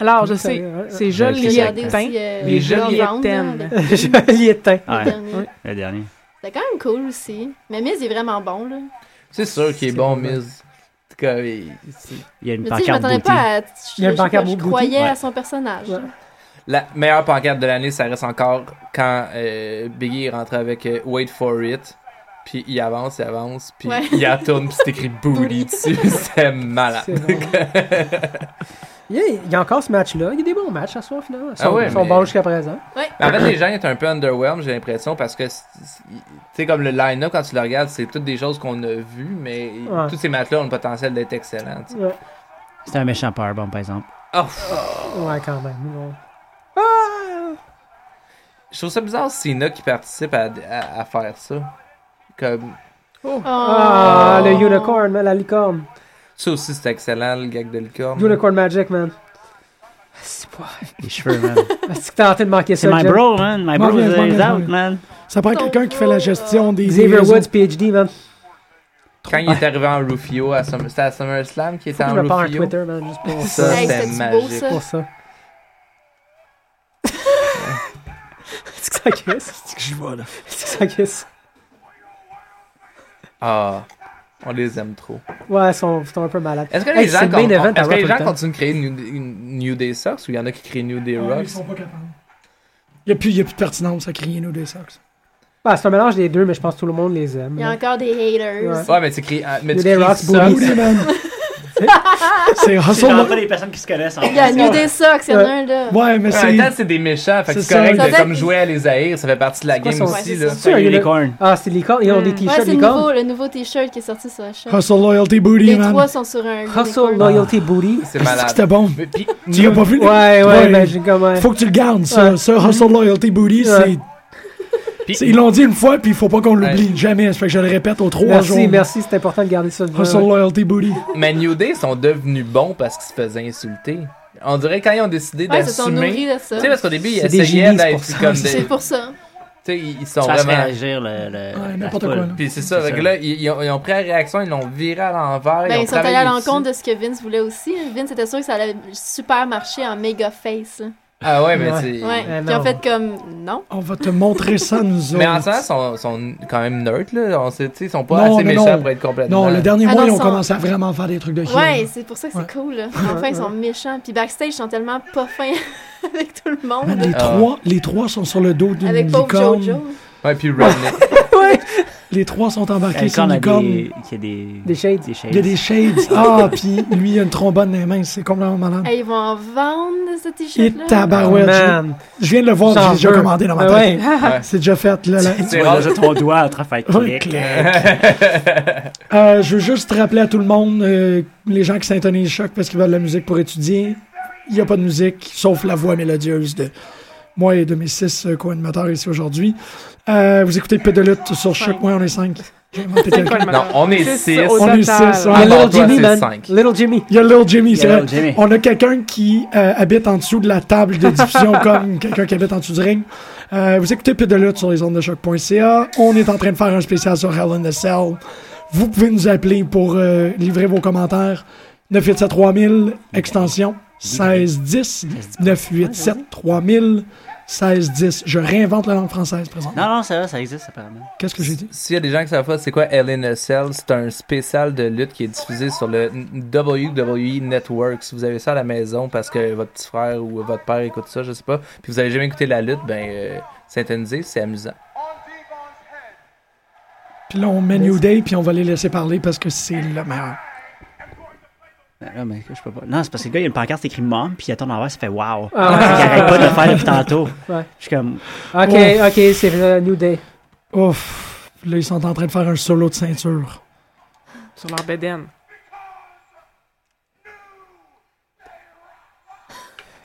Speaker 4: Alors, je
Speaker 2: Oui,
Speaker 4: sais,
Speaker 2: ça, ouais.
Speaker 4: c'est
Speaker 7: Je
Speaker 3: J'ai
Speaker 7: l'ai
Speaker 4: Joliette.
Speaker 3: regardé
Speaker 7: Jean
Speaker 3: aussi euh,
Speaker 4: Les
Speaker 3: Girl
Speaker 4: Jolietins.
Speaker 3: Round, là, avec le
Speaker 2: Joli éteint.
Speaker 7: Ouais,
Speaker 3: dernier.
Speaker 4: Ouais.
Speaker 7: le dernier.
Speaker 3: C'est quand même cool aussi. Mais Miz est vraiment bon, là.
Speaker 5: C'est sûr qu'il est
Speaker 2: C'est
Speaker 5: bon,
Speaker 2: bon.
Speaker 5: Miz. En tout cas, il- c'est-
Speaker 7: Il y a une
Speaker 3: Mais tu sais, je
Speaker 7: pancarte
Speaker 3: m'attendais
Speaker 7: beauté.
Speaker 3: pas à... Je,
Speaker 2: Il y a une
Speaker 3: je-
Speaker 2: pancarte
Speaker 3: je
Speaker 2: Booty.
Speaker 3: croyais
Speaker 7: Ouais.
Speaker 3: à son personnage.
Speaker 2: Ouais.
Speaker 5: La meilleure pancarte de l'année, ça reste encore quand euh, Biggie est rentré avec euh, Wait for it. Puis il avance, il avance, puis
Speaker 3: Ouais.
Speaker 5: il retourne, puis c'est écrit booty dessus. C'est malade.
Speaker 2: C'est bon. Il y, a, il y a encore ce match-là. Il y a des bons matchs à soir, finalement. Ils sont,
Speaker 5: Ah ouais,
Speaker 2: ils sont
Speaker 5: mais-
Speaker 2: bons jusqu'à présent.
Speaker 5: Mais en fait, les gens étaient un peu underwhelmed, j'ai l'impression, parce que, c'est- c'est- tu sais, comme le line-up, quand tu le regardes, c'est toutes des choses qu'on a vues, mais
Speaker 2: Ouais.
Speaker 5: tous ces matchs-là ont le potentiel d'être excellents. tu sais.
Speaker 2: Ouais,
Speaker 7: C'était un méchant powerbomb, par exemple.
Speaker 5: Ah, pff,
Speaker 2: Ouais, quand même. Ouais.
Speaker 5: je trouve ça bizarre, Cena qui participe à, à- à faire ça. Comme,
Speaker 2: Oh. Ah, le unicorn, man, la licorne.
Speaker 5: ça aussi, c'est excellent, le gag de licorne.
Speaker 2: Unicorn Magic, man. C'est pas.
Speaker 7: Les cheveux, man.
Speaker 2: Est-ce que t'as tenté de manquer
Speaker 7: C'est
Speaker 2: ça,
Speaker 7: my
Speaker 2: Jeff?
Speaker 7: bro, man. My
Speaker 1: M'en
Speaker 7: bro
Speaker 1: viens, m'en
Speaker 7: is
Speaker 1: viens,
Speaker 7: out, man.
Speaker 1: Ça prend quelqu'un qui fait la gestion des.
Speaker 2: Xavier
Speaker 1: des réseaux.
Speaker 2: Woods, PhD, man.
Speaker 5: Quand il est arrivé en Rufio, à Summer- c'était à SummerSlam qui était
Speaker 2: Je
Speaker 5: en
Speaker 2: me pars un
Speaker 5: Rufio.
Speaker 2: Twitter, man, juste pour
Speaker 5: Ça,
Speaker 2: ça.
Speaker 3: Hey,
Speaker 5: c'est
Speaker 3: c'était-tu beau,
Speaker 5: magique.
Speaker 3: ça?
Speaker 2: Pour ça. Est-ce que ça casse?
Speaker 7: C'est que je vois, là.
Speaker 2: Est-ce que ça casse?
Speaker 5: Ah, on les aime trop.
Speaker 2: Ouais, ils sont, ils sont un peu malades.
Speaker 5: Est-ce que les
Speaker 2: Hey,
Speaker 5: gens,
Speaker 2: c'est le main
Speaker 5: con-
Speaker 2: event à
Speaker 5: est-ce que les
Speaker 2: Raw
Speaker 5: gens
Speaker 2: tout le temps.
Speaker 5: continuent de créer New, une- New Day Sox ou il y en a qui créent New Day
Speaker 1: Ouais, Ils
Speaker 5: Rocks?
Speaker 1: sont pas capables. Il n'y a, plus il y a plus de pertinence à crier nous des Sox.
Speaker 2: Bah, c'est un mélange des deux, mais je pense que tout le monde les aime.
Speaker 3: Il y a encore des haters.
Speaker 5: Ouais, mais tu crées, ah, mais
Speaker 2: New
Speaker 5: tu
Speaker 2: Day
Speaker 5: crées
Speaker 2: Rocks,
Speaker 5: Sox.
Speaker 1: Booty, man. C'est
Speaker 7: C'est
Speaker 1: Russell.
Speaker 7: vraiment pas des personnes qui se connaissent. hein. en
Speaker 3: Il y a
Speaker 7: plus.
Speaker 3: New Day Sox, il y en a un là.
Speaker 1: Ouais, mais
Speaker 5: En
Speaker 1: c'est.
Speaker 5: même temps, c'est des méchants, fait que
Speaker 1: C'est
Speaker 5: c'est correct
Speaker 1: ça.
Speaker 5: de
Speaker 3: Ça fait-
Speaker 5: comme jouer à les haïr, ça fait partie de la
Speaker 2: quoi
Speaker 5: game
Speaker 2: son-
Speaker 5: aussi,
Speaker 3: Ouais,
Speaker 5: là.
Speaker 3: c'est
Speaker 7: C'est un
Speaker 2: Il y en a-
Speaker 7: unicorn.
Speaker 2: Ah, c'est les cornes. Ils ont des
Speaker 4: Ouais,
Speaker 3: Mm. Ouais,
Speaker 2: t-shirts,
Speaker 3: c'est
Speaker 2: les
Speaker 3: le
Speaker 2: cornes.
Speaker 3: nouveau, le nouveau t-shirt qui est sorti sur la chaîne.
Speaker 1: Hustle Loyalty Booty,
Speaker 3: Les
Speaker 1: man.
Speaker 3: trois sont sur un.
Speaker 2: Hustle,
Speaker 3: unicorn.
Speaker 2: Loyalty, Booty.
Speaker 5: C'est
Speaker 1: Est-ce que
Speaker 5: malade.
Speaker 1: C'était bon.
Speaker 5: Mais puis,
Speaker 1: Tu l'as pas vu?
Speaker 2: Ouais, ouais,
Speaker 1: Ouais.
Speaker 2: ben, j'ai comme. ouais.
Speaker 1: Faut que tu le gardes, ça.
Speaker 2: Ouais.
Speaker 1: Ça, Hustle Loyalty Booty, c'est.
Speaker 5: Puis-
Speaker 1: c'est- Ils l'ont dit une fois, puis il faut pas qu'on l'oublie jamais. Ça fait que je le répète aux trois jours.
Speaker 2: Merci, merci, c'est important de garder ça. de-
Speaker 1: Hustle Loyalty Booty.
Speaker 5: mais New Day sont devenus bons parce qu'ils se faisaient insulter. On dirait quand ils ont décidé
Speaker 3: Ouais, ils se sont nourris
Speaker 5: d'assumer.
Speaker 3: de
Speaker 5: ben, Tu
Speaker 3: ça.
Speaker 5: sais, parce qu'au début, ils
Speaker 2: C'est des
Speaker 5: essayaient
Speaker 2: génies, c'est pour
Speaker 5: d'être
Speaker 2: ça.
Speaker 5: comme des.
Speaker 3: C'est
Speaker 5: Tu
Speaker 3: pour ça.
Speaker 5: sais, ils ils sont
Speaker 7: Ça se fait
Speaker 5: vraiment.
Speaker 7: agir le. le-
Speaker 1: Ouais,
Speaker 7: la
Speaker 1: n'importe
Speaker 7: foule.
Speaker 1: quoi, là.
Speaker 5: Puis c'est ça, fait que
Speaker 7: ça.
Speaker 5: là, ils, ils ont, ils ont pris la réaction, ils l'ont viré à l'envers.
Speaker 3: Ben,
Speaker 5: ont
Speaker 3: ils sont allés à
Speaker 5: travaillé dessus.
Speaker 3: l'encontre de ce que Vince voulait aussi. hein. Vince était sûr que ça allait super marcher en méga face. là.
Speaker 5: Ah ouais, mais
Speaker 2: Ouais.
Speaker 5: c'est.
Speaker 3: Ouais.
Speaker 2: Euh,
Speaker 3: Puis
Speaker 2: non.
Speaker 3: en fait, comme, non.
Speaker 1: Eh, On va te montrer ça, nous autres.
Speaker 5: Mais en ce moment, ils sont, sont quand même neutres, là. On sait, tu sais, ils sont pas
Speaker 1: Non,
Speaker 5: assez
Speaker 1: non,
Speaker 5: méchants
Speaker 1: non.
Speaker 5: pour être complètement.
Speaker 1: Non, le dernier
Speaker 3: Ah,
Speaker 1: mois,
Speaker 3: non,
Speaker 1: ils ont
Speaker 3: sont-
Speaker 1: commencé à vraiment faire des trucs de chien.
Speaker 3: Ouais, c'est pour ça que c'est
Speaker 1: Ouais.
Speaker 3: cool, là. Enfin, ils sont méchants. Puis backstage, ils sont tellement pas fins avec tout le monde.
Speaker 1: les,
Speaker 5: Ah.
Speaker 1: trois, les trois sont sur le dos d'une
Speaker 3: Avec pauvre
Speaker 1: licorne.
Speaker 3: Jojo.
Speaker 5: Ouais, puis Rodney.
Speaker 1: Les trois sont
Speaker 7: La
Speaker 1: embarqués sur
Speaker 7: licorne
Speaker 1: une
Speaker 7: a
Speaker 1: licorne.
Speaker 7: des. qui a des.
Speaker 2: Des shades.
Speaker 7: Des shades.
Speaker 1: Il y a des shades. Ah, puis lui, il a une trombone dans les mains. C'est complètement malade.
Speaker 3: Hey, ils vont en vendre de ce
Speaker 1: Et
Speaker 3: t-shirt-là.
Speaker 1: tabarouette. je-
Speaker 2: Man.
Speaker 1: Je viens de le voir,
Speaker 2: J'en
Speaker 1: j'ai déjà
Speaker 2: veux.
Speaker 1: commandé dans ma
Speaker 2: Ah
Speaker 1: tête.
Speaker 2: ouais.
Speaker 1: C'est déjà fait. Là, là.
Speaker 7: Tu vois, déjà ton doigt à travers
Speaker 1: Ouais,
Speaker 7: clic.
Speaker 1: Euh, je veux juste rappeler à tout le monde, euh, les gens qui s'intonisent choc parce qu'ils veulent de la musique pour étudier, il n'y a pas de musique, sauf la voix mélodieuse de moi et de mes six euh, co-animateurs ici aujourd'hui. Euh, vous écoutez Pit de lutte sur choc, moi on est cinq. J'ai inventé quelqu'un.
Speaker 4: Cinq,
Speaker 5: Non, on est
Speaker 4: Six
Speaker 5: six.
Speaker 4: au
Speaker 1: On est
Speaker 4: total.
Speaker 1: six,
Speaker 2: Il y a
Speaker 5: Avant
Speaker 1: ouais.
Speaker 5: toi,
Speaker 2: Little Jimmy,
Speaker 5: c'est
Speaker 2: man.
Speaker 5: cinq.
Speaker 2: Little Jimmy.
Speaker 1: Il y a Little Jimmy,
Speaker 7: Il y
Speaker 1: c'est
Speaker 7: a
Speaker 1: vrai.
Speaker 7: Little Jimmy.
Speaker 1: On a quelqu'un qui euh, habite en dessous de la table de diffusion comme quelqu'un qui habite en dessous du ring. Euh, vous écoutez Pit de lutte sur les ondes de choc.ca. On est en train de faire un spécial sur Hell in a Cell. Vous pouvez nous appeler pour euh, livrer vos commentaires. 987 3000 extension 1610 987 3000 1610. Je réinvente la langue française présentement.
Speaker 7: Non, non, ça va, ça existe apparemment.
Speaker 1: Qu'est-ce que j'ai dit
Speaker 5: S'il y a des gens qui savent pas c'est quoi Ellen Cell, c'est un spécial de lutte qui est diffusé sur le WWE Network. Si vous avez ça à la maison parce que votre petit frère ou votre père écoute ça, je sais pas, puis vous avez jamais écouté la lutte, ben euh, syntonisez, c'est amusant.
Speaker 1: Puis là on met New Day puis on va les laisser parler parce que c'est le meilleur.
Speaker 7: Ben là, mais je peux pas. Non, c'est parce que le gars, il y a une pancarte c'est écrit Mom, puis il attend en l'air, ça fait Wow. Il
Speaker 2: Ah,
Speaker 7: arrête pas de le faire depuis tantôt.
Speaker 2: Ouais.
Speaker 7: Je suis comme.
Speaker 2: ok,
Speaker 1: Ouf.
Speaker 2: ok, c'est euh, New Day.
Speaker 1: Ouf, là ils sont en train de faire un solo de ceinture.
Speaker 4: Sur leur bédaine.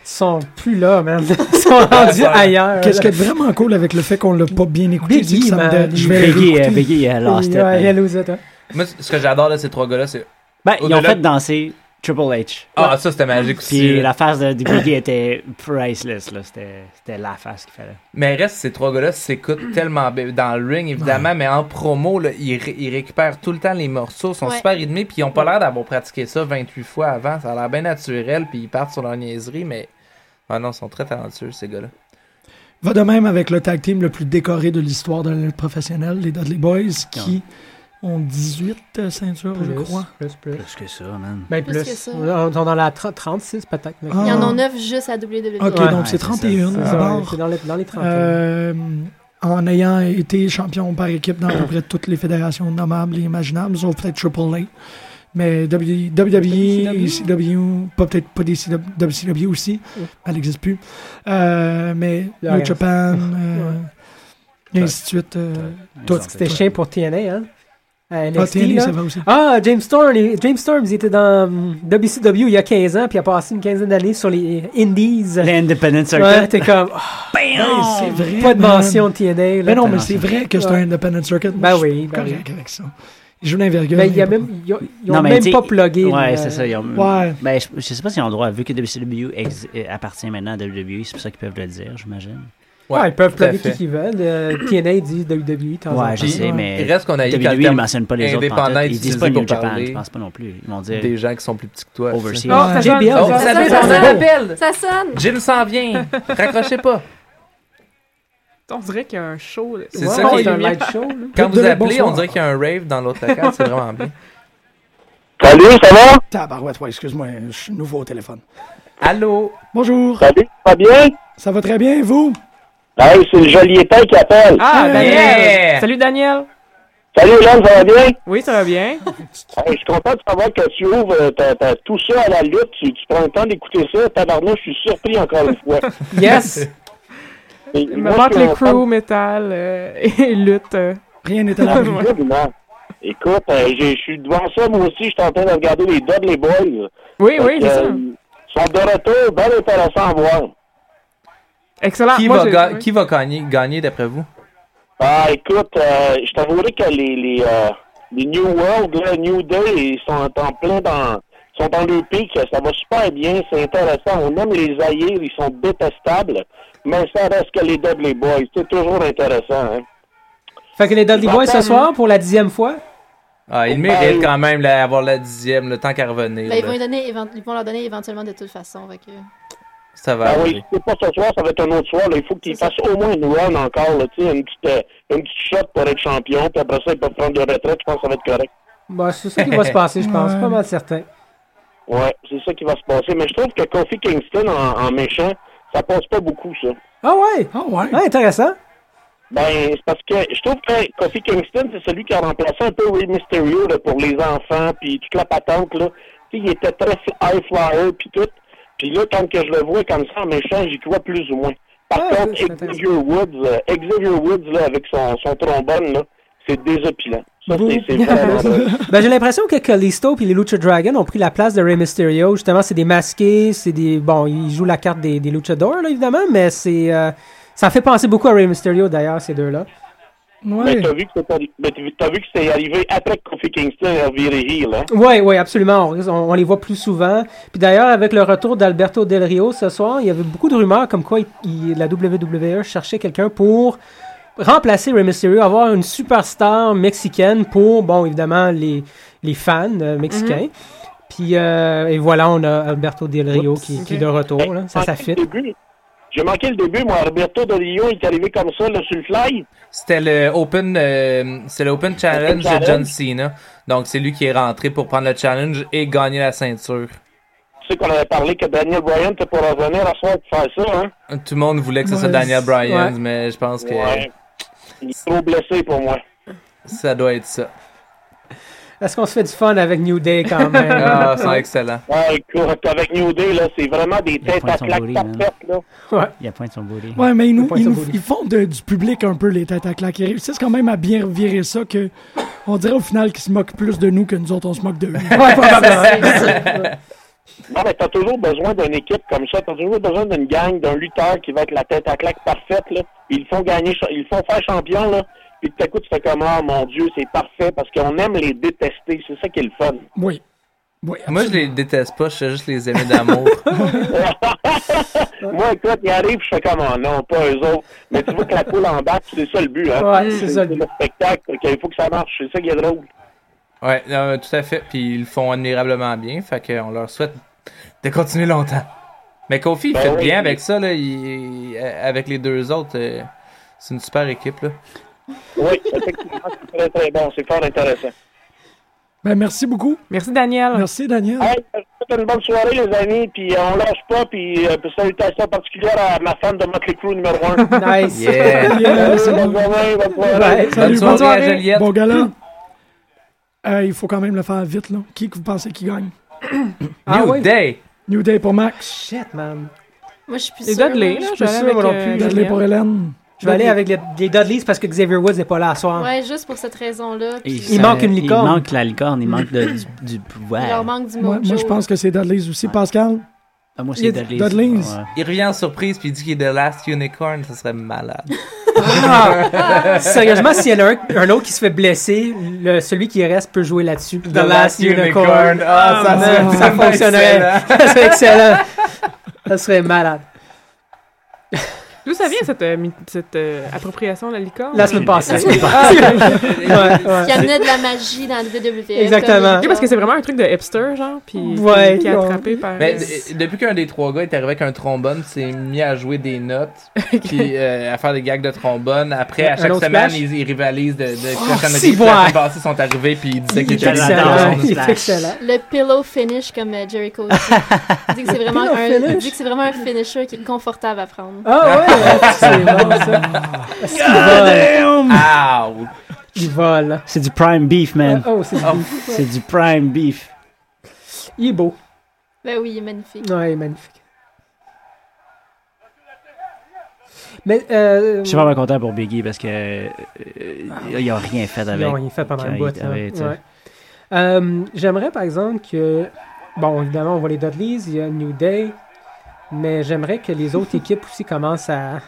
Speaker 2: Ils sont plus là, man. Ils sont rendus ailleurs.
Speaker 1: Qu'est-ce qui est vraiment cool avec le fait qu'on l'a pas bien écouté,
Speaker 2: Biggie,
Speaker 1: c'est que ça me
Speaker 2: man.
Speaker 1: dé- je vais le
Speaker 7: Biggie, euh,
Speaker 1: réécouter.
Speaker 7: Biggie, euh, lost it,
Speaker 2: Ouais,
Speaker 7: man.
Speaker 2: hello, Zeta.
Speaker 5: Moi, c- ce que j'adore de ces trois gars-là, c'est.
Speaker 7: Ben, ils ont
Speaker 5: Au-delà-
Speaker 7: fait danser Triple H.
Speaker 5: Ah, ça c'était magique aussi.
Speaker 7: Puis
Speaker 5: là.
Speaker 7: la face de de Biggie était priceless, là. C'était c'était la face qu'il fallait.
Speaker 5: Mais reste, ces trois gars-là s'écoutent tellement bien. Dans le ring, évidemment, mais en promo, là, ils, ré- ils récupèrent tout le temps les morceaux, sont
Speaker 3: Ouais.
Speaker 5: super rythmés, puis ils ont pas l'air d'avoir pratiqué ça 28 fois avant. Ça a l'air bien naturel, puis ils partent sur leur niaiserie, mais. Ah non, ils sont très talentueux, ces gars-là.
Speaker 1: Va de même avec le tag team le plus décoré de l'histoire de la lutte professionnelle, les Dudley Boys, qui ont 18 euh, ceintures, je crois.
Speaker 2: plus, plus.
Speaker 7: Plus que ça, man.
Speaker 2: Ben,
Speaker 3: Plus
Speaker 2: plus.
Speaker 3: que ça.
Speaker 2: On est on est dans la tra- 36, peut-être. mais-
Speaker 1: Ah.
Speaker 3: Il y en a neuf juste à WWE.
Speaker 1: Ok,
Speaker 2: Ouais,
Speaker 1: donc
Speaker 7: ouais,
Speaker 1: c'est
Speaker 7: c'est
Speaker 1: 31
Speaker 7: ça.
Speaker 2: C'est
Speaker 1: de
Speaker 2: ça,
Speaker 1: bord.
Speaker 2: c'est dans les, dans les 30.
Speaker 1: Euh, en ayant été champion par équipe dans à peu près toutes les fédérations nommables et imaginables, sauf peut-être Triple A. Mais W- E, WWE, ECW, pas- peut-être pas des CW WCW aussi,
Speaker 2: Ouais.
Speaker 1: elle n'existe plus. Euh, mais
Speaker 2: Le
Speaker 1: New
Speaker 2: reste.
Speaker 1: Japan, euh, et ainsi de suite. euh, tout.
Speaker 2: C'était chien pour TNA, hein? À
Speaker 1: Ah,
Speaker 2: NXT,
Speaker 1: TNA,
Speaker 2: là.
Speaker 1: ça va aussi.
Speaker 2: Ah, James Storm, il- James Storm, il était dans hum, WCW il y a 15 ans, puis il a passé une quinzaine d'années sur les euh, Indies.
Speaker 7: L'Independent Circuit.
Speaker 2: Ouais, t'es comme, oh,
Speaker 1: Ben, c'est vrai.
Speaker 2: pas de
Speaker 1: man.
Speaker 2: mention de TNA.
Speaker 1: Mais
Speaker 2: Là.
Speaker 1: Ben non, mais c'est vrai que c'est
Speaker 2: Ouais.
Speaker 1: un Independent Circuit. Moi,
Speaker 2: Ben
Speaker 1: je suis
Speaker 2: oui, ben
Speaker 1: correct avec ça. Il joue l'invergule.
Speaker 2: Mais il y a même, ils ont- ils ont
Speaker 7: Non, mais
Speaker 2: même
Speaker 7: t'sais,
Speaker 2: pas plugué.
Speaker 7: Ouais,
Speaker 2: le-
Speaker 7: c'est ça. Ils ont...
Speaker 1: Ouais.
Speaker 7: Ben, je, je sais pas s'ils ont le droit, vu que WCW ex- euh, appartient maintenant à WWE, c'est pour ça qu'ils peuvent le dire, j'imagine.
Speaker 2: Ouais, Ah, ils peuvent
Speaker 5: tout à
Speaker 2: plugger qui
Speaker 5: fait.
Speaker 2: qu'ils veulent. Euh, TNA dit WWE, E, de temps en
Speaker 7: Ouais, je
Speaker 2: temps.
Speaker 5: Puis,
Speaker 7: sais,
Speaker 5: Il
Speaker 7: mais
Speaker 5: reste qu'on a eu
Speaker 7: WWE, ils mentionnent pas les autres.
Speaker 5: indépendant
Speaker 7: pantoute.
Speaker 5: est
Speaker 7: Ils disent
Speaker 5: utilisé
Speaker 7: pas New
Speaker 5: pour
Speaker 7: Japan,
Speaker 5: parler
Speaker 7: je pense pas non plus. Ils vont
Speaker 5: des
Speaker 7: dire
Speaker 5: gens qui sont plus petits que toi. tu sais.
Speaker 7: Overseas.
Speaker 4: Oh, ça sonne,
Speaker 2: JBL,
Speaker 4: ça
Speaker 5: Oh,
Speaker 4: sonne,
Speaker 5: ça,
Speaker 4: ça
Speaker 5: sonne,
Speaker 4: sonne,
Speaker 5: ça
Speaker 4: ça
Speaker 5: sonne.
Speaker 4: sonne.
Speaker 5: appelle!
Speaker 3: Ça sonne!
Speaker 5: Jim s'en vient! Raccrochez pas!
Speaker 4: On dirait qu'il y a un show. là.
Speaker 5: C'est
Speaker 2: Ouais,
Speaker 5: ça qui est
Speaker 2: un
Speaker 5: un
Speaker 2: live show. là.
Speaker 5: Quand
Speaker 1: Toutes
Speaker 5: vous
Speaker 1: deux les
Speaker 5: appelez,
Speaker 1: bonsoirs.
Speaker 5: on dirait qu'il y a un rave dans l'autre local, c'est vraiment bien.
Speaker 8: Salut, ça va?
Speaker 1: Tabarouette, ouais, excuse-moi, je suis nouveau au téléphone.
Speaker 5: Allô?
Speaker 1: Bonjour,
Speaker 8: Salut, ça va bien?
Speaker 1: ça va très bien, vous?
Speaker 8: Hey, c'est le Jolietin qui appelle.
Speaker 4: Ah,
Speaker 1: Hey!
Speaker 4: Daniel! Salut, Daniel!
Speaker 8: Salut, Jeanne, ça va bien?
Speaker 4: Oui, ça va bien?
Speaker 8: Hey, je suis content de savoir que tu ouvres euh, ta- ta- tout ça à la lutte. Tu, tu prends le temps d'écouter ça. Tabarnouche, je suis surpris encore une fois.
Speaker 2: Yes!
Speaker 8: Et
Speaker 4: Il
Speaker 8: moi,
Speaker 4: me
Speaker 8: je
Speaker 4: manque
Speaker 8: suis
Speaker 4: les
Speaker 8: en
Speaker 4: crews, métal euh, et lutte. euh.
Speaker 1: Rien n'est à l'abri.
Speaker 8: train de- Absolument. Écoute, euh, j'ai- je suis devant ça, moi aussi. Je suis en train de regarder les Double Boys.
Speaker 4: Oui, oui,
Speaker 8: Fait que,
Speaker 4: c'est ça.
Speaker 8: euh, Ils sont de retour, bien intéressant à voir.
Speaker 4: Excellent.
Speaker 5: Qui,
Speaker 4: Moi,
Speaker 5: va,
Speaker 4: j'ai-
Speaker 5: ga-
Speaker 4: oui.
Speaker 5: qui va gagner, gagner d'après vous?
Speaker 8: Ah, écoute, euh, je t'avouerai que les, les, euh, les New World, là, New Day, ils sont en plein dans, ils sont dans le pic. Ça va super bien, c'est intéressant. On aime les aïeux, ils sont détestables, mais ça reste que les Double Boys. C'est toujours intéressant. Hein?
Speaker 2: Fait que les Dudley Boys
Speaker 3: ben,
Speaker 2: ce soir pour la dixième fois.
Speaker 5: Ah, il mérite quand même d'avoir la dixième, le temps qu'à revenir.
Speaker 3: Ben, ils, vont
Speaker 5: là.
Speaker 3: lui donner, évent- ils vont leur donner éventuellement de toute façon. fait que-
Speaker 5: Ça va
Speaker 8: Ah oui,
Speaker 5: arriver.
Speaker 8: si c'est pas ce soir, ça va être un autre soir. Là. Il faut qu'ils fassent au moins une run encore, là, tu sais, une petite, euh, une petite shot pour être champion, puis après ça, ils peuvent prendre leur retraite. Je pense que ça va être correct.
Speaker 2: Bah, c'est ça qui va se passer, je pense. Pas mal certain.
Speaker 8: Ouais, c'est ça qui va se passer. Mais je trouve que Kofi Kingston en, en méchant, ça passe pas beaucoup, ça.
Speaker 2: Ah ouais!
Speaker 1: Ah ouais?
Speaker 2: Ah, intéressant.
Speaker 8: Ben, c'est parce que je trouve que Kofi Kingston, c'est celui qui a remplacé un peu Ray Mysterio là, pour les enfants, puis toute la patente, là. Tu sais, il était très high flyer, puis tout. Puis là, quand que je le vois comme ça en méchant, j'y crois plus ou moins. Par
Speaker 2: Ah,
Speaker 8: contre,
Speaker 2: c'est intéressant.
Speaker 8: Xavier Woods, euh, Xavier Woods, là, avec son, son trombone, là, c'est désopilant. Ça,
Speaker 2: Bouh.
Speaker 8: c'est c'est vraiment... euh,
Speaker 2: Ben, j'ai l'impression que Callisto et les Lucha Dragon ont pris la place de Rey Mysterio. Justement, c'est des masqués, c'est des. Bon, ils jouent la carte des, des Luchadors, là, évidemment, mais c'est. euh, ça fait penser beaucoup à Rey Mysterio, d'ailleurs, ces deux-là.
Speaker 1: Ouais.
Speaker 8: Mais t'as vu que c'est arri- mais t'as vu que c'est arrivé après que Kofi Kingston a viré heel, hein?
Speaker 2: Oui, oui, absolument. On, on- on les voit plus souvent. Puis d'ailleurs, avec le retour d'Alberto Del Rio ce soir, il y avait beaucoup de rumeurs comme quoi il- il- la WWE cherchait quelqu'un pour remplacer Rey Mysterio, avoir une superstar mexicaine pour, bon, évidemment, les, les fans euh, mexicains. Puis, euh, et voilà, on a Alberto Del Rio
Speaker 5: Oups.
Speaker 2: qui, qui est de retour. Là. Ça,
Speaker 8: J'ai
Speaker 2: ça
Speaker 8: manqué
Speaker 2: fit.
Speaker 8: le début. J'ai manqué le début, moi, Roberto De Rio est arrivé comme ça, là, sur le fly.
Speaker 5: C'était le Open, euh, c'est le Open Challenge de
Speaker 8: Challenge.
Speaker 5: John Cena. Donc c'est lui qui est rentré pour prendre le challenge et gagner la ceinture.
Speaker 8: Tu sais qu'on avait parlé que Daniel Bryan était pour revenir à soir pour faire ça, hein?
Speaker 5: Tout le monde voulait que ce soit
Speaker 1: Ouais,
Speaker 5: Daniel
Speaker 1: c'est-
Speaker 5: Bryan,
Speaker 2: ouais.
Speaker 5: mais je pense que
Speaker 8: Ouais. Il est trop blessé pour moi.
Speaker 5: ça doit être ça.
Speaker 2: Est-ce qu'on se fait du fun avec New Day quand même?
Speaker 1: euh,
Speaker 5: Ah, c'est excellent.
Speaker 8: Ouais, écoute, avec New Day, là, c'est vraiment des têtes
Speaker 7: points
Speaker 8: à
Speaker 7: sont
Speaker 8: plaques
Speaker 7: brûlés,
Speaker 8: parfaites, là.
Speaker 7: hein. Il a point de son body.
Speaker 1: Ouais, mais ils, nous,
Speaker 2: Le point
Speaker 1: ils,
Speaker 2: sur
Speaker 1: nous-
Speaker 2: Bobby.
Speaker 1: ils font de- du public un peu les têtes à claques. Ils réussissent quand même à bien revirer ça que on dirait au final qu'ils se moquent plus de nous que nous autres on se moque de eux.
Speaker 2: Ouais, probablement.
Speaker 8: Non, mais t'as toujours besoin d'une équipe comme ça. T'as toujours besoin d'une gang, d'un lutteur qui va être la tête à claque parfaite, là. Ils le font gagner, cha- ils le font faire champion, là. Puis tout à coup, tu fais comme, ah, mon Dieu, c'est parfait, parce qu'on aime les détester. C'est ça qui est le fun.
Speaker 1: Oui. Oui,
Speaker 5: Moi je les déteste pas, je sais juste les aimer d'amour.
Speaker 8: Moi, écoute, ils arrivent, je fais comme, ah, non, pas eux autres. Mais tu vois que la poule en bas, c'est ça le but, hein.
Speaker 2: Ouais, c'est ça le but.
Speaker 8: le spectacle. Fait qu'il faut que ça marche. C'est ça qui est drôle.
Speaker 5: Ouais, non, tout à fait. Puis ils le font admirablement bien, fait qu'on leur souhaite de continuer longtemps. Mais Kofi, il
Speaker 8: Ben
Speaker 5: fait
Speaker 8: oui.
Speaker 5: bien avec ça, là, il- avec les deux autres. euh, C'est une super équipe, là.
Speaker 8: Oui, effectivement, c'est très, très bon. C'est fort intéressant.
Speaker 1: Ben, merci beaucoup.
Speaker 4: Merci, Daniel.
Speaker 1: Merci, Daniel.
Speaker 8: Hey, je vous souhaite une bonne soirée, les amis, puis euh, on lâche pas, puis euh, salutations particulières à ma femme de Motley Crue numéro 1.
Speaker 2: Nice.
Speaker 5: Yeah!
Speaker 1: Yeah, c'est
Speaker 8: bonne
Speaker 1: bon.
Speaker 8: journée, bonne soirée.
Speaker 2: Bye.
Speaker 1: Salut,
Speaker 5: Bonne soirée à
Speaker 1: Bon
Speaker 5: Juliette.
Speaker 1: gala. Euh, il faut quand même le faire vite, là. Qui que vous pensez qui gagne?
Speaker 2: Ah
Speaker 5: New
Speaker 2: oui?
Speaker 5: Day!
Speaker 1: New Day pour Max.
Speaker 2: Shit, man.
Speaker 3: Moi, je suis plus
Speaker 4: Les
Speaker 3: sûre,
Speaker 4: Dudley,
Speaker 3: là.
Speaker 4: là,
Speaker 2: suis
Speaker 4: je vais aller
Speaker 2: sûr,
Speaker 4: avec
Speaker 2: moi non
Speaker 4: euh,
Speaker 2: plus.
Speaker 1: Dudley pour Hélène.
Speaker 2: Je vais aller avec les, les Dudleys parce que Xavier Woods n'est pas là à soir.
Speaker 3: Ouais, juste pour cette raison-là.
Speaker 7: Ah. Et
Speaker 3: puis
Speaker 7: ça-
Speaker 2: manque une licorne.
Speaker 7: Il manque la licorne, il manque de- du, du
Speaker 3: Il leur
Speaker 7: pouvoir.
Speaker 3: manque du
Speaker 1: Moi,
Speaker 3: mojo.
Speaker 1: moi, je pense que c'est Dudley's aussi. Pascal?
Speaker 7: Ah, moi,
Speaker 1: Il y a
Speaker 7: c'est Dudley's.
Speaker 1: Dudley's.
Speaker 7: Ouais.
Speaker 5: Il revient en surprise puis il dit qu'il est The Last Unicorn, ça serait malade.
Speaker 2: Ah! Sérieusement, s'il y en a un, un autre qui se fait blesser, le- celui qui reste peut jouer là-dessus. The, Last Unicorn.
Speaker 5: Ah,
Speaker 2: Ah,
Speaker 5: ça,
Speaker 2: man,
Speaker 5: serait
Speaker 2: ça
Speaker 5: vraiment
Speaker 2: fonctionnerait.
Speaker 5: excellent.
Speaker 2: ça serait excellent. Ça serait malade.
Speaker 4: D'où ça vient cette, euh, mi- cette euh, appropriation de la licorne?
Speaker 2: La semaine passée. Ah,
Speaker 7: La
Speaker 2: Ouais, ouais.
Speaker 3: Qui amenait de la magie dans le E, WWF.
Speaker 2: Exactement.
Speaker 4: Oui, parce que c'est vraiment un truc de hipster, genre, puis
Speaker 2: Ouais,
Speaker 4: qui- qui est
Speaker 2: non.
Speaker 4: attrapé par...
Speaker 5: Mais
Speaker 4: euh,
Speaker 5: d- depuis qu'un des trois gars est arrivé avec un trombone, il s'est mis à jouer des notes, puis euh, à faire des gags de trombone. Après, à
Speaker 2: Un
Speaker 5: chaque
Speaker 2: autre
Speaker 5: semaine,
Speaker 2: flash?
Speaker 5: ils, ils rivalisent de, de
Speaker 2: Oh,
Speaker 5: quand on a dit
Speaker 2: si,
Speaker 5: que la
Speaker 2: ouais.
Speaker 5: semaine passée, ils sont arrivés puis ils disaient qu'ils
Speaker 2: Il est
Speaker 5: étaient
Speaker 7: la
Speaker 2: excellent.
Speaker 7: danse,
Speaker 2: Il est
Speaker 7: slash.
Speaker 2: excellent.
Speaker 3: Le pillow finish comme euh, Jericho dit. Il dit que c'est vraiment,
Speaker 2: Pillow
Speaker 3: un-
Speaker 2: finish?
Speaker 3: il dit que c'est vraiment un finisher qui est confortable à prendre.
Speaker 2: Ah ouais, c'est bon ça. Est-ce qu'il vole?
Speaker 5: Ow!
Speaker 2: Il vole.
Speaker 7: C'est du prime beef, man.
Speaker 2: Oh, c'est
Speaker 5: Oh.
Speaker 7: C'est du prime beef.
Speaker 2: Il est beau.
Speaker 3: Ben oui, il est magnifique.
Speaker 2: Ouais, il est magnifique. Mais euh,
Speaker 7: Je suis vraiment content pour Biggie parce que euh, il a rien fait avec.
Speaker 2: Non, il fait pas mal
Speaker 7: quand
Speaker 2: de
Speaker 7: il
Speaker 2: boîtes.
Speaker 7: avait, tu sais.
Speaker 2: Euh, J'aimerais par exemple que. Bon, évidemment, on voit les Dudleys, il y a New Day, mais j'aimerais que les autres équipes aussi commencent à.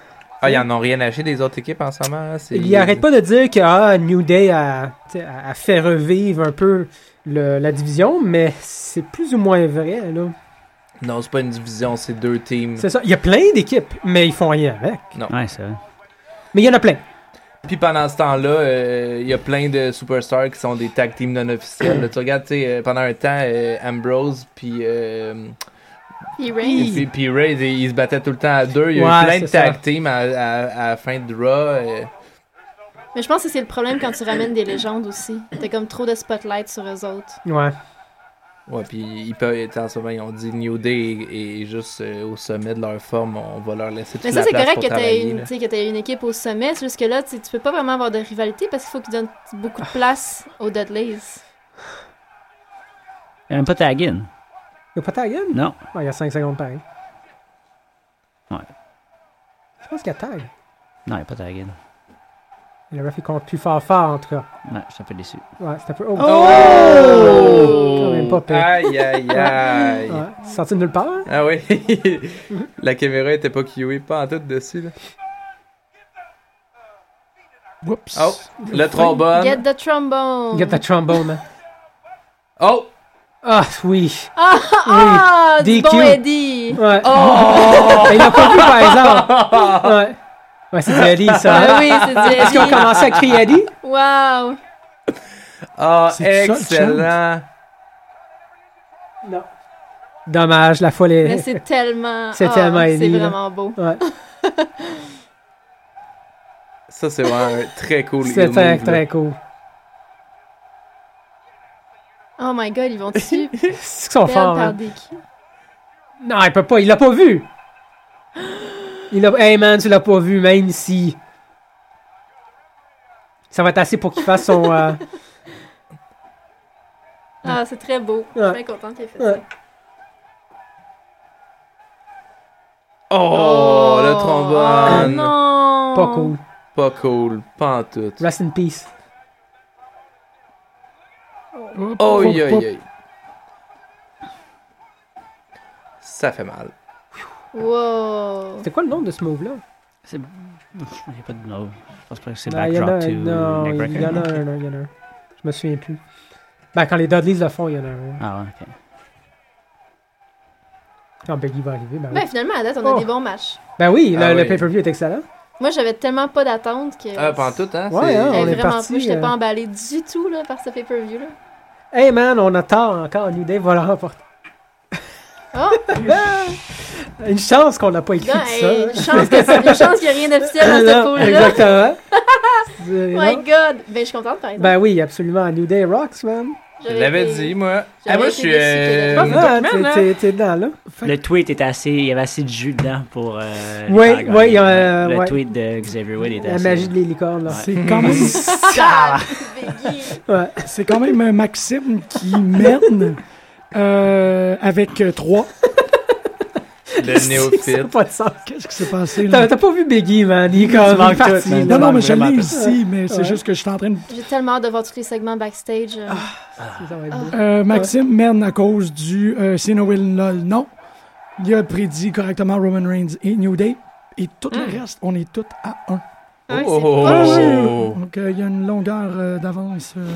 Speaker 5: Ah, ils en ont rien acheté des autres équipes en ce moment. là, c'est-
Speaker 2: Il arrête pas de dire que ah, New Day a, tu sais, a- a fait revivre un peu le- la division, mais c'est plus ou moins vrai. Là.
Speaker 5: Non, c'est pas une division, c'est deux teams.
Speaker 2: C'est ça. Il y a plein d'équipes, mais ils font rien avec.
Speaker 7: Ouais, c'est vrai.
Speaker 2: Mais il y en a plein.
Speaker 5: Puis pendant ce temps-là, euh, il y a plein de superstars qui sont des tag teams non officiels. là. tu regardes, tu sais, euh, pendant un temps, euh, Ambrose puis euh,
Speaker 3: Il
Speaker 5: Et
Speaker 3: reign.
Speaker 5: puis, puis Ray, ils, ils se battaient tout le temps à deux. Il y a
Speaker 2: Ouais,
Speaker 5: eu plein de
Speaker 2: c'est
Speaker 5: tag
Speaker 2: ça.
Speaker 5: team à, à- à la fin de Raw. euh.
Speaker 3: Mais je pense que c'est le problème quand tu ramènes des légendes aussi. T'as comme trop de spotlight sur eux autres.
Speaker 2: Ouais.
Speaker 5: ouais, puis ils peuvent être en ce moment, ils ont dit New Day et, et juste euh, au sommet de leur forme, on va leur laisser toute
Speaker 3: Mais
Speaker 5: la
Speaker 3: ça, c'est
Speaker 5: place
Speaker 3: correct
Speaker 5: pour
Speaker 3: que t'aies
Speaker 5: travailler.
Speaker 3: une,
Speaker 5: là.
Speaker 3: tu sais, que t'aies une équipe au sommet. C'est juste que là, tu sais, tu peux pas vraiment avoir de rivalité parce qu'il faut qu'ils donnent beaucoup de place aux Dudleys.
Speaker 7: Il a même pas tag in.
Speaker 2: Il n'y a pas tag in?
Speaker 7: Non.
Speaker 2: Ouais, il y a 5 secondes pareil.
Speaker 7: Ouais.
Speaker 2: Je pense qu'il y a tag.
Speaker 7: Non, il a pas tag in.
Speaker 2: Le ref, il compte plus fort fort, en tout cas.
Speaker 7: Ouais, je suis un peu déçu.
Speaker 2: Ouais, c'est un peu... Oh! Quand même pas
Speaker 5: Oh!
Speaker 2: pire.
Speaker 5: Aïe, aïe, aïe.
Speaker 2: Ouais, sorti de nulle part. hein?
Speaker 5: Ah oui, la caméra était pas cuée, pas en tout dessus. Là.
Speaker 1: Oups.
Speaker 5: Oh, le trombone.
Speaker 3: Get the trombone!
Speaker 2: Get the trombone. man.
Speaker 5: Oh!
Speaker 2: Ah, oui.
Speaker 3: Ah, ah, ah, du
Speaker 2: DQ.
Speaker 3: bon Eddie! Oh.
Speaker 2: Ouais. Mais il l'a pas vu, par exemple. Ouais. Ouais, c'est du Eddie, ça. hein?
Speaker 3: Ah oui, c'est du
Speaker 2: Est-ce qu'ils ont
Speaker 3: Eddie.
Speaker 2: commencé à crier Eddie?
Speaker 3: Wow!
Speaker 5: Ah,
Speaker 1: C'est ça, le
Speaker 5: excellent!
Speaker 2: Non. Dommage, la folle
Speaker 3: Mais
Speaker 2: est...
Speaker 3: c'est tellement.
Speaker 2: C'est
Speaker 3: ah,
Speaker 2: tellement
Speaker 3: C'est
Speaker 2: Eddie, là.
Speaker 3: vraiment beau.
Speaker 2: Ouais.
Speaker 5: Ça, c'est vraiment un très cool. heel
Speaker 2: C'est très,
Speaker 5: move, là.
Speaker 2: très cool.
Speaker 3: Oh my god, ils vont dessus.
Speaker 2: C'est qu'ils sont forts,
Speaker 3: par
Speaker 2: hein.
Speaker 3: des
Speaker 2: Non, il peut pas. Il l'a pas vu. Il a... Hey man, tu l'as pas vu, même si. Ça va être assez pour qu'il fasse son. euh,
Speaker 3: Ah, c'est très beau.
Speaker 2: Ouais.
Speaker 3: Je suis très contente qu'il ait fait
Speaker 2: Ouais.
Speaker 3: ça.
Speaker 5: Oh, le
Speaker 3: Ah
Speaker 5: trombone!
Speaker 3: non!
Speaker 2: Pas cool.
Speaker 5: Pas cool, pas en tout.
Speaker 2: Rest in peace.
Speaker 5: Oh, aïe, aïe, aïe. Ça fait mal.
Speaker 3: Wow!
Speaker 2: C'était quoi le nom de ce move-là
Speaker 7: C'est. Il n'y a pas de. No. Je pense pas que c'est
Speaker 2: Ah, il y en
Speaker 7: backdrop
Speaker 2: a un.
Speaker 7: to
Speaker 2: Non, il y en a un, non, il y en a un. Je me souviens plus. Ben, quand les Dudleys le font, il y en a un.
Speaker 7: Ah ouais, ok.
Speaker 2: Quand Biggie va arriver, ben oui.
Speaker 3: Ben finalement, à date, on a
Speaker 2: Oh.
Speaker 3: des bons matchs.
Speaker 2: Ben oui, le,
Speaker 5: Ah
Speaker 2: le
Speaker 5: oui.
Speaker 2: pay-per-view est excellent.
Speaker 3: Moi, j'avais tellement pas d'attente que.
Speaker 5: Ah, pas en tout, hein?
Speaker 2: Ouais,
Speaker 5: c'est-
Speaker 2: hein,
Speaker 3: Eh,
Speaker 2: on est
Speaker 3: vraiment
Speaker 2: parti,
Speaker 3: pas. J'étais
Speaker 2: euh,
Speaker 3: pas emballée du tout là, par ce pay-per-view. là.
Speaker 2: Hey man, on a tort encore. New Day va le remporter.
Speaker 3: Oh!
Speaker 2: Une chance qu'on n'a pas écrit
Speaker 3: Non,
Speaker 2: tout ça.
Speaker 3: Ben, hey, une chance que- une chance qu'il n'y a rien d'officiel dans
Speaker 2: Non,
Speaker 3: ce pôle-là.
Speaker 2: exactement.
Speaker 3: Oh my god! Ben, je suis contente, par exemple.
Speaker 2: Ben oui, absolument. New Day rocks, man.
Speaker 5: Je l'avais dit, moi.
Speaker 3: J'avais
Speaker 5: Ah, moi, je
Speaker 3: été
Speaker 5: suis.
Speaker 3: déçu
Speaker 5: euh,
Speaker 3: que hein. la-
Speaker 2: Ah,
Speaker 4: Document,
Speaker 2: t'es-
Speaker 4: là.
Speaker 2: t'es- t'es dedans, là.
Speaker 7: Le tweet était assez. Il y avait assez de jus dedans pour. euh,
Speaker 2: Oui,
Speaker 7: faire gagner.
Speaker 2: oui, euh,
Speaker 7: Le
Speaker 2: ouais.
Speaker 7: tweet de Xavier Wood était
Speaker 2: La
Speaker 7: assez.
Speaker 2: magie des licornes, là.
Speaker 1: C'est quand même.
Speaker 3: Ah, Biggie.
Speaker 2: Ouais.
Speaker 1: C'est quand même un Maxime qui mène euh, avec euh, trois.
Speaker 5: le
Speaker 2: Ça n'a
Speaker 5: néophyte.
Speaker 2: pas de sens.
Speaker 1: Qu'est-ce qui s'est passé
Speaker 2: T'as
Speaker 1: là?
Speaker 2: t'as pas vu Biggie, man. Il est
Speaker 1: Tu
Speaker 2: comme il est
Speaker 1: manques
Speaker 2: parti.
Speaker 7: tout, man.
Speaker 1: Non, non, mais je
Speaker 7: Vraiment.
Speaker 1: l'ai ici, mais c'est
Speaker 2: Ouais.
Speaker 1: juste que je suis en train de.
Speaker 3: J'ai tellement hâte de voir tous les segments backstage. euh.
Speaker 2: Ben. Ah,
Speaker 3: Ah.
Speaker 2: Ça va être beau.
Speaker 1: Euh, Maxime mène à cause du euh, C'est No Will No- Non. Il a prédit correctement Roman Reigns et New Day. Et tout
Speaker 2: Hmm.
Speaker 1: le reste, on est tous à un.
Speaker 3: Un, c'est
Speaker 5: Oh,
Speaker 3: pas
Speaker 5: oh,
Speaker 3: juste.
Speaker 5: oh.
Speaker 1: Donc, euh, il y a une longueur euh, d'avance euh,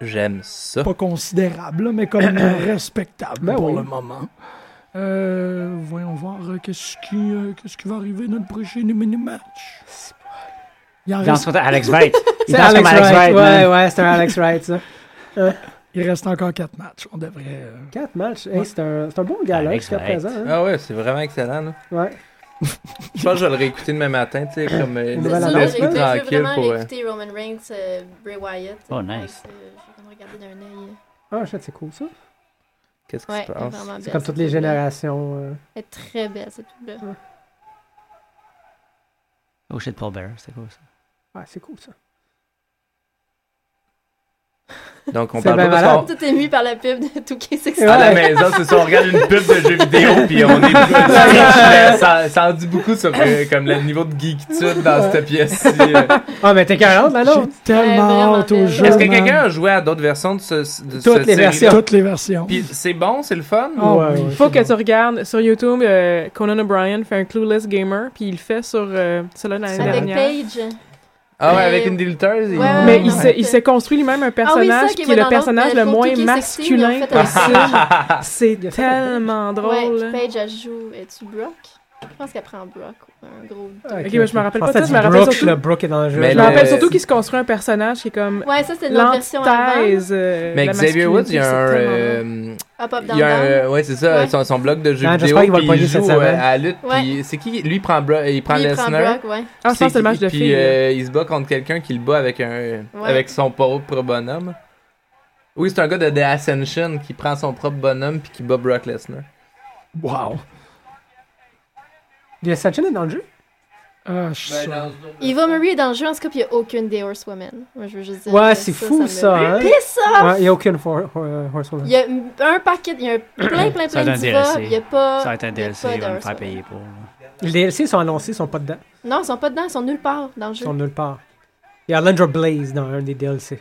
Speaker 5: J'aime ça.
Speaker 1: pas considérable, là, mais comme euh, respectable
Speaker 2: Ben
Speaker 1: pour
Speaker 2: oui.
Speaker 1: le moment. Euh, voyons voir euh, qu'est-ce qui, euh, qu'est-ce qui va arriver dans le prochain mini-match. Il, en
Speaker 7: Dans
Speaker 1: reste,
Speaker 7: ce temps, Alex Wright. Il
Speaker 2: C'est
Speaker 7: danse comme
Speaker 2: Alex
Speaker 7: Alex
Speaker 2: Wright.
Speaker 7: Wright.
Speaker 2: Ouais,
Speaker 7: man.
Speaker 2: ouais, c'est un Alex Wright, ça.
Speaker 1: il reste encore quatre matchs. On devrait. euh,
Speaker 2: Quatre matchs. Hey, c'est un, c'est un bon gars, là,
Speaker 7: Alex
Speaker 2: jusqu'à
Speaker 7: Wright.
Speaker 2: présent. hein.
Speaker 5: Ah ouais, c'est vraiment excellent. là.
Speaker 2: Ouais.
Speaker 5: Je pense que je vais le réécouter demain matin, tu sais, comme euh, laisse-
Speaker 2: Une nouvelle
Speaker 3: Ça,
Speaker 2: annonce,
Speaker 3: j'ai-
Speaker 5: laisse-moi
Speaker 2: ouais.
Speaker 3: Je veux
Speaker 5: tranquille
Speaker 3: vraiment
Speaker 5: pour. euh,
Speaker 3: écouter Roman Reigns, euh, Bray Wyatt.
Speaker 7: Oh,
Speaker 3: Donc,
Speaker 7: nice.
Speaker 3: euh, Je vais comme regarder d'un œil. euh.
Speaker 2: Ah, shit, c'est cool, ça.
Speaker 5: Qu'est-ce qui
Speaker 3: Ouais,
Speaker 5: se
Speaker 3: elle est
Speaker 5: passe?
Speaker 3: vraiment belle.
Speaker 2: C'est comme toutes les
Speaker 3: cette double-là.
Speaker 2: générations. euh.
Speaker 3: Elle est très belle, cette double-là.
Speaker 7: Oh shit, Paul Bearer, c'est quoi ça?
Speaker 2: Ouais, c'est cool, ça.
Speaker 5: Donc, on
Speaker 2: C'est
Speaker 5: parle
Speaker 2: bien
Speaker 5: pas parce qu'on-
Speaker 3: Tout ému par la pub de 2K6.
Speaker 2: Ouais.
Speaker 5: À la maison, c'est ça, on regarde une pub de jeux vidéo, puis on est. Mais ça, ça en dit beaucoup sur euh, comme le niveau de geekitude dans cette pièce-ci. euh.
Speaker 2: Ah, mais t'es 40, là, non?
Speaker 1: J'ai tellement
Speaker 3: vraiment
Speaker 1: hâte au
Speaker 3: belle.
Speaker 1: jeu.
Speaker 5: Est-ce que
Speaker 1: man.
Speaker 5: quelqu'un a joué à d'autres versions de ce. De
Speaker 2: Toutes
Speaker 5: cette
Speaker 2: les
Speaker 5: série-là?
Speaker 2: versions.
Speaker 1: Toutes les versions.
Speaker 5: Puis c'est bon, c'est le fun?
Speaker 1: Ah
Speaker 2: Ouais,
Speaker 1: oui.
Speaker 2: ouais.
Speaker 4: Faut que tu regardes sur YouTube, euh, Conan O'Brien fait un Clueless Gamer, puis il le fait sur euh, cela l'année
Speaker 3: Avec
Speaker 4: dernière.
Speaker 3: Paige.
Speaker 5: Ah ouais,
Speaker 3: Mais-
Speaker 5: avec une Dilters?
Speaker 3: Ouais, ouais, ouais. Ah
Speaker 4: Mais il se, il se construit lui-même un personnage
Speaker 3: ça, qui
Speaker 4: qui
Speaker 3: va
Speaker 4: est le
Speaker 3: dans
Speaker 4: personnage
Speaker 3: l'autre, euh,
Speaker 4: le moins
Speaker 3: photo qui est sexy, ils
Speaker 4: masculin
Speaker 3: ont fait un
Speaker 4: possible. C'est tellement
Speaker 3: Ouais,
Speaker 4: drôle.
Speaker 3: puis Paige, elle joue. Es-tu Brock? Je pense qu'elle prend Brock. Un gros.
Speaker 2: Ah,
Speaker 4: Ok, mais je me rappelle
Speaker 2: pensais
Speaker 4: pas de ça,
Speaker 2: à
Speaker 4: je me
Speaker 2: du
Speaker 4: rappelle
Speaker 2: Brooke,
Speaker 4: surtout-
Speaker 2: le Brooke est dans le jeu.
Speaker 5: Mais
Speaker 4: Je
Speaker 2: me
Speaker 4: me
Speaker 5: le-
Speaker 4: rappelle surtout qu'il se construit un personnage qui est comme
Speaker 3: Ouais, ça, c'est une autre version avant.
Speaker 4: l'antithèse. euh,
Speaker 5: Mais
Speaker 4: de la
Speaker 5: Xavier Woods, il y a un.
Speaker 4: masculinité, c'est tellement drôle.
Speaker 5: euh,
Speaker 3: Hop, hop,
Speaker 5: Il y a un,
Speaker 3: down, down.
Speaker 5: euh, ouais, c'est ça,
Speaker 3: Ouais.
Speaker 5: Son, son blog de jeux
Speaker 2: Ah,
Speaker 5: vidéo.
Speaker 2: j'espère qu'il va le
Speaker 5: puis
Speaker 2: pogner
Speaker 5: il
Speaker 2: cette
Speaker 5: joue euh,
Speaker 2: semaine.
Speaker 5: à la lutte.
Speaker 3: Ouais.
Speaker 5: Puis c'est qui Lui, il prend, Bro- il prend
Speaker 3: Lui, il prend
Speaker 5: Lesnar.
Speaker 3: Brock, ouais.
Speaker 4: Ah, je pense que c'est le match de
Speaker 5: puis,
Speaker 4: filles.
Speaker 5: euh, il se bat contre quelqu'un qui le bat avec, un,
Speaker 3: Ouais.
Speaker 5: avec son propre bonhomme. Oui, c'est un gars de The Ascension qui prend son propre bonhomme puis qui bat Brock Lesnar.
Speaker 1: Wow.
Speaker 2: Il y a Sachin est dans le jeu?
Speaker 1: Ah, je suis
Speaker 7: Ben,
Speaker 1: sûr.
Speaker 3: Eva Marie est dans le jeu, en tout cas, puis il n'y a aucune des Horsewomen. Moi, je veux juste dire.
Speaker 2: Ouais,
Speaker 3: que
Speaker 2: c'est fou,
Speaker 3: me
Speaker 2: ça, hein?
Speaker 3: pisse off!
Speaker 2: Ouais, il n'y a aucune for- for- euh,
Speaker 3: Il
Speaker 2: Horsewoman.
Speaker 3: y a un paquet, il y a un plein, plein,
Speaker 7: Ça
Speaker 3: plein
Speaker 7: va
Speaker 3: de divas.
Speaker 7: être un DLC.
Speaker 3: Il y a pas.
Speaker 7: Ça va être un
Speaker 3: Ah, il y a
Speaker 7: DLC,
Speaker 3: pas
Speaker 7: il va me
Speaker 3: d'Horsewoman.
Speaker 7: faire payer pour.
Speaker 2: Les DLC sont annoncés, ils sont pas dedans.
Speaker 3: Non, ils sont pas dedans, ils sont nulle part dans le
Speaker 2: Ils
Speaker 3: jeu.
Speaker 2: sont nulle part. Il y a Alundra Blaze dans un des DLC.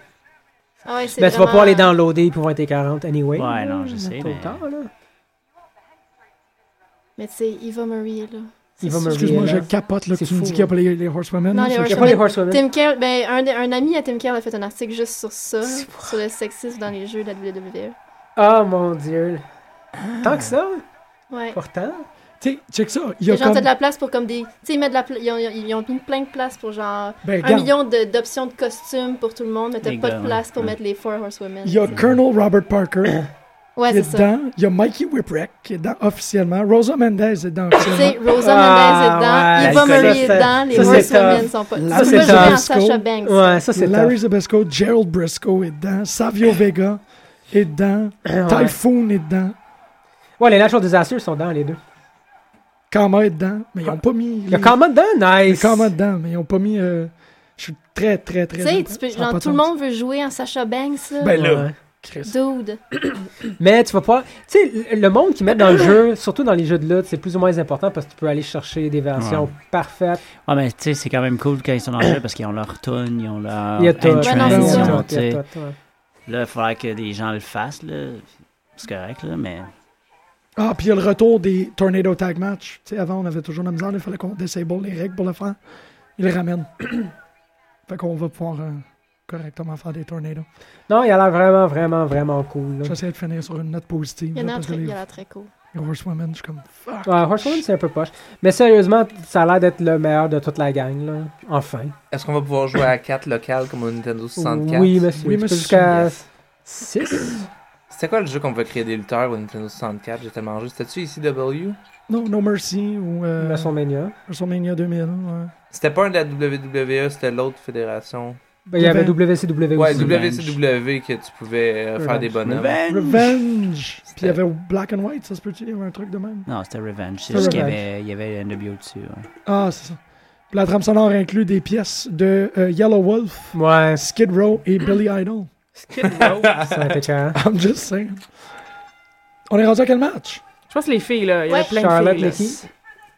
Speaker 3: Ah ouais, c'est
Speaker 2: Mais Ben, tu vas
Speaker 3: vraiment-
Speaker 2: pouvoir les downloader, ils vont être 40 anyway.
Speaker 7: Ouais, non, je sais,
Speaker 2: Pas
Speaker 7: mais-
Speaker 2: autant, là.
Speaker 3: Mais c'est Eva Marie, là. C'est
Speaker 2: Eva
Speaker 3: sûr.
Speaker 2: Marie.
Speaker 1: Excuse-moi,
Speaker 2: là.
Speaker 1: je capote. Là, que
Speaker 2: C'est
Speaker 1: tu me
Speaker 2: fou,
Speaker 1: dis qu'il n'y a pas les, les Horsewomen.
Speaker 3: Non,
Speaker 1: là,
Speaker 3: les
Speaker 1: c'est-
Speaker 2: Il n'y a pas les Horsewomen.
Speaker 3: Tim Kerr, ben, un, de- un ami à Tim Kerr a fait un article juste sur ça, sur le sexisme dans les jeux de la E. WWE.
Speaker 2: Ah, mon Dieu. Tant que ça,
Speaker 3: Ouais.
Speaker 2: pourtant.
Speaker 1: Tu sais, check ça. Il y a
Speaker 3: Les gens
Speaker 1: comme...
Speaker 3: ont de la place pour comme des. Tu sais, ils, mettent de la pla- ils, ont, ils ont mis plein de place pour genre
Speaker 1: Ben,
Speaker 3: un
Speaker 1: regarde,
Speaker 3: million de- d'options de costumes pour tout le monde, mais t'as
Speaker 7: Les
Speaker 3: pas
Speaker 7: gars,
Speaker 3: de place pour
Speaker 7: ouais.
Speaker 3: mettre les Four Horsewomen.
Speaker 1: Il y a Colonel Robert Parker
Speaker 3: Ouais,
Speaker 1: qui est
Speaker 3: c'est ça.
Speaker 1: dedans. Il y a Mikey Whipwreck qui est dedans officiellement. Rosa Mendez est dedans
Speaker 3: Tu sais,
Speaker 1: officiellement.
Speaker 3: Rosa
Speaker 2: Ah,
Speaker 3: Mendez est dedans,
Speaker 7: ouais,
Speaker 3: Eva
Speaker 7: ça,
Speaker 3: Marie
Speaker 2: c'est-
Speaker 3: est dedans, les
Speaker 2: ça, c'est
Speaker 3: Horsewomen
Speaker 2: tough.
Speaker 3: sont pas.
Speaker 1: Ça,
Speaker 3: Ça,
Speaker 1: c'est
Speaker 3: c'est pas joué en
Speaker 1: tough.
Speaker 3: Sasha Banks.
Speaker 2: Ouais, ça, c'est
Speaker 1: Larry
Speaker 2: tough.
Speaker 1: Zabesco, Gerald Briscoe est dedans. Savio Vega est dedans.
Speaker 2: Ouais.
Speaker 1: Typhoon est dedans.
Speaker 2: ouais, les Natural Disasters sont dans les deux.
Speaker 1: Kama est dedans. Mais ils n'ont pas mis.
Speaker 2: Il y a Common dedans,
Speaker 1: les
Speaker 2: nice.
Speaker 1: Kama dedans, mais ils n'ont pas mis. euh, Je suis très, très, très.
Speaker 3: Tu sais,
Speaker 1: d'accord.
Speaker 3: tu peux-
Speaker 1: Ça a pas
Speaker 3: genre,
Speaker 1: de
Speaker 3: tout le
Speaker 1: sens.
Speaker 3: monde veut jouer en Sasha Banks, là.
Speaker 1: Ben là,
Speaker 2: Ouais.
Speaker 1: Chris.
Speaker 3: Dude.
Speaker 2: Mais tu vas pas. Tu sais, le monde qui met dans le jeu, surtout dans les jeux de lutte, c'est plus ou moins important parce que tu peux aller chercher des versions
Speaker 7: Ouais.
Speaker 2: parfaites.
Speaker 7: Ouais, Ah, mais tu sais, c'est quand même cool quand ils sont dans le jeu parce qu'ils ont leur tune, ils ont leur
Speaker 2: Il y a tout.
Speaker 7: entrance,
Speaker 3: Ouais, non, c'est
Speaker 7: ils
Speaker 3: ça.
Speaker 7: ont, tu
Speaker 2: Il y
Speaker 7: sais.
Speaker 2: a tout, ouais.
Speaker 7: Là, il faudra que des gens le fassent, là. C'est correct, là, mais.
Speaker 1: Ah, puis il y a le retour des Tornado Tag Match. Tu sais, avant, on avait toujours la misère, il fallait qu'on disable les règles pour le faire. Ils les ramènent. fait qu'on va pouvoir euh, correctement faire des tornados.
Speaker 2: Non, il a l'air vraiment, vraiment, vraiment cool. là.
Speaker 1: J'essaie de finir sur une note positive.
Speaker 3: Il y en
Speaker 1: là,
Speaker 3: a un
Speaker 1: parce que
Speaker 3: très,
Speaker 1: les,
Speaker 3: il y en a très cool.
Speaker 1: les Horsewomen, je suis comme fuck.
Speaker 7: Ah.
Speaker 2: Ouais, Horsewoman, c'est un peu poche. Mais sérieusement, ça a l'air d'être le meilleur de toute la gang, là. Enfin.
Speaker 5: Est-ce qu'on va pouvoir jouer à 4 locales comme au Nintendo 64
Speaker 2: Oui, monsieur.
Speaker 1: Oui,
Speaker 2: Tu peux
Speaker 1: monsieur.
Speaker 2: Jusqu'à
Speaker 5: Yes.
Speaker 2: 6.
Speaker 5: C'était quoi le jeu qu'on pouvait créer des lutteurs au Nintendo 64 J'ai tellement joué. C'était-tu ICW
Speaker 1: Non, No Mercy ou euh,
Speaker 2: WrestleMania.
Speaker 1: WrestleMania 2000. ouais.
Speaker 5: C'était pas un de la WWE, c'était l'autre E, fédération.
Speaker 2: Ben, il y avait WCW
Speaker 5: Ouais,
Speaker 2: aussi.
Speaker 7: Revenge.
Speaker 5: WCW que tu pouvais euh, faire
Speaker 2: Revenge.
Speaker 5: des bonhommes.
Speaker 1: Revenge. Puis il y avait Black and White, ça se peut-tu? Il y avait un truc de même.
Speaker 7: Non, c'était Revenge. C'est
Speaker 1: C'était
Speaker 7: juste qu'il y
Speaker 1: Revenge.
Speaker 7: avait, il y avait NWO dessus. ouais.
Speaker 1: Ah, c'est ça. Puis la trame sonore inclut des pièces de euh, Yellow Wolf,
Speaker 2: Ouais,
Speaker 1: Skid Row et Billy Idol.
Speaker 2: ça a été carré.
Speaker 1: I'm just saying. On est rendu à quel match?
Speaker 4: Je pense que les filles, là, il y a
Speaker 3: Ouais.
Speaker 4: plein
Speaker 2: Charlotte,
Speaker 4: de filles.
Speaker 2: Becky.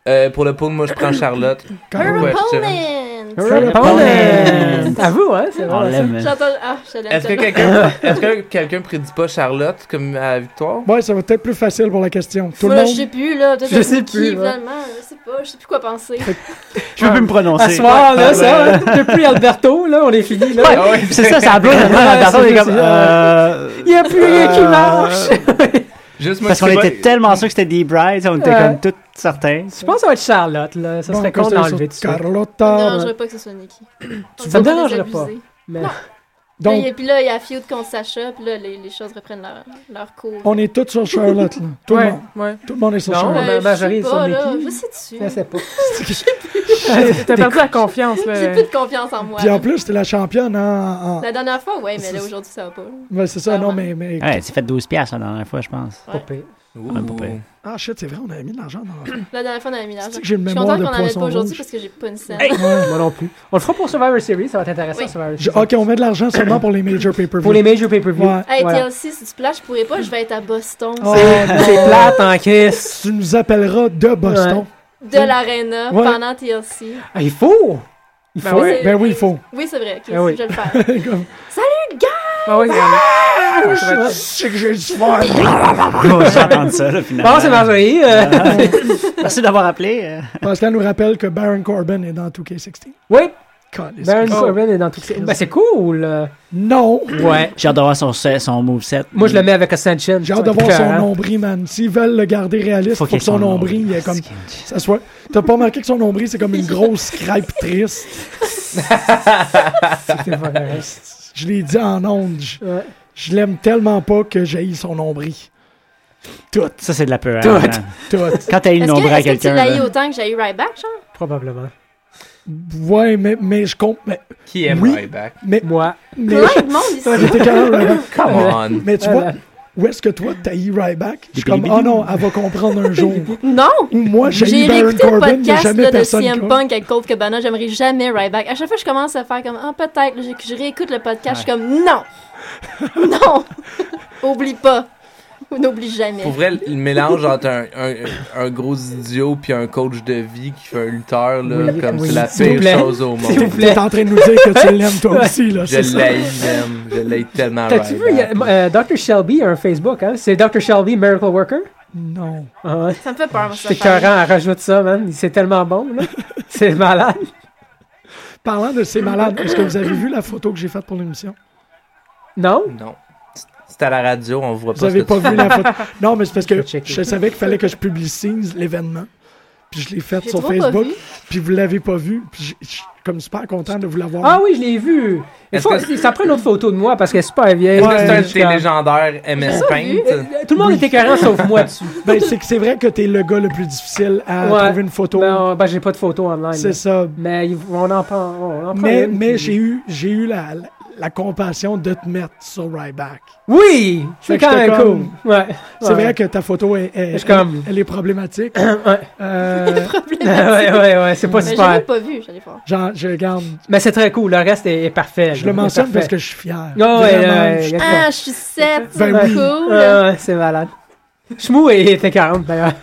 Speaker 5: Euh, pour le pool, moi je prends Charlotte.
Speaker 3: Her
Speaker 5: Ouais, je te-
Speaker 3: opponent!
Speaker 1: Her
Speaker 2: Her
Speaker 7: opponent.
Speaker 2: opponent. À vous, hein, c'est
Speaker 7: On
Speaker 2: vrai. ça.
Speaker 7: l'aime. hein.
Speaker 3: J'entends. Ah, je l'aime
Speaker 5: Est-ce que
Speaker 3: tellement.
Speaker 5: quelqu'un est-ce que quelqu'un prédit pas Charlotte comme à la victoire?
Speaker 1: Ouais, ça va être plus facile pour la question. Tout le
Speaker 3: Moi,
Speaker 1: monde.
Speaker 3: je sais plus, là. peut-être
Speaker 2: Je
Speaker 3: que
Speaker 2: sais
Speaker 3: c'est qui,
Speaker 2: plus, ouais.
Speaker 3: finalement. Je sais pas. Je sais plus quoi penser.
Speaker 7: Je peux plus me
Speaker 1: Ah.
Speaker 2: À
Speaker 7: prononcer.
Speaker 2: ce soir, là, ça, hein, depuis Alberto, là, on est fini, là.
Speaker 5: Ah ouais.
Speaker 7: C'est ça, ça a
Speaker 2: Ouais,
Speaker 7: Attends,
Speaker 2: c'est
Speaker 7: il est comme.
Speaker 2: ça.
Speaker 7: euh,
Speaker 2: Il n'y a plus rien qui
Speaker 7: euh,
Speaker 2: marche.
Speaker 5: Juste moi
Speaker 7: Parce
Speaker 5: qui
Speaker 7: qu'on
Speaker 5: sais pas-
Speaker 7: était tellement sûrs que c'était Dee Brides, on était
Speaker 2: Ouais.
Speaker 7: comme tous certains.
Speaker 2: Je pense que ça va être Charlotte, là. Ça
Speaker 1: Bon,
Speaker 2: serait con
Speaker 1: Costa
Speaker 2: d'enlever tout
Speaker 1: sur
Speaker 2: ça.
Speaker 3: Ça me
Speaker 1: Carlotta.
Speaker 3: dérangerait pas que ce soit Nikki.
Speaker 2: Ça me dérangerait pas. Mais
Speaker 3: Donc... Et
Speaker 1: Donc,
Speaker 3: puis là, il y a feud contre Sacha, puis là, les, les choses reprennent leur, leur cours.
Speaker 1: on est tous sur Charlotte, là. Tout le
Speaker 4: Ouais,
Speaker 1: monde.
Speaker 4: ouais.
Speaker 1: Tout le monde est sur
Speaker 2: Non,
Speaker 1: Charlotte.
Speaker 2: ben,
Speaker 3: je
Speaker 2: Marjorie,
Speaker 3: sais
Speaker 2: sur
Speaker 3: pas,
Speaker 2: Nikki.
Speaker 3: là, Je sais-tu.
Speaker 2: je sais pas. Ah,
Speaker 4: T'as perdu la confiance, là.
Speaker 3: J'ai plus de confiance en moi.
Speaker 1: Puis en
Speaker 3: là.
Speaker 1: plus, t'es la championne en. en-
Speaker 3: La dernière fois, ouais, mais
Speaker 1: C'est-
Speaker 3: là, aujourd'hui, ça va pas. là.
Speaker 1: Ouais, c'est ça,
Speaker 3: Ah,
Speaker 1: non,
Speaker 3: ouais.
Speaker 1: mais. mais...
Speaker 7: Ouais, c'est fait 12$ piastres la dernière fois, je pense.
Speaker 2: Pas pire.
Speaker 5: Ouh.
Speaker 7: Ah, pas pire.
Speaker 1: Ah, shit, c'est vrai, on avait mis de l'argent dans la.
Speaker 3: La dernière fois, on avait mis l'argent.
Speaker 1: C'est que
Speaker 3: Je
Speaker 1: j'ai
Speaker 3: suis
Speaker 1: une mémoire
Speaker 3: contente
Speaker 1: de
Speaker 3: qu'on en ait
Speaker 1: poisson
Speaker 3: pas aujourd'hui
Speaker 1: rouge.
Speaker 3: parce que j'ai pas une scène.
Speaker 2: Moi non plus. On le fera pour Survivor Series, ça va être intéressant,
Speaker 3: Oui.
Speaker 2: Survivor
Speaker 1: Je-
Speaker 2: Series.
Speaker 1: Ok, on met de l'argent seulement pour les major pay-per-view.
Speaker 2: Pour les major pay-per-view.
Speaker 1: Ouais.
Speaker 3: Hey,
Speaker 2: Voilà.
Speaker 3: TLC, si tu plages, je pourrais pas, je vais être à Boston.
Speaker 1: Oh,
Speaker 2: C'est plate en Chris.
Speaker 1: tu nous appelleras de Boston.
Speaker 3: De l'arena
Speaker 1: Ouais.
Speaker 3: pendant TLC.
Speaker 2: Ah, il faut! Il
Speaker 4: Ben
Speaker 2: faut!
Speaker 4: ouais.
Speaker 1: Ben oui, il faut. Ben
Speaker 3: Oui, c'est vrai. ok,
Speaker 2: Ah oui.
Speaker 3: Je vais le faire.
Speaker 1: Comme- Ah!
Speaker 4: Ah ouais, regarde. Ça va
Speaker 1: Je
Speaker 4: être-
Speaker 1: sais que j'ai du fun.
Speaker 7: On s'entend ça, là, finalement.
Speaker 2: Bon, c'est Marjorie. euh,
Speaker 7: Merci d'avoir appelé. euh.
Speaker 1: Pascal nous rappelle que Baron Corbin est dans 2K16.
Speaker 2: oui,
Speaker 1: Calisse.
Speaker 2: Baron
Speaker 4: Oh.
Speaker 2: Corbin est dans tout ça. Ben, c'est cool. euh.
Speaker 1: Non!
Speaker 2: Ouais.
Speaker 7: J'ai hâte d'avoir son, set- son moveset.
Speaker 2: Moi, je le mets avec Ascension.
Speaker 1: J'ai hâte de voir son nombril, man. S'ils veulent le garder réaliste, faut,
Speaker 7: hein. qu'il y
Speaker 1: que
Speaker 7: ait
Speaker 1: son nombril, il est comme. Ça soit. T'as pas remarqué que son nombril, c'est comme une grosse crêpe triste. Je l'ai dit en ondes. Je,
Speaker 2: Ouais.
Speaker 1: je l'aime tellement pas que j'ai son nombril. Tout,
Speaker 7: Ça, c'est de la peur.
Speaker 2: Tout.
Speaker 7: hein.
Speaker 1: tout.
Speaker 7: Quand t'as eu le
Speaker 3: Est-ce que,
Speaker 7: nombril à
Speaker 3: est-ce que tu
Speaker 7: quelqu'un.
Speaker 3: l'as eu
Speaker 7: là.
Speaker 3: autant que j'ai eu right back, genre?
Speaker 2: Probablement.
Speaker 1: Ouais, mais, mais je compte. Mais,
Speaker 5: Qui aime
Speaker 1: Oui.
Speaker 5: Ryback?
Speaker 2: Moi.
Speaker 1: mais,
Speaker 3: Plein de monde ici.
Speaker 1: Ouais, j'étais quand même-
Speaker 5: Come on!
Speaker 1: mais tu
Speaker 2: Voilà.
Speaker 1: vois, où est-ce que toi, t'as eu Ryback? Je suis
Speaker 7: Bidi
Speaker 1: comme,
Speaker 7: bidi.
Speaker 1: oh non, elle va comprendre un jour.
Speaker 3: Non!
Speaker 1: Ou moi, j'ai eu
Speaker 3: J'ai
Speaker 1: Baron
Speaker 3: réécouté le
Speaker 1: Corbin, il n'y a
Speaker 3: podcast
Speaker 1: jamais
Speaker 3: là, de
Speaker 1: personne qui
Speaker 3: CM
Speaker 1: va.
Speaker 3: Punk avec Cold Cabana, j'aimerais jamais right back. À chaque fois que je commence à faire comme Ah peut-être, là, je, je réécoute le podcast, je suis comme Non! non! Oublie pas! Ou N'oublie jamais.
Speaker 5: Pour vrai, le mélange entre un, un, un gros idiot puis un coach de vie qui fait un lutteur, là,
Speaker 2: Oui,
Speaker 5: comme
Speaker 2: oui.
Speaker 5: c'est la
Speaker 2: S'il vous
Speaker 5: pire
Speaker 2: plaît.
Speaker 5: chose au
Speaker 2: S'il vous
Speaker 5: monde.
Speaker 2: plaît.
Speaker 1: T'es en train de nous dire que tu l'aimes toi aussi, là.
Speaker 5: Je
Speaker 1: c'est ça.
Speaker 5: l'ai, même. Je l'ai tellement.
Speaker 2: T'as-tu vu, il y a-
Speaker 5: Ryback.
Speaker 2: euh, Dr. Shelby a un Facebook, hein? C'est Dr. Shelby Miracle Worker?
Speaker 1: Non.
Speaker 2: Ah, ouais.
Speaker 3: Ça me fait peur, moi,
Speaker 2: C'est
Speaker 3: cette affaire.
Speaker 2: écœurant, elle rajoute ça, man. C'est tellement bon, là. C'est malade.
Speaker 1: Parlant de ces malades, est-ce que vous avez vu la photo que j'ai faite pour l'émission?
Speaker 2: Non?
Speaker 5: Non. C'est à la radio, on voit pas
Speaker 1: Vous avez
Speaker 5: ce que
Speaker 1: pas
Speaker 5: tu
Speaker 1: vu la photo? Non, mais c'est parce
Speaker 2: vais
Speaker 1: que
Speaker 2: checker.
Speaker 1: je savais qu'il fallait que je publicise l'événement. Puis je l'ai faite
Speaker 3: J'ai
Speaker 1: sur
Speaker 3: trop pas
Speaker 1: Facebook,
Speaker 3: vu.
Speaker 1: puis vous l'avez pas vu. Puis je- je suis comme super content de vous l'avoir.
Speaker 2: Ah oui, je l'ai vu. Il
Speaker 5: Est-ce
Speaker 2: faut-
Speaker 5: que-
Speaker 2: Ça prend une autre photo de moi parce qu'elle est super vieille.
Speaker 5: Est-ce que c'est un
Speaker 2: Ouais,
Speaker 5: de tes légendaires MS Paint?
Speaker 2: Euh, Tout le monde est écœurant sauf moi dessus.
Speaker 1: Ben, c'est que c'est vrai que t'es le gars le plus difficile à
Speaker 2: Ouais.
Speaker 1: trouver une photo.
Speaker 2: Ben, ben, j'ai pas de photo online.
Speaker 1: c'est
Speaker 2: là.
Speaker 1: ça.
Speaker 2: Mais il- on en prend, on en prend
Speaker 1: Mais,
Speaker 2: une,
Speaker 1: mais
Speaker 2: puis-
Speaker 1: j'ai eu, j'ai eu la, la, la compassion de te mettre sur Ryback.
Speaker 2: Oui!
Speaker 1: Fait
Speaker 2: C'est
Speaker 1: que
Speaker 2: quand
Speaker 1: j'étais
Speaker 2: même cool.
Speaker 1: comme-
Speaker 2: Ouais.
Speaker 1: C'est
Speaker 2: Ouais.
Speaker 1: vrai que ta photo est, est-
Speaker 2: Je suis comme-
Speaker 1: elle est problématique.
Speaker 2: ouais.
Speaker 1: Euh,
Speaker 2: ouais, ouais, ouais, c'est pas
Speaker 3: Mais j'ai
Speaker 2: super.
Speaker 3: même pas vu, j'allais voir.
Speaker 1: genre, je garde.
Speaker 2: Mais c'est très cool, le reste est, est parfait.
Speaker 1: Je
Speaker 2: là,
Speaker 1: le
Speaker 2: est
Speaker 1: mentionne
Speaker 2: parfait.
Speaker 1: parce que je suis fier.
Speaker 2: Non, ouais,
Speaker 1: Ah, Vraiment,
Speaker 2: ouais,
Speaker 1: je-
Speaker 2: y a pas-
Speaker 3: Ah, je suis 7,
Speaker 1: Ben oui.
Speaker 3: cool!
Speaker 2: Ouais, ouais, c'est malade. Chmou est- était 40 d'ailleurs.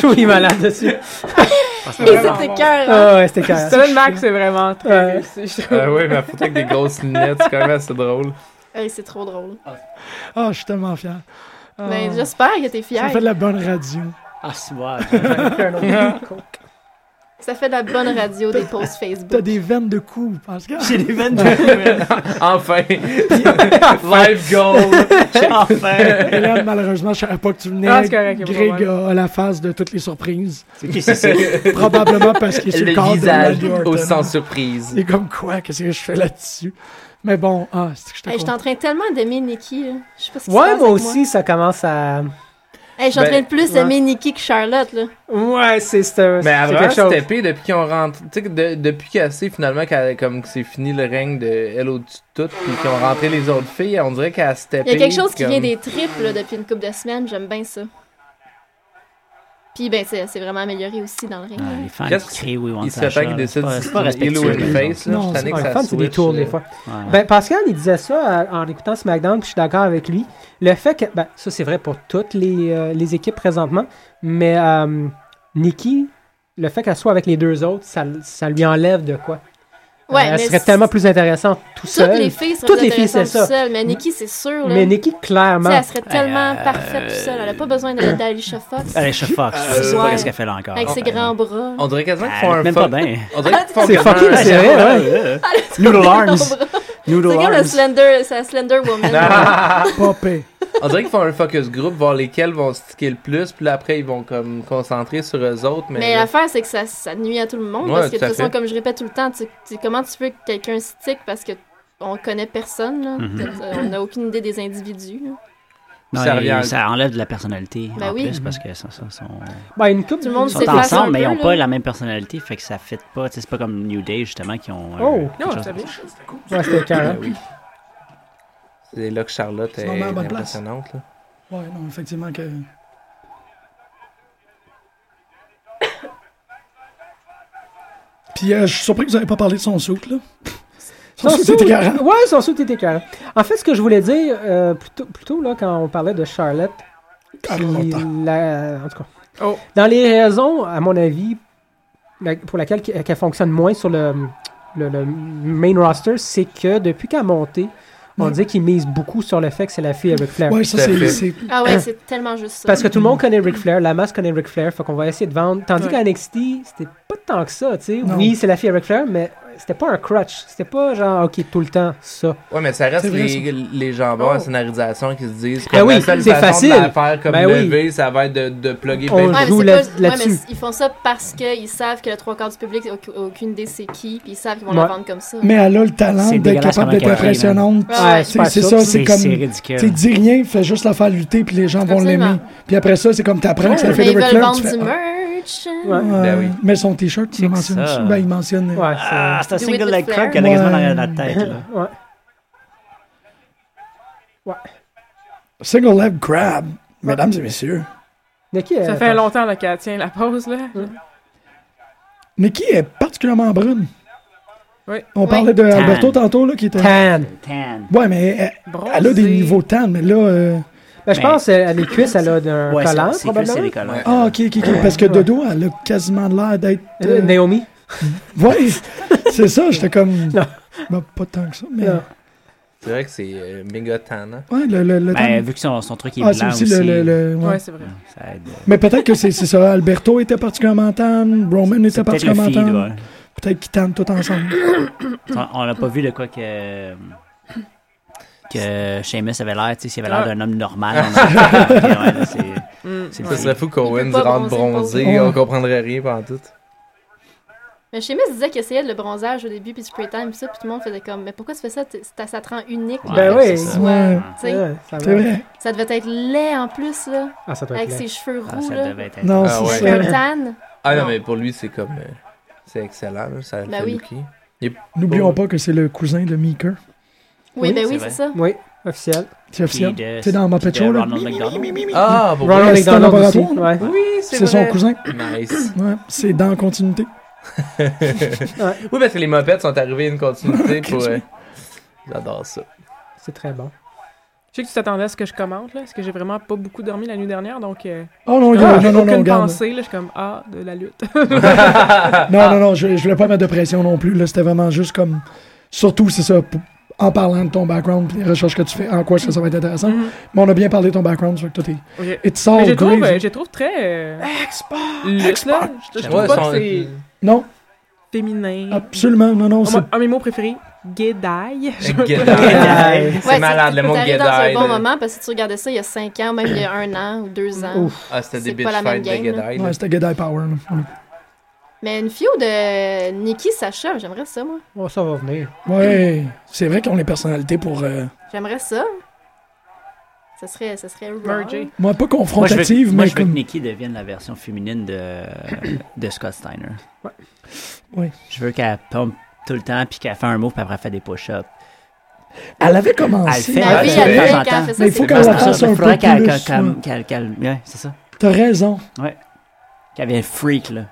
Speaker 2: Chmou il est malade dessus.
Speaker 3: Et c'était cœur!
Speaker 2: Ah ouais, c'était 40.
Speaker 4: Celle-là de Max, c'est vraiment
Speaker 2: Ouais.
Speaker 4: très réussi. je trouve.
Speaker 5: Ah oui, ma photo avec des grosses lunettes, c'est quand même assez drôle.
Speaker 3: c'est trop drôle.
Speaker 1: Ah, je suis tellement fier. Ah,
Speaker 3: Ben, j'espère que t'es
Speaker 1: ça
Speaker 3: fier.
Speaker 1: fait de la bonne radio.
Speaker 7: Ah, c'est moi.
Speaker 3: Ça fait de la bonne radio des posts
Speaker 1: T'as
Speaker 3: Facebook.
Speaker 1: des veines de coups, Pascal.
Speaker 7: J'ai des veines
Speaker 5: Enfin! Live goal!
Speaker 7: Enfin!
Speaker 1: Hélène, malheureusement, je savais pas que tu venais.
Speaker 4: Ah, c'est correct, y a pas de
Speaker 1: Greg
Speaker 4: problème.
Speaker 1: a la face de toutes les surprises.
Speaker 7: C'est qui, c'est ça?
Speaker 1: Probablement parce qu'il est sur le,
Speaker 5: Le
Speaker 1: cadre
Speaker 5: visage
Speaker 1: de Randy
Speaker 5: au
Speaker 1: Orton.
Speaker 5: sans surprise.
Speaker 1: C'est comme quoi, qu'est-ce que je fais là-dessus? Mais bon, ah, c'est que je
Speaker 3: Hey, je suis en train tellement d'aimer Nikki. là. Je sais pas ce qui se
Speaker 2: Ouais,
Speaker 3: passe
Speaker 2: moi
Speaker 3: avec
Speaker 2: aussi, ça commence à.
Speaker 3: Hey, je suis en
Speaker 5: Ben,
Speaker 3: train de plus
Speaker 2: ouais.
Speaker 3: aimer Nikki que Charlotte, là.
Speaker 2: Ouais, c'est c'est-
Speaker 5: Mais
Speaker 2: c'est
Speaker 5: avant,
Speaker 2: quelque chose.
Speaker 5: c'était épais depuis qu'ils ont rentré. Tu sais, que de- depuis qu'elle sait finalement qu'elle- comme que c'est fini le règne de elle au-dessus de tout, puis qu'ils ont rentré les autres filles, on dirait qu'elle s'était
Speaker 3: Il y a quelque chose qui vient des tripes là, depuis une couple de semaines, j'aime bien ça. Puis ben c'est c'est vraiment amélioré aussi dans le ring.
Speaker 7: Ah,
Speaker 3: là.
Speaker 7: les fans
Speaker 5: Qu'est-ce
Speaker 7: qui crient We Want
Speaker 5: Il se fait
Speaker 7: Sasha.
Speaker 5: qu'ils
Speaker 7: là. C'est
Speaker 5: décident
Speaker 7: pas,
Speaker 5: de
Speaker 7: c'est pas
Speaker 5: se
Speaker 7: respectueux.
Speaker 5: Hilo and
Speaker 7: par exemple.
Speaker 5: Face. Là,
Speaker 2: Non,
Speaker 5: je suis tanné
Speaker 2: c'est-
Speaker 5: que
Speaker 2: ouais,
Speaker 5: ça
Speaker 2: les fans, c'est des
Speaker 5: switch,
Speaker 2: tours,
Speaker 5: là.
Speaker 2: des fois.
Speaker 7: Ouais.
Speaker 2: Ben, Pascal, il disait ça à- en écoutant SmackDown, puis je suis d'accord avec lui. Le fait que, ben, ça c'est vrai pour toutes les, euh, les équipes présentement, mais euh, Nikki, le fait qu'elle soit avec les deux autres, ça, ça lui enlève de quoi. Euh,
Speaker 3: Ouais,
Speaker 2: elle
Speaker 3: mais
Speaker 2: serait
Speaker 3: c'est-
Speaker 2: tellement plus intéressante tout
Speaker 3: toutes
Speaker 2: seul.
Speaker 3: les filles seraient
Speaker 2: toutes les
Speaker 3: plus
Speaker 2: filles, c'est
Speaker 3: intéressantes
Speaker 2: ça.
Speaker 3: tout seul, mais Nikki c'est sûr là.
Speaker 2: mais Nikki,
Speaker 3: Tu sais,
Speaker 2: clairement,
Speaker 3: elle serait tellement parfaite tout seule, elle a pas besoin d'aller d'Alicia Fox
Speaker 7: Euh, Alicia Fox, je sais
Speaker 3: ouais.
Speaker 7: pas qu'est-ce qu'elle fait là encore. Ah, ben,
Speaker 3: avec ses grands bras. Ah,
Speaker 5: On dirait quasiment qu'ils
Speaker 7: Elle
Speaker 5: font un
Speaker 7: Ah, même pas
Speaker 5: fuck.
Speaker 7: bien.
Speaker 5: On dirait qu'ils font
Speaker 2: Ah, c'est
Speaker 5: quasiment
Speaker 2: fucking,
Speaker 5: un-
Speaker 2: c'est
Speaker 3: euh,
Speaker 2: vrai, ouais.
Speaker 3: Noodle
Speaker 6: arms.
Speaker 3: C'est comme le Slender, c'est la Slender Woman.
Speaker 1: Pas pé.
Speaker 5: On dirait qu'ils font un focus group, voir lesquels vont sticker le plus, puis là, après ils vont comme concentrer sur eux autres. Mais,
Speaker 3: Mais l'affaire, c'est que ça, ça nuit à tout le monde.
Speaker 5: Ouais,
Speaker 3: parce que de
Speaker 5: tout à
Speaker 3: toute façon,
Speaker 5: fait.
Speaker 3: comme je répète tout le temps, tu, tu- comment tu veux que quelqu'un stick parce que on connaît personne, là.
Speaker 2: Mhm.
Speaker 3: Euh, on n'a aucune idée des individus. là.
Speaker 7: Non,
Speaker 5: Ça
Speaker 7: et
Speaker 5: revient à-
Speaker 7: ça enlève de la personnalité
Speaker 3: Ben
Speaker 7: en
Speaker 3: oui.
Speaker 7: plus parce que ça, ça, sont,
Speaker 2: Ben, une coupe
Speaker 3: Tout le monde
Speaker 7: ils
Speaker 3: C'est
Speaker 7: sont
Speaker 3: classe un
Speaker 7: ensemble, mais ils
Speaker 3: peu,
Speaker 7: n'ont
Speaker 3: là.
Speaker 7: pas la même personnalité, fait que ça fit pas. Tu sais, C'est pas comme New Day justement qui ont. euh,
Speaker 2: Oh.
Speaker 7: quelque
Speaker 4: Non,
Speaker 7: chose-
Speaker 4: c'est bien.
Speaker 2: Ouais, c'était écœurant.
Speaker 5: C'est Ben là que Charlotte est
Speaker 1: vraiment à la bonne place.
Speaker 5: impressionnante. Là.
Speaker 1: Ouais, non, effectivement que. Puis euh, je suis surpris que vous n'avez pas parlé de son souk, là.
Speaker 2: Son
Speaker 1: Son souk, c'était
Speaker 2: suit-
Speaker 1: garant.
Speaker 2: Ouais, son suit était écœurant. En fait, ce que je voulais dire, euh, plutôt, plutôt là, quand on parlait de Charlotte,
Speaker 1: Ah,
Speaker 2: puis
Speaker 1: longtemps.
Speaker 2: la- en tout cas.
Speaker 4: Oh.
Speaker 2: Dans les raisons, à mon avis, la- pour laquelle qu'elle qu'elle fonctionne moins sur le, le- le main roster, c'est que depuis qu'elle a monté, on
Speaker 1: Mm.
Speaker 2: dit qu'ils misent beaucoup sur le fait que c'est la fille à Ric Flair.
Speaker 1: Ouais, ça,
Speaker 5: Tout à
Speaker 1: c'est.
Speaker 5: fait.
Speaker 1: c'est-
Speaker 3: Ah ouais, c'est tellement juste ça.
Speaker 2: Parce que tout le monde connaît Ric Flair, la masse connaît Ric Flair, faut qu'on va essayer de vendre. Tandis
Speaker 4: Ouais.
Speaker 2: qu'à NXT, c'était pas tant que ça, tu sais.
Speaker 1: Non.
Speaker 2: Oui, c'est la fille à Ric Flair, mais c'était pas un crutch. C'était pas genre, ok, tout le temps, ça.
Speaker 5: Ouais, mais ça reste
Speaker 1: C'est vrai,
Speaker 5: les, les jambons à
Speaker 2: Oh.
Speaker 5: scénarisation qui se disent que
Speaker 2: Ben oui,
Speaker 5: la seule
Speaker 2: c'est
Speaker 5: façon
Speaker 2: facile.
Speaker 5: de la faire comme
Speaker 2: Ben oui.
Speaker 5: lever, ça va être de, de plugger
Speaker 2: On-
Speaker 5: plein
Speaker 3: Ouais, mais
Speaker 2: joue
Speaker 3: c'est
Speaker 2: là-
Speaker 3: pas- ouais, mais
Speaker 2: là-dessus.
Speaker 3: ils font ça parce qu'ils savent que le trois quarts du public n'a auc- aucune idée c'est qui, puis ils savent qu'ils vont
Speaker 2: Ouais.
Speaker 3: la vendre comme ça.
Speaker 1: Mais elle a le talent
Speaker 7: C'est
Speaker 1: d'être
Speaker 7: dégueulasse
Speaker 1: capable d'être
Speaker 7: comment hein. elle crie, man.
Speaker 1: impressionnante.
Speaker 3: Ouais, ouais.
Speaker 2: Ouais,
Speaker 1: C'est c'est ça, c'est
Speaker 7: C'est
Speaker 1: comme.
Speaker 7: ridicule.
Speaker 1: Tu sais, dis rien, fais juste la faire lutter, puis les gens vont
Speaker 3: Absolument.
Speaker 1: l'aimer. Puis après ça, c'est comme t'apprends que c'est la
Speaker 3: Mais
Speaker 1: fille
Speaker 3: ils
Speaker 1: de Ric
Speaker 3: veulent
Speaker 1: Flair. tu
Speaker 3: vendre
Speaker 1: fais,
Speaker 3: du
Speaker 1: ah,
Speaker 3: merch. hein.
Speaker 2: Ouais.
Speaker 5: Ben oui.
Speaker 1: Mais son t-shirt, il
Speaker 7: C'est
Speaker 1: mentionne.
Speaker 7: ça.
Speaker 1: Ben, il mentionne. euh,
Speaker 2: Ouais,
Speaker 7: Ah, c'est un
Speaker 3: Do it
Speaker 7: single
Speaker 3: with
Speaker 7: leg
Speaker 3: flair.
Speaker 7: crop qui a quasiment
Speaker 1: Ouais.
Speaker 7: dans la tête. là.
Speaker 2: c'est. Ouais.
Speaker 1: Single leg crab, mesdames et messieurs.
Speaker 2: Nikki,
Speaker 4: Ça
Speaker 1: Euh,
Speaker 2: elle-
Speaker 4: fait longtemps là, qu'elle tient la pause, là.
Speaker 1: Nikki est particulièrement brune.
Speaker 4: Oui.
Speaker 1: On
Speaker 3: Oui.
Speaker 1: parlait de
Speaker 7: Tan.
Speaker 1: Alberto tantôt, là, qui était.
Speaker 2: Tan.
Speaker 7: Tan.
Speaker 1: Ouais, mais elle, elle a
Speaker 4: Bronzée.
Speaker 1: des niveaux de tan, mais là. euh,
Speaker 2: Ben, je
Speaker 7: Mais-
Speaker 2: pense qu'à les cuisses, elle a d'un
Speaker 7: Ouais,
Speaker 2: collant,
Speaker 7: c'est- c'est plus, c'est
Speaker 2: probablement.
Speaker 7: des collants.
Speaker 5: Ouais.
Speaker 1: Ah, ok, ok, ok. Parce que de dos, elle a quasiment l'air d'être.
Speaker 2: Euh,
Speaker 1: euh,
Speaker 2: Naomi.
Speaker 1: Ouais, c'est ça, j'étais comme.
Speaker 2: Non.
Speaker 1: Ben, pas tant que ça, mais.
Speaker 2: Non.
Speaker 5: C'est vrai que c'est euh, méga tannant.
Speaker 1: Ouais, le. le, le
Speaker 7: Ben,
Speaker 1: tan-
Speaker 7: vu que son, son truc est
Speaker 1: Ah, c'est
Speaker 7: blanc
Speaker 1: aussi,
Speaker 7: aussi, Ah,
Speaker 1: le. le- le- ouais.
Speaker 4: Ouais, c'est vrai.
Speaker 7: ça aide.
Speaker 1: Mais peut-être que c'est c'est ça. Alberto était particulièrement tan, Roman était
Speaker 7: C'est peut-être le
Speaker 1: particulièrement
Speaker 7: feed,
Speaker 1: tan.
Speaker 7: ouais.
Speaker 1: Peut-être qu'ils tannent tout ensemble.
Speaker 7: On- On n'a pas vu de quoi que. que Seamus avait l'air, tu sais, s'il avait
Speaker 1: Ah.
Speaker 7: l'air d'un homme normal. on a- Ok, ouais, là, c'est-
Speaker 4: Mm.
Speaker 7: c'est
Speaker 5: Ça
Speaker 7: le
Speaker 5: serait
Speaker 7: feed.
Speaker 5: fou
Speaker 3: Il
Speaker 5: qu'Owens
Speaker 3: peut pas
Speaker 5: rentre
Speaker 3: bronzer,
Speaker 5: bronzé,
Speaker 1: pas.
Speaker 5: on comprendrait rien pendant tout.
Speaker 3: Mais Seamus disait qu'il essayait le bronzage au début, puis du spray tan, puis ça, puis tout le monde faisait comme, mais pourquoi tu fais ça? T'es- Ça, ça te rend unique.
Speaker 7: Ouais,
Speaker 2: Ben
Speaker 7: c'est
Speaker 2: oui.
Speaker 7: ça.
Speaker 1: Ouais.
Speaker 3: Tu sais,
Speaker 2: Ouais, ça
Speaker 1: C'est
Speaker 2: va.
Speaker 1: vrai.
Speaker 3: Ça devait être laid en plus, là,
Speaker 2: Ah, ça doit
Speaker 3: avec
Speaker 2: être laid.
Speaker 3: ses cheveux
Speaker 7: Ah,
Speaker 3: roux,
Speaker 7: ça
Speaker 3: là.
Speaker 7: devait être.
Speaker 1: Non,
Speaker 5: Ah, ouais.
Speaker 1: c'est
Speaker 3: Spray
Speaker 1: ça.
Speaker 3: tan.
Speaker 5: Ah non,
Speaker 3: Non.
Speaker 5: mais pour lui, c'est comme. euh, c'est excellent, là, ça le
Speaker 3: Ben
Speaker 5: fait
Speaker 3: oui.
Speaker 5: looker.
Speaker 1: N'oublions pas que c'est le cousin de Meeker.
Speaker 3: Oui,
Speaker 2: Oui,
Speaker 3: ben oui,
Speaker 7: c'est
Speaker 3: c'est ça.
Speaker 2: Oui, officiel.
Speaker 1: C'est officiel.
Speaker 7: de-
Speaker 1: C'est dans Muppet
Speaker 7: de
Speaker 1: Show, là.
Speaker 7: euh, Ronald McDonald.
Speaker 5: Ah, pour
Speaker 2: Ronald
Speaker 1: Ouais, c'est un
Speaker 2: McDonald aussi.
Speaker 1: laboratoire,
Speaker 2: ouais.
Speaker 4: Oui, c'est
Speaker 1: C'est
Speaker 4: vrai.
Speaker 1: son cousin.
Speaker 5: Nice.
Speaker 1: Ouais, c'est dans la continuité.
Speaker 5: Oui, parce que les mopettes sont arrivées à une continuité pour. euh, J'adore ça.
Speaker 2: C'est très bon.
Speaker 4: Je sais que tu t'attendais à ce que je commente, là, parce que j'ai vraiment pas beaucoup dormi la nuit dernière, donc euh,
Speaker 1: Oh non,
Speaker 4: j'ai
Speaker 1: non, non, non, non,
Speaker 4: aucune
Speaker 1: regarde.
Speaker 4: pensée, là, je suis comme, ah, de la lutte.
Speaker 5: Ah,
Speaker 1: Non, non, non, je, je voulais pas mettre de pression non plus. Là, c'était vraiment juste comme. Surtout, c'est ça, pour- en parlant de ton background, puis les recherches que tu fais, en quoi ça, ça va être intéressant.
Speaker 4: Mhm.
Speaker 1: Mais on a bien parlé de ton background, sur que tout est.
Speaker 4: Ok.
Speaker 1: It's
Speaker 4: Mais
Speaker 1: all
Speaker 4: je les trouve, euh,
Speaker 1: great.
Speaker 4: je les trouve très... Euh, lutte, là. Je, je trouve
Speaker 5: Ouais,
Speaker 4: pas
Speaker 5: sont- euh,
Speaker 4: que c'est
Speaker 1: Non,
Speaker 4: féminin.
Speaker 1: absolument, non, non.
Speaker 4: Oh,
Speaker 1: c'est-
Speaker 4: moi, un de mes mots préférés, guédaille.
Speaker 5: Guédaille. C'est
Speaker 3: Ouais,
Speaker 5: malade,
Speaker 3: tu-
Speaker 5: le
Speaker 3: tu
Speaker 5: monde
Speaker 3: t'arrives dans un
Speaker 5: Jedi,
Speaker 3: bon
Speaker 5: là.
Speaker 3: moment, parce que si tu regardais ça il y a 5 ans, même il y a un an ou 2 ans.
Speaker 2: Ouf.
Speaker 5: Ah, c'était des
Speaker 3: C'est
Speaker 5: bitch
Speaker 3: pas la même
Speaker 5: fights de
Speaker 3: game, là.
Speaker 5: Guédaille. là.
Speaker 1: Ouais, c'était Good Eye Power. là.
Speaker 3: Mais une fille de Nikki Sacha, j'aimerais ça, moi.
Speaker 2: Oh, ça va venir.
Speaker 1: Ouais, c'est vrai qu'ils ont les personnalités pour. euh,
Speaker 3: J'aimerais ça. Ça serait, ça serait Raw.
Speaker 4: Merger.
Speaker 1: Moi, pas
Speaker 7: Moi, je veux,
Speaker 1: confrontative,
Speaker 7: moi,
Speaker 1: mais
Speaker 7: je veux que
Speaker 1: comme.
Speaker 7: Nikki devienne la version féminine de, de Scott Steiner.
Speaker 2: Ouais.
Speaker 1: Oui.
Speaker 7: Je veux qu'elle pompe tout le temps, puis qu'elle fait un move, puis après, elle fait des push-ups.
Speaker 1: Elle avait
Speaker 7: Elle le
Speaker 1: commencé.
Speaker 7: fait.
Speaker 3: Ma
Speaker 7: elle
Speaker 3: vie,
Speaker 7: le fait
Speaker 3: elle
Speaker 7: de
Speaker 3: fait
Speaker 7: temps
Speaker 3: quand
Speaker 7: en
Speaker 3: elle
Speaker 7: temps.
Speaker 3: fait ça.
Speaker 1: Mais il faut
Speaker 3: c'est
Speaker 1: qu'elle
Speaker 3: vraiment-
Speaker 1: la fasse
Speaker 7: Il
Speaker 1: un peu
Speaker 7: faudrait qu'elle
Speaker 1: plus.
Speaker 7: qu'elle-
Speaker 1: ouais.
Speaker 7: qu'elle- qu'elle- qu'elle- ouais, c'est ça.
Speaker 1: T'as raison.
Speaker 7: Qu'elle vienne freak, là.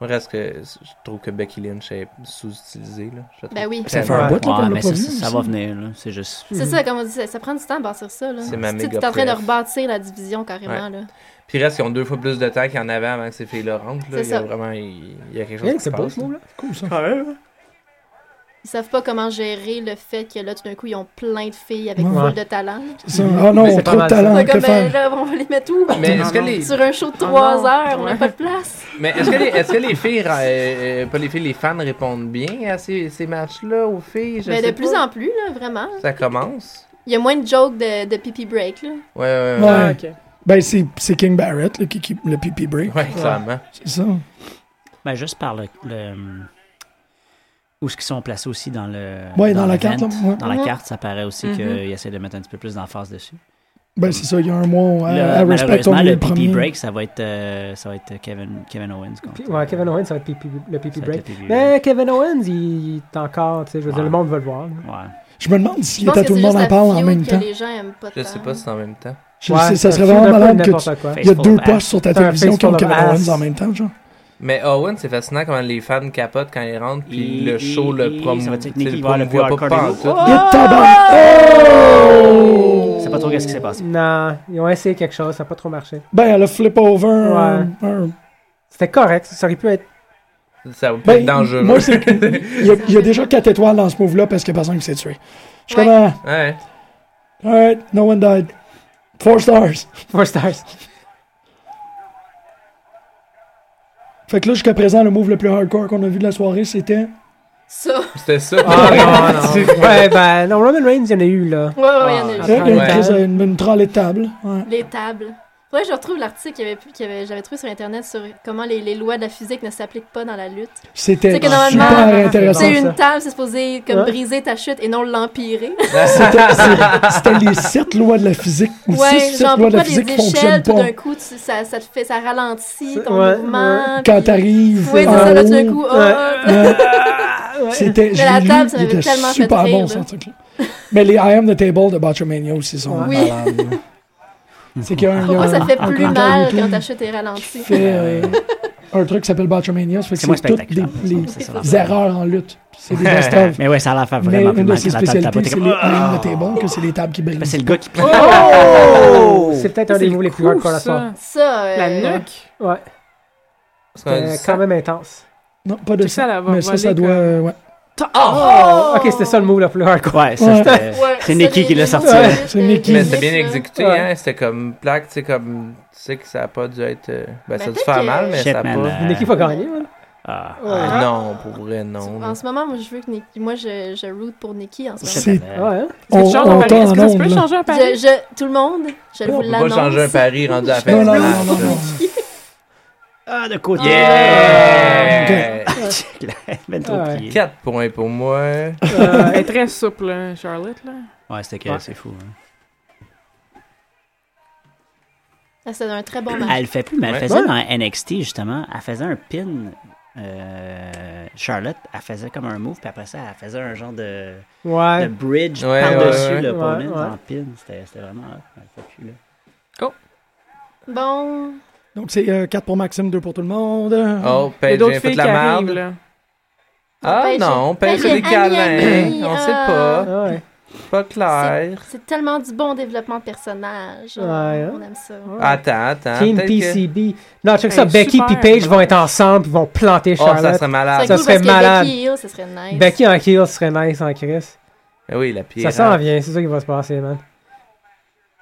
Speaker 5: Moi, reste que je trouve que Becky Lynch est sous-utilisée. là. Je la trouve
Speaker 3: Ben oui.
Speaker 1: Ça fait un
Speaker 5: tellement-
Speaker 1: bout, là, qu'on
Speaker 7: Ouais,
Speaker 1: l'a
Speaker 7: mais
Speaker 1: pas
Speaker 7: ça,
Speaker 1: vu,
Speaker 7: ça
Speaker 1: ça.
Speaker 7: va venir, là. C'est juste.
Speaker 3: C'est
Speaker 1: Mhm.
Speaker 3: ça, comme on dit, ça, ça prend du temps à bâtir ça. là.
Speaker 5: C'est ma
Speaker 3: Tu sais, tu
Speaker 5: méga
Speaker 3: es en train de
Speaker 5: pref.
Speaker 3: rebâtir la division carrément. là.
Speaker 5: Puis reste, ils ont deux fois plus de temps qu'il y en avait avant que ces filles-là rentrent. Là.
Speaker 3: C'est
Speaker 5: Il y a
Speaker 3: ça.
Speaker 5: vraiment il il y a quelque chose
Speaker 2: Rien
Speaker 5: qui
Speaker 2: que c'est
Speaker 5: se
Speaker 2: beau
Speaker 5: passe.
Speaker 2: ce mot-là.
Speaker 1: Cool, ça.
Speaker 3: Ils savent pas comment gérer le fait que là, tout d'un coup, ils ont plein de filles avec
Speaker 1: Ouais.
Speaker 3: beaucoup de talent.
Speaker 1: Ça, Ah
Speaker 2: Mais
Speaker 1: non,
Speaker 2: c'est
Speaker 1: trop
Speaker 2: pas
Speaker 1: de
Speaker 2: mal ça.
Speaker 1: talent,
Speaker 3: Donc,
Speaker 1: que
Speaker 3: comme, ben,
Speaker 1: faire?
Speaker 3: là, on va les mettre où?
Speaker 5: Mais est-ce que
Speaker 4: Non, non.
Speaker 5: les
Speaker 3: Sur un show de
Speaker 4: Ah
Speaker 3: 3
Speaker 4: non.
Speaker 3: heures, on n'a
Speaker 4: Ouais.
Speaker 3: pas de place.
Speaker 5: mais est-ce que les est-ce que les filles euh, euh, pas les filles les fans répondent bien à ces, ces matchs-là aux filles je
Speaker 3: Mais
Speaker 5: sais
Speaker 3: Ben, de plus
Speaker 5: pas.
Speaker 3: en plus, là, vraiment.
Speaker 5: ça commence.
Speaker 3: Il y a moins de jokes de, de pipi break. Là.
Speaker 5: Ouais ouais ouais.
Speaker 4: Ah,
Speaker 1: Ouais.
Speaker 4: ok.
Speaker 1: Ben, c'est c'est King Barrett, le, qui- qui- le pipi break.
Speaker 5: Ouais, clairement.
Speaker 1: C'est ça.
Speaker 7: Ben, juste par le. le- Où est-ce qu'ils sont placés aussi dans le.
Speaker 1: Ouais, dans la carte,
Speaker 7: l'event.
Speaker 1: là, ouais.
Speaker 7: Dans la
Speaker 3: Mhm.
Speaker 7: carte, ça paraît aussi
Speaker 4: Mhm.
Speaker 7: qu'ils essaient de mettre un petit peu plus d'emphase dessus.
Speaker 1: Ben, c'est ça, il y a un mois à,
Speaker 7: Le-
Speaker 1: à Respect, on
Speaker 7: malheureusement,
Speaker 1: est
Speaker 7: le
Speaker 1: le
Speaker 7: PP
Speaker 1: premier.
Speaker 7: break, ça va être, euh, ça va être Kevin, Kevin Owens.
Speaker 2: Puis,
Speaker 7: contre-
Speaker 2: ouais, Kevin Owens, ça va être pipi- le pipi
Speaker 7: ça va
Speaker 2: break.
Speaker 7: être le PP
Speaker 2: Mais Kevin Owens, il, il est encore, tu sais, je veux dire,
Speaker 7: Ouais.
Speaker 2: le monde veut le voir. là.
Speaker 7: break. Ouais.
Speaker 1: Je me demande si
Speaker 3: Je pense que
Speaker 1: tout le
Speaker 3: c'est
Speaker 1: monde
Speaker 3: juste
Speaker 1: en
Speaker 3: la
Speaker 1: parle en
Speaker 3: feud
Speaker 1: même
Speaker 3: que
Speaker 1: temps.
Speaker 3: les gens aiment pas
Speaker 5: Je
Speaker 3: tant.
Speaker 5: sais pas si c'est en même temps.
Speaker 1: Je
Speaker 2: Ouais,
Speaker 1: sais, ça
Speaker 2: c'est
Speaker 1: serait
Speaker 2: un
Speaker 1: vraiment
Speaker 2: feud un peu
Speaker 1: malade que tu-
Speaker 2: n'importe quoi.
Speaker 1: il y a
Speaker 7: Fistful
Speaker 1: deux
Speaker 7: of
Speaker 1: postes sur ta
Speaker 2: C'est un
Speaker 1: télévision qui ont
Speaker 2: fistful of
Speaker 1: Kevin
Speaker 2: ass.
Speaker 1: Owens en même temps, genre.
Speaker 5: Mais Owen, c'est fascinant comment les fans capotent quand ils rentrent, puis
Speaker 7: Et-
Speaker 5: le show,
Speaker 7: et-
Speaker 5: le
Speaker 7: et-
Speaker 5: promo,
Speaker 7: ça va être
Speaker 5: tu sais,
Speaker 7: Nicky
Speaker 5: le
Speaker 7: qui va
Speaker 5: promo
Speaker 7: le
Speaker 5: voit
Speaker 7: voir
Speaker 5: pas
Speaker 7: Carmelo.
Speaker 5: pantoute.
Speaker 1: Il est
Speaker 7: Je sais pas trop qu'est-ce qui s'est passé.
Speaker 2: Non, ils ont essayé quelque chose, ça n'a pas trop marché.
Speaker 1: Ben, elle a flip over. euh, euh,
Speaker 2: C'était correct, ça aurait pu être.
Speaker 5: Ça peut
Speaker 1: Ben,
Speaker 5: être dangereux.
Speaker 1: moi, c'est que- il, y a, il y a déjà 4 étoiles dans ce move-là parce qu'il y a personne qui s'est tué. Je suis
Speaker 3: Ouais.
Speaker 1: comme, ah,
Speaker 5: Ouais.
Speaker 1: alright, no one died. Four stars.
Speaker 2: Four stars.
Speaker 1: Fait que là, jusqu'à présent, le move le plus hardcore qu'on a vu de la soirée, c'était.
Speaker 3: Ça.
Speaker 5: C'était ça.
Speaker 2: Ah non, non. Ouais, ben, non, Roman Reigns, il y en a eu, là.
Speaker 3: Ouais, ouais, il y en a eu.
Speaker 2: Ah.
Speaker 1: Il y a une,
Speaker 5: Ouais.
Speaker 1: crise- une, une trolley de table. Ouais.
Speaker 3: Les tables. Faudrait que je retrouve l'article qu'il y avait plus- qu'il y avait- j'avais trouvé sur Internet sur comment les, les lois de la physique ne s'appliquent pas dans la lutte.
Speaker 1: C'était
Speaker 3: C'est que
Speaker 1: super
Speaker 3: normalement,
Speaker 1: intéressant.
Speaker 3: C'est
Speaker 2: ça.
Speaker 3: une table, c'est supposé comme
Speaker 2: Ouais.
Speaker 3: briser ta chute et non l'empirer.
Speaker 1: C'était- c'est- C'était les 7 lois de la physique. Ou
Speaker 3: ouais,
Speaker 1: 6
Speaker 3: genre
Speaker 1: 7 lois de
Speaker 3: pourquoi
Speaker 1: la
Speaker 3: les
Speaker 1: physique qui fonctionnent
Speaker 3: échelles, tout
Speaker 1: pas.
Speaker 3: d'un coup, tu- ça, ça te fait, ça ralentit ton
Speaker 2: Ouais,
Speaker 3: mouvement.
Speaker 1: Quand
Speaker 3: puis-
Speaker 1: t'arrives.
Speaker 3: Oui, c'est
Speaker 1: en
Speaker 3: ça, là, tout d'un
Speaker 1: haut,
Speaker 3: coup,
Speaker 2: Ouais.
Speaker 3: hop.
Speaker 1: euh, C'était.
Speaker 3: Mais
Speaker 1: je
Speaker 3: la
Speaker 1: l'ai
Speaker 3: table,
Speaker 1: lu,
Speaker 3: ça
Speaker 1: il
Speaker 3: m'avait
Speaker 1: était
Speaker 3: tellement fait
Speaker 1: super
Speaker 3: rire,
Speaker 1: bon,
Speaker 3: là.
Speaker 1: ce truc-là. Mais les I am the table de Botchamania aussi sont
Speaker 3: Oui.
Speaker 1: malades. là. C'est qu'il y a un. il y a
Speaker 3: Pourquoi ça
Speaker 1: un-
Speaker 3: fait
Speaker 1: un
Speaker 3: plus
Speaker 1: gars
Speaker 3: mal
Speaker 1: YouTube
Speaker 3: quand ta chute est
Speaker 1: qui
Speaker 3: ralentie?
Speaker 1: fait euh, un truc qui s'appelle Botchamania. Ça fait que
Speaker 7: C'est moins
Speaker 1: c'est toutes
Speaker 7: spectaculaire.
Speaker 1: des- les,
Speaker 7: c'est ça, l'affaire.
Speaker 1: les erreurs en lutte. C'est des best-of.
Speaker 7: Mais ouais, ça a l'air faire
Speaker 1: Mais
Speaker 7: vraiment plus
Speaker 1: une de
Speaker 7: mal
Speaker 1: ses
Speaker 7: que la table
Speaker 1: spécialités,
Speaker 7: tapotée,
Speaker 1: c'est
Speaker 7: comme,
Speaker 1: les I
Speaker 7: Ah!
Speaker 1: am the table, que c'est les tables qui brillent.
Speaker 7: Ben, C'est le gars qui Oh! pleure.
Speaker 2: Oh! C'est peut-être un
Speaker 4: C'est
Speaker 2: des moves les plus
Speaker 4: cool,
Speaker 2: hardcore de la soirée.
Speaker 4: ça.
Speaker 3: Ça, euh,
Speaker 4: La nuque.
Speaker 2: Ouais, c'était quand même intense.
Speaker 1: Non, pas de
Speaker 4: Tu sais,
Speaker 1: ça.
Speaker 4: elle va
Speaker 1: Mais ça,
Speaker 4: voler
Speaker 1: ça doit.
Speaker 4: comme-
Speaker 1: euh, ouais.
Speaker 2: Oh! Ok, c'était ça le move le plus hardcore.
Speaker 7: Ouais, ça,
Speaker 1: Ouais.
Speaker 7: c'était.
Speaker 3: ouais,
Speaker 7: C'est
Speaker 3: ça,
Speaker 7: Nikki
Speaker 3: les-
Speaker 7: qui l'a
Speaker 3: les
Speaker 7: sorti,
Speaker 3: mots,
Speaker 2: là.
Speaker 3: euh,
Speaker 1: C'est Nikki.
Speaker 5: Mais
Speaker 1: Nice,
Speaker 5: c'était bien
Speaker 3: là.
Speaker 5: exécuté,
Speaker 2: Ouais.
Speaker 5: hein. C'était comme plaque, tu sais, comme. Tu sais que ça a pas dû être. euh, Ben,
Speaker 3: Ben,
Speaker 5: ça a dû
Speaker 3: peut-être
Speaker 5: faire
Speaker 3: que-
Speaker 5: mal, mais
Speaker 7: Shit,
Speaker 5: ça a
Speaker 7: man,
Speaker 5: pas.
Speaker 7: euh,
Speaker 2: Nikki va gagner, hein.
Speaker 7: Ah.
Speaker 5: Ah, Non, pour vrai, non.
Speaker 3: En ce moment, moi, je veux que Nikki. Moi, je, je root pour Nikki en ce moment.
Speaker 1: C'est-
Speaker 7: Ouais.
Speaker 2: Ouais, hein?
Speaker 4: Est-ce que
Speaker 1: On-
Speaker 4: tu changes
Speaker 1: on
Speaker 4: un pari?
Speaker 1: tend
Speaker 4: Est-ce
Speaker 1: en
Speaker 4: que tu
Speaker 1: onde, là.
Speaker 4: peux changer un pari?
Speaker 3: Je, je- tout le monde, je
Speaker 5: On
Speaker 3: vous
Speaker 5: peut pas changer un
Speaker 3: l'annonce.
Speaker 5: pari rendu à la fin
Speaker 1: Non,
Speaker 5: du
Speaker 1: non,
Speaker 5: match,
Speaker 1: non, non,
Speaker 5: là.
Speaker 1: non.
Speaker 7: Ah, de côté.
Speaker 5: Yeah!
Speaker 7: 23
Speaker 2: Ouais.
Speaker 7: pieds.
Speaker 5: 4 points pour moi.
Speaker 4: Euh, Elle est très souple, hein, Charlotte. Là.
Speaker 7: Ouais, c'était que
Speaker 2: Ouais.
Speaker 7: c'est fou. hein.
Speaker 3: Ah, C'est un très bon match.
Speaker 7: Elle le fait hein. plus, mais elle
Speaker 5: Ouais.
Speaker 7: faisait
Speaker 2: Ouais.
Speaker 7: dans NXT justement. Elle faisait un pin. euh, Charlotte, elle faisait comme un move, puis après ça, elle faisait un genre de, de
Speaker 2: Ouais.
Speaker 7: bridge
Speaker 5: Ouais,
Speaker 7: par-dessus
Speaker 5: ouais, ouais.
Speaker 7: le
Speaker 2: Ouais,
Speaker 7: pony
Speaker 2: ouais.
Speaker 7: en pin. C'était c'était vraiment hot. Elle le fait plus, là.
Speaker 3: Bon,
Speaker 1: Donc, c'est 4 pour Maxime, 2 pour tout le monde.
Speaker 5: Oh,
Speaker 4: Il y a
Speaker 5: Paige,
Speaker 4: d'autres
Speaker 5: j'ai fait
Speaker 4: filles
Speaker 5: de
Speaker 4: qui
Speaker 5: la
Speaker 4: arrivent.
Speaker 5: merde.
Speaker 4: Là.
Speaker 5: Ah
Speaker 3: Paige-
Speaker 5: non, Paige
Speaker 3: Paige
Speaker 5: fait des
Speaker 3: est amie,
Speaker 5: câlins.
Speaker 3: euh,
Speaker 5: On sait pas.
Speaker 2: Ah Ouais.
Speaker 5: Pas clair.
Speaker 3: c'est tellement du bon développement de personnage.
Speaker 2: Ouais, hein?
Speaker 3: On aime ça.
Speaker 5: Attends, attends.
Speaker 2: Team
Speaker 5: peut-être que-
Speaker 2: PCB. Non, check ça,
Speaker 3: Ben,
Speaker 4: Hey,
Speaker 2: Becky
Speaker 4: super.
Speaker 2: et Paige vont être ensemble, ils vont planter
Speaker 5: Oh, ça
Speaker 2: Charlotte.
Speaker 5: serait
Speaker 3: Ça,
Speaker 5: malade.
Speaker 2: Ça
Speaker 3: cool
Speaker 2: serait
Speaker 3: parce
Speaker 2: malade.
Speaker 3: que Becky Hill, ça serait nice.
Speaker 2: Becky en kill serait nice en Chris.
Speaker 5: Mais Ben oui, la hein. pire.
Speaker 2: Ça s'en vient, c'est ça qui va se passer, man.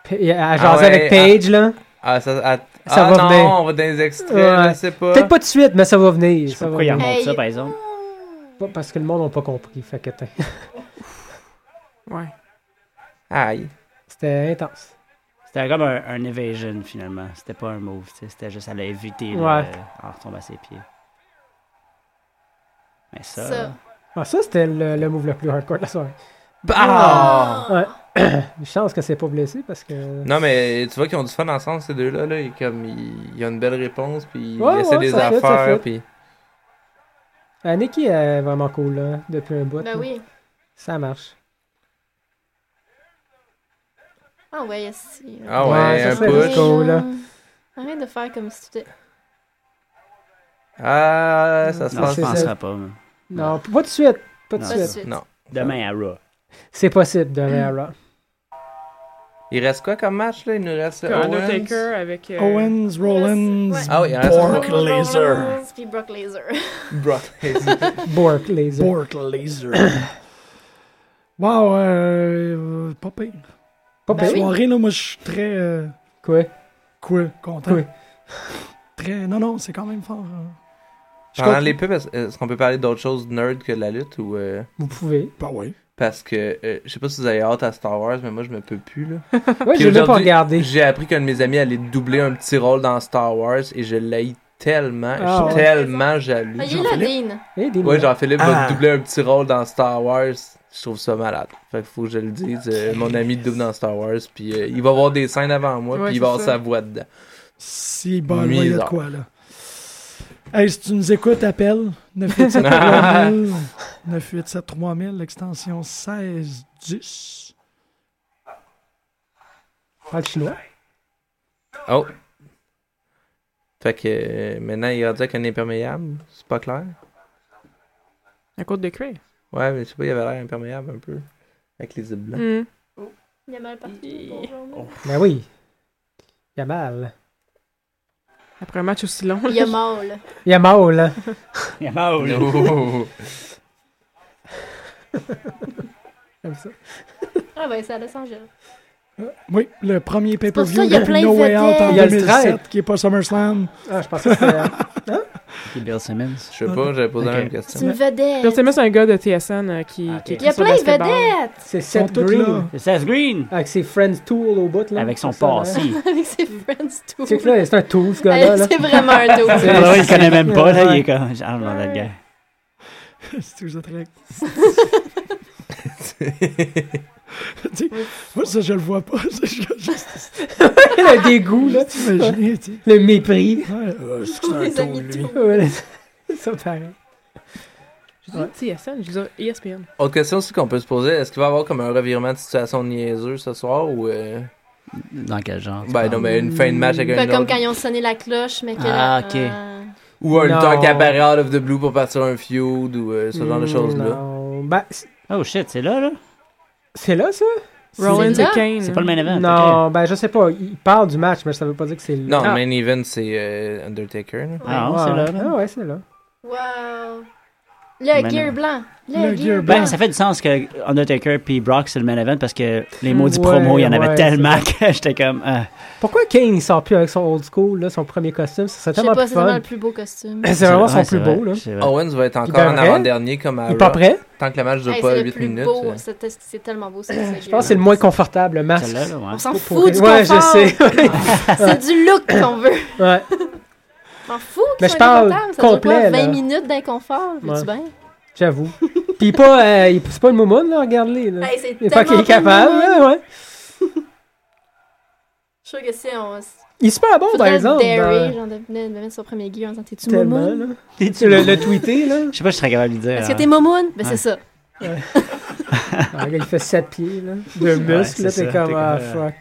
Speaker 2: Pa- Elle a
Speaker 5: Ah
Speaker 2: jasé
Speaker 5: ouais,
Speaker 2: avec Paige, là.
Speaker 5: Ah, ça, ah,
Speaker 2: Ça
Speaker 5: ah,
Speaker 2: va
Speaker 5: non,
Speaker 2: venir.
Speaker 5: on va dans les extraits,
Speaker 2: Ouais.
Speaker 5: je sais pas.
Speaker 2: Peut-être pas tout de suite, mais ça va venir.
Speaker 7: Je sais
Speaker 2: ça va
Speaker 7: pas pourquoi il
Speaker 2: venir.
Speaker 7: remonte
Speaker 3: Hey.
Speaker 7: ça, par exemple.
Speaker 2: Pas Parce que le monde n'a pas compris, fait que t'in-
Speaker 4: Ouais.
Speaker 5: Aïe.
Speaker 2: c'était intense.
Speaker 7: C'était comme un, un evasion, finalement. C'était pas un move, tu sais. C'était juste, elle a évité, là,
Speaker 2: Ouais.
Speaker 7: en retombant à ses pieds. Mais ça...
Speaker 3: Ça.
Speaker 2: Ah, ça, c'était le, le move le plus hardcore de la soirée.
Speaker 5: Bah!
Speaker 2: Ouais. Une chance que c'est pas blessé parce que.
Speaker 5: Non, mais tu vois qu'ils ont du fun ensemble, ces deux-là. Là. Ils, comme, ils, ils ont une belle réponse, puis ils
Speaker 2: Ouais,
Speaker 5: essaient
Speaker 2: ouais,
Speaker 5: des
Speaker 2: ça fait, ça
Speaker 5: affaires.
Speaker 2: fait.
Speaker 5: Puis...
Speaker 2: Euh, Nikki est vraiment cool, là, depuis un bout.
Speaker 3: Ben
Speaker 2: là.
Speaker 3: oui.
Speaker 2: Ça marche.
Speaker 3: Ah ouais, yes. si.
Speaker 5: Ah ouais,
Speaker 2: Ouais, ça,
Speaker 5: un
Speaker 2: c'est
Speaker 5: push.
Speaker 2: cool. là.
Speaker 3: euh, Arrête de faire comme si tu étais.
Speaker 5: Ah, ça se
Speaker 7: Non,
Speaker 5: passe.
Speaker 7: je
Speaker 2: c'est
Speaker 7: penserais
Speaker 2: ça.
Speaker 7: pas. moi.
Speaker 2: Non, pas de suite. Pas de
Speaker 3: Pas
Speaker 7: Non.
Speaker 3: de
Speaker 2: suite.
Speaker 3: suite.
Speaker 5: Non.
Speaker 7: Demain à Raw.
Speaker 2: C'est possible de Raw.
Speaker 5: Il reste quoi comme match, là? Il nous reste Owens.
Speaker 4: Undertaker avec. euh,
Speaker 1: Owens, Rollins,
Speaker 3: Ouais.
Speaker 5: Ah oui, il reste
Speaker 1: Bork
Speaker 3: Roman
Speaker 1: Laser.
Speaker 3: Reigns, Puis Brock Ah, Laser.
Speaker 5: Brock
Speaker 2: Bork Laser.
Speaker 1: Bork Laser. Wow, euh, pas pire.
Speaker 2: Pas
Speaker 3: Ben
Speaker 2: pire.
Speaker 3: oui.
Speaker 1: Soirée, là, moi, je suis très. euh,
Speaker 2: Quoi?
Speaker 1: quoi? Content.
Speaker 2: Oui.
Speaker 1: Très. Non, non, c'est quand même fort. hein. Je
Speaker 5: Pendant
Speaker 1: compte-
Speaker 5: les pubs, est-ce est-ce qu'on peut parler d'autre chose nerd que de la lutte ou. euh,
Speaker 2: Vous pouvez.
Speaker 1: Bah oui.
Speaker 5: Parce que, euh, je sais pas si vous avez hâte à Star Wars, mais moi je me peux plus là.
Speaker 2: Oui,
Speaker 5: Puis
Speaker 2: j'ai même pas
Speaker 5: aujourd'hui,
Speaker 2: regardé.
Speaker 5: J'ai appris qu'un de mes amis allait doubler un petit rôle dans Star Wars et je l'ai tellement,
Speaker 2: Ah,
Speaker 5: je suis
Speaker 2: ouais.
Speaker 5: tellement jaloux.
Speaker 3: Ah, il est là, Dean.
Speaker 2: Eh, des
Speaker 5: Ouais,
Speaker 2: nouvelles.
Speaker 5: Jean-Philippe
Speaker 6: Ah.
Speaker 5: va doubler un petit rôle dans Star Wars. Je trouve ça malade. Fait que faut que je le dise. euh, mon ami double dans Star Wars, puis euh, il va avoir des scènes avant moi,
Speaker 4: Ouais,
Speaker 5: puis il
Speaker 4: c'est
Speaker 5: va avoir
Speaker 4: ça.
Speaker 5: sa voix dedans.
Speaker 1: Si, bon, là, il y a de
Speaker 5: Misère.
Speaker 1: quoi, là. Hey, si tu nous écoutes, appelle 987-3000, 987-3000, l'extension 1610. Ah,
Speaker 2: Parle chinois.
Speaker 5: Oh! Fait que euh, maintenant il va dire qu'un imperméable, c'est pas clair.
Speaker 4: La côte de cuir.
Speaker 5: Ouais, mais je sais pas, il avait l'air imperméable un peu. Avec les yeux
Speaker 2: Mm.
Speaker 5: blancs.
Speaker 4: Hmm.
Speaker 3: Il y a mal partout.
Speaker 4: Il-
Speaker 3: bonjour.
Speaker 2: Ben oui. Il y a mal.
Speaker 4: Après un match aussi long.
Speaker 3: Il y a mal.
Speaker 2: Il y a mal, hein.
Speaker 7: Il y a mal, là.
Speaker 5: Oh.
Speaker 2: Comme ça.
Speaker 3: Ah ben, c'est à Los Angeles.
Speaker 1: Oui, le premier
Speaker 3: pour ça,
Speaker 1: pay-per-view
Speaker 3: il y a
Speaker 1: de
Speaker 3: plein de
Speaker 1: No Way Out en
Speaker 3: vedettes.
Speaker 2: Il y a le
Speaker 1: 2007,
Speaker 2: strike.
Speaker 1: qui est pas SummerSlam.
Speaker 2: Ah, je pensais que c'était.
Speaker 1: euh,
Speaker 7: Puis Bill Simmons.
Speaker 5: Je sais pas, j'avais posé
Speaker 7: Ok.
Speaker 5: la même
Speaker 3: C'est
Speaker 5: question.
Speaker 3: une
Speaker 4: Bill
Speaker 3: vedette.
Speaker 4: Simmons, c'est un gars de TSN euh, qui,
Speaker 7: Ah, ok.
Speaker 4: qui
Speaker 3: Il y a
Speaker 4: sur
Speaker 3: plein de
Speaker 4: basketball.
Speaker 3: vedettes
Speaker 2: C'est
Speaker 1: Ils sont
Speaker 2: Seth
Speaker 1: tous
Speaker 2: Green.
Speaker 1: là.
Speaker 7: C'est Seth Green!
Speaker 2: Avec ses Friends Tool au bout, là.
Speaker 7: Avec son
Speaker 2: C'est ça, hein.
Speaker 7: passé.
Speaker 3: avec ses friends tout.
Speaker 2: C'est que là, c'est un tool, ce gars-là.
Speaker 3: Hey,
Speaker 2: là.
Speaker 3: C'est vraiment un
Speaker 2: C'est-
Speaker 3: dos.
Speaker 7: Alors, Ah, il connaît même pas, là. Il est comme. I don't know that guy.
Speaker 1: si vous êtes rec- Tu sais, Moi, ça, je le vois pas. ça, Je juste
Speaker 2: Le dégoût, là.
Speaker 1: imaginer, tu
Speaker 2: Le mépris.
Speaker 1: sais. Ouais, euh, c'est que
Speaker 3: Les
Speaker 1: c'est un tour,
Speaker 3: amis de
Speaker 1: lui.
Speaker 3: tout.
Speaker 2: Ouais, ça pareil.
Speaker 4: Je dis TSN, je dis ESPN.
Speaker 5: Autre question aussi qu'on peut se poser, est-ce qu'il va y avoir comme un revirement de situation niaiseux ce soir ou euh...
Speaker 7: Dans quel genre? tu
Speaker 5: Ben non
Speaker 7: parles?
Speaker 5: mais une fin de match
Speaker 2: Ben,
Speaker 5: avec un
Speaker 3: Comme
Speaker 5: autre
Speaker 3: quand ils ont sonné la cloche, mais que là.
Speaker 7: Ah, ok.
Speaker 3: euh,
Speaker 5: ou un
Speaker 2: Non.
Speaker 5: lutteur qui apparaît out of the blue pour partir un feud ou euh, ce genre de
Speaker 2: Hmm,
Speaker 5: choses là.
Speaker 2: non. Ben, c'est-
Speaker 7: Oh shit, c'est là, là?
Speaker 2: c'est là, ça?
Speaker 4: Rollins
Speaker 3: là?
Speaker 4: et Kane.
Speaker 7: C'est pas le main event. ok.
Speaker 2: Non, ben, je sais pas. Il parle du match, mais ça veut pas dire que c'est là.
Speaker 5: Non,
Speaker 4: Ah.
Speaker 5: main event c'est euh, Undertaker. là.
Speaker 7: Ah, non,
Speaker 2: Ouais.
Speaker 7: c'est là, là.
Speaker 2: Ah, ouais, c'est là.
Speaker 3: Wow.
Speaker 7: Mais
Speaker 3: Le
Speaker 7: non.
Speaker 3: gear blanc.
Speaker 1: Le
Speaker 3: Le
Speaker 1: gear
Speaker 3: gear
Speaker 1: blanc.
Speaker 3: blanc.
Speaker 7: Ben, ça fait du sens que Undertaker puis Brock, c'est le main event parce que les maudits
Speaker 2: Ouais,
Speaker 7: promos, il y en
Speaker 2: Hmm, ouais,
Speaker 7: avait tellement que j'étais comme. ah.
Speaker 2: Pourquoi Kane, il sort plus avec son old school, là, son premier costume? Ça serait
Speaker 3: Je sais
Speaker 2: tellement
Speaker 3: pas,
Speaker 2: plus
Speaker 3: c'est vraiment
Speaker 2: fun.
Speaker 3: le plus beau costume.
Speaker 2: C'est vraiment
Speaker 7: Ouais,
Speaker 2: son
Speaker 7: c'est
Speaker 2: plus
Speaker 7: vrai,
Speaker 2: beau, là.
Speaker 7: c'est vrai.
Speaker 5: Owens va être encore
Speaker 2: Il
Speaker 5: en
Speaker 2: devrait.
Speaker 5: avant-dernier comme à
Speaker 2: Il est pas
Speaker 5: Raw.
Speaker 2: prêt?
Speaker 5: Tant que le match dure
Speaker 3: Hey,
Speaker 5: pas
Speaker 3: c'est le
Speaker 5: 8
Speaker 3: plus
Speaker 5: minutes.
Speaker 3: beau.
Speaker 5: euh.
Speaker 3: c'était- C'est tellement beau. Je
Speaker 2: Je pense que c'est le moins confortable, le masque.
Speaker 7: Celle-là, là, ouais.
Speaker 3: On s'en
Speaker 2: Pour-
Speaker 3: fout du
Speaker 2: Ouais,
Speaker 3: confort.
Speaker 2: je sais.
Speaker 3: C'est du look qu'on veut.
Speaker 2: Ouais.
Speaker 3: On s'en fout
Speaker 2: Mais
Speaker 3: qu'ils
Speaker 2: je
Speaker 3: soient
Speaker 2: parle
Speaker 3: inconfortables. Ça dure
Speaker 2: complet,
Speaker 3: quoi,
Speaker 2: là.
Speaker 3: 20 minutes d'inconfort,
Speaker 2: Ouais.
Speaker 3: veux-tu bien?
Speaker 2: J'avoue. Puis pas, euh, il- c'est pas une moumoune, là, regarde-les. Là.
Speaker 3: Hey, c'est
Speaker 2: il est pas qu'il
Speaker 3: tellement
Speaker 2: est capable,
Speaker 3: beau.
Speaker 2: là, ouais.
Speaker 3: Je suis sûre que si on...
Speaker 2: Il est super bon, par
Speaker 3: Faudrait
Speaker 2: exemple.
Speaker 3: le
Speaker 2: dans-
Speaker 3: dairy, genre de venir de mettre son premier gear en disant « T'es-tu
Speaker 2: Tellement,
Speaker 3: moumoune?
Speaker 2: là. Tu le, le tweeté, là.
Speaker 7: Je sais pas, je serais capable de le dire.
Speaker 3: Est-ce que
Speaker 7: hein.
Speaker 3: t'es moumoune? » Ben
Speaker 7: Ouais.
Speaker 3: c'est ça.
Speaker 2: Ah, le gars, il fait 7 pieds, là. De muscles,
Speaker 7: c'est
Speaker 2: là, t'es
Speaker 7: ça,
Speaker 2: comme,
Speaker 7: t'es
Speaker 2: ah,
Speaker 7: comme, euh,
Speaker 2: fuck.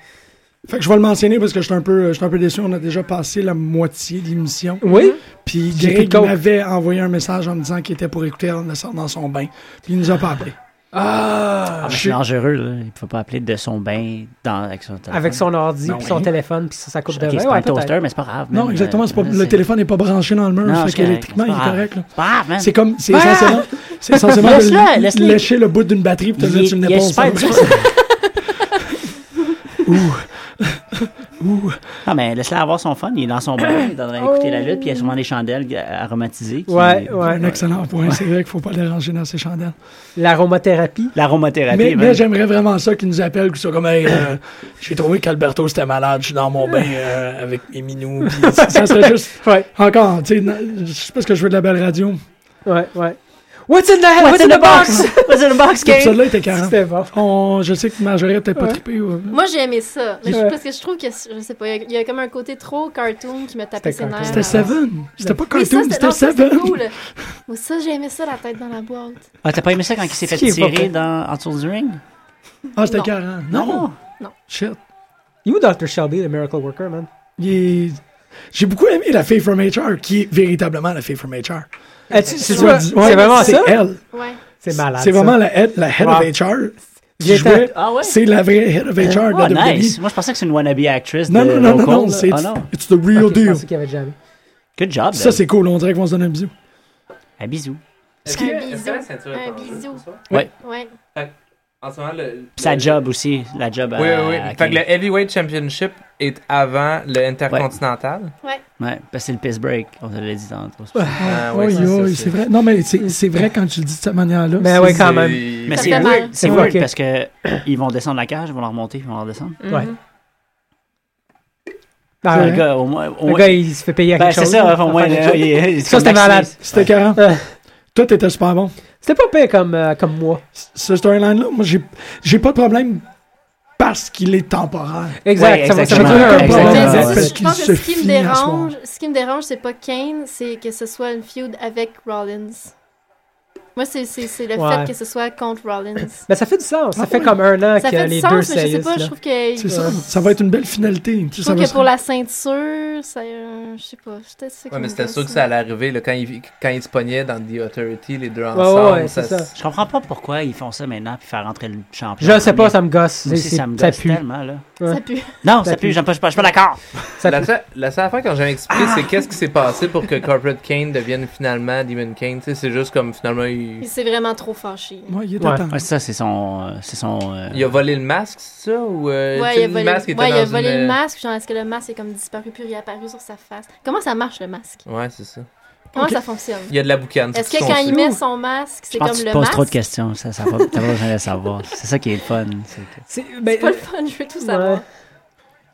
Speaker 1: Fait que je vais le mentionner parce que je suis un peu, je suis un peu déçu. On a déjà passé la moitié de l'émission.
Speaker 2: Oui?
Speaker 1: Puis
Speaker 2: J'ai plus
Speaker 1: Greg
Speaker 2: de coke.
Speaker 1: m'avait envoyé un message en me disant qu'il était pour écouter en sortant dans son bain. Puis il nous a pas appelé.
Speaker 7: Ah,
Speaker 2: Ah!
Speaker 7: mais c'est dangereux, là. Il faut pas appeler de son bain dans, avec son téléphone.
Speaker 2: Avec son ordi,
Speaker 7: Non,
Speaker 2: puis son
Speaker 7: Ben oui.
Speaker 2: téléphone, puis ça, ça coupe
Speaker 7: Ok,
Speaker 2: de
Speaker 7: c'est
Speaker 2: vin.
Speaker 7: pas
Speaker 2: Ouais,
Speaker 7: un toaster,
Speaker 2: peut-être.
Speaker 7: mais c'est pas grave.
Speaker 1: Non,
Speaker 7: même,
Speaker 1: exactement.
Speaker 7: euh,
Speaker 1: c'est Pas,
Speaker 7: là,
Speaker 1: le
Speaker 7: c'est-
Speaker 1: téléphone n'est pas branché dans le mur. fait
Speaker 7: Non, c'est correct,
Speaker 1: qu'électriquement,
Speaker 7: c'est
Speaker 1: il
Speaker 7: pas
Speaker 1: est correct. là.
Speaker 7: C'est pas grave, man.
Speaker 1: C'est comme, c'est
Speaker 7: Ah!
Speaker 1: essentiellement, c'est essentiellement de
Speaker 7: Laisse-le,
Speaker 1: l-
Speaker 7: laisse-le.
Speaker 1: lécher le bout d'une batterie puis te le
Speaker 7: Il
Speaker 1: mettre sur une
Speaker 7: est- il est
Speaker 1: épaule.
Speaker 7: super
Speaker 1: ça.
Speaker 7: Non, Ah, mais laisse-le avoir son fun. Il est dans son bain, il est en train d'écouter la lutte, puis il y a souvent des chandelles euh, aromatisées. qui-
Speaker 2: Oh. Ouais, ouais.
Speaker 1: Un excellent point. C'est vrai qu'il faut pas déranger dans ces chandelles.
Speaker 2: L'aromathérapie.
Speaker 7: L'aromathérapie. ben.
Speaker 1: Mais,
Speaker 2: hein.
Speaker 7: man.
Speaker 1: mais j'aimerais vraiment ça qu'ils nous appellent, qu'ils soient comme, hey, euh, j'ai trouvé qu'Alberto c'était malade, je suis dans mon bain euh, avec mes minous. Puis ça serait juste,
Speaker 2: Ouais,
Speaker 1: encore, tu sais, na- je sais pas ce que je veux de la belle radio.
Speaker 2: ouais, ouais. What's in the, what's in the box?
Speaker 7: What's in the box,
Speaker 1: Cet
Speaker 7: Kate?
Speaker 1: épisode-là était 40.
Speaker 2: C'était bon.
Speaker 1: On, je sais que Marjorie était pas trippée. ouais.
Speaker 3: Moi, j'ai aimé ça. Mais je-
Speaker 2: Ouais.
Speaker 3: parce que je trouve que, je sais pas, il y a- il y, a comme un côté trop cartoon qui me tapait ses
Speaker 2: C'était
Speaker 3: nerfs.
Speaker 2: cartoon.
Speaker 1: C'était Seven. C'était pas cartoon, c'était
Speaker 3: non, ça,
Speaker 1: Seven.
Speaker 3: cool. Moi, ça, j'ai aimé ça, la tête dans la boîte.
Speaker 7: Ah, t'as pas aimé ça quand il s'est fait
Speaker 2: Ce qui est pas fait.
Speaker 7: tirer dans, en dessous du ring?
Speaker 1: Ah, c'était
Speaker 3: Non.
Speaker 1: 40. Non.
Speaker 3: Non.
Speaker 1: Shit.
Speaker 2: Il est où Dr. Shelby, le Miracle Worker, man?
Speaker 1: Il est- J'ai beaucoup aimé la fille from HR, qui est véritablement la fille from HR.
Speaker 2: Ah, tu- C'est
Speaker 1: Ouais,
Speaker 2: quoi? C'est vraiment
Speaker 1: c'est
Speaker 2: ça?
Speaker 1: elle.
Speaker 3: Ouais.
Speaker 2: C'est malade.
Speaker 1: C'est
Speaker 2: ça.
Speaker 1: vraiment la head, la head
Speaker 2: Wow.
Speaker 1: of HR. qui
Speaker 2: J'étais-
Speaker 1: jouait.
Speaker 7: Ah ouais?
Speaker 1: C'est la vraie head of HR
Speaker 7: Oh,
Speaker 1: de WWE.
Speaker 7: nice. Moi, je pensais que c'est une wannabe actrice.
Speaker 1: Non,
Speaker 7: de
Speaker 1: non, non, non,
Speaker 7: local,
Speaker 1: non,
Speaker 7: là.
Speaker 1: c'est
Speaker 7: Ah, non.
Speaker 1: it's the real
Speaker 2: Ok, je
Speaker 1: deal.
Speaker 2: pensais qu'il y avait jamais.
Speaker 7: Good job.
Speaker 1: Ça,
Speaker 7: Ça,
Speaker 1: c'est cool, on dirait qu'on se donne un bisou.
Speaker 7: Un bisou.
Speaker 5: Est-ce
Speaker 3: Un
Speaker 5: est-ce
Speaker 3: bisou.
Speaker 5: la ceinture est
Speaker 3: Un
Speaker 5: en jeu
Speaker 3: bisou.
Speaker 5: ce soir?
Speaker 3: Ouais.
Speaker 5: En ce moment, le.
Speaker 7: Puis sa
Speaker 5: le-
Speaker 7: job aussi. La job.
Speaker 5: Oui,
Speaker 7: à-
Speaker 5: oui, oui.
Speaker 7: à
Speaker 5: Fait que
Speaker 7: Kane.
Speaker 5: le Heavyweight Championship est avant le Intercontinental.
Speaker 7: Ouais, parce que c'est le piss break. On te l'a dit tantôt.
Speaker 5: Ah,
Speaker 1: Oh,
Speaker 5: ouais,
Speaker 1: oui,
Speaker 5: ça, ça,
Speaker 1: oui,
Speaker 5: ça.
Speaker 1: c'est vrai. Non, mais c'est c'est vrai quand tu le dis de cette manière-là.
Speaker 2: Mais
Speaker 7: Ben
Speaker 1: c'est-
Speaker 2: Ben ouais, quand même.
Speaker 7: Mais
Speaker 3: Ça
Speaker 7: c'est
Speaker 3: fait
Speaker 7: weird.
Speaker 3: mal.
Speaker 7: C'est
Speaker 2: Ouais,
Speaker 7: weird
Speaker 2: ok.
Speaker 7: parce que ils vont descendre la cage, ils vont la remonter, ils vont la redescendre.
Speaker 5: Mm-hmm.
Speaker 2: Ouais.
Speaker 4: Mhm.
Speaker 2: Ah,
Speaker 1: Ouais.
Speaker 7: Le gars, au moins. au
Speaker 2: Le
Speaker 7: moins-
Speaker 2: gars, il se fait payer à
Speaker 7: Ben,
Speaker 2: quelque
Speaker 7: c'est
Speaker 2: chose.
Speaker 7: ça,
Speaker 2: là,
Speaker 7: au
Speaker 2: pour
Speaker 7: moins.
Speaker 2: faire quelque
Speaker 7: là,
Speaker 2: chose.
Speaker 7: il est- il est
Speaker 2: Ça, c'était
Speaker 7: vacciné.
Speaker 2: malade.
Speaker 1: C'était 40.
Speaker 2: Euh,
Speaker 1: Toi, t'étais super bon.
Speaker 2: C'était pas pire comme, euh, comme moi.
Speaker 1: Ce storyline-là, moi, j'ai- j'ai pas de problème parce qu'il est temporaire.
Speaker 2: Exact.
Speaker 7: Ouais,
Speaker 2: ça va- ça va
Speaker 7: exactement.
Speaker 2: durer un peu.
Speaker 1: Exactement.
Speaker 3: Mais
Speaker 1: ouais,
Speaker 3: c'est-
Speaker 1: parce
Speaker 3: Ben, je
Speaker 1: qu'il
Speaker 3: pense
Speaker 1: se
Speaker 3: que ce qui me
Speaker 1: finit à ce
Speaker 3: dérange, ce qui me dérange, c'est pas Kane, c'est que ce soit une feud avec Rollins. Moi, c'est c'est- c'est le
Speaker 2: Ouais. Ben,
Speaker 3: fait que ce soit contre Rollins.
Speaker 2: Mais ça fait du sens. Ça
Speaker 1: Ah
Speaker 2: fait
Speaker 1: oui.
Speaker 2: comme un an
Speaker 3: Ça
Speaker 2: que
Speaker 3: fait
Speaker 2: les
Speaker 3: du
Speaker 2: deux
Speaker 3: sens, mais je sais
Speaker 2: saillissent.
Speaker 3: pas, je
Speaker 2: là.
Speaker 3: trouve que.
Speaker 1: C'est ça. Ça va être une belle finalité. Tu sais,
Speaker 3: Je
Speaker 1: ça
Speaker 3: trouve
Speaker 1: va
Speaker 3: que
Speaker 1: se-
Speaker 3: pour la ceinture, c'est. euh, je sais pas. c'est peut-être ça qui
Speaker 5: Ouais, mais
Speaker 3: me
Speaker 5: c'était
Speaker 3: gosse,
Speaker 5: sûr que
Speaker 3: là.
Speaker 5: ça allait arriver. Là, quand, ils, quand ils se pognaient dans The Authority, les deux
Speaker 2: ouais,
Speaker 5: ensemble.
Speaker 2: ouais, c'est ça.
Speaker 5: s-
Speaker 7: Je comprends pas pourquoi ils font ça maintenant puis faire rentrer le champion.
Speaker 2: Je sais pas, ça me gosse. C'est-
Speaker 7: Moi aussi,
Speaker 2: c'est-
Speaker 7: ça me gosse
Speaker 2: pue.
Speaker 7: tellement, là.
Speaker 3: Ça pue.
Speaker 7: Non,
Speaker 2: Ça
Speaker 7: ça pue,
Speaker 2: pue.
Speaker 7: j'aime pas- je suis pas je suis pas d'accord.
Speaker 2: Ça
Speaker 5: La,
Speaker 2: pue.
Speaker 5: seule- la seule affaire que j'ai expliqué, c'est qu'est-ce qui s'est passé pour que Corporate Kane devienne finalement Demon Kane. Tu sais, c'est juste comme finalement, il,
Speaker 3: Il s'est vraiment trop fâché.
Speaker 1: Ouais, il est
Speaker 2: Ouais.
Speaker 1: attendu.
Speaker 7: Ouais, ça, c'est son. euh, C'est son. euh,
Speaker 5: il a volé le masque, c'est ça Ou, euh, tu
Speaker 3: Ouais,
Speaker 5: sais,
Speaker 3: il a volé,
Speaker 5: le masque était
Speaker 3: ouais, il a
Speaker 5: dans
Speaker 3: volé
Speaker 5: une- euh,
Speaker 3: le masque. Genre, est-ce que le masque est comme disparu puis réapparu sur sa face? Comment ça marche le masque?
Speaker 5: Ouais, c'est ça.
Speaker 3: Comment
Speaker 1: Ok.
Speaker 3: ça fonctionne?
Speaker 5: Il y a de la boucane. c'est
Speaker 3: Est-ce
Speaker 5: tout
Speaker 3: que
Speaker 5: son
Speaker 3: quand
Speaker 5: truc.
Speaker 3: il met son masque,
Speaker 7: Je
Speaker 3: c'est
Speaker 7: pense
Speaker 3: comme
Speaker 7: que Ah, tu
Speaker 3: le
Speaker 7: te poses
Speaker 3: masque?
Speaker 7: trop de questions. Ça, ça va. T'as pas besoin de le savoir. C'est ça qui est le fun. c'est que-
Speaker 2: C'est
Speaker 3: C'est
Speaker 2: ben,
Speaker 3: pas le fun, je veux tout savoir.
Speaker 2: ouais.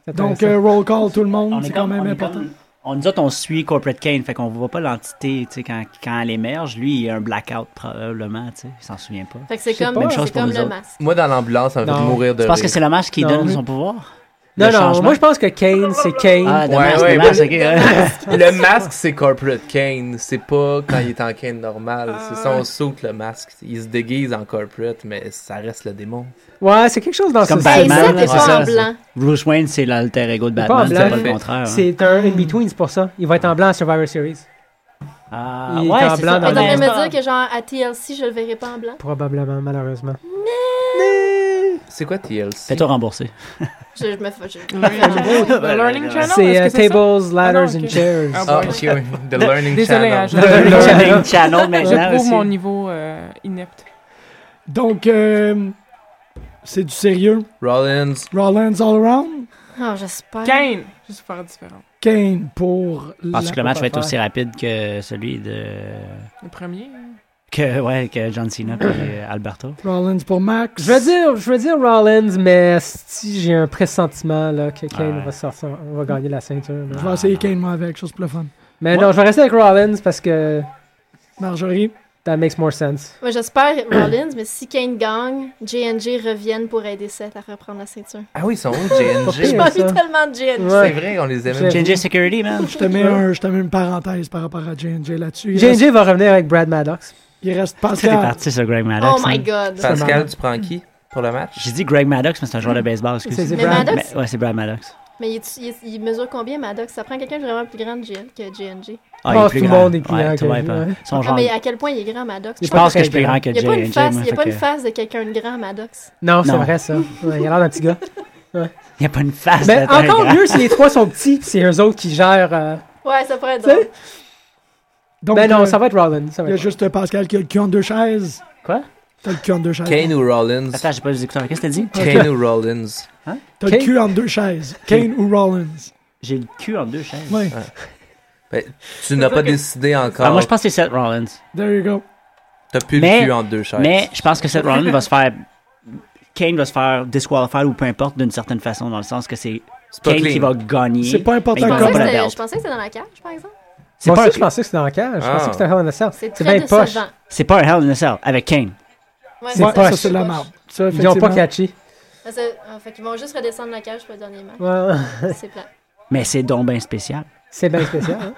Speaker 2: C'est
Speaker 1: Donc,
Speaker 2: intéressant.
Speaker 1: euh, roll call, tout le monde,
Speaker 7: est
Speaker 1: c'est quand
Speaker 7: comme-
Speaker 1: même
Speaker 7: Ben, on est
Speaker 1: important.
Speaker 7: comme- on, nous autres, on suit Corporate Kane, fait qu'on voit pas l'entité, tu sais, quand, quand elle émerge, lui, il y a un blackout probablement, tu sais, il s'en souvient pas.
Speaker 3: Fait que c'est
Speaker 2: Je sais
Speaker 3: comme,
Speaker 2: pas.
Speaker 7: Même chose
Speaker 3: c'est
Speaker 7: pour
Speaker 3: comme
Speaker 7: nous
Speaker 3: le
Speaker 7: autres.
Speaker 3: masque.
Speaker 5: Moi, dans l'ambulance, Ah, ça me fait
Speaker 2: Non.
Speaker 5: mourir de
Speaker 7: Tu penses que
Speaker 5: rire.
Speaker 7: c'est la masque qui
Speaker 2: Non.
Speaker 7: donne son pouvoir?
Speaker 2: Non,
Speaker 7: le
Speaker 2: non,
Speaker 7: changement.
Speaker 2: moi je pense que Kane, c'est Kane.
Speaker 7: Ah,
Speaker 5: Ouais,
Speaker 7: dommage,
Speaker 5: ouais,
Speaker 7: dommage,
Speaker 5: ouais.
Speaker 7: ok.
Speaker 5: Le masque, c'est Corporate Kane. C'est pas quand il est en Kane normal. C'est son saute, le masque. Il se déguise en Corporate, mais ça reste le démon.
Speaker 2: ouais, c'est quelque chose dans
Speaker 7: Comme
Speaker 2: ce
Speaker 3: Hey,
Speaker 7: Batman,
Speaker 3: ça,
Speaker 7: là,
Speaker 3: t'es
Speaker 7: c'est ça,
Speaker 3: pas en
Speaker 7: c'est-
Speaker 3: blanc.
Speaker 7: Bruce Wayne, c'est l'alter ego de
Speaker 2: Il est pas
Speaker 7: Batman,
Speaker 2: en
Speaker 7: c'est
Speaker 2: blanc.
Speaker 7: pas le contraire. hein.
Speaker 2: C'est un in-between, c'est pour ça. Il va être en blanc à Survivor Series.
Speaker 7: Ah,
Speaker 2: Il est
Speaker 7: ouais,
Speaker 2: en
Speaker 7: c'est
Speaker 2: blanc
Speaker 7: ça.
Speaker 2: dans
Speaker 3: Mais
Speaker 2: le-
Speaker 3: devrait me dire que genre à TLC, je le verrai pas en blanc.
Speaker 2: Probablement, malheureusement.
Speaker 5: C'est quoi TLC?
Speaker 7: Fais-toi rembourser.
Speaker 3: Je, je me fais. je-
Speaker 4: Learning Channel.
Speaker 7: Ouais,
Speaker 4: The Learning
Speaker 7: ouais,
Speaker 4: Channel,
Speaker 2: c'est
Speaker 4: est-ce
Speaker 2: euh,
Speaker 4: que c'est ça?
Speaker 2: Tables, Ladders
Speaker 4: Ah,
Speaker 2: and
Speaker 4: non, ok.
Speaker 2: Chairs.
Speaker 4: Ah,
Speaker 5: Ah,
Speaker 4: ouais.
Speaker 5: ok, oui. The Learning
Speaker 4: Désolé, hein,
Speaker 5: Channel.
Speaker 4: je-
Speaker 2: Learning
Speaker 7: Learning
Speaker 2: Channel.
Speaker 7: Channel
Speaker 4: Je
Speaker 7: maintenant
Speaker 4: prouve
Speaker 7: aussi.
Speaker 4: mon niveau euh, inepte.
Speaker 1: Donc, euh, c'est du sérieux.
Speaker 5: Rollins.
Speaker 1: Rollins all around.
Speaker 3: Oh, j'espère.
Speaker 4: Kane! Juste pour faire différent.
Speaker 1: Kane pour
Speaker 7: Ah, Parce que le
Speaker 1: la-
Speaker 7: match va être aussi rapide que celui de.
Speaker 4: Le premier.
Speaker 7: Que, ouais, que John Cena et euh, Alberto.
Speaker 1: Rollins pour Max.
Speaker 2: Je veux dire, je veux dire Rollins, mais si j'ai un pressentiment là, que Kane
Speaker 7: Ouais.
Speaker 2: va, sortir, va gagner la ceinture. là.
Speaker 1: Je vais essayer Kane, moi, avec, chose pour le fun.
Speaker 2: Mais
Speaker 7: Ouais.
Speaker 2: non, je vais rester avec Rollins parce que
Speaker 1: Marjorie.
Speaker 2: that makes more sense.
Speaker 3: Moi, j'espère Rollins, mais si Kane gagne, J&J reviennent pour aider Seth à reprendre la ceinture.
Speaker 5: Ah oui, ils sont où, JNG?
Speaker 3: J'ai
Speaker 2: Ouais,
Speaker 3: pas vu
Speaker 2: ça.
Speaker 3: tellement de J&J.
Speaker 2: Ouais.
Speaker 5: C'est vrai, on les aimait.
Speaker 2: J'ai-
Speaker 7: JJ Security, man.
Speaker 1: Je te mets, un, je te mets une parenthèse par rapport à J&J là-dessus. Il, reste-
Speaker 2: JJ va revenir avec Brad Maddox.
Speaker 1: il reste
Speaker 7: T'es
Speaker 1: Pascal.
Speaker 7: parti sur Greg Maddox.
Speaker 3: Oh my
Speaker 7: hein.
Speaker 3: god.
Speaker 5: Pascal, tu prends qui pour le match?
Speaker 7: J'ai dit Greg Maddox, mais c'est un joueur de baseball,
Speaker 2: C'est-
Speaker 7: excusez
Speaker 2: c'est
Speaker 3: Mais
Speaker 2: Brad.
Speaker 3: Maddox,
Speaker 7: Ouais, c'est Brad Maddox. Ah,
Speaker 3: Mais il, est- il est- il mesure combien, Maddox? Ça prend quelqu'un de vraiment plus grand de JL que JNJ.
Speaker 7: Ah,
Speaker 2: Je pense
Speaker 7: plus
Speaker 2: que tout le
Speaker 7: grand.
Speaker 2: monde est plus
Speaker 7: Ouais,
Speaker 2: grand
Speaker 7: tout le
Speaker 2: que
Speaker 7: monde est
Speaker 2: lui,
Speaker 7: pas-
Speaker 2: ouais.
Speaker 7: Son
Speaker 3: Ah,
Speaker 7: genre.
Speaker 3: mais à quel point il est grand, Maddox?
Speaker 7: Je
Speaker 3: pense
Speaker 7: pense que je suis
Speaker 2: très
Speaker 7: plus grand que
Speaker 3: qu'il n'y a pas une
Speaker 7: JJ.
Speaker 3: face, il y
Speaker 7: moi,
Speaker 3: a
Speaker 7: fait
Speaker 3: pas
Speaker 7: que-
Speaker 3: une face de quelqu'un de grand, Maddox.
Speaker 2: Non, c'est
Speaker 7: Non.
Speaker 2: vrai ça. Ouais, il a l'air d'un petit gars.
Speaker 7: Il n'y a pas une face. hein.
Speaker 2: Ben,
Speaker 7: d'être un
Speaker 2: encore
Speaker 7: grand.
Speaker 2: mieux si les trois sont petits, pis c'est eux autres qui gèrent. euh,
Speaker 3: Ouais, ça pourrait être
Speaker 2: Tu sais?
Speaker 3: drôle.
Speaker 1: Donc,
Speaker 2: ben non,
Speaker 1: euh,
Speaker 2: ça va être Rollins. Ça
Speaker 1: Il
Speaker 2: va
Speaker 1: y a
Speaker 2: être
Speaker 1: juste Pascal qui a le cul en deux chaises.
Speaker 7: Quoi?
Speaker 1: T'as le cul en deux chaises.
Speaker 5: Kane ou Rollins?
Speaker 7: Attends, j'ai pas les écouteurs. Qu'est-ce que t'as dit?
Speaker 5: Kane ou Rollins?
Speaker 1: T'as le
Speaker 2: Kane-
Speaker 1: cul en deux chaises. Kane ou Rollins.
Speaker 7: Hein? J'ai le cul en deux chaises.
Speaker 1: Ouais.
Speaker 5: Tu n'as pas décidé encore.
Speaker 7: Ah, moi, je pense que c'est Seth Rollins.
Speaker 1: There you go.
Speaker 5: T'as plus
Speaker 7: Mais-
Speaker 5: le cul en deux chaises.
Speaker 7: Mais je pense que Seth Rollins va se faire. Kane va se faire disqualifier ou peu importe d'une certaine façon, dans le sens que c'est
Speaker 5: c'est pas
Speaker 7: Kane
Speaker 5: clean.
Speaker 7: qui va gagner.
Speaker 1: C'est pas important
Speaker 7: Mais
Speaker 3: Je
Speaker 1: comme
Speaker 7: il va
Speaker 3: Euh, pensais que
Speaker 7: pas la
Speaker 3: c'était-
Speaker 7: belt.
Speaker 3: Je pensais que c'était dans la cage, par exemple.
Speaker 7: C'est
Speaker 2: Moi
Speaker 7: pas,
Speaker 2: aussi, je
Speaker 7: un-
Speaker 2: pensais que c'était dans la cage. Je
Speaker 5: Ah.
Speaker 2: pensais que c'était un Hell in a Cell.
Speaker 3: C'est
Speaker 2: C'est
Speaker 3: très
Speaker 2: bien poche.
Speaker 3: décevant.
Speaker 7: c'est pas un Hell in a Cell avec Kane.
Speaker 3: Ouais,
Speaker 2: C'est
Speaker 1: Ouais,
Speaker 2: poche.
Speaker 1: ça, c'est de la merde.
Speaker 2: Ils
Speaker 1: Ça,
Speaker 2: n'ont pas
Speaker 1: effectivement.
Speaker 2: catché.
Speaker 3: Ça, c'est- ah, fait qu'ils vont juste redescendre la cage pour le dernier match.
Speaker 2: Ouais.
Speaker 3: C'est plein.
Speaker 7: Mais c'est donc bien spécial.
Speaker 2: C'est bien spécial. hein.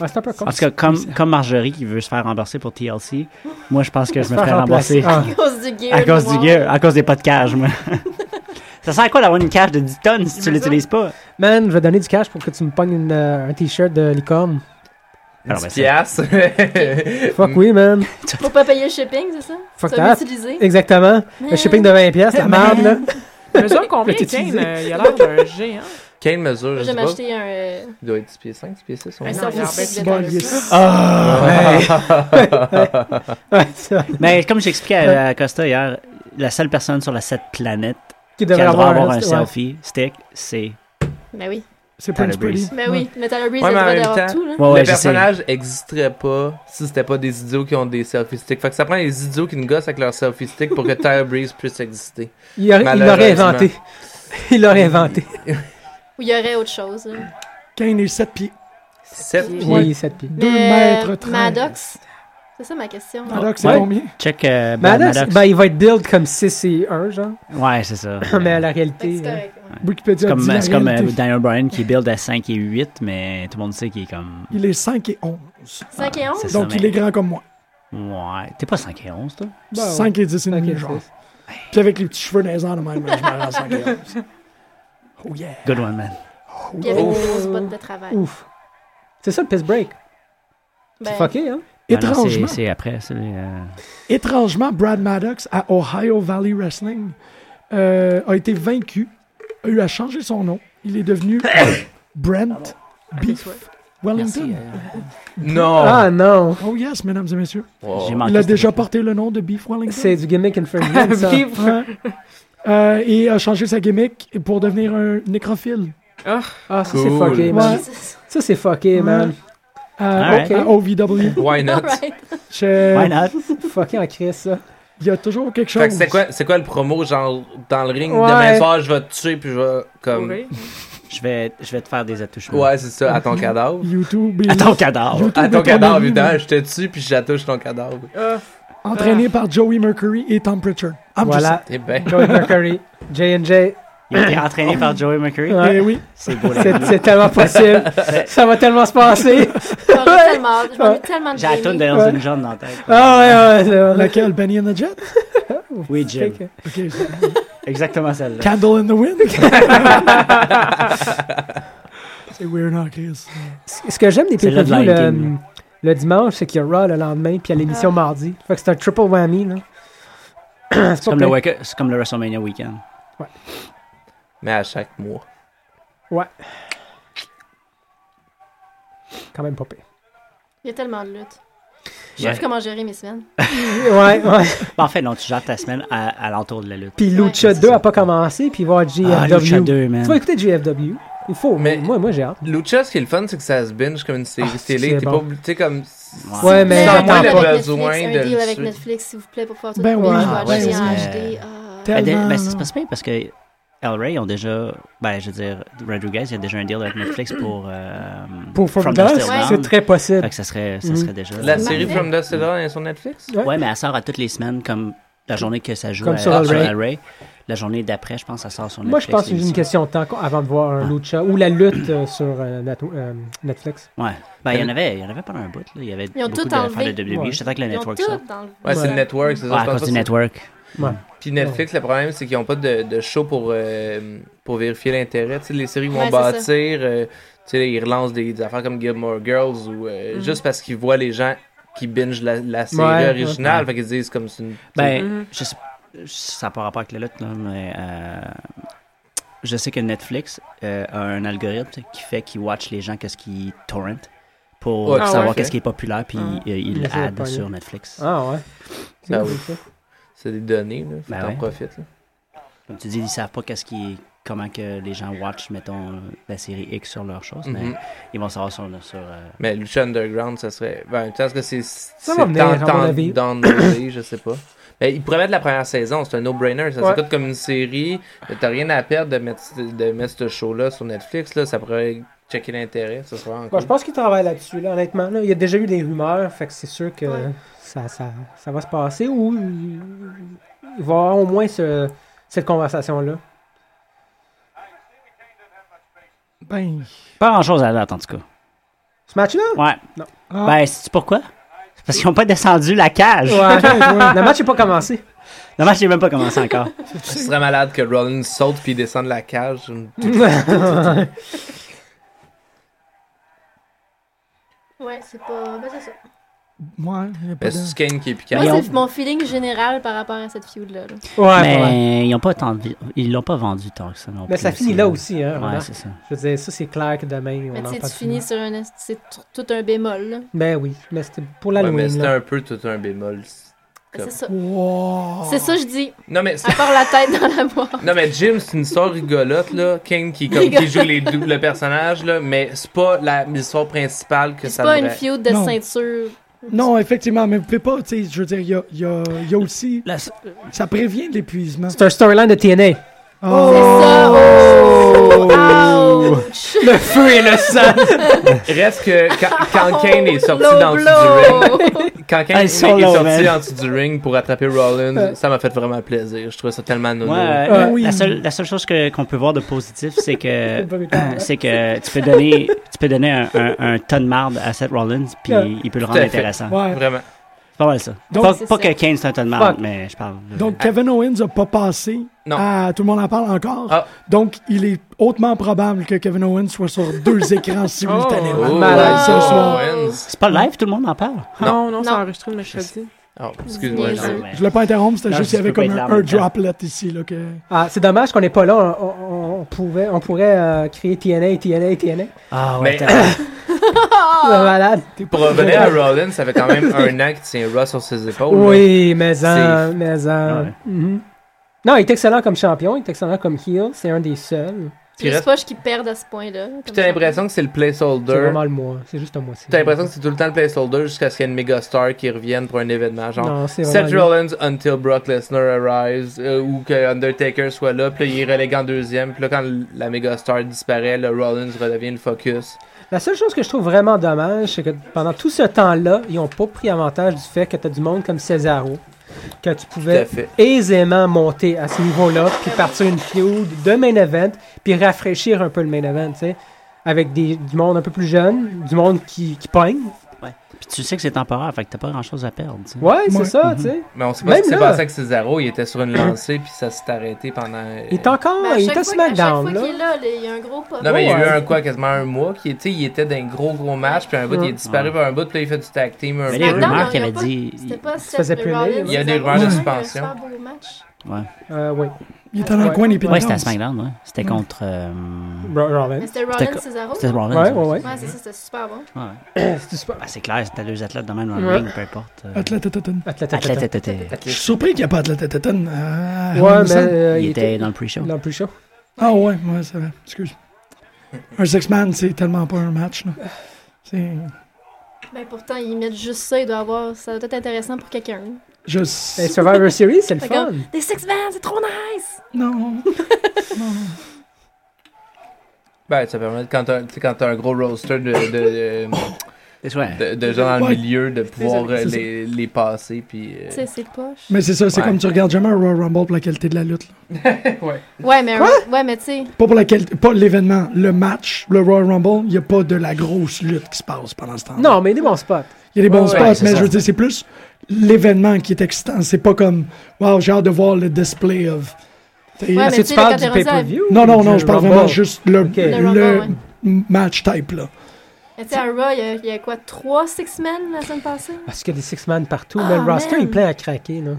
Speaker 2: Ouais, c'est un peu con.
Speaker 7: En tout cas, comme, comme Marjorie qui veut se faire rembourser pour TLC, moi je pense que je me
Speaker 2: Faire
Speaker 7: ferais
Speaker 2: remplacer.
Speaker 3: À
Speaker 2: Ah.
Speaker 7: rembourser
Speaker 3: cause du gear.
Speaker 7: à cause du
Speaker 3: noir.
Speaker 7: gear, à cause des pas de cage, moi. ça sert à quoi d'avoir une cage de 10 tonnes si tu
Speaker 4: Mais ça-
Speaker 7: l'utilises pas?
Speaker 2: Man, je vais donner du cash pour que tu me pognes une, euh, un t-shirt de licorne.
Speaker 7: Alors, ben,
Speaker 5: Dix
Speaker 7: ça-
Speaker 5: piastres.
Speaker 2: Fuck oui, man.
Speaker 3: Faut pas payer le shipping, c'est ça?
Speaker 2: Fuck
Speaker 3: tu
Speaker 2: that.
Speaker 3: vas l'utiliser.
Speaker 2: Exactement. Le shipping de 20$, piastres, la merde, là.
Speaker 4: Mesure
Speaker 2: Mais
Speaker 4: combien,
Speaker 2: t'es
Speaker 4: Kane?
Speaker 2: teasé.
Speaker 4: Euh, Il a l'air d'un géant.
Speaker 5: Quelle mesure, je
Speaker 3: J'ai
Speaker 5: sais pas.
Speaker 3: acheté un. euh,
Speaker 5: Il doit être 10 pieds 5, 10 pieds 6.
Speaker 3: Un
Speaker 4: non,
Speaker 3: service
Speaker 4: il y a
Speaker 3: de
Speaker 1: C'est
Speaker 3: détail.
Speaker 1: bon, yes.
Speaker 2: Ah,
Speaker 1: Ah.
Speaker 2: Ouais, c'est vrai.
Speaker 7: Mais Ben, comme j'expliquais à, à Costa hier, la seule personne sur la cette planète
Speaker 2: Qui
Speaker 7: qui a
Speaker 2: devrait
Speaker 7: le droit
Speaker 2: avoir,
Speaker 7: d'avoir un
Speaker 2: ouais.
Speaker 7: selfie stick, c'est.
Speaker 3: Ben oui.
Speaker 1: C'est
Speaker 7: Tyler
Speaker 1: Prince Pretty.
Speaker 7: Breeze.
Speaker 3: Ben oui. Metal Breeze
Speaker 5: Ouais,
Speaker 3: a
Speaker 5: mais
Speaker 3: le droit
Speaker 5: en même
Speaker 3: d'avoir
Speaker 5: temps-
Speaker 3: tout, là.
Speaker 7: Ouais, ouais,
Speaker 5: le
Speaker 7: je sais.
Speaker 5: personnage existerait pas si c'était pas des idiots qui ont des selfie sticks. Fait que ça prend les idiots qui nous gossent avec leur selfie stick pour que Tyler Breeze puisse exister.
Speaker 2: Il aurait- il l'aurait
Speaker 5: Malheureusement.
Speaker 2: inventé. Il l'aurait inventé.
Speaker 3: Ou il y aurait autre chose, là.
Speaker 1: Kane est 7 pieds.
Speaker 5: 7
Speaker 4: Puis-
Speaker 1: Ouais.
Speaker 2: Puis 7 pieds.
Speaker 1: Deux
Speaker 3: Mais,
Speaker 1: mètres treize.
Speaker 3: Euh, Maddox. C'est ça ma question.
Speaker 1: Maddox, c'est
Speaker 7: Ouais.
Speaker 1: combien?
Speaker 7: Check euh, Brad
Speaker 2: Maddox,
Speaker 7: Maddox.
Speaker 2: ben, il va être build comme 6 et 1, genre.
Speaker 7: Ouais, c'est ça.
Speaker 2: Mais la
Speaker 3: Fait que
Speaker 2: réalité.
Speaker 3: Ben, c'est
Speaker 2: euh,
Speaker 3: correct. ouais.
Speaker 7: C'est
Speaker 1: Wikipédia
Speaker 7: comme,
Speaker 1: dit la
Speaker 7: c'est comme euh,
Speaker 1: réalité.
Speaker 7: Daniel Bryan qui build à 5 et 8, mais tout le monde sait qu'il est comme.
Speaker 1: Il est 5 et 11.
Speaker 3: 5 et
Speaker 7: Ah,
Speaker 3: 11?
Speaker 7: c'est
Speaker 1: Donc,
Speaker 7: ça,
Speaker 1: il
Speaker 7: mais-
Speaker 1: est grand comme moi.
Speaker 7: Ouais. T'es pas 5 et 11, toi?
Speaker 2: Ben ouais.
Speaker 1: 5 et 10 et demi,
Speaker 2: Ok,
Speaker 1: genre.
Speaker 2: c'est-
Speaker 1: Puis avec les petits cheveux dans les airs de même, là, je me rends à 5 et 11. Oh yeah.
Speaker 7: Good one, man. Ah,
Speaker 1: Oh
Speaker 3: Puis il y
Speaker 1: yeah.
Speaker 3: avait une grosse
Speaker 7: euh,
Speaker 3: botte de travail.
Speaker 2: Ouf. C'est ça le piss break. C'est
Speaker 3: Ben,
Speaker 2: fucké, hein?
Speaker 7: Ah non, c'est-
Speaker 1: Étrangement,
Speaker 7: C'est après, ça. les, euh,
Speaker 1: étrangement, Brad Maddox à Ohio Valley Wrestling euh, a été vaincu, a eu à changer son nom. Il est devenu Brent Beef Wellington.
Speaker 5: Non!
Speaker 2: Ah non!
Speaker 1: Oh yes, mesdames et messieurs.
Speaker 5: Wow.
Speaker 7: J'ai
Speaker 1: Il a
Speaker 7: manqué.
Speaker 1: déjà porté le nom de Beef Wellington.
Speaker 2: C'est du gimmick infringement, ça.
Speaker 4: Vive.
Speaker 1: Ouais. Euh, et a changé sa gimmick pour devenir un nécrophile.
Speaker 2: Ah, ça, c'est
Speaker 5: Cool.
Speaker 2: fucké, man.
Speaker 1: Ouais.
Speaker 3: Jesus.
Speaker 2: Ça, c'est fucké, man. Euh,
Speaker 1: À,
Speaker 7: Alright.
Speaker 1: à OVW.
Speaker 5: Why not?
Speaker 3: Alright.
Speaker 1: Je-
Speaker 7: Why not?
Speaker 2: Fucké en crise, ça.
Speaker 1: Il y a toujours quelque chose.
Speaker 5: Fait que c'est quoi, c'est quoi le promo, genre, dans le ring,
Speaker 2: Ouais.
Speaker 5: demain soir, je vais te tuer, puis je vais, comme...
Speaker 4: Courir.
Speaker 7: Je vais, je vais te faire des attouchements.
Speaker 5: Ouais, c'est ça, à ton cadavre.
Speaker 1: YouTube est
Speaker 7: À ton cadavre.
Speaker 5: À ton
Speaker 1: Tout est
Speaker 5: cadavre,
Speaker 1: tombé,
Speaker 5: évidemment, je te tue, puis j'attouche ton cadavre.
Speaker 4: Ah,
Speaker 1: entraîné par Joey Mercury et Tom Pritchard. I'm
Speaker 2: Voilà.
Speaker 5: Eh ben...
Speaker 2: Joey Mercury, J&J.
Speaker 7: Il a été entraîné par Joey Mercury.
Speaker 1: just- Eh oui.
Speaker 7: C'est beau, la
Speaker 2: C'est
Speaker 7: vie.
Speaker 2: c'est tellement possible. ça va tellement se passer.
Speaker 3: J'aurais tellement- Je m'en ai tellement de
Speaker 7: J'ai la toune
Speaker 3: gaming.
Speaker 7: de Elton John dans la tête.
Speaker 2: Ah ouais, ouais, c'est vrai.
Speaker 1: Laquelle? Benny and the Jet?
Speaker 7: Oui, Jim.
Speaker 2: Fait que-
Speaker 1: Ok.
Speaker 7: Exactement celle-là.
Speaker 1: Candle in the Wind? c'est weird, hein, Chris?
Speaker 2: Ce ce que j'aime des pay
Speaker 7: C'est
Speaker 2: per
Speaker 7: le
Speaker 2: view
Speaker 7: Lion
Speaker 2: le,
Speaker 7: King.
Speaker 2: le dimanche, c'est qu'il y a Raw le lendemain, puis il y a l'émission
Speaker 7: Ah.
Speaker 2: mardi. Fait que c'est un triple whammy, là.
Speaker 7: C'est comme, le Wake- c'est comme le WrestleMania Weekend.
Speaker 5: Mais à chaque mois.
Speaker 2: Quand même pas pire.
Speaker 3: Il y a tellement de luttes. Je sais
Speaker 7: Ouais.
Speaker 3: plus comment gérer mes semaines.
Speaker 2: Ouais, ouais.
Speaker 7: Bon, Bah, en fait, non, tu gères ta semaine à, à l'entour de la lutte.
Speaker 2: Puis Lucha
Speaker 3: Ouais.
Speaker 2: 2 a pas commencé, puis voir GFW.
Speaker 7: Ah, Lucha 2,
Speaker 2: Tu vas
Speaker 7: man.
Speaker 2: écouter GFW. Il faut.
Speaker 5: Mais-
Speaker 2: Moi, moi j'ai hâte.
Speaker 5: Lucha, ce qui est le fun, c'est que ça se binge comme une série
Speaker 2: Ah, c'est
Speaker 5: télé. T'es
Speaker 2: bon.
Speaker 5: pas obli- t'sais, comme.
Speaker 2: Ouais, mais
Speaker 5: Sans
Speaker 3: un
Speaker 5: moi,
Speaker 2: attends
Speaker 3: deal
Speaker 5: le
Speaker 2: pas.
Speaker 3: avec
Speaker 5: besoin
Speaker 3: Netflix,
Speaker 5: de
Speaker 3: un
Speaker 5: le
Speaker 3: deal avec
Speaker 5: suivre.
Speaker 3: Netflix, s'il vous plaît, pour pouvoir tout
Speaker 1: Ben
Speaker 3: le monde
Speaker 1: ouais,
Speaker 3: watcher
Speaker 7: Ah, ouais,
Speaker 3: en
Speaker 7: ouais.
Speaker 3: HD. Ah.
Speaker 7: Ben, de-
Speaker 1: Tellement,
Speaker 7: ben, c'est
Speaker 1: là.
Speaker 7: pas si pire parce que El Ray ont déjà. Ben, je veux dire, Rodriguez, il y a déjà un deal avec Netflix pour. euh,
Speaker 2: Pour From
Speaker 7: Dust
Speaker 2: Dust,
Speaker 7: Till Dawn.
Speaker 2: c'est très possible.
Speaker 7: Fait que ça serait, ça
Speaker 2: Mhm.
Speaker 7: serait déjà.
Speaker 5: La
Speaker 3: Ouais.
Speaker 5: série
Speaker 3: Ouais.
Speaker 5: From Dust to Dawn est sur Netflix?
Speaker 2: Ouais.
Speaker 7: Ouais, mais elle sort à toutes les semaines, comme la journée que ça joue
Speaker 2: Comme
Speaker 7: à-
Speaker 2: sur El Rey.
Speaker 7: El Rey. La journée d'après, je pense, ça sort sur Netflix.
Speaker 2: Moi, je pense que c'est une
Speaker 7: l'émission.
Speaker 2: question de temps qu'on- avant de voir un Lucha ou la lutte euh, sur euh, Nat- euh, Netflix.
Speaker 7: Ouais. Ben, il y en avait, il y en avait pendant un bout, là. Il y avait
Speaker 3: Ils ont
Speaker 7: beaucoup
Speaker 3: tout
Speaker 7: de fans
Speaker 3: enlevé.
Speaker 7: de WWE.
Speaker 2: Ouais.
Speaker 7: Je t'attends que le
Speaker 3: Ils ont
Speaker 7: network
Speaker 3: tout
Speaker 7: ça.
Speaker 3: dans le.
Speaker 5: Ouais, c'est
Speaker 2: Ouais.
Speaker 5: le network, c'est
Speaker 7: Ouais,
Speaker 5: ça.
Speaker 7: à
Speaker 5: je pense
Speaker 7: cause
Speaker 5: pas
Speaker 7: du
Speaker 5: que-
Speaker 7: network.
Speaker 5: Puis Netflix, le problème, c'est qu'ils n'ont pas de, de show pour, euh, pour vérifier l'intérêt. Tu sais, les séries vont
Speaker 3: Ouais, c'est ça.
Speaker 5: bâtir. euh, tu sais, ils relancent des, des affaires comme Gilmore Girls ou euh,
Speaker 3: Mm.
Speaker 5: juste parce qu'ils voient les gens qui binge la, la série
Speaker 2: Ouais, Mm-hmm.
Speaker 5: originale.
Speaker 7: ouais.
Speaker 5: Fait qu'ils disent comme c'est une.
Speaker 7: Ben,
Speaker 4: Mhm.
Speaker 7: je sais, ça n'a pas rapport avec la lutte, là, mais euh, je sais que Netflix euh, a un algorithme qui fait qu'il watch les gens qu'est-ce qui torrent pour
Speaker 5: Ouais,
Speaker 4: Ah
Speaker 7: savoir
Speaker 4: ouais.
Speaker 7: qu'est-ce qui est populaire, puis
Speaker 4: Ah.
Speaker 7: euh, il
Speaker 2: Mais ça va
Speaker 7: add
Speaker 2: pas
Speaker 7: sur
Speaker 2: aller.
Speaker 7: Netflix.
Speaker 2: Ah ouais. C'est
Speaker 5: Ben
Speaker 2: cool,
Speaker 5: oui.
Speaker 2: ça.
Speaker 5: C'est des données, là. Faut
Speaker 7: Ben
Speaker 5: que t'en
Speaker 7: ouais.
Speaker 5: profites, là.
Speaker 7: Comme tu dis, ils savent pas qu'est-ce qui comment que les gens watch, mettons, euh, la série X sur leur chose,
Speaker 5: Mhm.
Speaker 7: mais ils vont savoir sur... sur euh,
Speaker 5: Mais Lucha Underground, ça serait. Ben, en même temps, est-ce que c'est. Ça
Speaker 2: va venir, à mon avis.
Speaker 5: je sais pas. Mais ils pourraient mettre la première saison, c'est un no-brainer. Ça
Speaker 2: Ouais.
Speaker 5: s'écoute comme une série. T'as rien à perdre de mettre, de mettre ce show-là sur Netflix, là. Ça pourrait checker l'intérêt, ce soir.
Speaker 2: Bon, Ben, je pense qu'il travaille là-dessus, là, honnêtement. là. Il y a déjà eu des rumeurs, fait que c'est sûr que
Speaker 3: Ouais.
Speaker 2: ça, ça, ça va se passer ou il il va y avoir au moins ce- cette conversation-là.
Speaker 1: Ben,
Speaker 7: Pas grand-chose à date, en tout cas.
Speaker 2: Ce match-là?
Speaker 7: Ouais.
Speaker 1: Ah.
Speaker 7: Ben, sais-tu pourquoi? C'est parce qu'ils n'ont pas descendu la cage.
Speaker 2: Ouais. le match n'est pas commencé.
Speaker 7: Le match n'est même pas commencé encore.
Speaker 5: Ce serait malade que Rollins saute puis descende la cage.
Speaker 3: Ouais, c'est pas. Ben, c'est ça.
Speaker 1: ouais, y a pas
Speaker 5: Mais
Speaker 1: de-
Speaker 5: c'est Kane qui est piquant.
Speaker 3: Moi,
Speaker 7: Voyons.
Speaker 3: c'est mon feeling général par rapport à cette feud-là. là.
Speaker 2: Ouais,
Speaker 7: mais
Speaker 2: ouais.
Speaker 7: ils n'ont pas tant de- Ils l'ont pas vendu tant que ça. non
Speaker 2: Mais
Speaker 7: plus,
Speaker 2: ça finit
Speaker 7: c'est-
Speaker 2: là aussi, hein,
Speaker 7: Ouais,
Speaker 2: remarque.
Speaker 7: c'est ça.
Speaker 2: Je veux dire, ça, c'est clair que demain, on
Speaker 3: Mais
Speaker 2: en
Speaker 3: tu sais,
Speaker 2: parle
Speaker 3: tu finis
Speaker 2: plus.
Speaker 3: sur un. est- C'est t- tout un bémol. là.
Speaker 2: Ben oui, mais c'était pour
Speaker 5: Ouais, mais
Speaker 2: l'Halloween.
Speaker 5: c'était
Speaker 2: là.
Speaker 5: un peu tout un bémol.
Speaker 3: Ben, C'est ça.
Speaker 1: Wow.
Speaker 3: C'est ça, je dis.
Speaker 5: Non, mais,
Speaker 3: À part la tête dans la boîte.
Speaker 5: non, mais Jim, c'est une histoire rigolote, là. Kane qui, comme, qui joue les dou- le personnage, là. Mais c'est pas la- l'histoire principale que
Speaker 3: Puis C'est
Speaker 5: ça
Speaker 3: pas
Speaker 5: devrait-
Speaker 3: une feud de
Speaker 1: Non.
Speaker 3: ceinture.
Speaker 1: Non, effectivement, mais vous pouvez pas, tu sais, je veux dire, il y a, il y a- il y a aussi,
Speaker 7: La-
Speaker 1: ça prévient de l'épuisement.
Speaker 2: C'est un storyline de TNA.
Speaker 1: Oh.
Speaker 3: C'est ça.
Speaker 2: Oh!
Speaker 3: Oh! Ouch!
Speaker 2: Le feu et le sang!
Speaker 5: Reste que quand, quand
Speaker 2: Oh,
Speaker 5: Kane est sorti
Speaker 3: Low
Speaker 5: dans le dessous du ring,
Speaker 3: blow.
Speaker 5: quand Kane
Speaker 7: Elles
Speaker 5: est
Speaker 7: sont
Speaker 5: sorti
Speaker 7: là,
Speaker 5: en
Speaker 7: man.
Speaker 5: dessous du ring pour attraper Rollins, ça m'a fait vraiment plaisir. Je trouvais ça tellement nono.
Speaker 7: Ouais,
Speaker 1: Ah
Speaker 7: la,
Speaker 1: oui.
Speaker 7: la seule, la seule chose que- qu'on peut voir de positif, c'est que
Speaker 2: Véritable.
Speaker 7: c'est que tu peux donner tu peux donner un, un, un ton de marde à Seth Rollins puis
Speaker 2: Yeah.
Speaker 7: il peut le
Speaker 5: Tout
Speaker 7: rendre
Speaker 5: à fait.
Speaker 7: intéressant.
Speaker 1: Ouais.
Speaker 5: Vraiment.
Speaker 7: C'est pas mal ça.
Speaker 1: Donc-
Speaker 7: pas
Speaker 3: C'est
Speaker 7: pas
Speaker 3: ça.
Speaker 7: que Kane c'est un ton de marde,
Speaker 2: Fuck.
Speaker 7: mais je parle. de-
Speaker 1: Donc, Kevin Owens a pas passé
Speaker 5: Non.
Speaker 1: à Tout le monde en parle encore.
Speaker 5: Ah.
Speaker 1: Donc, il est hautement probable que Kevin Owens soit sur deux écrans simultanément.
Speaker 5: Oh, Rollins.
Speaker 2: Malade,
Speaker 1: ce soir.
Speaker 7: c'est pas live, tout le monde en parle.
Speaker 4: Oh. Ah,
Speaker 2: Ah.
Speaker 4: Non, non, c'est
Speaker 3: Non.
Speaker 4: enregistré le mercredi.
Speaker 5: Oh, excuse-moi.
Speaker 3: Niaiseux.
Speaker 5: Jean.
Speaker 1: Je voulais pas interrompre, c'était
Speaker 7: Non,
Speaker 1: juste
Speaker 7: tu
Speaker 1: qu'il y avait
Speaker 7: peux pas
Speaker 1: comme un,
Speaker 7: être là en
Speaker 1: un
Speaker 7: même temps.
Speaker 1: droplet ici. Là, que...
Speaker 2: Ah, c'est dommage qu'on n'est pas là. On, on- on pouvait, on pourrait euh, créer TNA, TNA, TNA.
Speaker 7: Ah
Speaker 5: ouais, Mais-
Speaker 2: Le malade.
Speaker 5: Pour revenir à Rollins, ça fait quand même un an qu'il tient Raw sur ses épaules.
Speaker 2: Oui, mais en,
Speaker 5: C'est-
Speaker 2: mais en.
Speaker 7: Ouais.
Speaker 2: Mhm. Non, il est excellent comme champion, il est excellent comme heel. C'est un des seuls.
Speaker 3: C'est
Speaker 5: Puis
Speaker 3: juste pas qui perdent à ce point-là.
Speaker 5: Puis t'as l'impression que c'est le
Speaker 2: C'est
Speaker 5: placeholder.
Speaker 2: vraiment le moi. C'est juste un moi.
Speaker 5: T'as l'impression que c'est tout le temps le placeholder jusqu'à ce qu'il y ait une méga star qui revienne pour un événement. Genre,
Speaker 2: Non, c'est
Speaker 5: Seth
Speaker 2: vraiment.
Speaker 5: Rollins until Brock Lesnar arrives euh, ou que Undertaker soit là, puis là, il est relégué en deuxième, puis là quand la méga star disparaît, le Rollins redevient le focus.
Speaker 2: La seule chose que je trouve vraiment dommage, c'est que pendant tout ce temps-là, ils n'ont pas pris avantage du fait que tu as du monde comme Cesaro, que tu
Speaker 5: Tout à
Speaker 2: pouvais
Speaker 5: fait.
Speaker 2: aisément monter à ce niveau-là, puis partir une feud de main event, puis rafraîchir un peu le main event, tu sais, avec des, du monde un peu plus jeune, du monde qui, qui pogne.
Speaker 7: Puis tu sais que c'est temporaire, fait que t'as pas grand chose à perdre. tu sais.
Speaker 2: Ouais, c'est
Speaker 1: Ouais.
Speaker 7: Mhm.
Speaker 2: ça, tu sais.
Speaker 5: Mais on sait pas
Speaker 2: Même
Speaker 5: ce qui s'est
Speaker 2: là.
Speaker 5: passé avec Cesaro, il était sur une lancée, puis ça s'est arrêté pendant.
Speaker 2: Il est encore, il est à SmackDown, là.
Speaker 3: là. là, il y a un gros pop.
Speaker 5: euh, Non, mais il y a eu
Speaker 2: Ouais.
Speaker 5: un quoi, quasiment un mois, qui était, il était d'un gros gros match, puis un bout, il est disparu
Speaker 7: Ouais.
Speaker 5: par un bout, puis là, il fait du tag team. Un
Speaker 7: Mais
Speaker 5: peu.
Speaker 7: les
Speaker 3: Smackdown,
Speaker 7: rumeurs
Speaker 3: ils
Speaker 7: qu'il
Speaker 3: ont
Speaker 7: avait
Speaker 3: pas-
Speaker 7: dit.
Speaker 3: C'était pas Seth
Speaker 2: faisait plus
Speaker 3: Rollins,
Speaker 2: laid.
Speaker 5: Il y a
Speaker 3: c'est
Speaker 5: des
Speaker 3: un
Speaker 5: rumeurs de
Speaker 3: bon-
Speaker 5: suspension.
Speaker 3: un super beau match.
Speaker 7: Ouais,
Speaker 2: Euh, oui.
Speaker 1: Il était dans le coin des
Speaker 7: ouais c'était à SmackDown, ouais. C'était contre. euh,
Speaker 2: Ro- Rollins.
Speaker 3: Mais c'était
Speaker 7: C'était
Speaker 3: Rollins
Speaker 7: co-
Speaker 3: Cesaro.
Speaker 7: C'était
Speaker 3: Ouais,
Speaker 7: Rollins.
Speaker 2: Ouais,
Speaker 7: ça.
Speaker 2: ouais, ouais.
Speaker 3: c'est ça, c'était super bon.
Speaker 7: Ouais, ouais.
Speaker 2: C'est super.
Speaker 7: Ah, c'est clair, c'était deux athlètes de même dans le
Speaker 2: Ouais.
Speaker 7: ring, peu importe. euh,
Speaker 2: Athlète, athlète,
Speaker 7: Athlète,
Speaker 2: athlète.
Speaker 7: athlète, athlète.
Speaker 1: Je suis surpris qu'il n'y a pas de la Ah,
Speaker 2: Ouais, mais
Speaker 1: Anderson.
Speaker 2: euh,
Speaker 7: Il était dans le pre-show.
Speaker 2: dans le plus chaud.
Speaker 1: Ah ouais, ouais, c'est vrai. Excuse. Un six-man, c'est tellement pas un match. Là. C'est...
Speaker 3: Ben pourtant, ils mettent juste ça, il doit avoir. Ça doit être intéressant pour quelqu'un.
Speaker 1: Je
Speaker 2: Et
Speaker 1: sais...
Speaker 2: Survivor Series, c'est le
Speaker 3: Fait
Speaker 2: fun.
Speaker 3: comme, Des Six Man, c'est trop nice!
Speaker 1: Non. non.
Speaker 5: Ben, ça permet, quand t'as tu sais, quand t'as un gros roster de, de,
Speaker 7: C'est vrai.
Speaker 5: de, de gens dans le
Speaker 1: Ouais.
Speaker 5: milieu, de pouvoir
Speaker 1: C'est
Speaker 5: euh,
Speaker 1: ça.
Speaker 5: les, les passer, puis. euh,
Speaker 3: Tu sais, c'est poche.
Speaker 1: Mais c'est ça, c'est
Speaker 5: Ouais.
Speaker 1: comme tu regardes jamais un Royal Rumble pour la qualité de la lutte. là.
Speaker 3: Ouais, mais, ouais, mais tu sais,
Speaker 1: Pas pour la qualité, pas l'événement, le match, le Royal Rumble, il n'y a pas de la grosse lutte qui se passe pendant ce temps
Speaker 2: Non, mais il est bon spot.
Speaker 1: Il y a des bons
Speaker 2: Ouais,
Speaker 1: spots,
Speaker 7: ouais, c'est
Speaker 1: mais
Speaker 7: ça.
Speaker 1: je veux dire, c'est plus l'événement qui est excitant. C'est pas comme, wow, j'ai hâte de voir le display of.
Speaker 3: Ouais,
Speaker 1: T'sais,
Speaker 3: mais
Speaker 2: Est-ce que
Speaker 3: tu
Speaker 2: tu
Speaker 3: sais,
Speaker 2: parles
Speaker 3: quand
Speaker 2: du
Speaker 3: t'es rendu à-
Speaker 2: pay-per-view?
Speaker 1: Non, non,
Speaker 2: ou
Speaker 1: non,
Speaker 2: du
Speaker 1: je parle
Speaker 2: Rumble?
Speaker 1: vraiment juste le,
Speaker 2: Ok.
Speaker 1: le,
Speaker 3: Le Rumble,
Speaker 1: match type, là.
Speaker 3: mais tu sais, à Raw, il y a- il y, a quoi, trois Six Man la semaine passée?
Speaker 1: Ah,
Speaker 2: Parce qu'il y a des six-man partout, mais le
Speaker 3: Ah,
Speaker 2: roster
Speaker 3: man.
Speaker 2: est plein à craquer. Là.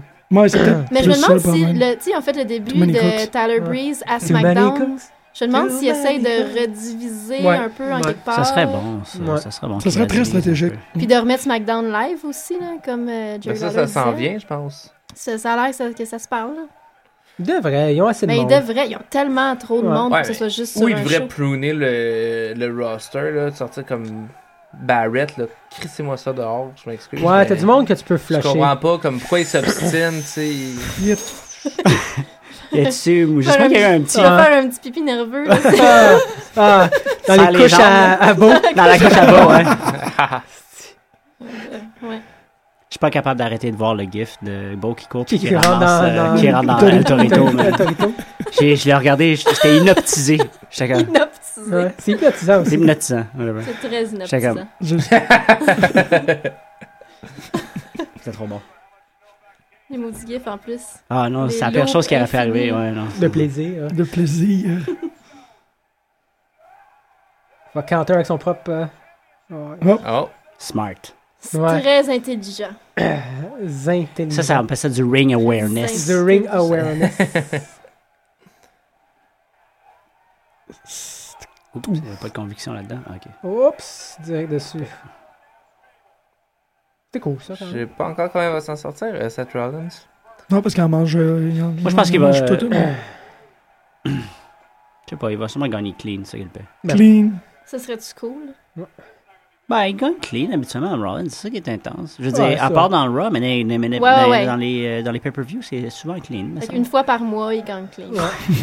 Speaker 1: Moi, c'est peut-être
Speaker 3: Mais je me demande
Speaker 1: plus ça, le
Speaker 3: si,
Speaker 1: problème.
Speaker 3: le- tu sais, en fait, le début
Speaker 1: Too many
Speaker 3: de
Speaker 1: cooks.
Speaker 3: Tyler
Speaker 2: Ouais.
Speaker 3: Breeze à
Speaker 2: Too many
Speaker 3: SmackDown,
Speaker 2: cooks.
Speaker 3: je me demande
Speaker 2: Too
Speaker 3: s'il essaye
Speaker 2: many
Speaker 3: de
Speaker 2: cooks.
Speaker 3: rediviser
Speaker 2: Ouais.
Speaker 3: un peu en
Speaker 2: Ouais.
Speaker 3: quelque part.
Speaker 7: Ça serait bon, ça.
Speaker 2: Ouais.
Speaker 7: Ça serait bon.
Speaker 1: Ça
Speaker 7: qu'il
Speaker 1: serait très
Speaker 7: réalise un peu.
Speaker 1: stratégique.
Speaker 3: Puis de remettre SmackDown live aussi, là, comme euh,
Speaker 5: ben,
Speaker 3: Jerry
Speaker 5: ça, ça
Speaker 3: Lawler
Speaker 5: s'en
Speaker 3: disait.
Speaker 5: vient, je pense.
Speaker 3: Ça, ça a l'air que ça, que ça se parle. là.
Speaker 2: Ils devraient, ils ont assez de
Speaker 3: Mais ils
Speaker 2: monde.
Speaker 3: devraient, ils ont tellement trop de
Speaker 2: Ouais.
Speaker 3: monde
Speaker 5: Ouais,
Speaker 3: pour que ce
Speaker 5: mais
Speaker 3: soit juste sur
Speaker 5: Ou il
Speaker 3: un
Speaker 5: devrait
Speaker 3: show.
Speaker 5: pruner le, le roster, là, de sortir comme Barrett, là. Crissez-moi ça dehors, je m'excuse.
Speaker 2: Ouais,
Speaker 5: mais
Speaker 2: t'as du monde que tu peux
Speaker 5: Je
Speaker 2: flusher.
Speaker 5: comprends pas comme pourquoi ils s'obstinent, tu sais.
Speaker 7: Y a-tu- ou- J'espère qu'il y a eu un
Speaker 3: Tu
Speaker 5: Ah,
Speaker 7: petit. Ah.
Speaker 3: vas faire un petit pipi nerveux. là.
Speaker 2: Ah, ah, Dans
Speaker 7: Sans
Speaker 2: les couches
Speaker 7: jambes,
Speaker 2: à,
Speaker 7: là.
Speaker 2: à beau.
Speaker 7: Dans la couche à bas, ouais.
Speaker 3: Euh, ouais.
Speaker 7: Je suis pas capable d'arrêter de voir le gif de Beau qui court
Speaker 2: Qui-
Speaker 7: qui,
Speaker 2: qui rentre
Speaker 7: ramasse,
Speaker 2: dans-
Speaker 7: euh,
Speaker 2: dans-
Speaker 7: qui rentre dans El Torito. man. J'ai- Je l'ai regardé, j- j'étais hypnotisé. J'étais comme-
Speaker 3: Inoptisé.
Speaker 2: Ouais, C'est hypnotisant
Speaker 7: C'est
Speaker 2: aussi.
Speaker 7: hypnotisant. whatever.
Speaker 3: C'est très
Speaker 7: Chacun.
Speaker 3: inoptisant.
Speaker 7: C'est trop bon.
Speaker 3: Les maudits gifs en plus.
Speaker 7: Ah non,
Speaker 3: Les
Speaker 7: c'est la pire
Speaker 3: lots
Speaker 7: chose qui aurait fait
Speaker 3: infinis.
Speaker 7: arriver. Ouais, non.
Speaker 2: De plaisir.
Speaker 1: De plaisir.
Speaker 2: On va counter avec son propre. euh,
Speaker 5: Oh.
Speaker 7: Smart.
Speaker 3: C'est
Speaker 2: Ouais.
Speaker 3: très intelligent.
Speaker 2: Zinténie.
Speaker 7: Ça, ça appelle ça du ring awareness.
Speaker 2: The Ring Awareness.
Speaker 7: Oups, il n'y a pas de conviction là-dedans. Ah, ok.
Speaker 2: Oups, direct dessus. C'est cool ça. quand même.
Speaker 5: J'ai pas encore comment il va s'en sortir, euh, Seth Rollins.
Speaker 1: Non, parce qu'elle mange. euh, il en-
Speaker 7: Moi, je
Speaker 1: il
Speaker 7: pense qu'il va-
Speaker 1: mange tout, euh,
Speaker 7: Je sais pas, il va sûrement gagner clean, c'est ça qu'il fait.
Speaker 1: Clean.
Speaker 3: Ça serait-tu cool?
Speaker 7: Ben, il gagne clean habituellement à Rollins, c'est ça qui est intense. Je veux
Speaker 2: Ouais,
Speaker 7: dire, à
Speaker 2: ça.
Speaker 7: part dans le Raw, mais, dans- dans-
Speaker 3: Ouais,
Speaker 7: dans- dans-
Speaker 3: ouais.
Speaker 7: dans les, euh, dans les pay-per-views, c'est souvent clean. me
Speaker 3: Fait
Speaker 7: semble.
Speaker 3: Une fois par mois, il gagne clean.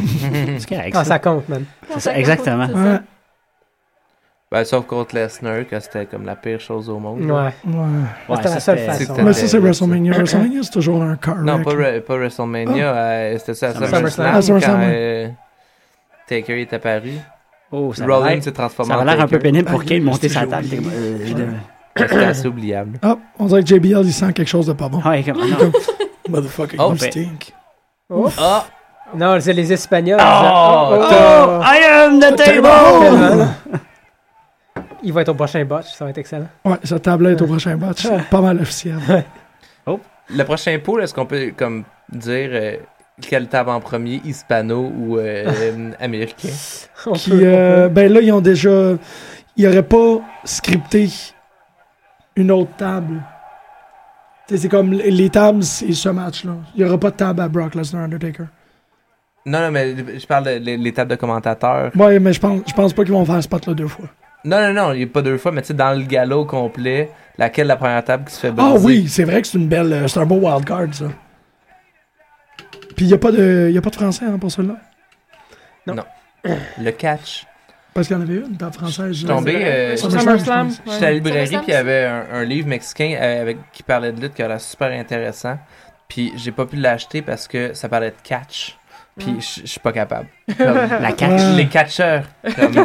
Speaker 7: C'est correct.
Speaker 2: Ah,
Speaker 7: ça.
Speaker 2: ça compte, man.
Speaker 7: C'est ça, exactement.
Speaker 3: C'est
Speaker 1: Ouais.
Speaker 3: ça.
Speaker 5: Ben, sauf contre Lesnar, que c'était comme la pire chose au monde.
Speaker 2: Ouais.
Speaker 1: Ouais.
Speaker 7: Ouais,
Speaker 2: C'était la
Speaker 7: ça,
Speaker 2: seule
Speaker 7: c'était-
Speaker 2: façon.
Speaker 5: c'était-
Speaker 1: Mais ça, c'est
Speaker 5: Euh,
Speaker 1: WrestleMania. WrestleMania, c'est toujours un car
Speaker 5: Non,
Speaker 1: wreck.
Speaker 5: pas, Re- pas WrestleMania, euh, c'était ça à
Speaker 7: SummerSlam.
Speaker 5: SummerSlam,
Speaker 1: Ah, SummerSlam,
Speaker 5: quand
Speaker 1: ouais.
Speaker 5: euh, Taker est apparu.
Speaker 7: Oh, ça va
Speaker 5: Rollins
Speaker 7: l'air-
Speaker 5: s'est transformé
Speaker 7: ça
Speaker 5: en
Speaker 7: avait l'air un peu
Speaker 5: Taker.
Speaker 7: pénible pour
Speaker 1: Ah,
Speaker 7: Kane de monter
Speaker 1: c'est
Speaker 7: sa
Speaker 1: joli.
Speaker 7: table. T'es comme, euh, je devais-
Speaker 5: C'était assez oubliable.
Speaker 1: Ah, on dirait que JBL, il sent quelque chose de pas bon.
Speaker 7: Ouais,
Speaker 5: ah
Speaker 7: comme, non.
Speaker 1: Motherfucker,
Speaker 5: Oh,
Speaker 1: you
Speaker 7: ben.
Speaker 1: stink.
Speaker 5: Ah!
Speaker 2: Non, c'est les Espagnols.
Speaker 5: Oh,
Speaker 2: ils disaient,
Speaker 7: Oh, I am the table!
Speaker 2: Tellement. Il va être au prochain botch, ça va être excellent.
Speaker 1: Ouais, cette tablette au prochain match, c'est pas mal officiel.
Speaker 7: Oh.
Speaker 5: Le prochain pool, est-ce qu'on peut comme dire euh, quelle table en premier, hispano ou euh, euh, américain?
Speaker 2: On
Speaker 1: Qui,
Speaker 2: peut- on peut-
Speaker 1: euh, ben là, ils ont déjà. Ils n'auraient pas scripté une autre table. Tu sais, C'est comme les- les tables, c'est ce match-là. Il n'y aura pas de table à Brock Lesnar Undertaker.
Speaker 5: Non, non, mais je parle de les, les tables de commentateurs.
Speaker 1: Ouais, mais je pense, je pense pas qu'ils vont faire ce spot-là deux fois.
Speaker 5: Non, non, non, il est pas deux fois, mais tu sais, dans le galop complet, laquelle la première table qui se fait
Speaker 1: Ah
Speaker 5: briser?
Speaker 1: oui, c'est vrai que c'est une belle. euh, C'est un beau wildcard, ça. Puis il n'y a, pas de- il y a pas de français hein, pour celle-là.
Speaker 5: Le catch.
Speaker 1: Parce qu'il y en avait une, une table française.
Speaker 5: Je suis tombé. euh,
Speaker 1: Sur
Speaker 4: SummerSlam.
Speaker 5: J'étais à la librairie,
Speaker 3: SummerSlam,
Speaker 5: puis il y avait un, un livre mexicain euh, avec, qui parlait de lutte qui l'air super intéressant. Puis j'ai pas pu l'acheter parce que ça parlait de catch. Puis je je suis pas capable. Comme-
Speaker 7: La catch.
Speaker 5: Les catcheurs.
Speaker 4: Ouais,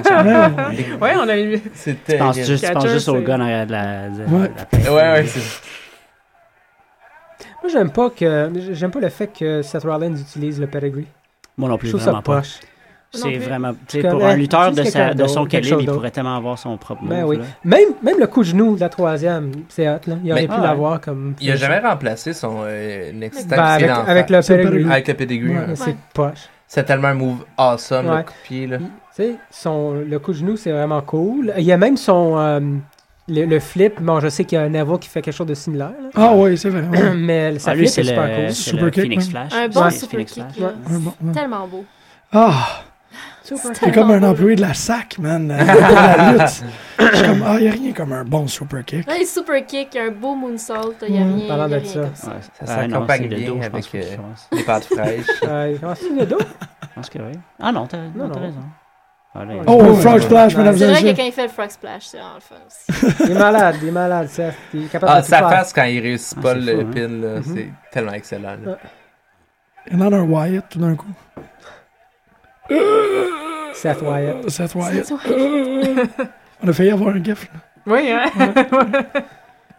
Speaker 4: ouais, on a eu.
Speaker 5: C'était.
Speaker 7: Pense
Speaker 5: Ouais,
Speaker 7: juste, tu penses
Speaker 4: Catcher,
Speaker 7: juste au
Speaker 4: c'est-
Speaker 7: gars en arrière de la. de-
Speaker 1: Ouais.
Speaker 7: de la tête.
Speaker 5: ouais, c'est.
Speaker 2: Moi, j'aime pas que j'aime pas le fait que Seth Rollins utilise le pedigree.
Speaker 7: Moi non
Speaker 2: Je
Speaker 7: plus,
Speaker 2: trouve ça
Speaker 7: vraiment pas.
Speaker 2: poche.
Speaker 3: Non
Speaker 7: C'est
Speaker 3: plus.
Speaker 7: vraiment. Tu sais,
Speaker 2: Comme,
Speaker 7: pour
Speaker 2: euh,
Speaker 7: un lutteur
Speaker 2: c'est
Speaker 7: de,
Speaker 2: quelqu'un
Speaker 7: sa- de son
Speaker 2: d'autre, quelque
Speaker 7: calibre,
Speaker 2: chose
Speaker 7: il
Speaker 2: d'autre.
Speaker 7: pourrait tellement avoir son propre move.
Speaker 2: Ben oui.
Speaker 7: là.
Speaker 2: Même, même le coup de genou de la troisième, c'est hot, là. Il aurait
Speaker 5: Mais-
Speaker 2: pu
Speaker 7: Ah ouais.
Speaker 2: l'avoir comme.
Speaker 5: Il a jamais remplacé son euh, next
Speaker 2: Ben, avec, avec le
Speaker 1: C'est le
Speaker 2: pedigree.
Speaker 1: pedigree.
Speaker 5: avec le pedigree.
Speaker 1: Ouais.
Speaker 2: Mais C'est
Speaker 3: Ouais.
Speaker 2: poche.
Speaker 5: C'est tellement un move awesome, le
Speaker 2: Ouais.
Speaker 5: coup de pied, là.
Speaker 2: Tu sais, son, le coup de genou, c'est vraiment cool. Il y a même son. euh, le, le flip. Bon, je sais qu'il y a un Navo qui fait quelque chose de similaire, là.
Speaker 1: Ah oui, c'est vrai. ouais.
Speaker 2: Mais sa
Speaker 7: Ah, lui,
Speaker 2: flip
Speaker 7: c'est
Speaker 2: est super
Speaker 7: le,
Speaker 2: cool.
Speaker 7: c'est
Speaker 1: Super
Speaker 7: le
Speaker 1: kick,
Speaker 7: Phoenix
Speaker 1: ouais.
Speaker 7: Flash.
Speaker 3: Un
Speaker 7: Ouais,
Speaker 3: bon
Speaker 7: c'est
Speaker 3: super
Speaker 7: Phoenix
Speaker 3: kick,
Speaker 7: Flash.
Speaker 3: là.
Speaker 1: Un bon- ouais.
Speaker 3: Tellement beau.
Speaker 1: Ah! T'es comme un employé de la SAC, man. euh, pour la lutte. Je suis comme, ah, il a rien comme un bon super kick.
Speaker 3: Un super kick, un beau moonsault, il n'y a
Speaker 1: Mm,
Speaker 3: rien,
Speaker 2: parlant
Speaker 3: y a
Speaker 2: de
Speaker 3: rien
Speaker 2: ça.
Speaker 3: comme ça.
Speaker 7: Ouais,
Speaker 5: Ça
Speaker 7: ah, non,
Speaker 5: s'accompagne
Speaker 7: c'est le
Speaker 5: bien
Speaker 7: dos, je
Speaker 5: avec,
Speaker 7: pense qu'il faut
Speaker 5: euh,
Speaker 7: que tu commences.
Speaker 5: Les pâtes fraîches.
Speaker 2: Euh, comment c'est le dos?
Speaker 7: Je pense que oui. Ah non, t'as non,
Speaker 2: Non,
Speaker 7: t'as
Speaker 2: non.
Speaker 7: raison. Ah, là, il-
Speaker 1: Oh,
Speaker 2: Ouais.
Speaker 1: frog splash,
Speaker 2: Ouais.
Speaker 1: mesdames
Speaker 3: C'est
Speaker 1: et
Speaker 3: vrai
Speaker 1: messieurs.
Speaker 3: que quand il fait le frog splash, c'est vraiment le fun aussi.
Speaker 2: Il est malade, il est malade, Seth. Il est capable
Speaker 5: Ah,
Speaker 2: de tout
Speaker 5: sa
Speaker 2: faire.
Speaker 5: face quand il réussit
Speaker 7: Ah,
Speaker 5: pas
Speaker 7: c'est
Speaker 5: le
Speaker 7: fou, hein.
Speaker 5: pin, là,
Speaker 2: Mhm.
Speaker 5: c'est tellement excellent. là.
Speaker 2: Ouais.
Speaker 1: Il y en a un Wyatt, tout d'un coup.
Speaker 2: Seth Wyatt.
Speaker 1: Euh, Seth
Speaker 3: C'est
Speaker 1: Wyatt.
Speaker 3: toi.
Speaker 1: On a failli avoir un gif. là.
Speaker 4: Oui, hein?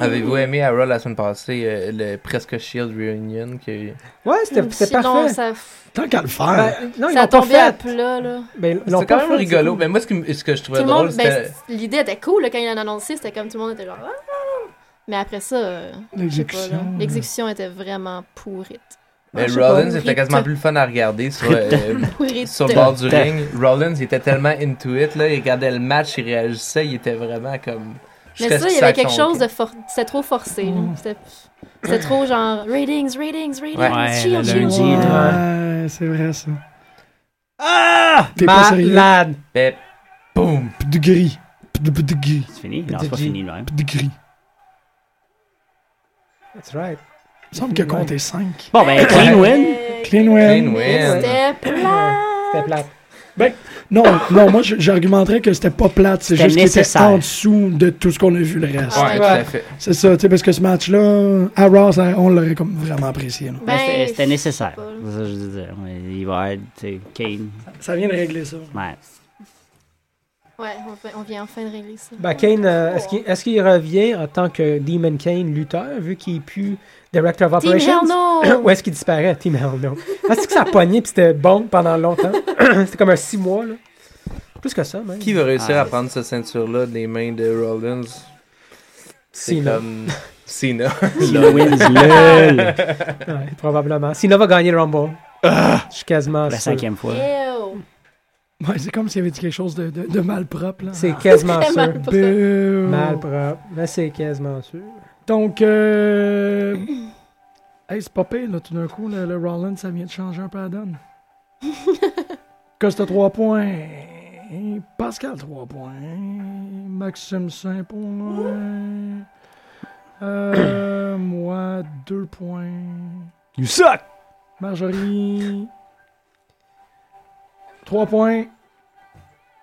Speaker 5: Avez-vous aimé à Raw la semaine passée euh, le presque Shield Reunion qui
Speaker 2: Ouais, c'était c'était
Speaker 3: Non,
Speaker 2: parfait.
Speaker 3: ça,
Speaker 1: Tant qu'à le
Speaker 2: Ben,
Speaker 1: faire.
Speaker 2: non, ils
Speaker 3: ça
Speaker 2: l'ont pas
Speaker 3: tombait à
Speaker 2: fait.
Speaker 3: plat, là.
Speaker 2: Ben, ils l'ont
Speaker 5: C'est
Speaker 2: pas
Speaker 5: quand même
Speaker 2: fait,
Speaker 5: rigolo,
Speaker 2: c'est
Speaker 5: mais moi ce, qui- ce que je trouvais
Speaker 3: Tout le
Speaker 5: drôle
Speaker 3: monde,
Speaker 5: c'était.
Speaker 3: ben, c- l'idée était cool là, quand il l'a annoncé, c'était comme tout le monde était genre. Ah, ah, ah. Mais après ça, euh, je sais pas, là,
Speaker 1: L'exécution.
Speaker 3: l'exécution était vraiment pourrite.
Speaker 7: Ben,
Speaker 5: Mais
Speaker 3: Ah, je sais pas,
Speaker 5: Rollins était
Speaker 3: Rita.
Speaker 5: quasiment plus le fun à regarder sur, euh,
Speaker 3: Pourrite.
Speaker 5: sur le bord du ring. Rollins il était tellement into it, là, il regardait le match, il réagissait, il était vraiment comme.
Speaker 3: Mais ça, il y avait quelque chose de for... c'était trop forcé. là.
Speaker 2: Mmh.
Speaker 3: C'était- C'était trop genre ratings, ratings, ratings,
Speaker 5: Ouais,
Speaker 7: le
Speaker 3: shield, shield,
Speaker 7: lundi,
Speaker 3: shield.
Speaker 7: là.
Speaker 1: Ouais, c'est vrai, ça.
Speaker 2: Ah!
Speaker 1: T'es pas sérieux?
Speaker 2: Malade.
Speaker 5: Mais boum!
Speaker 1: P'tit de gris. P'tit de- p'tit de gris.
Speaker 7: C'est fini? Non, c'est pas
Speaker 2: Petit
Speaker 7: fini, là. hein.
Speaker 1: P'tit de gris.
Speaker 2: That's right.
Speaker 1: Il me semble qu'il a compté 5.
Speaker 7: Bon, ben, clean win.
Speaker 1: Clean
Speaker 5: Clean
Speaker 1: win.
Speaker 5: win!
Speaker 3: C'était plat.
Speaker 2: C'était plate.
Speaker 1: Ben, non, non, moi, je- j'argumenterais que c'était pas plate. C'est
Speaker 7: C'était
Speaker 1: juste qu'il était
Speaker 7: nécessaire.
Speaker 1: en dessous de tout ce qu'on a vu le reste.
Speaker 5: Ouais, tout à fait.
Speaker 1: C'est ça, tu sais, parce que ce match-là, à Raw, ça- on l'aurait comme vraiment apprécié. là.
Speaker 3: Ben,
Speaker 7: Mais c'était- C'était
Speaker 3: je
Speaker 7: nécessaire.
Speaker 3: sais pas.
Speaker 7: C'est ça que je veux dire. Mais Il va être, tu sais, Kane.
Speaker 1: Ça vient de régler ça.
Speaker 7: Ouais.
Speaker 3: Ouais, on, fait- on vient enfin de régler ça.
Speaker 2: Ben, Kane, euh, est-ce qu'il est-ce qu'il revient en tant que Demon Kane lutteur, vu qu'il est plus Director of
Speaker 3: Team
Speaker 2: Operations?
Speaker 3: Hell No!
Speaker 2: Ou est-ce qu'il disparaît, Team Hell No? Est-ce que ça a pogné puis c'était bon pendant longtemps? c'était comme un six mois, là. Plus que ça, même.
Speaker 5: Qui va réussir
Speaker 7: Ah.
Speaker 5: à prendre cette ceinture-là des mains de Rollins C'est
Speaker 2: Cena.
Speaker 5: comme. Cena.
Speaker 7: Cena wins, lol.
Speaker 2: Ouais, probablement. Cena va gagner le Rumble.
Speaker 5: Ah!
Speaker 2: Je suis quasiment
Speaker 7: La
Speaker 2: sûr.
Speaker 7: cinquième fois.
Speaker 3: Ew!
Speaker 1: Ouais, c'est comme s'il y avait dit quelque chose de, de, de malpropre. là.
Speaker 2: C'est quasiment
Speaker 3: Très
Speaker 2: sûr.
Speaker 3: mal pour ça.
Speaker 1: Boo.
Speaker 2: Mal propre. Mais c'est quasiment sûr.
Speaker 1: Donc, euh... hey, c'est pas pire, là, tout d'un coup, le, le Rollins, ça vient de changer un peu la donne. Costa 3 points. Pascal 3 points. Maxime 5 points. Euh, moi 2 points.
Speaker 2: You suck!
Speaker 1: Marjorie 3 points.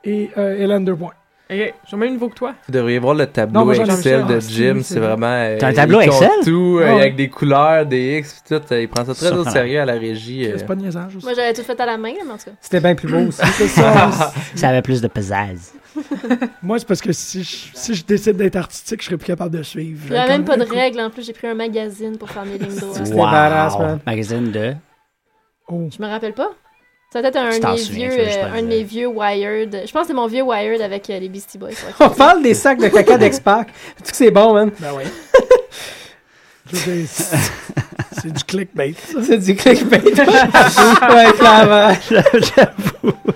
Speaker 1: Et euh, Hélène 2 points.
Speaker 4: Ok, je suis au même niveau que toi.
Speaker 5: Vous devriez voir le tableau
Speaker 1: Non, moi, j'en ai
Speaker 5: Excel
Speaker 1: ça.
Speaker 5: de
Speaker 1: Ah,
Speaker 5: Jim.
Speaker 1: c'est-
Speaker 5: C'est vraiment. euh,
Speaker 7: T'as un tableau
Speaker 5: il compte
Speaker 7: Excel?
Speaker 5: tout, euh,
Speaker 1: Ouais.
Speaker 5: avec des couleurs, des X, pis tout. euh, Il prend ça très au
Speaker 7: Surprenant.
Speaker 5: sérieux à la régie. euh.
Speaker 1: C'est pas de niaisage aussi.
Speaker 3: Moi, j'avais tout fait à la main, mais en tout cas.
Speaker 2: C'était bien plus beau aussi.
Speaker 1: C'est ça.
Speaker 7: Ça avait plus de pizzazz.
Speaker 1: Moi, c'est parce que si je, si je décide d'être artistique, je serais plus capable de suivre.
Speaker 3: J'avais même pas de
Speaker 1: Comme-
Speaker 3: règles en plus, j'ai pris un magazine pour faire mes lignes droites.
Speaker 2: C'était badass, man.
Speaker 7: Magazine de.
Speaker 1: Oh.
Speaker 3: Je me rappelle pas. Ça doit être un,
Speaker 7: Tu
Speaker 3: de
Speaker 7: t'en
Speaker 3: mes
Speaker 7: souviens,
Speaker 3: vieux,
Speaker 7: tu veux juste
Speaker 3: euh,
Speaker 7: pas le
Speaker 3: un de
Speaker 7: dire.
Speaker 3: mes vieux Wired. Je pense que c'est mon vieux Wired avec euh, les Beastie Boys. ouais.
Speaker 2: On parle des sacs de caca d'Expac. Tu que c'est bon, man?
Speaker 1: Ben oui. c'est c'est du clickbait. ça.
Speaker 2: C'est du clickbait. ouais, clairement.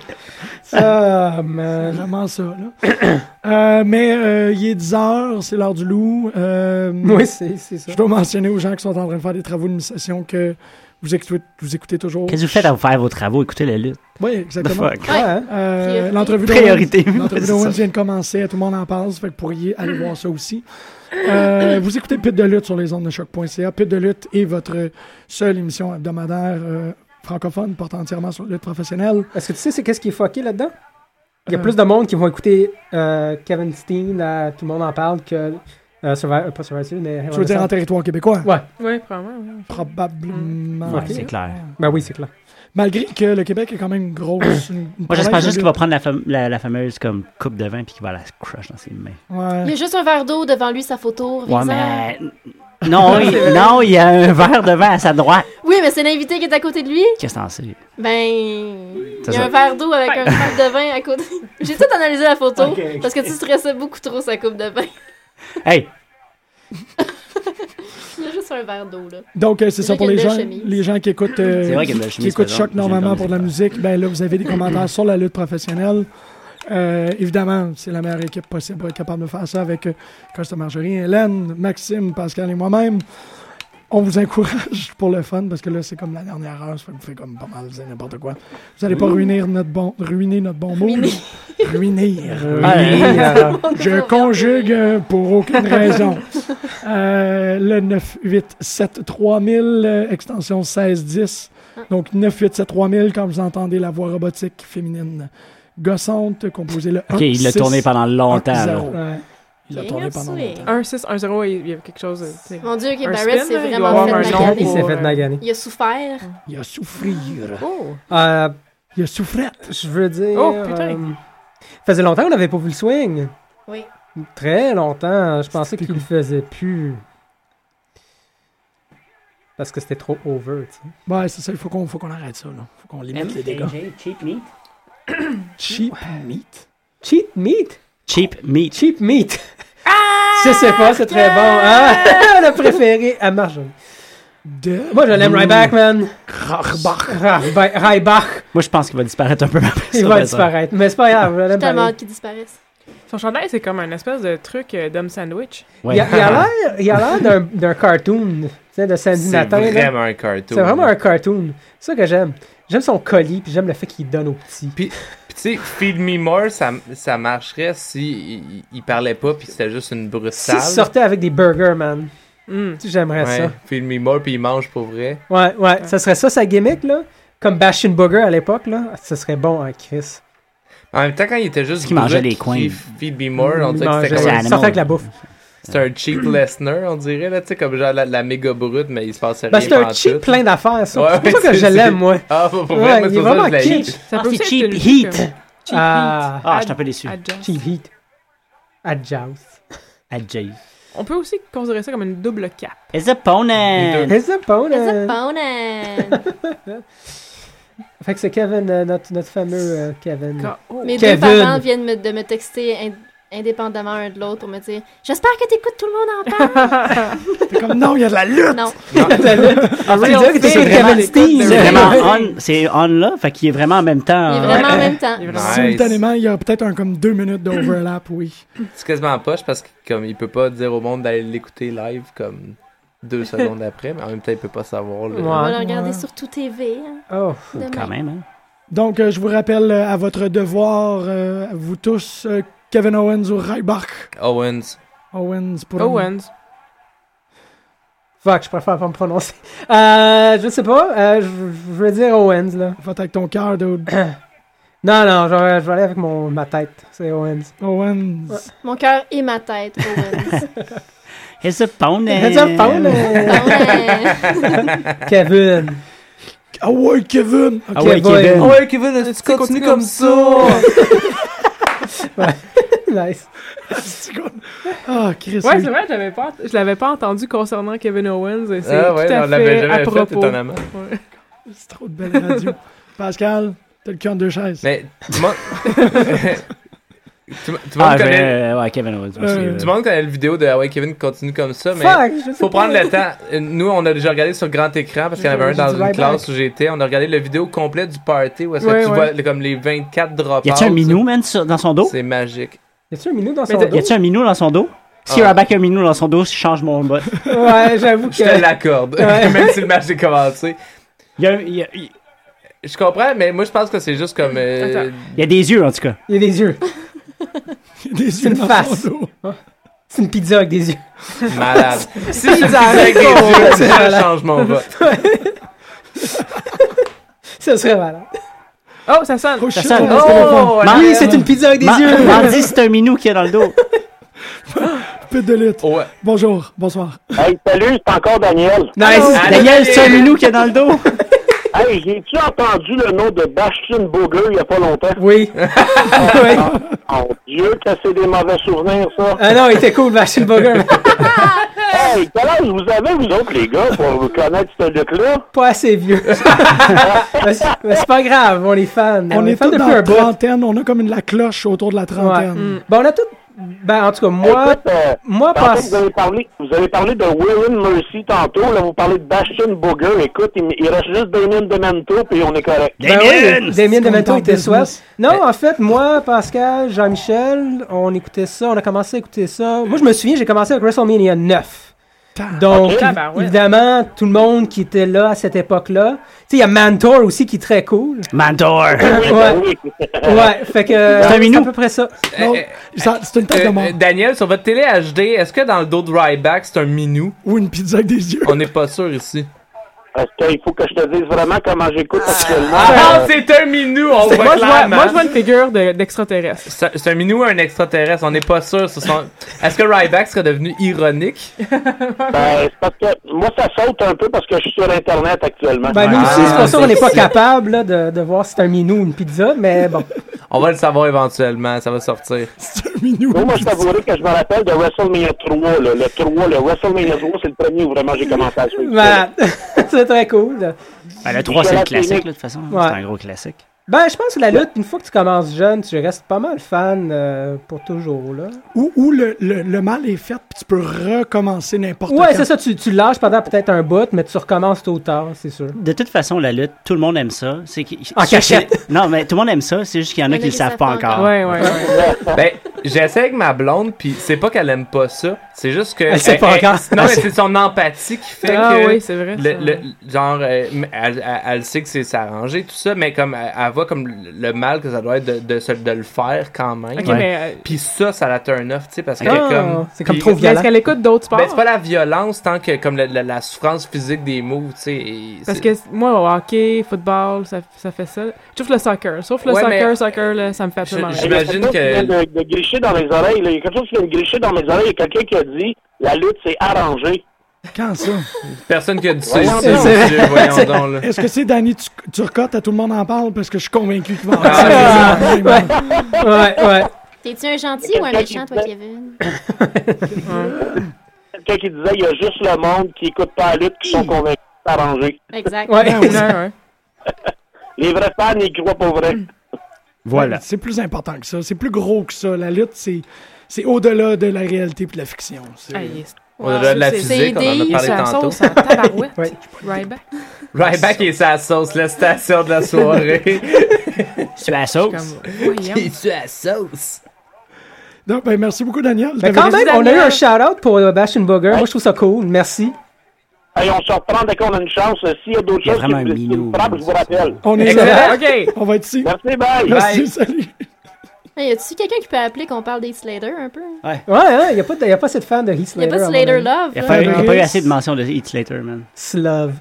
Speaker 2: J'avoue. Oh,
Speaker 1: C'est
Speaker 2: man.
Speaker 1: vraiment ça, là. Euh, mais euh, il est 10 h c'est l'heure du loup. Euh,
Speaker 2: Oui, c'est c'est ça.
Speaker 1: Je dois mentionner aux gens qui sont en train de faire des travaux de session que vous écoutez, vous écoutez toujours.
Speaker 7: Qu'est-ce que vous faites à vous faire vos travaux? Écoutez la lutte.
Speaker 1: Oui,
Speaker 7: The
Speaker 1: exactement.
Speaker 7: fuck?
Speaker 2: Ouais, hein?
Speaker 1: Euh,
Speaker 3: Priorité.
Speaker 1: L'entrevue de
Speaker 7: Priorité.
Speaker 1: L'entrevue
Speaker 7: C'est
Speaker 1: d'Owens
Speaker 7: ça.
Speaker 1: vient de commencer, tout le monde en parle, ça fait que vous pourriez aller voir ça aussi. Euh, vous écoutez Pit de lutte sur les ondes de choc.ca. Pit de lutte est votre seule émission hebdomadaire euh, francophone portant entièrement sur la lutte professionnelle.
Speaker 2: Est-ce que tu sais c'est qu'est-ce qui est fucké là-dedans? Il y a
Speaker 1: Euh.
Speaker 2: plus de monde qui vont écouter euh, Kevin Steen, à Tout le monde en parle, que euh, Survivor, euh, pas Survivor Series, mais...
Speaker 1: Je veux dire en territoire québécois.
Speaker 2: Ouais.
Speaker 4: Oui, probablement. oui.
Speaker 1: Probablement.
Speaker 7: Ouais, c'est clair.
Speaker 2: Ben oui, c'est clair.
Speaker 1: Malgré que le Québec est quand même une grosse. une- une
Speaker 7: Moi, j'espère
Speaker 1: province de
Speaker 7: juste qu'il va prendre la, fam- la, la fameuse comme coupe de vin puis qu'il va la crush dans ses mains.
Speaker 1: lutte. Ouais.
Speaker 3: Il y a juste un verre d'eau devant lui, sa photo.
Speaker 7: Ouais,
Speaker 3: reviens-en.
Speaker 7: mais. Non, il, non, il y a un verre de vin à sa droite.
Speaker 3: Oui, mais c'est l'invité qui est à côté de lui.
Speaker 7: Qu'est-ce que t'en sais?
Speaker 3: Ben,
Speaker 7: C'est
Speaker 3: il y a
Speaker 7: ça.
Speaker 3: un verre d'eau avec un coupe de vin à côté. J'ai tout analysé la photo parce que tu stressais beaucoup trop sa coupe de vin.
Speaker 7: Hey,
Speaker 3: Il y a juste un verre d'eau, là.
Speaker 1: Donc, euh, c'est
Speaker 3: Déjà
Speaker 1: ça pour
Speaker 3: qu'il
Speaker 1: les
Speaker 3: y a une
Speaker 1: gens,
Speaker 3: belle chemise.
Speaker 1: les gens qui écoutent, euh,
Speaker 7: C'est vrai qu'il y a une belle
Speaker 1: qui
Speaker 7: chemise,
Speaker 1: écoutent
Speaker 7: par
Speaker 1: Choc
Speaker 7: exemple.
Speaker 1: normalement
Speaker 7: J'aime
Speaker 1: pour de la musique. Ben là, vous avez des commentaires sur la lutte professionnelle. Euh, évidemment, c'est la meilleure équipe possible pour être capable de faire ça avec euh, Costa Marjorie, Hélène, Maxime, Pascal et moi-même. On vous encourage pour le fun parce que là, c'est comme la dernière heure. Ça fait que vous faites comme pas mal, vous savez, n'importe quoi. Vous n'allez pas ruiner notre bon, ruiner notre bon mot.
Speaker 3: Ruiner.
Speaker 1: Ruiner.
Speaker 7: Ah,
Speaker 2: Ouais.
Speaker 1: Je conjugue euh, pour aucune raison. Euh, le 987 3000, euh, extension 1610. Donc 987 3000, quand vous entendez la voix robotique féminine gossante, composez le 1,
Speaker 7: ok, il l'a
Speaker 1: 6,
Speaker 7: tourné pendant longtemps.
Speaker 1: 1,
Speaker 7: là.
Speaker 1: 0.
Speaker 2: Ouais.
Speaker 1: Il l'a
Speaker 3: Bien
Speaker 1: tourné pendant
Speaker 3: sûr.
Speaker 1: longtemps.
Speaker 4: 1, 6, 1, 0, il y a quelque chose. euh, tu sais.
Speaker 3: Mon Dieu, ok,
Speaker 4: Un
Speaker 3: Barrett
Speaker 4: spin,
Speaker 3: s'est
Speaker 4: là, il doit avoir
Speaker 3: vraiment fait
Speaker 4: un nom
Speaker 2: Il
Speaker 3: maganer.
Speaker 2: s'est
Speaker 4: pour,
Speaker 2: fait
Speaker 4: euh,
Speaker 2: maganer.
Speaker 3: Il a souffert.
Speaker 1: Il a souffrir.
Speaker 4: Oh!
Speaker 2: Euh,
Speaker 1: Il a souffert.
Speaker 2: je veux dire...
Speaker 4: Oh, putain.
Speaker 2: euh, faisait longtemps qu'on n'avait pas vu le swing.
Speaker 3: Oui.
Speaker 2: Très longtemps. Je pensais qu'il le faisait plus. Parce que c'était trop over, tu sais.
Speaker 1: Ouais, c'est ça, il faut qu'on faut qu'on arrête ça. Il faut qu'on limite les dégâts.
Speaker 7: cheap meat.
Speaker 1: Cheap meat.
Speaker 2: Cheap meat?
Speaker 7: Cheap meat.
Speaker 2: Cheap meat. Je sais pas, c'est très bon. Hein? Le préféré à Marjorie.
Speaker 1: De
Speaker 2: Moi, je l'aime Ryback, man.
Speaker 1: Rarbach.
Speaker 2: Ryback. Ryback.
Speaker 7: Moi, je pense qu'il va disparaître un peu après
Speaker 2: Il
Speaker 7: ça,
Speaker 2: va
Speaker 7: par exemple.
Speaker 2: disparaître. Mais c'est pas grave, je l'aime
Speaker 3: Tellement
Speaker 2: pareil.
Speaker 3: hâte qu'il disparaisse.
Speaker 4: Son chandail, c'est comme un espèce de truc euh, d'homme sandwich.
Speaker 7: Ouais.
Speaker 2: Il a il a l'air- il a l'air d'un- d'un cartoon, tu sais, de samedi
Speaker 5: C'est
Speaker 2: matin. là.
Speaker 5: vraiment un cartoon.
Speaker 2: C'est vraiment un cartoon. C'est ça que j'aime. J'aime son colis, puis j'aime le fait qu'il donne aux petits.
Speaker 5: Puis tu sais, Feed Me More, ça, ça marcherait si il, il parlait pas puis que c'était juste une
Speaker 2: S'il
Speaker 5: brussale.
Speaker 2: sortait avec des burgers, man,
Speaker 4: Hum.
Speaker 2: tu sais, j'aimerais
Speaker 5: ouais,
Speaker 2: ça.
Speaker 5: Feed Me More puis il mange pour vrai.
Speaker 2: Ouais, ouais, ça serait ça sa gimmick, là. Comme Bastion Burger à l'époque, là. Ça serait bon, hein, Chris.
Speaker 5: En même temps, quand il était juste.
Speaker 7: qu'il mangeait
Speaker 5: Brett
Speaker 7: les coins.
Speaker 5: qui Feed me more, on dirait que
Speaker 2: Manger-
Speaker 5: c'était
Speaker 7: comme un
Speaker 2: sortait
Speaker 7: animal.
Speaker 2: avec la bouffe.
Speaker 5: C'était un cheap Lesnar, on dirait, là, tu sais, comme genre la, la méga brute, mais il se passait rien.
Speaker 2: Ben, c'est un
Speaker 5: pantoute.
Speaker 2: cheap plein d'affaires, ça.
Speaker 5: Ouais,
Speaker 2: c'est pour ça
Speaker 5: ouais,
Speaker 2: que je
Speaker 5: c'est-
Speaker 2: l'aime, moi.
Speaker 5: Ah, pour pour vrai,
Speaker 2: Ouais,
Speaker 5: mais
Speaker 2: il
Speaker 5: c'est
Speaker 2: est
Speaker 5: pour ça
Speaker 2: vraiment
Speaker 5: que je la
Speaker 2: kitsch.
Speaker 5: hate.
Speaker 4: Ça
Speaker 7: Ah,
Speaker 4: peut
Speaker 7: c'est
Speaker 4: aussi être
Speaker 7: cheap
Speaker 4: le-
Speaker 7: heat.
Speaker 4: comme- Cheap
Speaker 2: Ah,
Speaker 4: heat.
Speaker 7: Ah, je suis un peu déçu.
Speaker 4: Adjust.
Speaker 2: Cheap heat. Adjust.
Speaker 7: Adjay.
Speaker 4: On peut aussi considérer ça comme une double cap.
Speaker 7: Ah, It's a poney.
Speaker 5: Les
Speaker 2: His opponent.
Speaker 3: opponent!
Speaker 2: Fait que c'est Kevin, euh, notre, notre fameux euh, Kevin.
Speaker 4: Quand- oh.
Speaker 3: Mes
Speaker 2: Kevin.
Speaker 3: deux parents viennent me- de me texter ind- indépendamment un de l'autre pour me dire J'espère que t'écoutes tout le monde en parle.
Speaker 1: T'es comme, non, il y a de la lutte!
Speaker 3: non,
Speaker 2: Ah, c'est
Speaker 4: real
Speaker 2: dire que t'es
Speaker 4: thing,
Speaker 2: Kevin
Speaker 4: Kevin
Speaker 2: Steen.
Speaker 4: Steen.
Speaker 7: C'est vraiment on, c'est on là, fait qu'il est vraiment en même temps.
Speaker 3: il est
Speaker 7: hein.
Speaker 3: vraiment en même temps.
Speaker 4: Il est vraiment-
Speaker 1: Simultanément, il y a peut-être un comme deux minutes d'overlap, oui.
Speaker 5: C'est quasiment poche parce que comme il peut pas dire au monde d'aller l'écouter live comme deux secondes après, mais en même temps il peut pas savoir le.
Speaker 3: On va
Speaker 2: Ouais.
Speaker 3: le regarder
Speaker 1: Ouais.
Speaker 3: sur tout TV. hein,
Speaker 2: Oh.
Speaker 7: Ou
Speaker 3: demain.
Speaker 7: Quand même, hein.
Speaker 1: Donc, euh, je vous rappelle euh, à votre devoir, euh, à vous tous, euh, Kevin Owens ou Ryback.
Speaker 5: Owens.
Speaker 1: Owens pour
Speaker 4: Owens.
Speaker 2: Fuck, je préfère pas me prononcer. Euh, je sais pas. euh, je, je veux dire Owens, là.
Speaker 1: Vote avec ton cœur, dude.
Speaker 2: Non, non, je vais, je vais aller avec mon, ma tête. C'est Owens.
Speaker 1: Owens.
Speaker 3: Mon cœur et ma tête, Owens.
Speaker 7: It's a poney.
Speaker 2: Heads up,
Speaker 4: euh.
Speaker 7: euh,
Speaker 2: opponent.
Speaker 3: Opponent.
Speaker 2: Kevin.
Speaker 1: Ah ouais, Kevin!
Speaker 7: Ah ouais,
Speaker 2: Kevin.
Speaker 7: Kevin.
Speaker 5: ouais, Kevin,
Speaker 1: er
Speaker 5: est-ce que tu continues comme ça?
Speaker 2: nice.
Speaker 1: Ah, Chris.
Speaker 4: Ouais,
Speaker 1: oui.
Speaker 4: c'est vrai, j'avais pas, je l'avais pas entendu concernant Kevin Owens. et C'est
Speaker 5: Ah
Speaker 4: tout
Speaker 5: ouais,
Speaker 4: à
Speaker 5: on l'avait
Speaker 4: fait à
Speaker 5: jamais fait,
Speaker 4: propos.
Speaker 5: étonnamment.
Speaker 4: Ouais.
Speaker 1: C'est trop de belles radios. Pascal, er t'as le cul en deux chaises.
Speaker 5: Mais tout le monde. Tout tout le
Speaker 7: Ah,
Speaker 5: monde
Speaker 7: je
Speaker 5: connaît.
Speaker 7: vais- ouais, Kevin Owens. moi aussi,
Speaker 1: Euh,
Speaker 7: là.
Speaker 5: Tout le monde connaît le vidéo de Ah ouais, Kevin continue comme ça, mais.
Speaker 2: Fuck, je sais
Speaker 5: Faut
Speaker 2: pas.
Speaker 5: prendre le temps. Euh, Nous, on a déjà regardé sur grand écran parce qu'il y en avait un
Speaker 2: J'ai dit
Speaker 5: dans une
Speaker 2: right
Speaker 5: classe où j'étais. On a regardé la vidéo complète du party où est-ce que
Speaker 4: Ouais,
Speaker 5: tu
Speaker 4: ouais.
Speaker 5: vois le- comme les 24 drop
Speaker 7: Y a-tu un minou, man, sur- dans son dos?
Speaker 5: C'est magique.
Speaker 2: Y a-tu un minou dans son
Speaker 7: Y
Speaker 2: dos?
Speaker 7: a-tu un minou dans son dos? Si
Speaker 5: Ah.
Speaker 7: Rabac a un minou dans son dos, je change mon bot.
Speaker 2: Ouais, j'avoue
Speaker 5: Je te
Speaker 2: que.
Speaker 5: l'accorde,
Speaker 2: Ouais.
Speaker 5: même si le match est commencé.
Speaker 7: Il y a, il y a- il
Speaker 5: Je comprends, mais moi je pense que c'est juste comme. euh,
Speaker 4: Attends.
Speaker 7: y a des yeux, en tout cas.
Speaker 2: Il y a des yeux.
Speaker 1: Des
Speaker 2: C'est
Speaker 1: yeux
Speaker 2: une
Speaker 1: dans
Speaker 2: face.
Speaker 1: son dos.
Speaker 2: C'est une pizza avec des yeux.
Speaker 5: malade. si je
Speaker 2: Pizza
Speaker 5: disais avec les yeux,
Speaker 2: C'est
Speaker 5: je
Speaker 2: malade.
Speaker 5: change mon vote.
Speaker 2: Ça serait malade.
Speaker 4: Oh, ça sonne.
Speaker 1: Oh, shit,
Speaker 7: sonne.
Speaker 1: on reste au fond.
Speaker 7: Ma-
Speaker 2: Oui, c'est une pizza avec des
Speaker 7: Ma-
Speaker 2: yeux.
Speaker 7: Mardi, c'est un minou qui est dans le dos.
Speaker 1: Pute de lutte.
Speaker 5: Ouais.
Speaker 1: Bonjour, bonsoir.
Speaker 8: Hey, salut, c'est encore Daniel.
Speaker 2: Nice.
Speaker 7: Daniel, c'est un minou qui est dans le dos.
Speaker 8: Hey, j'ai-tu entendu le nom de Bastion Boger il y a pas longtemps? Oh,
Speaker 2: Oui. Ouais.
Speaker 8: Mon Dieu, que c'est des mauvais souvenirs, ça.
Speaker 2: Ah non, il était cool, Machine Burger.
Speaker 8: Hey, quel âge vous avez, vous autres, les gars, pour vous connaître ce truc-là?
Speaker 2: pas assez vieux. mais c'est mais c'est pas grave, on est fans.
Speaker 1: on est
Speaker 2: fans
Speaker 1: tous
Speaker 2: depuis
Speaker 1: dans
Speaker 2: un
Speaker 1: la
Speaker 2: bout.
Speaker 1: trentaine. On a comme une, la cloche autour de la trentaine.
Speaker 2: Ouais. Ben, on a tous. Ben, en tout cas, moi,
Speaker 8: Écoute, euh,
Speaker 2: moi,
Speaker 8: tantôt,
Speaker 2: pas.
Speaker 8: vous, avez parlé, vous avez parlé de William Mercy tantôt, là, vous parlez de Bastion Boger. Écoute, il, il reste juste Damien Demento, puis on est correct.
Speaker 2: Ben oui, Damien
Speaker 1: C'est
Speaker 2: de Mento
Speaker 1: comme
Speaker 2: était
Speaker 1: dans
Speaker 2: soit.
Speaker 1: business. Ben-
Speaker 2: Non, en fait, moi, Pascal, Jean-Michel, on écoutait ça, on a commencé à écouter ça. Moi, je me souviens, j'ai commencé avec WrestleMania 9.
Speaker 1: Ta-
Speaker 2: Donc,
Speaker 8: Ok.
Speaker 2: évi-
Speaker 4: Ah, ben ouais.
Speaker 2: évidemment, tout le monde qui était là à cette époque-là. Tu sais, il y a Mantor aussi qui est très cool.
Speaker 7: Mantor.
Speaker 8: Oui, ben oui.
Speaker 2: Ouais, fait que euh,
Speaker 7: C'est un
Speaker 2: c'est à
Speaker 7: minou.
Speaker 2: peu près ça.
Speaker 1: Non,
Speaker 5: Euh,
Speaker 1: ça- c'est une tête
Speaker 5: euh,
Speaker 1: de mort.
Speaker 5: euh, Daniel, sur votre télé HD, est-ce que dans le dos de Ryback c'est un minou
Speaker 1: Ou une pizza avec des yeux.
Speaker 5: On n'est pas sûr ici.
Speaker 8: Est-ce qu'il faut que je te dise vraiment comment j'écoute actuellement?
Speaker 5: Ah,
Speaker 8: Euh,
Speaker 5: c'est un minou, on voit
Speaker 4: Moi, je vois,
Speaker 5: clairement.
Speaker 4: moi, je vois une figure de- d'extraterrestre.
Speaker 5: C'est c'est un minou ou un extraterrestre, on n'est pas sûr. sur son- Est-ce que Ryback serait devenu ironique?
Speaker 8: ben, c'est parce que moi, ça saute un peu parce que je suis sur Internet actuellement.
Speaker 2: Ben, nous
Speaker 5: Ah,
Speaker 2: aussi, c'est pour ça qu'on n'est pas
Speaker 5: c'est-
Speaker 2: capable là, de, de voir si c'est un minou ou une pizza, mais bon.
Speaker 5: On va le savoir éventuellement, ça va sortir.
Speaker 1: C'est un minou.
Speaker 8: Moi, moi, je t'avouerai que je me rappelle de WrestleMania 3, là, le 3, le WrestleMania 3, c'est le premier où vraiment j'ai commencé à suivre. ça, là.
Speaker 2: Malade. c'est très cool.
Speaker 7: Ben, le 3, c'est le classique, là, de toute façon.
Speaker 2: Ouais.
Speaker 7: C'est un gros classique.
Speaker 2: Ben, je pense que la lutte, une fois que tu commences jeune, tu restes pas mal fan euh, pour toujours, là.
Speaker 1: Où, où le, le- le mal est fait, puis tu peux recommencer n'importe
Speaker 2: Ouais,
Speaker 1: quand.
Speaker 2: c'est ça, tu, tu lâches pendant peut-être un bout, mais tu recommences tôt ou tard, c'est sûr.
Speaker 7: De toute façon, la lutte, tout le monde aime ça. C'est qu'il-
Speaker 2: En
Speaker 7: c'est
Speaker 2: cachette.
Speaker 7: juste que- Non, mais tout le monde aime ça. C'est juste qu'il y en a qui le savent pas encore.
Speaker 4: Ouais, ouais, ouais.
Speaker 5: Ben, j'essaie avec ma blonde, puis c'est pas qu'elle aime pas ça, c'est juste que.
Speaker 2: Elle sait pas encore.
Speaker 5: Non, mais c'est son empathie qui fait
Speaker 4: ah
Speaker 5: que.
Speaker 4: oui, c'est vrai.
Speaker 5: le,
Speaker 4: ça.
Speaker 5: le- genre, euh, elle, elle- elle sait que c'est s'arranger, tout ça, mais comme elle, elle va voit comme le le mal que ça doit être de, de, se- de le faire quand même.
Speaker 4: Ok,
Speaker 7: Ouais.
Speaker 4: mais. euh,
Speaker 5: Puis ça, ça la turn off, tu sais, parce que
Speaker 4: Ah,
Speaker 5: comme.
Speaker 2: c'est comme
Speaker 5: puis-
Speaker 2: trop
Speaker 4: mais Est-ce
Speaker 2: violent.
Speaker 4: qu'elle écoute d'autres sports?
Speaker 5: Ben, c'est pas la violence tant que comme la, la- la souffrance physique des moves, tu sais. et
Speaker 4: Parce
Speaker 5: c'est-
Speaker 4: que moi, au hockey, football, ça, ça fait ça. Sauf le soccer. Sauf le
Speaker 5: Ouais,
Speaker 4: soccer,
Speaker 5: mais-
Speaker 4: soccer, là, ça me fait absolument
Speaker 5: Je-
Speaker 4: rien.
Speaker 8: Il y a
Speaker 5: J'imagine
Speaker 8: quelqu'un
Speaker 5: que-
Speaker 8: qui vient De, de gricher dans mes oreilles, là. il y a quelque chose qui vient de gricher dans mes oreilles. Il y a quelqu'un qui a dit la lutte, c'est arrangée.
Speaker 1: Quand ça?
Speaker 5: Personne qui a dit ça
Speaker 8: Voyons
Speaker 5: ici,
Speaker 1: donc.
Speaker 5: mon Dieu, voyons donc, là.
Speaker 1: Est-ce que c'est Danny Tur- Turcotte à tout le monde en parle parce que je suis convaincu qu'il va en
Speaker 5: Ah,
Speaker 1: parler.
Speaker 2: Ouais, ouais.
Speaker 3: T'es-tu un gentil ou un méchant, toi, Kevin?
Speaker 8: Quelqu'un qui disait il y a juste le monde qui écoute pas la lutte qui sont convaincus que c'est arrangé.
Speaker 3: Exact.
Speaker 2: Ouais.
Speaker 4: Ouais, ouais.
Speaker 8: Les vrais fans, ils croient pas vrai.
Speaker 7: Voilà.
Speaker 1: C'est plus important que ça. C'est plus gros que ça. La lutte, c'est. C'est au-delà de la réalité et de la fiction. C'est-
Speaker 4: Hey, c'est-
Speaker 5: On a de la
Speaker 4: c'est-
Speaker 5: physique, on en
Speaker 3: aidé,
Speaker 5: a
Speaker 4: Il est
Speaker 5: parlé
Speaker 4: sur la
Speaker 5: tantôt.
Speaker 4: sauce, en tabarouette.
Speaker 2: Ouais.
Speaker 4: Right back.
Speaker 5: Ryback est sa sauce, la station de la soirée.
Speaker 7: C'est la sauce.
Speaker 4: Comme, voyons.
Speaker 5: est sa sauce.
Speaker 1: Donc, ben, merci beaucoup, Daniel.
Speaker 2: Mais
Speaker 1: T'avais
Speaker 2: quand
Speaker 1: raison.
Speaker 2: même, on a eu
Speaker 4: Daniel.
Speaker 2: un shout-out pour euh, Bash and Booger. Moi, je trouve ça cool. Merci.
Speaker 8: Hey, on se reprend dès qu'on a une chance. S'il y a d'autres
Speaker 7: Il y a
Speaker 8: choses qui
Speaker 7: vraiment
Speaker 8: vous-
Speaker 7: un
Speaker 8: qui
Speaker 7: minou,
Speaker 8: vous frappent, je vous rappelle.
Speaker 1: On est là.
Speaker 4: Excellent. OK.
Speaker 1: On va être ici.
Speaker 8: Merci, bye.
Speaker 1: Merci, salut.
Speaker 3: Hey, y a-tu quelqu'un qui peut appeler qu'on parle des Slater un peu?
Speaker 2: Ouais, hein, il n'y a, pas de- y a pas cette fan de Heath
Speaker 3: Y a
Speaker 2: Slater.
Speaker 3: pas de
Speaker 2: à mon
Speaker 3: Slater
Speaker 2: avis.
Speaker 3: Love? euh,
Speaker 7: Il n'y a,
Speaker 3: là?
Speaker 7: pas- il y a pas eu
Speaker 1: Paris.
Speaker 7: assez de mention de Eat Slater, man.
Speaker 2: Slove.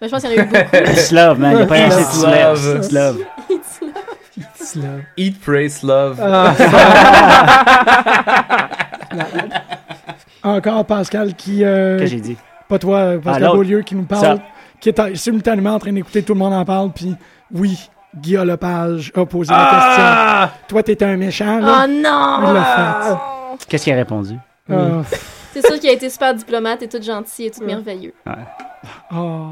Speaker 3: Ben, je pense qu'il y en a eu beaucoup.
Speaker 7: Slove, man. Il n'y a pas eu assez de
Speaker 5: Slove.
Speaker 7: Slove. Slove.
Speaker 2: Slove.
Speaker 5: Eat, praise, love.
Speaker 2: Ah,
Speaker 1: Ah. Encore Pascal qui. euh,
Speaker 7: Qu'est-ce que j'ai dit? Ah,
Speaker 1: pas toi, euh, Pascal
Speaker 7: l'autre.
Speaker 1: Beaulieu qui nous parle,
Speaker 7: Ça.
Speaker 1: qui est en- simultanément en train d'écouter Tout le monde en parle, puis oui, Guillaume Lepage a posé la
Speaker 5: Ah!
Speaker 1: question. Toi, t'étais un méchant, là.
Speaker 3: Oh non!
Speaker 1: Il l'a
Speaker 4: Ah.
Speaker 7: Qu'est-ce qu'il a répondu?
Speaker 1: fait. Ah, f-
Speaker 3: C'est sûr qu'il a été super diplomate et tout gentil et tout merveilleux.
Speaker 1: ah.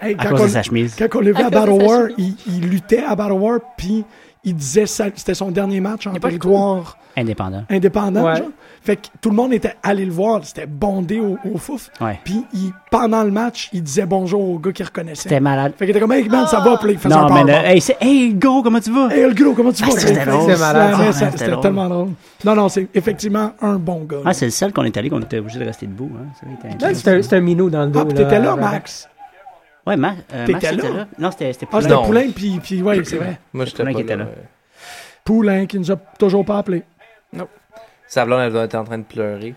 Speaker 1: Hey,
Speaker 7: À
Speaker 1: quand,
Speaker 7: cause de
Speaker 1: on,
Speaker 7: sa chemise.
Speaker 1: quand on l'a vu
Speaker 3: À
Speaker 1: à
Speaker 3: cause de
Speaker 1: Battle
Speaker 3: sa
Speaker 1: War,
Speaker 3: chemise.
Speaker 1: il, il luttait à Battle War, puis il disait ça- c'était son dernier match en
Speaker 4: a pas de
Speaker 1: territoire
Speaker 7: Indépendant.
Speaker 1: indépendant.
Speaker 2: Ouais.
Speaker 1: genre. Fait que tout le monde était allé le voir, c'était bondé au, au fouf.
Speaker 7: Ouais.
Speaker 1: Puis il- pendant le match, il disait bonjour au gars qui reconnaissait.
Speaker 7: C'était malade.
Speaker 1: Fait qu'il était comme, hey man, ça va, puis là, il faisait un
Speaker 7: Non, mais
Speaker 1: barbare.
Speaker 7: le- hey, c'est- hey, go, comment tu vas?
Speaker 1: Hey, le gros, comment tu
Speaker 7: Ah,
Speaker 1: vas?
Speaker 7: c'était
Speaker 1: gros?
Speaker 7: drôle.
Speaker 1: Ouais,
Speaker 2: C'est malade.
Speaker 1: mais
Speaker 7: Ah,
Speaker 1: ça-
Speaker 7: c'était
Speaker 1: C'était
Speaker 7: drôle.
Speaker 1: tellement drôle. Non, non, c'est effectivement un bon gars.
Speaker 7: Ah, c'est le seul qu'on est allé qu'on était obligé de rester debout. Hein. Ça, il était
Speaker 2: là,
Speaker 7: incroyable.
Speaker 2: c'est un, c'est un minot dans le dos.
Speaker 1: Ah, puis t'étais là,
Speaker 2: Ryback.
Speaker 1: Max.
Speaker 7: Ouais, Max, euh, Max
Speaker 1: T'étais
Speaker 7: était
Speaker 1: là?
Speaker 7: là. Non, c'était c'était
Speaker 1: Ah,
Speaker 7: plus
Speaker 1: c'était
Speaker 5: Non.
Speaker 1: Poulain, puis, puis ouais, c'est vrai.
Speaker 5: Moi, j'étais
Speaker 7: Poulain
Speaker 5: pas
Speaker 7: qui était
Speaker 5: là.
Speaker 7: là.
Speaker 1: Poulain qui nous a toujours pas appelé.
Speaker 5: Sa blonde, elle doit être en train de pleurer.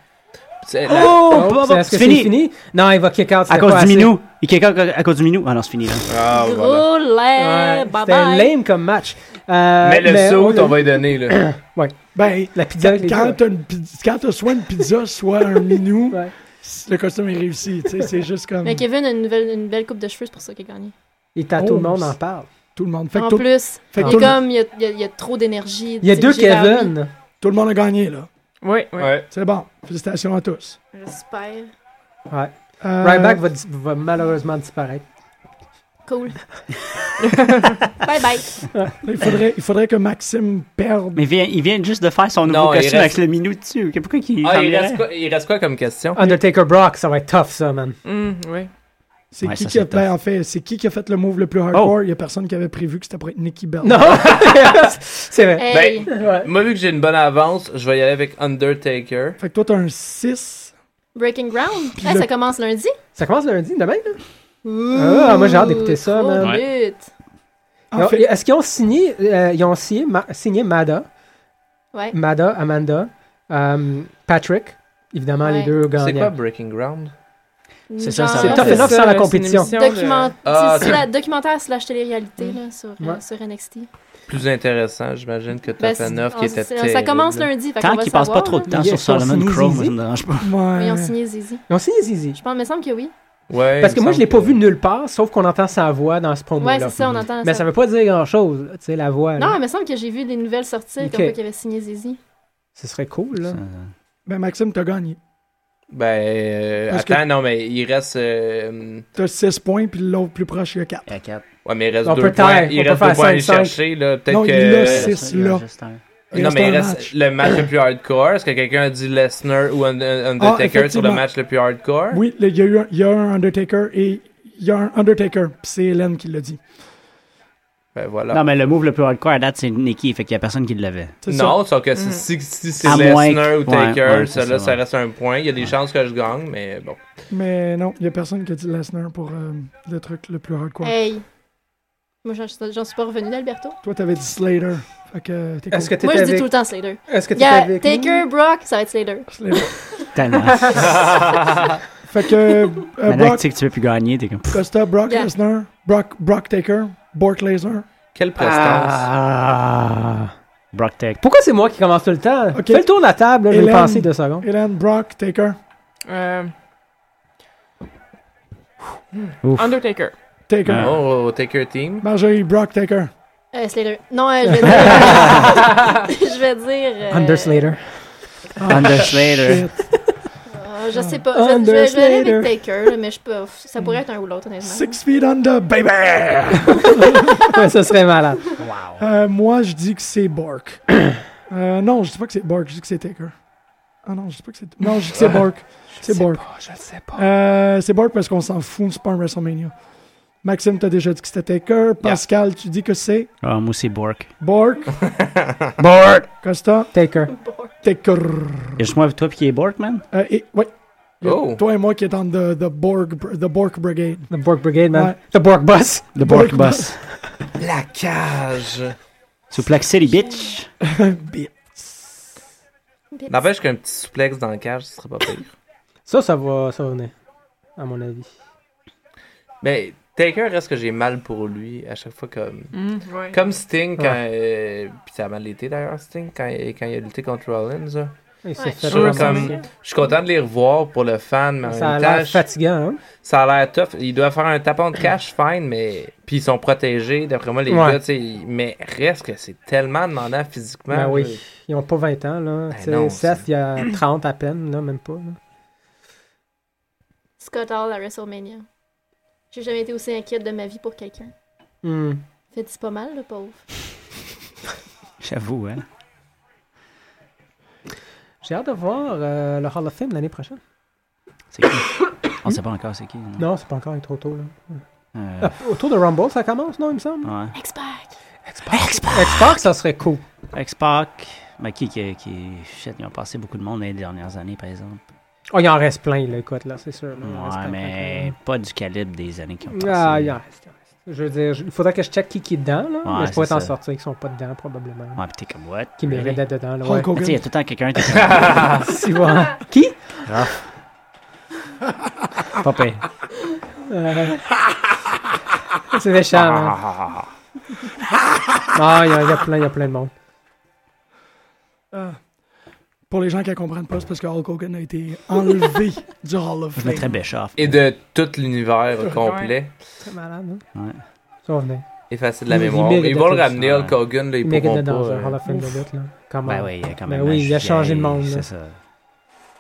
Speaker 5: C'est la-
Speaker 2: Oh,
Speaker 7: bah, bah,
Speaker 2: c'est- est-ce que
Speaker 7: c'est
Speaker 2: c'est fini?
Speaker 7: fini.
Speaker 2: Non, il va kick out.
Speaker 7: À
Speaker 2: c'était
Speaker 7: cause
Speaker 2: pas
Speaker 7: du
Speaker 2: assez.
Speaker 7: minou. Il quelqu'un à cause du minou. Ah non, c'est fini là.
Speaker 5: Ah,
Speaker 2: Oh,
Speaker 3: Gros
Speaker 5: voilà.
Speaker 3: lait,
Speaker 2: Ouais,
Speaker 3: bye
Speaker 2: C'était
Speaker 3: bye.
Speaker 2: lame comme match. Euh,
Speaker 5: Mais le saut,
Speaker 2: on-
Speaker 5: on va y donner, là.
Speaker 1: Ben,
Speaker 2: La pizza avec les
Speaker 1: quand
Speaker 2: doigts.
Speaker 1: t'as une pizza- quand t'as soit une pizza, soit un minou,
Speaker 2: Ouais.
Speaker 1: le costume est réussi. Tu sais, c'est juste comme
Speaker 3: Mais Kevin a une, nouvelle- une belle coupe de cheveux, c'est pour ça qu'il a gagné.
Speaker 2: Et t'as tout le monde en parle.
Speaker 1: Oh, tout le monde. Fait que
Speaker 3: en
Speaker 1: tout,
Speaker 3: plus,
Speaker 1: fait que
Speaker 3: il
Speaker 1: tout
Speaker 3: est
Speaker 1: le-
Speaker 3: comme, il y a, il y a- il y a trop d'énergie.
Speaker 2: Il y a
Speaker 3: C'est
Speaker 2: deux
Speaker 3: que j'ai la vie.
Speaker 2: Kevin.
Speaker 1: tout le monde a gagné, là.
Speaker 4: Oui, oui.
Speaker 5: Ouais.
Speaker 1: C'est bon. Félicitations à tous.
Speaker 3: J'espère.
Speaker 2: Ouais.
Speaker 1: Euh,
Speaker 2: Ryback va, dis- va malheureusement disparaître.
Speaker 3: Cool. bye bye.
Speaker 1: il, faudrait, il faudrait que Maxime perde.
Speaker 7: Mais il vient, il vient juste de faire son nouveau
Speaker 5: Non, il
Speaker 7: costume
Speaker 5: reste-
Speaker 7: avec le minou dessus. Que- Pourquoi qu'il
Speaker 5: Ah, il
Speaker 7: s'en
Speaker 5: reste,
Speaker 7: irait?
Speaker 5: quoi, il reste quoi comme question?
Speaker 2: Undertaker Brock, ça va être tough, ça, man.
Speaker 4: Hum, oui.
Speaker 1: C'est
Speaker 7: Ouais,
Speaker 1: qui
Speaker 7: ça,
Speaker 1: qui a
Speaker 7: c'est tough. Oh.
Speaker 1: ben, en fait, c'est qui qui a fait le move le plus hardcore Il y a personne qui avait prévu que c'était pour être Nicky Bell.
Speaker 2: Non! c'est vrai.
Speaker 3: Hey.
Speaker 2: Ouais.
Speaker 5: Ben, Moi, vu que j'ai une bonne avance, je vais y aller avec Undertaker.
Speaker 1: Fait que toi, t'as un 6.
Speaker 3: Breaking Ground. Hey,
Speaker 1: le-
Speaker 3: Ça commence lundi.
Speaker 2: Ça commence lundi, demain, là? Ah, moi, j'ai hâte d'écouter ça,
Speaker 3: Trop
Speaker 2: man.
Speaker 3: de lutte.
Speaker 1: En
Speaker 2: Ils ont-
Speaker 1: fait,
Speaker 2: Est-ce qu'ils ont signé, euh, ils ont signé, Ma- signé Mada,
Speaker 3: Ouais.
Speaker 2: Mada, Amanda, euh, Patrick, évidemment
Speaker 3: Ouais.
Speaker 2: les deux
Speaker 5: C'est quoi
Speaker 2: gagnants.
Speaker 5: Breaking Ground?
Speaker 7: C'est ça, ça
Speaker 3: Genre,
Speaker 2: C'est tough
Speaker 4: C'est
Speaker 2: enough
Speaker 4: ça,
Speaker 2: sans la
Speaker 4: c'est une
Speaker 2: compétition.
Speaker 4: émission de-
Speaker 3: document-
Speaker 5: Ah,
Speaker 3: c'est- c'est la- Documentaire slash télé-réalité là, sur, euh,
Speaker 2: Ouais.
Speaker 3: sur NXT.
Speaker 5: Plus intéressant, j'imagine, que
Speaker 3: Ben,
Speaker 5: Top
Speaker 3: c'est-
Speaker 5: 9
Speaker 3: on-
Speaker 5: qui était
Speaker 3: c'est- Ça commence lundi. Fait qu'on
Speaker 7: Tant
Speaker 3: va
Speaker 7: qu'il passe pas
Speaker 3: savoir,
Speaker 7: trop de
Speaker 3: là.
Speaker 7: temps
Speaker 2: Ils
Speaker 7: sur
Speaker 2: sont
Speaker 7: Solomon
Speaker 2: sous
Speaker 7: Crow,
Speaker 2: Zizi.
Speaker 7: ça me dérange pas.
Speaker 1: ouais.
Speaker 3: Mais ils ont signé Zizi.
Speaker 2: Ils ont signé Zizi.
Speaker 3: Je pense, me semble que oui.
Speaker 5: Ouais,
Speaker 2: Parce
Speaker 5: il
Speaker 2: que
Speaker 5: me
Speaker 2: moi, je
Speaker 5: semble
Speaker 2: l'ai pas vu nulle part, sauf qu'on entend sa voix dans ce promo-là.
Speaker 3: Ouais, c'est ça, on entend
Speaker 2: Mais ça veut pas dire grand-chose, là, tu sais, la voix.
Speaker 3: Non,
Speaker 2: là.
Speaker 3: il me semble que j'ai vu des nouvelles sortir
Speaker 2: Ok.
Speaker 3: comme quoi qu'il avait signé Zizi.
Speaker 2: Ce serait cool, là.
Speaker 1: Ben, Maxime, t'as gagné.
Speaker 5: Ben, euh,
Speaker 1: Parce
Speaker 5: attends, non, mais il reste. euh,
Speaker 1: T'as 6 points, puis l'autre plus proche, il y a 4.
Speaker 7: À quatre.
Speaker 5: ouais, mais il reste
Speaker 2: On
Speaker 5: deux
Speaker 2: peut
Speaker 5: points.
Speaker 2: taire,
Speaker 5: Il
Speaker 2: on peut
Speaker 5: reste
Speaker 2: faire
Speaker 5: deux points à aller
Speaker 2: cinq, cinq.
Speaker 5: chercher, là. Peut-être
Speaker 1: Non,
Speaker 5: que.
Speaker 1: il l'a
Speaker 7: Il reste-
Speaker 1: Six,
Speaker 7: il
Speaker 1: là.
Speaker 7: reste un.
Speaker 1: Il
Speaker 5: non,
Speaker 1: reste
Speaker 5: mais il
Speaker 1: un
Speaker 5: reste
Speaker 1: match.
Speaker 5: le match le plus hardcore. Est-ce que quelqu'un a dit Lesnar ou Un- Un-
Speaker 1: Ah,
Speaker 5: Undertaker sur
Speaker 1: effectivement.
Speaker 5: le match le plus hardcore?
Speaker 1: Oui, là, il y, a eu un- il y a un Undertaker et il y a un Undertaker, puis c'est Hélène qui l'a dit.
Speaker 5: Ben voilà.
Speaker 7: Non, mais le move le plus hardcore à date, c'est Nicky. Fait qu'il y a personne qui l'avait.
Speaker 1: C'est
Speaker 5: Non, sauf que
Speaker 3: Mm.
Speaker 5: si, si- si c'est
Speaker 7: À moins
Speaker 5: Lesnar ou
Speaker 7: que- ouais,
Speaker 5: Taker,
Speaker 7: ouais, c'est
Speaker 5: ça,
Speaker 7: ça,
Speaker 5: ça
Speaker 7: ouais.
Speaker 5: reste un point. Il y a des chances que je gagne, mais bon.
Speaker 3: Euh.
Speaker 1: ça. Mais non, il y a personne qui a dit Lesnar pour euh, le truc le plus hardcore.
Speaker 3: Hey. Moi, j'en j'en suis pas revenu d'Alberto.
Speaker 1: Toi, t'avais dit Slater. Fait que t'es
Speaker 2: Est-ce que
Speaker 1: cool.
Speaker 2: t'étais
Speaker 3: Moi, je dis
Speaker 2: avec...
Speaker 3: tout le temps Slater.
Speaker 2: Est-ce que
Speaker 3: Il y
Speaker 2: t'étais
Speaker 3: a
Speaker 2: avec...
Speaker 3: Taker, Brock, ça va être Slater.
Speaker 1: Slater.
Speaker 7: Tellement.
Speaker 1: Fait que euh,
Speaker 7: Maintenant que
Speaker 1: Brock
Speaker 7: tu sais que tu veux plus gagner, t'es comme.
Speaker 1: Costa, Brock
Speaker 3: Yeah.
Speaker 1: Lesnar, Brock, Brock Taker, Bork Laser.
Speaker 5: Quelle prestance.
Speaker 2: Ah.
Speaker 7: Brock Tech.
Speaker 2: Pourquoi c'est moi qui commence tout le temps?
Speaker 1: Ah. Ok.
Speaker 2: Fais le tour de la table, là, je vais y
Speaker 1: Hélène.
Speaker 2: penser deux secondes.
Speaker 1: Hélène, Brock Taker,
Speaker 4: Euh,
Speaker 7: Ouf.
Speaker 4: Undertaker.
Speaker 1: Taker.
Speaker 7: Ah.
Speaker 5: Oh, Taker Team.
Speaker 1: Marjorie, Brock Taker.
Speaker 3: Euh, Slater. Non, euh, je vais dire. je vais dire. euh,
Speaker 2: Uh, Under Slater.
Speaker 1: Oh,
Speaker 7: Thunder Slater.
Speaker 3: euh, je sais pas. Je vais- Je vais, je vais aller avec Taker, là, mais je peux. Ça
Speaker 2: Hmm.
Speaker 3: pourrait être un ou l'autre, honnêtement.
Speaker 1: Six feet under, baby!
Speaker 2: Ouais, ça serait malade.
Speaker 1: Euh, moi, je dis que c'est Bork. Euh, non, je dis pas que c'est Bork, je dis que c'est Taker. Ah non, je dis pas que c'est. Non, je dis que c'est Bork. C'est Bork.
Speaker 2: Je le sais pas.
Speaker 1: Euh, c'est Bork parce qu'on s'en fout, c'est pas un WrestleMania. Maxime, t'as déjà dit que c'était Taker. Pascal, tu dis que c'est
Speaker 7: Ah, moi, c'est Bork.
Speaker 1: Bork.
Speaker 7: Bork!
Speaker 1: Costa,
Speaker 2: Taker.
Speaker 1: Taker.
Speaker 7: Y'a juste moi avec toi pis qui est Bork, man?
Speaker 1: Euh, et, ouais. Il y a
Speaker 5: Oh.
Speaker 1: Toi et moi qui est dans the, the, Borg, the Bork Brigade.
Speaker 2: The Bork Brigade, man.
Speaker 1: Ouais.
Speaker 2: The Bork Bus.
Speaker 7: Le
Speaker 1: Bork
Speaker 7: Bork Boss.
Speaker 5: La cage.
Speaker 7: Suplex City, bitch.
Speaker 5: N'empêche qu'un petit souplex dans la cage, ce serait pas pire.
Speaker 2: Ça, ça va, ça va venir. À mon avis.
Speaker 5: Mais Taker reste que j'ai mal pour lui à chaque fois comme.
Speaker 4: Mm, ouais.
Speaker 5: Comme Sting quand. euh, Puis ça a mal été d'ailleurs, Sting, quand, quand il a lutté contre Rollins. là.
Speaker 2: Il s'est
Speaker 3: Ouais.
Speaker 2: fait
Speaker 5: Sure,
Speaker 2: ramasser.
Speaker 5: comme- Je suis content de les revoir pour le fan, mais en
Speaker 2: Ça a
Speaker 5: même temps,
Speaker 2: l'air
Speaker 5: je-
Speaker 2: fatigant, hein?
Speaker 5: ça a l'air tough. Ils doivent faire un tapon de cash, fine, mais. Puis ils sont protégés, d'après moi, les
Speaker 2: Ouais.
Speaker 5: gars, tu sais. Mais reste que c'est tellement demandant physiquement. Euh,
Speaker 2: Ben
Speaker 5: là.
Speaker 2: oui. Ils ont pas 20 ans, là.
Speaker 5: Ben
Speaker 2: Tu sais,
Speaker 5: non,
Speaker 2: Seth,
Speaker 5: c'est-
Speaker 2: il y a 30 à peine, là, même pas. là.
Speaker 3: Scott Hall à WrestleMania. J'ai jamais été aussi inquiète de ma vie pour quelqu'un.
Speaker 2: Hmm.
Speaker 3: Faites c'est pas mal, le pauvre.
Speaker 7: J'avoue, hein.
Speaker 2: J'ai hâte de voir euh, le Hall of Fame l'année prochaine.
Speaker 7: C'est qui? On sait pas encore c'est qui. Non.
Speaker 2: Non, c'est pas encore il est trop tôt, là.
Speaker 7: Hmm. Euh,
Speaker 2: Ah, autour de Rumble, ça commence, non, il me semble?
Speaker 7: ouais.
Speaker 3: X-Pac!
Speaker 2: Xbox, ça serait cool.
Speaker 7: X-Pac. Mais qui, qui, qui. Shit, ils ont passé beaucoup de monde dans les dernières années, par exemple.
Speaker 2: Oh, il en reste plein, là, écoute, là, c'est sûr. là, il en reste
Speaker 7: Ouais,
Speaker 2: plein,
Speaker 7: mais pas du calibre des années qui ont
Speaker 2: plein,
Speaker 7: passé.
Speaker 2: plein. Ah, il en reste, il en reste. Je veux dire, je- il faudrait que je check qui, qui est dedans, là.
Speaker 7: Ouais,
Speaker 2: mais je pourrais
Speaker 7: c'est
Speaker 2: t'en
Speaker 7: ça.
Speaker 2: sortir qui sont pas dedans, probablement.
Speaker 7: Ouais, pis t'es comme what?
Speaker 2: Qui
Speaker 7: Really?
Speaker 2: méritent d'être dedans, là. Ouais.
Speaker 1: Hulk
Speaker 7: Mais Tu sais, il y
Speaker 1: Hogan.
Speaker 7: a tout le temps quelqu'un qui est comme,
Speaker 2: Si, ouais. Qui?
Speaker 7: pas pire.
Speaker 2: Euh, C'est méchant, hein. Ah, il y, a- il y a plein, il y a plein de monde.
Speaker 1: Euh, pour les gens qui ne comprennent pas, c'est parce que Hulk Hogan a été enlevé du Hall of
Speaker 7: Je
Speaker 1: Fame.
Speaker 7: mettrais Béchoff.
Speaker 5: Et de tout l'univers au complet.
Speaker 2: C'est malade, hein?
Speaker 7: Ouais.
Speaker 2: Ça va venir.
Speaker 5: Effacé de la
Speaker 2: Il- il
Speaker 5: mémoire.
Speaker 2: mérite
Speaker 5: Ils vont le
Speaker 2: d'être
Speaker 5: ramener,
Speaker 7: aussi.
Speaker 5: Hulk Hogan, là, ils
Speaker 2: Il mérite
Speaker 5: pourront
Speaker 2: d'être dans
Speaker 5: pas.
Speaker 2: un Hall
Speaker 5: euh,
Speaker 2: of Fame de lutte, là. Quand même.
Speaker 7: Ben oui, il a quand
Speaker 2: Ben
Speaker 7: même.
Speaker 2: oui, il a
Speaker 7: un
Speaker 2: changé le
Speaker 7: vieil-
Speaker 2: monde, là.
Speaker 7: C'est ça.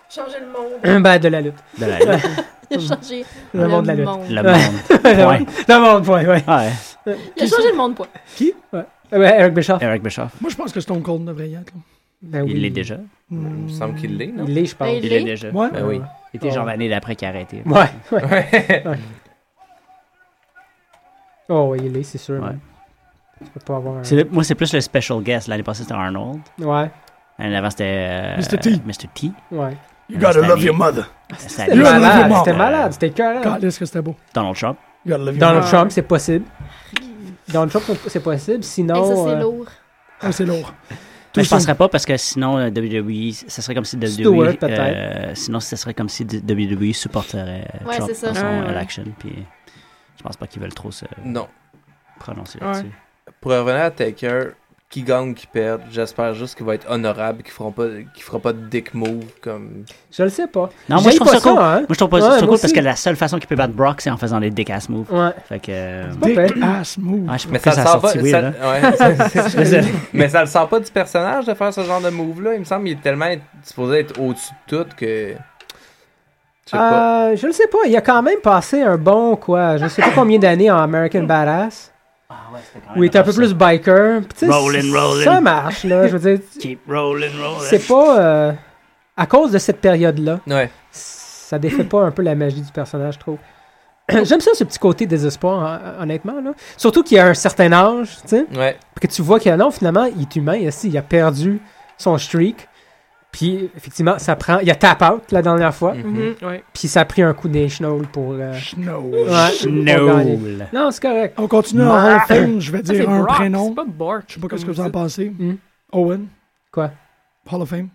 Speaker 3: Changer le monde.
Speaker 2: ben, de la lutte.
Speaker 7: De la lutte.
Speaker 3: Il a changé
Speaker 2: Le monde de la lutte.
Speaker 7: Le monde. Point.
Speaker 2: Le monde, point, ouais.
Speaker 7: Ouais.
Speaker 2: Euh,
Speaker 3: Il a changé le monde, point.
Speaker 2: Qui? Ouais. Euh, ouais, Eric Bischoff.
Speaker 7: Eric Bischoff.
Speaker 1: Moi, je pense que Stone Cold devrait y être. là.
Speaker 2: Ben oui.
Speaker 7: Il l'est déjà.
Speaker 5: Il me semble qu'il l'est, non?
Speaker 2: Il l'est, je pense.
Speaker 3: Ben,
Speaker 7: Il l'est déjà.
Speaker 1: Ouais.
Speaker 5: Ben oui.
Speaker 7: Il était genre l'année d'après qu'il a arrêté.
Speaker 2: Ouais, ouais.
Speaker 5: Ouais.
Speaker 2: Oh, ouais, il l'est, c'est sûr.
Speaker 7: Ouais.
Speaker 2: mais Tu peux pas avoir un...
Speaker 7: C'est le- moi, c'est plus le special guest. L'année passée, c'était Arnold.
Speaker 2: Ouais,
Speaker 7: L'année avant, c'était. euh,
Speaker 1: Mr. T.
Speaker 7: Mr. T.
Speaker 2: ouais.
Speaker 1: You gotta
Speaker 7: Stanley.
Speaker 1: love your mother.
Speaker 7: C'était
Speaker 2: C'était
Speaker 1: lui,
Speaker 7: l'année-
Speaker 1: il est
Speaker 2: malade,
Speaker 1: mort.
Speaker 2: c'était
Speaker 7: euh,
Speaker 2: malade, c'était écœurant.
Speaker 1: God, est-ce que c'était beau?
Speaker 7: Donald Trump.
Speaker 1: You gotta love your
Speaker 2: Donald
Speaker 4: Ouais.
Speaker 2: Trump, c'est possible. Donald Trump, c'est- c'est possible,
Speaker 3: Hey, ça,
Speaker 2: sinon...
Speaker 3: c'est
Speaker 2: euh,
Speaker 3: lourd.
Speaker 1: Ah, c'est lourd.
Speaker 7: Mais
Speaker 1: Tout
Speaker 7: je
Speaker 1: son-
Speaker 7: penserais pas parce que sinon, euh, WWE, ça serait comme si WWE.
Speaker 2: Stewart,
Speaker 7: euh,
Speaker 2: peut-être.
Speaker 7: sinon, ça serait comme si d- WWE supporterait euh,
Speaker 3: Ouais,
Speaker 7: Trump
Speaker 3: c'est ça.
Speaker 7: dans son
Speaker 2: Ah.
Speaker 4: Ouais, ouais.
Speaker 7: election. Puis je pense pas qu'ils veulent trop se
Speaker 5: Non.
Speaker 7: prononcer
Speaker 4: Ouais.
Speaker 7: là-dessus.
Speaker 5: Pour revenir à Taker, qui gagne, qui perd, j'espère juste qu'il va être honorable, qu'il fera pas, qu'il fera pas de dick move comme.
Speaker 2: Je le sais pas.
Speaker 7: Non, moi,
Speaker 2: J'aime
Speaker 7: je trouve
Speaker 2: pas
Speaker 7: ça cool.
Speaker 2: hein.
Speaker 7: Moi, je trouve pas
Speaker 2: Ouais,
Speaker 7: ça
Speaker 2: moi
Speaker 7: cool parce
Speaker 2: aussi.
Speaker 7: que la seule façon qu'il peut battre Brock, c'est en faisant des dick ass moves.
Speaker 2: Ouais.
Speaker 7: Fait que. euh,
Speaker 2: pas
Speaker 1: Dick
Speaker 2: pire.
Speaker 1: ass move.
Speaker 7: Ouais, je
Speaker 5: Mais
Speaker 7: pense
Speaker 5: ça, le
Speaker 7: que ça a
Speaker 5: sort pas.
Speaker 7: sorti weird, hein?
Speaker 5: ça-
Speaker 7: là.
Speaker 5: ouais, ça-
Speaker 7: Je sais.
Speaker 5: mais ça le sort pas du personnage de faire ce genre de move-là. Il me semble qu'il est tellement être- supposé être au-dessus de tout que. Je sais pas.
Speaker 2: Euh, je le sais pas. Il a quand même passé un bon, quoi, je sais pas combien d'années en American Badass. Où il était un peu plus biker. Puis, tu sais,
Speaker 7: Rollin',
Speaker 2: c-
Speaker 7: rollin'.
Speaker 2: Ça marche, là. Je veux dire,
Speaker 7: Keep rolling, rolling.
Speaker 2: c'est pas. euh, à cause de cette période-là,
Speaker 5: Ouais.
Speaker 2: ça défait pas un peu la magie du personnage, je trouve. J'aime ça, ce petit côté désespoir, hon- honnêtement. Là. Surtout qu'il a un certain âge, tu sais.
Speaker 5: Ouais.
Speaker 2: Puis que tu vois que non, finalement, il est humain aussi. Il a perdu son streak. Puis, effectivement, ça prend. Il y a Tap Out la dernière fois.
Speaker 4: Mhm, ouais.
Speaker 2: Puis, ça a pris un coup des Schnoll pour. euh,
Speaker 1: Snow.
Speaker 2: ouais,
Speaker 5: Oh.
Speaker 2: pour gagner.
Speaker 7: Schnoll.
Speaker 2: Non, c'est correct.
Speaker 1: On continue en Hall of Fame. Je vais
Speaker 4: Ça, c'est
Speaker 1: dire un
Speaker 4: Brock,
Speaker 1: prénom.
Speaker 4: C'est pas Bork.
Speaker 1: Je sais pas qu'est-ce que vous en pensez.
Speaker 2: Hmm. Oh,
Speaker 1: Owen.
Speaker 2: Quoi?
Speaker 1: Hall of Fame.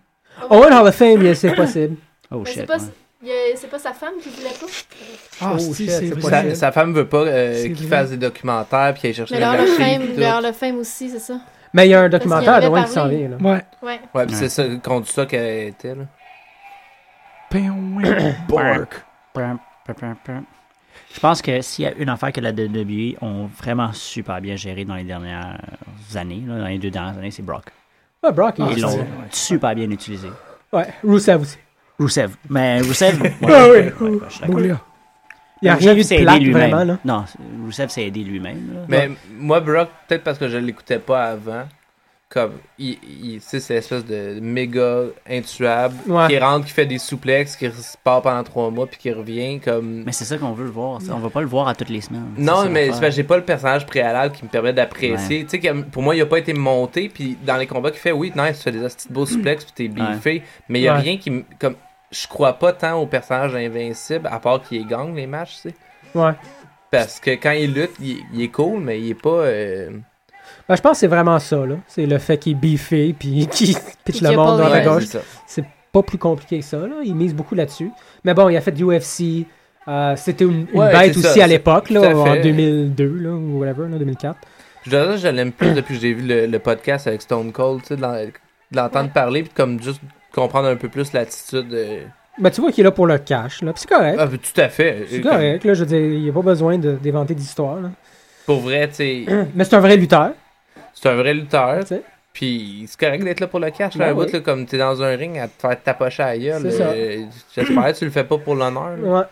Speaker 2: Owen Hall of Fame, yes, c'est possible.
Speaker 7: Oh
Speaker 3: Mais c'est
Speaker 7: shit.
Speaker 3: pas,
Speaker 7: ouais.
Speaker 3: il y a- c'est pas sa femme qui voulait pas.
Speaker 1: Ah,
Speaker 2: Oh,
Speaker 1: si,
Speaker 2: shit,
Speaker 1: c'est
Speaker 2: c'est
Speaker 1: vrai.
Speaker 5: Sa, sa femme veut pas euh,
Speaker 1: C'est
Speaker 5: qu'il
Speaker 1: vrai.
Speaker 5: fasse des documentaires puis qu'il aille chercher
Speaker 3: Mais
Speaker 5: la
Speaker 3: le Hall of
Speaker 5: machine.
Speaker 3: Fame,
Speaker 5: puis
Speaker 3: le
Speaker 5: tout.
Speaker 3: Hall of Fame aussi, c'est ça.
Speaker 2: Mais il y a un
Speaker 3: qu'il y en
Speaker 2: documentaire
Speaker 3: avait
Speaker 2: de Wayne qui s'en
Speaker 3: parlé.
Speaker 2: vient. Là.
Speaker 1: Ouais.
Speaker 3: Ouais.
Speaker 5: Ouais, puis
Speaker 7: Ouais.
Speaker 5: c'est ça, conduit ça qu'elle était, là.
Speaker 1: Bork.
Speaker 7: Pam, pam, pam, pam. Je pense que s'il y a une affaire que la WWE ont vraiment super bien gérée dans les dernières années, là, dans les deux dernières années, c'est Brock.
Speaker 2: Ouais, Brock, il
Speaker 7: Ils
Speaker 2: est
Speaker 7: l'ont super bien utilisé.
Speaker 2: Ouais, Rusev aussi.
Speaker 7: Rusev. Mais Rusev. ouais,
Speaker 2: Ah oui.
Speaker 7: ouais, ouais, ouais, je suis d'accord.
Speaker 1: Boulia.
Speaker 2: Il y a rien eu
Speaker 7: Rusev
Speaker 2: de
Speaker 7: s'est
Speaker 2: plate,
Speaker 7: aidé lui-même.
Speaker 2: vraiment. Là.
Speaker 7: Non, c'est- Rusev s'est aidé lui-même. là.
Speaker 5: Mais moi, Brock, peut-être parce que je l'écoutais pas avant, comme, il, il, tu sais, c'est l'espèce de méga intuable
Speaker 2: Ouais.
Speaker 5: qui rentre, qui fait des souplexes, qui part pendant trois mois, puis qui revient comme.
Speaker 7: Mais c'est ça qu'on veut le voir. ça. On va pas le voir à toutes les semaines. C'est
Speaker 5: Non,
Speaker 7: ça,
Speaker 5: mais
Speaker 7: l'affaire.
Speaker 5: c'est parce que j'ai pas le personnage préalable qui me permet d'apprécier. Tu sais, comme, pour moi, il a pas été monté, puis dans les combats qu'il fait, oui, nice, tu fais des petits beaux souplexes, puis t'es beefé, mais il y a
Speaker 2: Ouais.
Speaker 5: rien qui me. Comme, je crois pas tant au personnage invincible, à part qu'il gagne les matchs, tu sais.
Speaker 2: Ouais.
Speaker 5: Parce que quand il lutte, il, il est cool, mais il est pas. euh,
Speaker 2: Ben, je pense que c'est vraiment ça. là. C'est le fait qu'il est beefé puis qu'il pitch
Speaker 3: qu'il y
Speaker 2: le
Speaker 3: a
Speaker 2: monde
Speaker 3: pas
Speaker 2: dans
Speaker 3: les-
Speaker 2: la
Speaker 5: ouais,
Speaker 2: gauche.
Speaker 5: c'est ça.
Speaker 2: C'est pas plus compliqué que ça. Là. Il mise beaucoup là-dessus. Mais bon, il a fait du UFC. euh, C'était une, une
Speaker 5: Ouais,
Speaker 2: bête
Speaker 5: c'est
Speaker 2: aussi
Speaker 5: ça,
Speaker 2: à
Speaker 5: c'est-
Speaker 2: l'époque,
Speaker 5: tout
Speaker 2: là,
Speaker 5: à
Speaker 2: en
Speaker 5: fait.
Speaker 2: 2002 là, ou whatever, là, 2004.
Speaker 5: Je dois dire que je l'aime plus depuis que j'ai vu le, le podcast avec Stone Cold, tu sais, de l'en- de l'entendre parler, puis comme juste comprendre un peu plus l'attitude. euh,
Speaker 2: Mais tu vois qu'il est là pour le cash. Là. puis c'est correct.
Speaker 5: Ah, tout à fait.
Speaker 2: c'est
Speaker 5: Euh, comme,
Speaker 2: correct. Là, je veux dire, il n'y a pas besoin de- d'inventer d'histoire. là.
Speaker 5: Pour vrai, tu sais,
Speaker 2: Mais c'est un vrai lutteur.
Speaker 5: c'est un vrai lutteur.
Speaker 2: Tu sais.
Speaker 5: Puis c'est correct d'être là pour le cash. Là,
Speaker 2: Ben
Speaker 5: à bout,
Speaker 2: oui.
Speaker 5: là, comme t'es dans un ring à te faire tapocher à la gueule.
Speaker 2: C'est ça.
Speaker 5: euh, J'espère que tu le fais pas pour l'honneur. là.
Speaker 2: Ouais.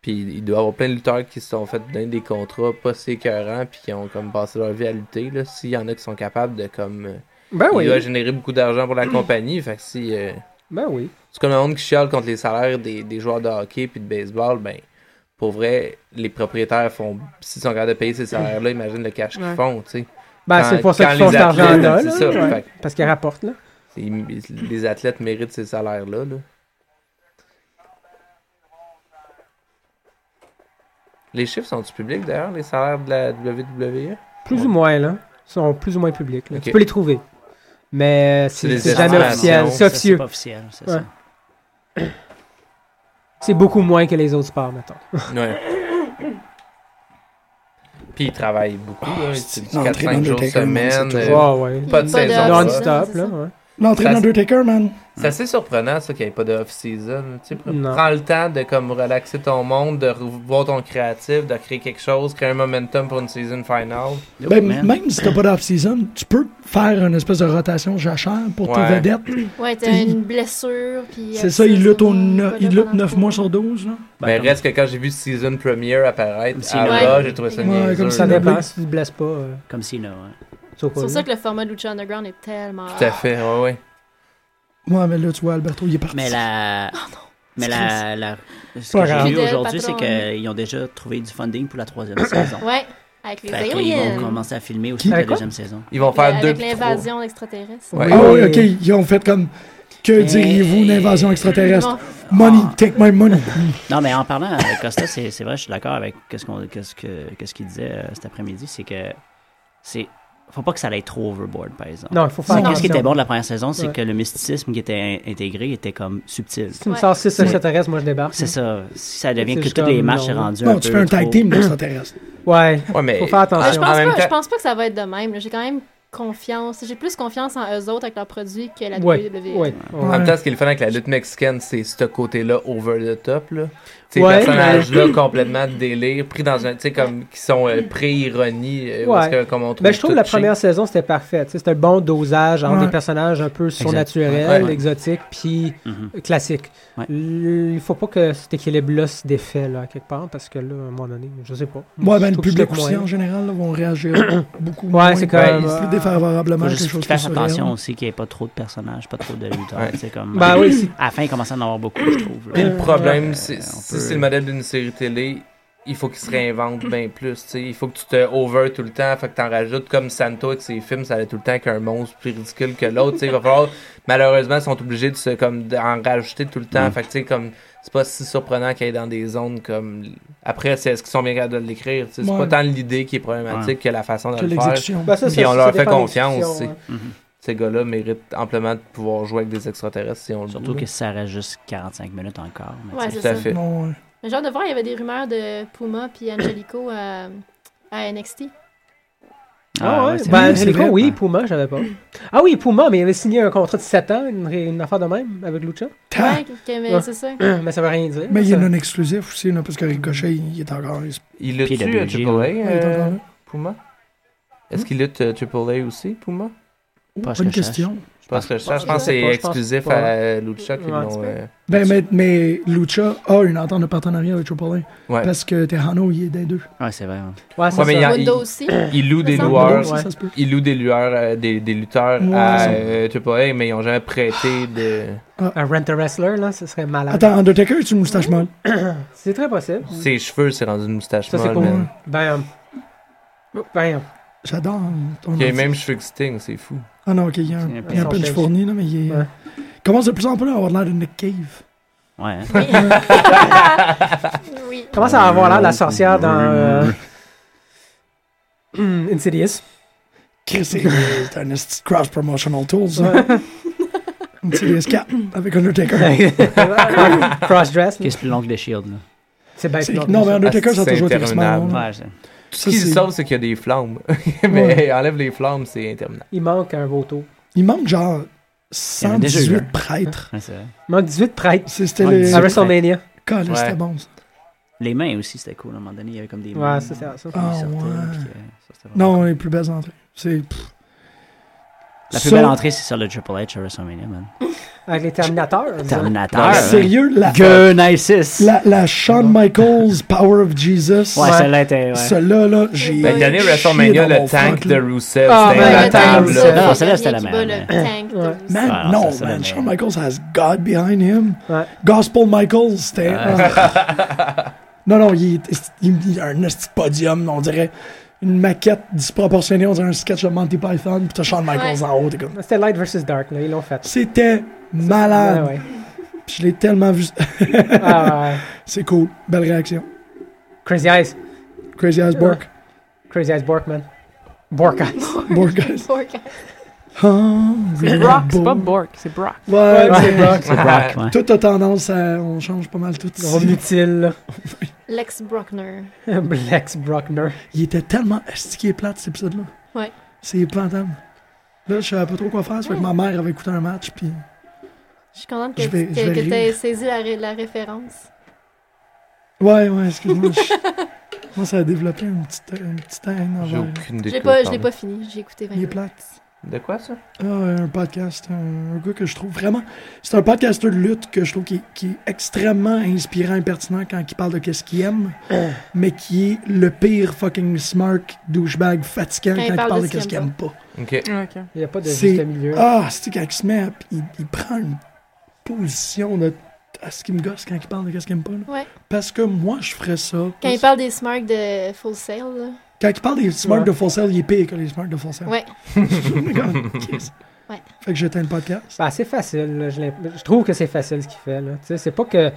Speaker 5: Puis il doit y avoir plein de lutteurs qui se sont fait donner des contrats pas si écœurants, puis qui ont comme passé leur vie à lutter. là. S'il y en a qui sont capables de comme. euh,
Speaker 2: Ben
Speaker 5: il
Speaker 2: oui.
Speaker 5: doit générer beaucoup d'argent pour la compagnie. Fait que si. euh,
Speaker 2: Ben oui.
Speaker 5: C'est comme le monde qui chiale contre les salaires des, des joueurs de hockey puis de baseball, ben pour vrai, les propriétaires font s'ils sont capables de payer ces salaires-là, imagine le cash qu'ils
Speaker 4: Ouais.
Speaker 5: font, tu sais.
Speaker 2: Ben,
Speaker 5: Quand-
Speaker 2: c'est pour ça
Speaker 5: quand
Speaker 2: qu'ils font
Speaker 5: les
Speaker 2: cet
Speaker 5: athlètes,
Speaker 2: argent-là.
Speaker 5: c'est
Speaker 2: là,
Speaker 5: ça,
Speaker 2: ouais.
Speaker 5: fait
Speaker 2: Parce qu'il rapporte. Là.
Speaker 5: Ils- les athlètes méritent ces salaires-là. là. Les chiffres sont-ils publics d'ailleurs, les salaires de la E? WWE?
Speaker 2: Plus ou moins, là. sont plus ou moins publics. là. Tu
Speaker 5: Ok.
Speaker 2: peux les trouver. Mais euh, c'est
Speaker 5: des
Speaker 2: c'est jamais
Speaker 5: estimations.
Speaker 2: officiel. C'est
Speaker 7: Ça, C'est
Speaker 2: officieux.
Speaker 7: pas officiel. c'est
Speaker 2: Ouais.
Speaker 7: ça.
Speaker 2: C'est beaucoup moins que les autres sports, mettons.
Speaker 5: Ouais. Puis ils travaillent beaucoup, là.
Speaker 1: Ah, c'est une entrée
Speaker 5: 4-5 jours
Speaker 1: d'Undertaker, man,
Speaker 5: semaine.
Speaker 1: c'est
Speaker 5: euh,
Speaker 2: Ah ouais.
Speaker 5: Pas de
Speaker 3: Pas
Speaker 5: saison.
Speaker 3: d'heure,
Speaker 5: off.
Speaker 2: Non-stop,
Speaker 3: c'est
Speaker 2: là.
Speaker 3: ça.
Speaker 2: ouais.
Speaker 1: L'entrée
Speaker 5: Ça-
Speaker 1: d'Undertaker, man.
Speaker 5: C'est assez surprenant, ça, qu'il n'y ait pas de off-season. Tu sais, pr-
Speaker 2: Non.
Speaker 5: prends le temps de comme relaxer ton monde, de revoir ton créatif, de créer quelque chose, créer un momentum pour une season finale.
Speaker 1: Ben,
Speaker 7: Man.
Speaker 1: même si t'as pas d'off-season, tu peux faire une espèce de rotation jachère pour tes
Speaker 5: Ouais.
Speaker 1: vedettes.
Speaker 3: Ouais, t'as
Speaker 1: Il-
Speaker 3: une blessure. Puis euh,
Speaker 1: C'est ça, il lutte, au neuf- il lutte 9
Speaker 3: neuf
Speaker 1: mois sur 12. Là.
Speaker 7: Ben,
Speaker 5: Mais
Speaker 7: comme-
Speaker 5: reste que quand j'ai vu season premiere apparaître,
Speaker 7: C'est
Speaker 5: à
Speaker 3: vrai.
Speaker 5: Raw, j'ai trouvé ça
Speaker 3: Ouais,
Speaker 5: niaiseux,
Speaker 1: comme
Speaker 2: Ça
Speaker 1: Oui.
Speaker 5: là.
Speaker 2: dépend si tu te blesses pas. euh,
Speaker 7: Comme si, là. ouais.
Speaker 2: tu vas
Speaker 3: C'est
Speaker 2: pas
Speaker 3: pour
Speaker 2: là.
Speaker 3: ça que le format de Lucha Underground est tellement.
Speaker 5: Tout à fait, ouais, ouais.
Speaker 1: Ouais, mais là, tu vois, Alberto, il est parti.
Speaker 7: Mais la. Mais la, la- Ce
Speaker 2: Pas
Speaker 7: que
Speaker 2: grave.
Speaker 7: j'ai vu
Speaker 3: Fidèle
Speaker 7: aujourd'hui, c'est
Speaker 3: Oh, patron. hein.
Speaker 7: qu'ils ont déjà trouvé du funding pour la troisième saison.
Speaker 3: Ouais, avec les
Speaker 7: Fait qu'ils vont
Speaker 3: aliens.
Speaker 7: commencer à filmer aussi la
Speaker 2: Avec quoi?
Speaker 7: deuxième saison.
Speaker 5: Ils vont faire deux
Speaker 3: euh, Avec
Speaker 5: puis
Speaker 3: l'invasion extraterrestre.
Speaker 5: trois. Ouais.
Speaker 1: Ah
Speaker 2: Oui.
Speaker 1: oui, ok, ils ont fait comme. Que diriez-vous d'une invasion extraterrestre?
Speaker 3: Bon,
Speaker 1: Money,
Speaker 2: Ah.
Speaker 1: take my money.
Speaker 7: Non, mais en parlant avec Costa, c'est c'est vrai, je suis d'accord avec qu'est-ce qu'on- qu'est-ce que- qu'est-ce qu'il disait euh, cet après-midi, c'est que c'est faut pas que ça aille trop overboard, par exemple.
Speaker 2: Non, il faut faire
Speaker 1: Non,
Speaker 7: Qu'est-ce qui
Speaker 2: attention.
Speaker 7: était bon de la première saison, c'est
Speaker 2: Ouais.
Speaker 7: que le mysticisme qui était in- intégré était comme subtil.
Speaker 2: Si tu me
Speaker 3: Ouais.
Speaker 2: sors 6 extraterrestres, moi je débarque.
Speaker 7: C'est ça. Si ça devient
Speaker 2: C'est
Speaker 7: que
Speaker 2: juste
Speaker 7: tous les
Speaker 2: comme,
Speaker 7: matchs
Speaker 2: non.
Speaker 7: sont rendus un
Speaker 1: Non, tu
Speaker 7: peu
Speaker 1: fais un tag
Speaker 7: trop-
Speaker 1: team d'extraterrestres.
Speaker 2: Ouais.
Speaker 5: Ouais, mais
Speaker 2: Faut faire
Speaker 3: Mais je
Speaker 2: attention.
Speaker 5: en- Ah, en
Speaker 3: pense,
Speaker 5: même
Speaker 3: pas,
Speaker 5: temps-
Speaker 3: je pense pas que ça va être de même. là. J'ai quand même confiance. J'ai plus confiance en eux autres avec leurs produits que la E.
Speaker 2: Ouais.
Speaker 3: WWE.
Speaker 2: Ouais.
Speaker 5: En
Speaker 1: Ouais.
Speaker 5: même temps, ce qui est le fun avec la lutte mexicaine, c'est ce côté-là over the top. Là. Ces
Speaker 2: Ouais,
Speaker 5: personnages-là complètement délire, pris dans un. Tu sais, comme. qui sont euh, pré-ironie. euh,
Speaker 2: Ouais.
Speaker 5: parce que, comme on trouve
Speaker 2: Ben, je trouve
Speaker 5: tout
Speaker 2: la
Speaker 5: cheap.
Speaker 2: première saison, c'était parfait. Tu sais, C'était un bon dosage entre
Speaker 1: Ouais.
Speaker 2: des personnages un peu surnaturels,
Speaker 5: Ouais, ouais.
Speaker 2: exotiques, puis
Speaker 7: Mhm.
Speaker 1: Mm-hmm.
Speaker 2: euh, classiques.
Speaker 7: Ouais.
Speaker 2: Il faut pas que cet équilibre-là se défait, là, quelque part, parce que là, à un moment donné, je sais pas.
Speaker 1: Moi, ben,
Speaker 2: Je
Speaker 1: le
Speaker 2: trouve que
Speaker 1: public
Speaker 2: c'est
Speaker 1: aussi,
Speaker 2: moyen.
Speaker 1: en général, là, vont réagir beaucoup moins.
Speaker 2: Ouais, c'est
Speaker 5: Ouais, il
Speaker 2: comme.
Speaker 1: plus
Speaker 2: euh,
Speaker 1: défavorablement
Speaker 7: Faut
Speaker 1: à quelque
Speaker 7: juste
Speaker 1: chose
Speaker 7: qu'ils
Speaker 1: qui est
Speaker 7: fassent
Speaker 1: surréel.
Speaker 7: attention aussi qu'il n'y ait pas trop de personnages, pas trop de lutteurs.
Speaker 5: Ouais.
Speaker 7: C'est comme. euh,
Speaker 2: Ben oui, si-
Speaker 7: À la fin, ils commençaient à en avoir beaucoup, je trouve. là. Euh,
Speaker 5: Puis le problème, c'est
Speaker 7: on
Speaker 5: si
Speaker 7: peut-
Speaker 5: c'est le modèle d'une série télé, il faut qu'ils se réinventent bien plus. tu sais. Il faut que tu te over tout le temps, fait que t'en rajoutes comme Santo avec ses films, ça allait tout le temps qu'un monstre plus ridicule que l'autre. tu sais. Il va falloir, malheureusement, ils sont obligés de se, comme, d'en rajouter tout le temps. Fait que, tu sais, comme, c'est pas si surprenant qu'il y ait dans des zones comme. Après, c'est est-ce qu'ils sont bien capables de l'écrire. tu sais. C'est
Speaker 1: Ouais.
Speaker 5: pas tant l'idée qui est problématique que la façon de
Speaker 1: que
Speaker 5: le faire.
Speaker 1: l'exécution.
Speaker 2: Ben, ça,
Speaker 5: Puis
Speaker 2: ça,
Speaker 5: on
Speaker 2: ça
Speaker 5: leur fait
Speaker 2: dépend des hein.
Speaker 5: confiance. tu
Speaker 2: discussions,
Speaker 5: sais.
Speaker 7: Mm-hmm.
Speaker 5: Ces gars-là méritent amplement de pouvoir jouer avec des extraterrestres si on le
Speaker 7: Surtout
Speaker 5: veut,
Speaker 7: que
Speaker 5: là.
Speaker 7: ça reste juste 45 minutes encore. mais
Speaker 3: Ouais,
Speaker 7: tu sais,
Speaker 3: c'est
Speaker 5: Tout à
Speaker 3: ça.
Speaker 5: fait.
Speaker 1: Non, ouais.
Speaker 3: Mais genre de voir, il y avait des rumeurs de Puma puis Angelico à, à NXT.
Speaker 2: Ah ouais,
Speaker 7: c'est
Speaker 2: ben,
Speaker 7: vrai.
Speaker 1: c'est
Speaker 2: Angelico,
Speaker 1: vrai.
Speaker 2: oui,
Speaker 7: Ouais.
Speaker 2: Puma, j'avais pas. Ah oui, Puma, mais il avait signé un contrat de 7 ans, une, ré- une affaire de même avec Lucha.
Speaker 1: Ta-
Speaker 3: Ouais, que- mais
Speaker 2: Hein? Ouais. Hein,
Speaker 3: c'est ça.
Speaker 2: mais ça veut rien dire.
Speaker 1: Mais il est
Speaker 2: ça.
Speaker 1: non exclusif aussi, là, parce que Ricochet, il est encore. il se-
Speaker 5: Il lutte
Speaker 7: PWG,
Speaker 5: tu à Triple A, euh,
Speaker 7: ouais.
Speaker 1: il est encore là.
Speaker 5: Puma? Est-ce qu'il lutte euh, Triple A aussi, Puma?
Speaker 1: Oh,
Speaker 7: Parce
Speaker 1: bonne
Speaker 7: que je sache.
Speaker 1: question.
Speaker 5: Je pense que ça, je
Speaker 2: je
Speaker 5: pense que c'est
Speaker 2: sais pas, je pense
Speaker 5: exclusif
Speaker 2: pas.
Speaker 5: à Lucha qui
Speaker 2: Ouais, tu
Speaker 5: l'ont.
Speaker 2: peux.
Speaker 5: euh,
Speaker 1: Ben, mais, mais Lucha a une entente de partenariat avec Triple A.
Speaker 5: Ouais.
Speaker 1: Parce que Terrano, il est des deux.
Speaker 7: Ouais, c'est vrai. hein.
Speaker 2: Ouais, c'est
Speaker 5: euh, Ouais, mais il y
Speaker 2: ça.
Speaker 5: a-
Speaker 3: Mundo aussi.
Speaker 5: Ils louent des
Speaker 3: Ça
Speaker 5: loueurs.
Speaker 1: Ça, ça se peut.
Speaker 5: Ils louent des lueurs, euh, des, des lutteurs
Speaker 1: Ouais.
Speaker 5: à euh, AAA, mais ils n'ont jamais prêté de.
Speaker 2: Un rent a wrestler, là, ce serait malade.
Speaker 1: Ah. Attends, Undertaker, est une moustache molle?
Speaker 2: C'est très possible.
Speaker 5: Ses cheveux, c'est rendu une moustache
Speaker 2: Ça, c'est
Speaker 5: molle,
Speaker 2: pour.
Speaker 5: man.
Speaker 2: Bam. Bam.
Speaker 1: J'adore ton
Speaker 5: Il a les
Speaker 1: nom.
Speaker 5: mêmes cheveux que Sting, c'est fou.
Speaker 1: Ah non, ok, il y a un,
Speaker 7: C'est un
Speaker 1: il y a un
Speaker 2: peu
Speaker 1: punch
Speaker 2: change.
Speaker 1: fourni, là, mais il est.
Speaker 2: Ouais.
Speaker 1: il commence de plus en plus à avoir l'air de Nick Cave.
Speaker 7: Ouais. hein.
Speaker 3: Oui. oui.
Speaker 2: Comment ça va avoir l'air de la sorcière dans. euh,
Speaker 1: Mm,
Speaker 2: hum, Insidious.
Speaker 1: Chris, c'est c'est un esti de cross-promotional tool, ça. Une série 4 avec Undertaker.
Speaker 2: Cross-dress. euh, là.
Speaker 7: Qu'est-ce plus long que The Shield, là?
Speaker 2: C'est bien
Speaker 1: C'est-
Speaker 2: plus long que
Speaker 1: non, mais
Speaker 2: ça.
Speaker 1: Undertaker,
Speaker 5: Ah,
Speaker 1: ça a
Speaker 5: c'est
Speaker 1: toujours été
Speaker 5: interminable.
Speaker 1: Christmas.
Speaker 7: Ouais, c'est-
Speaker 5: Tout ce qui
Speaker 1: c'est-
Speaker 5: sauve, c'est qu'il y a des flammes. mais enlève les flammes, c'est interminable.
Speaker 2: Il manque un vautour.
Speaker 1: Il manque genre
Speaker 7: Il y en a déjà eu un.
Speaker 1: 118 prêtres.
Speaker 7: ouais, c'est vrai.
Speaker 2: Il manque 18 prêtres.
Speaker 1: C'est- C'était
Speaker 7: Ouais,
Speaker 1: les.
Speaker 2: À WrestleMania.
Speaker 1: Ah, Colin,
Speaker 5: Ouais.
Speaker 1: c'était bon, ça.
Speaker 7: Les mains aussi, c'était cool. À un moment donné, il y avait comme des mains.
Speaker 2: Ouais, ça, c'est ça.
Speaker 1: Ah,
Speaker 7: qui sortaient,
Speaker 1: ouais.
Speaker 7: là, puis que- ça, c'était vraiment
Speaker 1: Non, les plus belles entrées. C'est. pff.
Speaker 7: La plus
Speaker 1: Ça-
Speaker 7: belle entrée, c'est sur le Triple H à WrestleMania, man.
Speaker 2: Avec les Terminators.
Speaker 7: Terminator.
Speaker 5: Ouais,
Speaker 1: Sérieux, la.
Speaker 7: Gun Isis.
Speaker 1: La, la Shawn Michaels Power of Jesus.
Speaker 7: Ouais, celle-là était. Ouais.
Speaker 1: Celle-là, là, j'ai.
Speaker 5: Ben, le dernier
Speaker 1: chié
Speaker 5: WrestleMania,
Speaker 1: dans mon
Speaker 5: le tank
Speaker 1: fuck,
Speaker 5: de
Speaker 1: là.
Speaker 5: Rusev,
Speaker 2: Ah,
Speaker 5: c'était
Speaker 2: ben,
Speaker 3: Ouais,
Speaker 2: la
Speaker 3: le
Speaker 7: table,
Speaker 3: tank,
Speaker 7: ça.
Speaker 3: là,
Speaker 7: Non, celle-là, c'était
Speaker 3: le
Speaker 7: la
Speaker 3: dernier
Speaker 7: meilleure,
Speaker 3: qui bat le tank de
Speaker 2: Ouais.
Speaker 3: Rusev.
Speaker 1: Man,
Speaker 7: Ah, non,
Speaker 1: non,
Speaker 7: ça, ça
Speaker 1: man.
Speaker 7: donne-
Speaker 1: Shawn Michaels has God behind him.
Speaker 2: Ouais.
Speaker 1: Gospel Michaels, c'était. non, non, il, est- il, il a un esti de podium, on dirait une maquette disproportionnée, on dirait un sketch de Monty Python, pis t'as Shawn Michaels
Speaker 3: Ouais.
Speaker 1: en haut, t'es comme.
Speaker 2: C'était Light versus Dark, là, ils l'ont fait.
Speaker 1: C'était
Speaker 2: Ah
Speaker 1: malade.
Speaker 2: ouais.
Speaker 1: Pis je l'ai tellement vu.
Speaker 2: Ah, ouais.
Speaker 1: C'est cool. Belle réaction.
Speaker 2: Crazy Eyes.
Speaker 1: Crazy as Bork.
Speaker 2: Crazy Eyes Borkman. Bork Eyes.
Speaker 1: Bork, Ah, guys.
Speaker 3: Poor guy.
Speaker 4: C'est Brock, c'est pas Bork, c'est Brock.
Speaker 1: Ouais,
Speaker 2: Ouais,
Speaker 1: mais
Speaker 2: c'est Bork.
Speaker 7: C'est Brock, ouais.
Speaker 1: Tout a tendance à. On change pas mal tout.
Speaker 2: Gros mutile,
Speaker 3: Lex Brockner.
Speaker 2: là. Lex Brockner.
Speaker 1: Il était tellement astiqué plate cet épisode-là.
Speaker 3: Ouais.
Speaker 1: C'est plantable. Là, je savais pas trop quoi faire. Ça fait que ma mère avait écouté un match, puis
Speaker 3: Je suis contente
Speaker 1: Je
Speaker 3: que,
Speaker 1: vais-
Speaker 3: que,
Speaker 1: je vais
Speaker 3: que
Speaker 1: rire.
Speaker 3: t'aies saisi la, ré- la référence.
Speaker 1: Ouais, ouais, excuse-moi. je- Moi, ça a développé une petite, une petite haine
Speaker 5: J'ai
Speaker 1: envers.
Speaker 5: aucune idée.
Speaker 3: Je l'ai
Speaker 5: de quoi
Speaker 3: pas,
Speaker 5: vous
Speaker 3: je l'ai
Speaker 5: parlez.
Speaker 3: pas fini, j'ai écouté 20
Speaker 1: Il est
Speaker 3: minutes.
Speaker 1: plate.
Speaker 5: De quoi ça
Speaker 1: Ah, un podcast, un, un gars que je trouve vraiment. C'est un podcasteur de lutte que je trouve qui, qui est extrêmement inspirant et pertinent quand il parle de qu'est-ce qu'il aime,
Speaker 2: Ah.
Speaker 1: mais qui est le pire fucking smart douchebag fatigant quand il parle de qu'est-ce qu'il aime pas.
Speaker 5: Ok.
Speaker 4: Ok.
Speaker 2: Il n'y a pas de
Speaker 1: C'est-
Speaker 2: juste milieu.
Speaker 1: Ah, c'est quand il se met, à- puis il, il prend une position de à ce qui me gosse quand il parle de qu'est-ce qu'il aime pas. là.
Speaker 3: Ouais.
Speaker 1: Parce que moi, je ferais ça.
Speaker 3: Quand il parle des smarts de Full Sail, là.
Speaker 1: Quand il parle des smarts
Speaker 2: Ouais.
Speaker 1: de Full Sail, il est pire que les smarts de Full Sail.
Speaker 3: Ouais. Ouais.
Speaker 1: Fait que j'éteins le podcast.
Speaker 2: Bah, c'est facile, là, je, l'imp- je trouve que c'est facile ce qu'il fait. Là. Tu sais, C'est pas que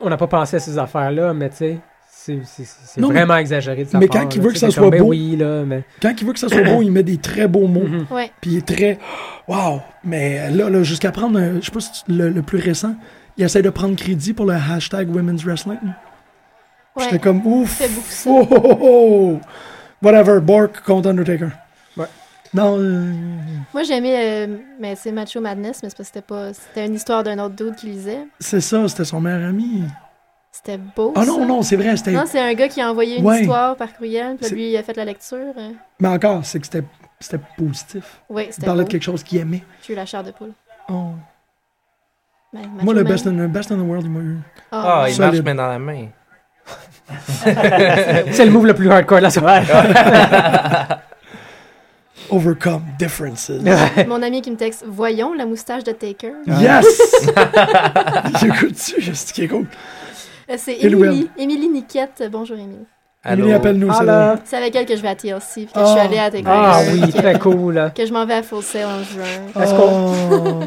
Speaker 2: on n'a pas pensé à ces affaires-là, mais tu sais, c'est, c'est, c'est- c'est
Speaker 1: Non, mais-
Speaker 2: vraiment exagéré de sa
Speaker 1: mais
Speaker 2: part,
Speaker 1: quand il
Speaker 2: là,
Speaker 1: veut
Speaker 2: tu
Speaker 1: que
Speaker 2: sais,
Speaker 1: ça
Speaker 2: c'est comme,
Speaker 1: soit
Speaker 2: ben
Speaker 1: beau-
Speaker 2: oui, là, mais...
Speaker 1: Quand il veut que ça soit beau, il met des très beaux mots.
Speaker 3: Mm-hmm. Ouais.
Speaker 1: Puis il est très. Waouh! Mais là, là jusqu'à prendre. un- Je sais pas si tu- le, le plus récent, il essaie de prendre crédit pour le hashtag Women's Wrestling.
Speaker 3: Ouais.
Speaker 1: J'étais comme ouf!
Speaker 3: Il fait beaucoup ça.
Speaker 1: Oh, oh, oh, oh. Whatever, Bork contre Undertaker.
Speaker 2: Ouais.
Speaker 1: Non, euh,
Speaker 3: Moi, j'aimais, euh, mais c'est Macho Madness, mais c'est parce que c'était pas. C'était une histoire d'un autre dude qui lisait.
Speaker 1: c'est ça, c'était son meilleur ami.
Speaker 3: C'était beau.
Speaker 1: Ah
Speaker 3: ça.
Speaker 1: non, non, c'est vrai, c'était.
Speaker 3: Non, c'est un gars qui a envoyé une
Speaker 1: Ouais.
Speaker 3: histoire par courriel, puis là,
Speaker 1: C'est-
Speaker 3: lui, il a fait la lecture. euh.
Speaker 1: Mais encore, c'est que c'était, c'était positif.
Speaker 3: Ouais,
Speaker 1: Il
Speaker 3: c'était
Speaker 1: parlait
Speaker 3: beau.
Speaker 1: de quelque chose qu'il aimait.
Speaker 3: J'ai eu la chair de poule.
Speaker 1: Oh.
Speaker 3: Ben,
Speaker 1: Moi,
Speaker 3: Macho
Speaker 1: le
Speaker 3: Man.
Speaker 1: best, in, le best in the world, il m'a eu.
Speaker 5: Ah,
Speaker 3: ouais.
Speaker 5: il marche
Speaker 1: Solide.
Speaker 5: main dans la main.
Speaker 2: C'est le move le plus hardcore de la soirée.
Speaker 1: Overcome differences.
Speaker 3: Mon ami qui me texte Voyons la moustache de Taker.
Speaker 1: Yes! J'écoute-tu? C'est qui est cool.
Speaker 3: Euh, C'est
Speaker 1: Et
Speaker 3: Émilie. Émilie Niquette. Bonjour, Émilie.
Speaker 5: Allô?
Speaker 1: Émilie, appelle-nous.
Speaker 2: Ah
Speaker 1: c'est
Speaker 2: là.
Speaker 3: C'est avec elle que je vais à TLC, puis que
Speaker 1: Ah.
Speaker 3: je suis allée à tes
Speaker 2: Ah
Speaker 3: concerts,
Speaker 2: oui,
Speaker 3: puis que-
Speaker 2: très cool.
Speaker 3: Que je m'en vais à Full Sail en juin.
Speaker 1: vrai.
Speaker 2: Est-ce qu'on
Speaker 1: Oh.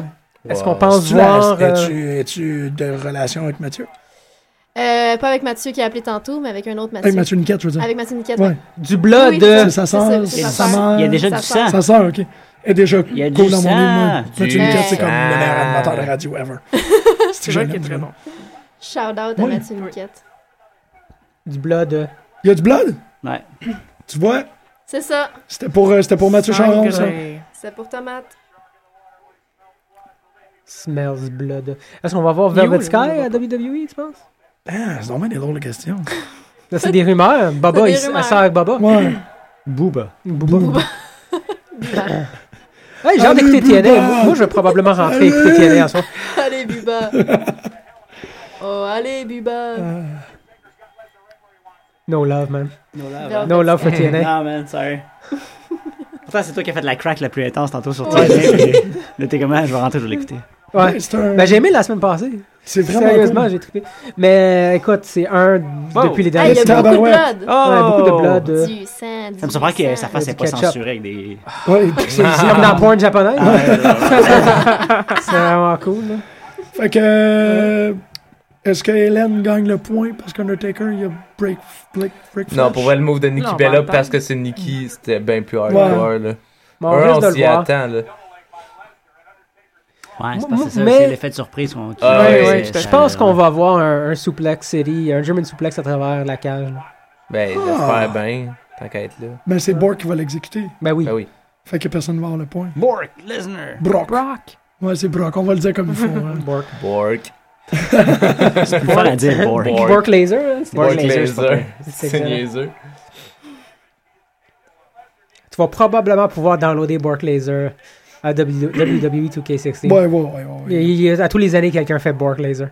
Speaker 2: est-ce qu'on
Speaker 5: Wow.
Speaker 2: pense
Speaker 10: Es-tu, la-
Speaker 2: voir... euh,
Speaker 10: es-tu- es-tu de relation avec Mathieu?
Speaker 3: Euh, pas avec Mathieu qui a appelé tantôt, mais avec un autre Mathieu.
Speaker 1: Avec Mathieu Niquette, je veux dire.
Speaker 3: Avec Mathieu Niquette.
Speaker 1: Ouais.
Speaker 2: Du blood.
Speaker 3: Oui,
Speaker 2: euh,
Speaker 1: C'est sa sœur,
Speaker 3: c'est
Speaker 1: sa,
Speaker 3: sa sœur.
Speaker 1: mère.
Speaker 7: Il y a déjà
Speaker 3: Ça
Speaker 7: du
Speaker 3: sort.
Speaker 7: sang.
Speaker 1: Sa sœur, ok. Elle est déjà
Speaker 7: Il y a
Speaker 1: cool
Speaker 7: du
Speaker 1: dans mon
Speaker 7: sang.
Speaker 1: monde. Mathieu Niquette, c'est
Speaker 3: Du
Speaker 1: comme le meilleur
Speaker 5: sang.
Speaker 1: animateur de radio ever.
Speaker 4: C'est vrai qu'il est très bon.
Speaker 3: Shout out à
Speaker 1: Oui.
Speaker 3: Mathieu Niquette.
Speaker 2: Du blood. euh,
Speaker 1: Il y a du blood?
Speaker 7: Ouais.
Speaker 1: Tu vois?
Speaker 3: C'est ça.
Speaker 1: C'était pour, euh, c'était pour Mathieu Charon, ça.
Speaker 4: Sangre.
Speaker 3: C'est pour Tomate.
Speaker 2: Smells blood. Est-ce qu'on va voir
Speaker 4: Il est où,
Speaker 2: Velvet
Speaker 4: le-
Speaker 2: Sky euh, à WWE, tu penses?
Speaker 1: Ah, c'est normal des drôles de questions.
Speaker 2: Là, c'est des rumeurs. Baba,
Speaker 3: des
Speaker 2: il s- elle
Speaker 3: rumeurs.
Speaker 2: sort avec Baba.
Speaker 1: Ouais.
Speaker 7: Booba.
Speaker 2: Booba.
Speaker 1: Booba.
Speaker 2: Hey, j'ai hâte
Speaker 1: Allez,
Speaker 2: d'écouter TNA.
Speaker 1: Booba.
Speaker 2: Moi, moi, je vais probablement rentrer
Speaker 1: Allez.
Speaker 2: écouter TNA en soi.
Speaker 3: Allez, Buba. oh, allez,
Speaker 2: Euh,
Speaker 3: Buba.
Speaker 2: No love, man.
Speaker 7: No love.
Speaker 3: Non.
Speaker 7: hein?
Speaker 2: No love for TNA.
Speaker 7: Non, man, sorry. Pourtant, c'est toi qui as fait la crack la plus intense tantôt sur toi.
Speaker 3: Ouais.
Speaker 7: Là, t'es comment? Je vais rentrer, je vais l'écouter.
Speaker 2: Ouais.
Speaker 1: C'est un-
Speaker 2: Ben, j'ai aimé la semaine passée.
Speaker 1: c'est vraiment
Speaker 2: Sérieusement,
Speaker 1: cool.
Speaker 2: j'ai trippé. Mais euh, écoute, c'est un
Speaker 4: Wow.
Speaker 2: depuis les
Speaker 3: Ah, il
Speaker 2: derniers
Speaker 3: y a
Speaker 2: temps.
Speaker 1: Ah,
Speaker 3: beaucoup
Speaker 1: bah
Speaker 3: de
Speaker 1: ouais.
Speaker 3: blood.
Speaker 2: Ouais, beaucoup de blood. euh,
Speaker 3: Du sang, du
Speaker 7: Oh! Ça me surprend que
Speaker 3: sang.
Speaker 7: sa face
Speaker 2: du
Speaker 7: n'est pas
Speaker 2: ketchup.
Speaker 7: censurée avec des.
Speaker 1: Ah, Ouais, puis c'est-
Speaker 2: C'est comme dans la porn japonaise.
Speaker 7: Ah, ouais, ouais, ouais.
Speaker 2: C'est vraiment cool. là.
Speaker 1: Fait que. euh, Est-ce que Hélène gagne le point parce qu'Undertaker, il y a break, break, break
Speaker 5: Non,
Speaker 1: flash?
Speaker 5: pour vrai, le move de Nikki
Speaker 4: Non, on va
Speaker 5: Bella,
Speaker 4: attendre.
Speaker 5: parce que c'est Nikki, c'était bien plus hardcore, là.
Speaker 2: Mais on
Speaker 5: Un,
Speaker 2: risque de
Speaker 5: on
Speaker 2: le
Speaker 5: s'y
Speaker 2: voir.
Speaker 5: attend, là.
Speaker 7: Ouais, c'est parce que c'est ça,
Speaker 2: Mais-
Speaker 7: c'est l'effet de surprise qu'on. qui-
Speaker 5: Ah, ouais,
Speaker 7: c'est-
Speaker 5: ouais,
Speaker 7: ça-
Speaker 2: Je pense qu'on va voir un, un suplex city, un German suplex à travers la cage. là.
Speaker 5: Ben,
Speaker 2: Ah.
Speaker 5: j'espère bien, tant qu'à être là.
Speaker 1: Mais Ah! Ben, c'est Bork qui va l'exécuter.
Speaker 2: Ben oui.
Speaker 5: Ben oui.
Speaker 1: Fait que personne ne va avoir le point.
Speaker 7: Bork Lesnar.
Speaker 1: Brock.
Speaker 4: Brock.
Speaker 1: Ouais, c'est Brock. On va le dire comme il faut. hein.
Speaker 2: Bork.
Speaker 5: Bork.
Speaker 7: C'est plus fort à dire Bork.
Speaker 5: Bork.
Speaker 2: Bork laser. hein, c'est-
Speaker 5: Bork
Speaker 7: Laser, c'est pas
Speaker 5: Laser.
Speaker 2: C'est
Speaker 5: C'est
Speaker 2: excellent.
Speaker 5: niaiseux.
Speaker 2: Tu vas probablement pouvoir downloader Bork laser à W- E WWE 2K16.
Speaker 1: Ouais, ouais, ouais. ouais, ouais.
Speaker 2: Il- il- à tous les années, quelqu'un fait Bork laser.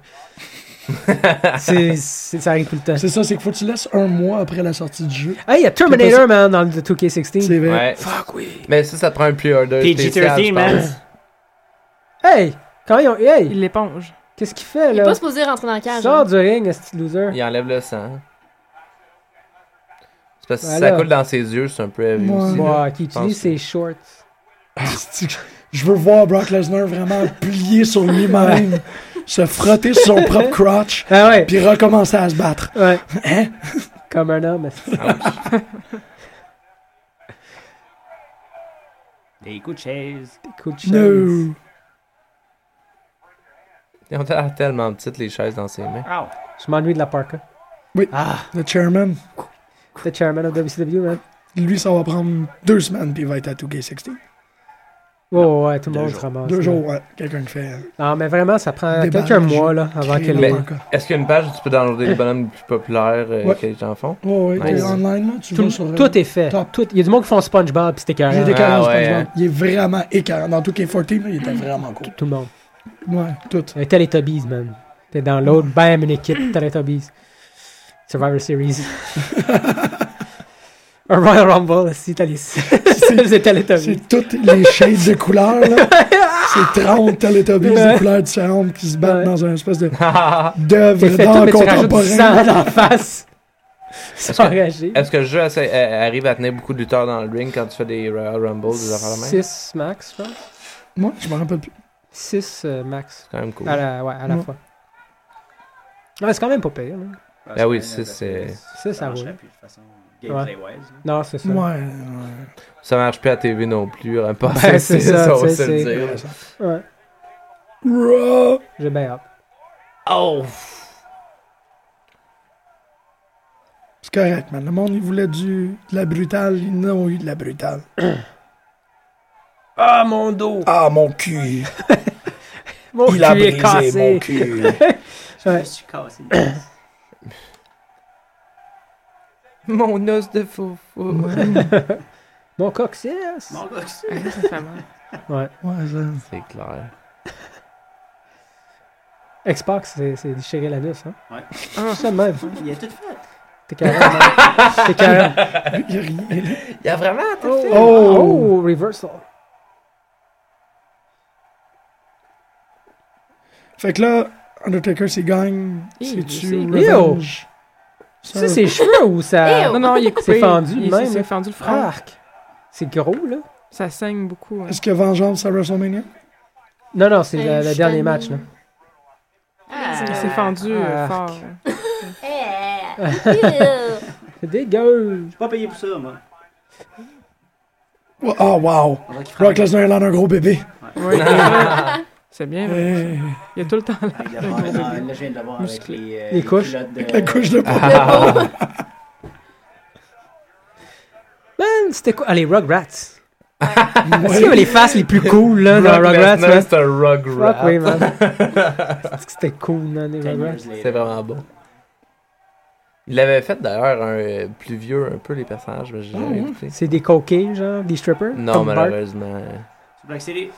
Speaker 2: C'est- c'est- ça arrive tout le temps.
Speaker 1: C'est ça, c'est qu'il faut que tu laisses un mois après la sortie du jeu.
Speaker 2: Hey, il y a Terminator, man, dans le 2K16.
Speaker 1: C'est vrai.
Speaker 5: Ouais.
Speaker 1: Fuck oui.
Speaker 5: Mais ça, ça prend un pre-order. spécial, je
Speaker 7: PG-13, man.
Speaker 5: pense.
Speaker 2: Hey! Quand ils ont- Hey!
Speaker 4: Il l'éponge.
Speaker 2: Qu'est-ce qu'il fait,
Speaker 3: Il est
Speaker 2: là?
Speaker 3: pas supposé rentrer dans la cage.
Speaker 2: Sors
Speaker 3: hein.
Speaker 2: du ring, ce loser.
Speaker 5: Il enlève le sang. C'est parce que si
Speaker 2: Voilà.
Speaker 5: ça coule dans ses yeux, c'est un peu heavy
Speaker 1: Ouais.
Speaker 5: aussi. là.
Speaker 2: Ouais, Bah, qui
Speaker 5: pense
Speaker 2: utilise
Speaker 5: que-
Speaker 2: ses shorts.
Speaker 1: Asti, Je veux voir Brock Lesnar vraiment plier sur lui-même, se frotter sur son propre crotch,
Speaker 2: Ah ouais!
Speaker 1: puis recommencer à se battre. Hein?
Speaker 2: Ouais. Comme un homme.
Speaker 7: Des coups de chaise.
Speaker 2: Écoute,
Speaker 1: No.
Speaker 5: Ils ont l'air tellement petites les chaises dans ses mains.
Speaker 7: Ow.
Speaker 2: Je m'ennuie de la parka.
Speaker 7: Ah,
Speaker 1: Le chairman,
Speaker 2: The chairman of WCW, man.
Speaker 1: lui, ça va prendre deux semaines, puis il va être à 2K60.
Speaker 2: Oh, ouais, tout le
Speaker 7: Deux
Speaker 2: monde se
Speaker 7: jours.
Speaker 2: ramasse.
Speaker 1: Deux
Speaker 2: là.
Speaker 1: jours, ouais. Quelqu'un le fait. euh,
Speaker 2: Non, mais vraiment, ça prend
Speaker 1: Déballage.
Speaker 2: quelques mois, là, avant
Speaker 1: créer
Speaker 2: que
Speaker 1: le
Speaker 5: Mais-
Speaker 2: les.
Speaker 1: parka.
Speaker 5: Est-ce qu'il y a une page où tu peux downloader les bonhommes les plus populaires euh,
Speaker 1: Ouais.
Speaker 5: que les gens font?
Speaker 1: Ouais, ouais, t'es
Speaker 5: Nice.
Speaker 1: online, là, tu
Speaker 2: Tout,
Speaker 1: vas sur... euh,
Speaker 2: tout est fait.
Speaker 1: Top. hein.
Speaker 2: Tout- Il y a du monde qui font SpongeBob, pis c'était
Speaker 1: Il est
Speaker 2: carré.
Speaker 1: écœurant,
Speaker 5: Ah, ouais,
Speaker 1: SpongeBob. Il est vraiment écœurant. Dans 2K14, là, il était vraiment cool.
Speaker 2: Tout le monde.
Speaker 1: Ouais, tout.
Speaker 2: Un Teletubbies, man. T'es dans l'autre, bam, une équipe Teletubbies. Survivor Series. Un Royal Rumble, si t'as les. C'est Teletubbies.
Speaker 1: C'est toutes les shades de couleurs, là. C'est 30 Teletubbies de
Speaker 2: Ouais.
Speaker 1: couleurs différentes qui se battent
Speaker 2: Ouais.
Speaker 1: dans une espèce de
Speaker 5: Est-ce
Speaker 2: T'es
Speaker 1: d'œuvre
Speaker 2: fait tout,
Speaker 1: d'art
Speaker 2: mais tu rajoutes du
Speaker 1: contemporain.
Speaker 2: sang dans la face. C'est enragé.
Speaker 5: que le jeu essaie- euh, arrive à tenir beaucoup de lutteurs dans le ring quand tu fais des Royal Rumble, des affaires de même? C'est
Speaker 2: 6 max, je pense.
Speaker 1: Moi, je me rappelle plus.
Speaker 2: 6 max.
Speaker 5: quand même cool.
Speaker 2: À la, ouais, à la
Speaker 1: Ouais.
Speaker 2: fois. Ouais, c'est quand même pas pire. hein.
Speaker 5: Ben oui, c'est- c'est-
Speaker 2: Ça, ça
Speaker 7: marcherait
Speaker 2: roule.
Speaker 7: plus, de toute façon, gameplay-wise, là.
Speaker 2: Non, c'est ça.
Speaker 1: Ouais,
Speaker 2: Ouais.
Speaker 1: ouais.
Speaker 5: Ça marche plus à TV non plus. hein, pas
Speaker 2: Ben, c'est ça,
Speaker 5: on va
Speaker 2: tu
Speaker 5: se
Speaker 2: sais,
Speaker 5: le
Speaker 2: c'est-
Speaker 5: dire.
Speaker 1: Raw.
Speaker 2: J'ai bien hâte.
Speaker 7: Oh!
Speaker 1: C'est correct, man. Le monde, il voulait du, de la brutale. Ils n'ont eu de la brutale.
Speaker 2: Ah, mon dos!
Speaker 10: Ah, mon cul!
Speaker 2: Mon
Speaker 10: Il a
Speaker 2: cul est
Speaker 10: brisé mon
Speaker 2: cassé!
Speaker 10: cul!
Speaker 7: Je me suis cassé. une-
Speaker 5: Mon os de fou.
Speaker 2: Mon coccyx!
Speaker 7: Mon gars, c'est-
Speaker 4: Ouais, ça fait mal.
Speaker 1: Ouais, ça.
Speaker 5: C'est clair.
Speaker 2: Xbox, c'est c'est déchirer l'anus, hein?
Speaker 7: Ouais.
Speaker 2: C'est ça de même.
Speaker 7: Il a tout fait.
Speaker 2: T'es carré, man. T'es carré.
Speaker 1: Il y a rien.
Speaker 5: Il y a vraiment.
Speaker 2: Oh,
Speaker 1: Oh!
Speaker 2: oh, reversal.
Speaker 1: Fait que là, Undertaker, c'est gagne.
Speaker 4: Hi,
Speaker 1: C'est-tu
Speaker 4: c'est-
Speaker 1: Revenge?
Speaker 2: Tu sais, ses cheveux ou ça.
Speaker 3: Eh oh!
Speaker 4: Euh, Non, non, il est coupé.
Speaker 2: C'est fendu,
Speaker 4: il,
Speaker 2: même.
Speaker 4: C'est
Speaker 7: hein.
Speaker 4: fendu le front.
Speaker 2: Arc. C'est gros, là.
Speaker 4: Ça saigne beaucoup. hein.
Speaker 1: Est-ce que Vengeance à WrestleMania?
Speaker 2: Non, non, c'est
Speaker 3: Euh,
Speaker 2: le, le
Speaker 3: je
Speaker 2: dernier
Speaker 3: t'aime.
Speaker 2: match, là.
Speaker 3: Ah,
Speaker 4: Il s'est fendu euh,
Speaker 2: Arc.
Speaker 4: fort.
Speaker 3: Eh,
Speaker 2: C'est dégueu.
Speaker 6: suis pas payé pour ça, moi.
Speaker 1: Wa- Oh, wow!
Speaker 6: On dirait qu'il frappe
Speaker 1: Brock Lesnar, il a un gros bébé.
Speaker 4: Ouais, c'est vrai. c'est bien. vrai.
Speaker 1: Eh,
Speaker 4: Il y a tout le temps là.
Speaker 6: avec la barre. Là, je viens de l'avoir avec
Speaker 4: Musclé.
Speaker 6: les, euh,
Speaker 2: Les couches.
Speaker 6: culottes de-
Speaker 1: La couche de pomme.
Speaker 2: Man, c'était quoi? Allez, Rugrats. Est-ce qu'il y
Speaker 1: Ouais.
Speaker 2: avait les faces les plus cool, là, dans
Speaker 5: Brock
Speaker 2: Rugrats,
Speaker 5: Lesnar,
Speaker 2: man?
Speaker 5: c'est un
Speaker 2: Fuck,
Speaker 5: Rugrat.
Speaker 2: oui, man. C'est que C'était cool, man, les
Speaker 6: Ten
Speaker 2: Rugrats.
Speaker 6: years later.
Speaker 5: C'est vraiment bon. Il avait fait d'ailleurs un euh, plus vieux un peu les personnages, mais j'ai jamais écouté.
Speaker 2: Ah, C'est des coquets, genre, des strippers?
Speaker 5: Non,
Speaker 2: comme Bart.
Speaker 5: malheureusement.
Speaker 6: C'est Black City.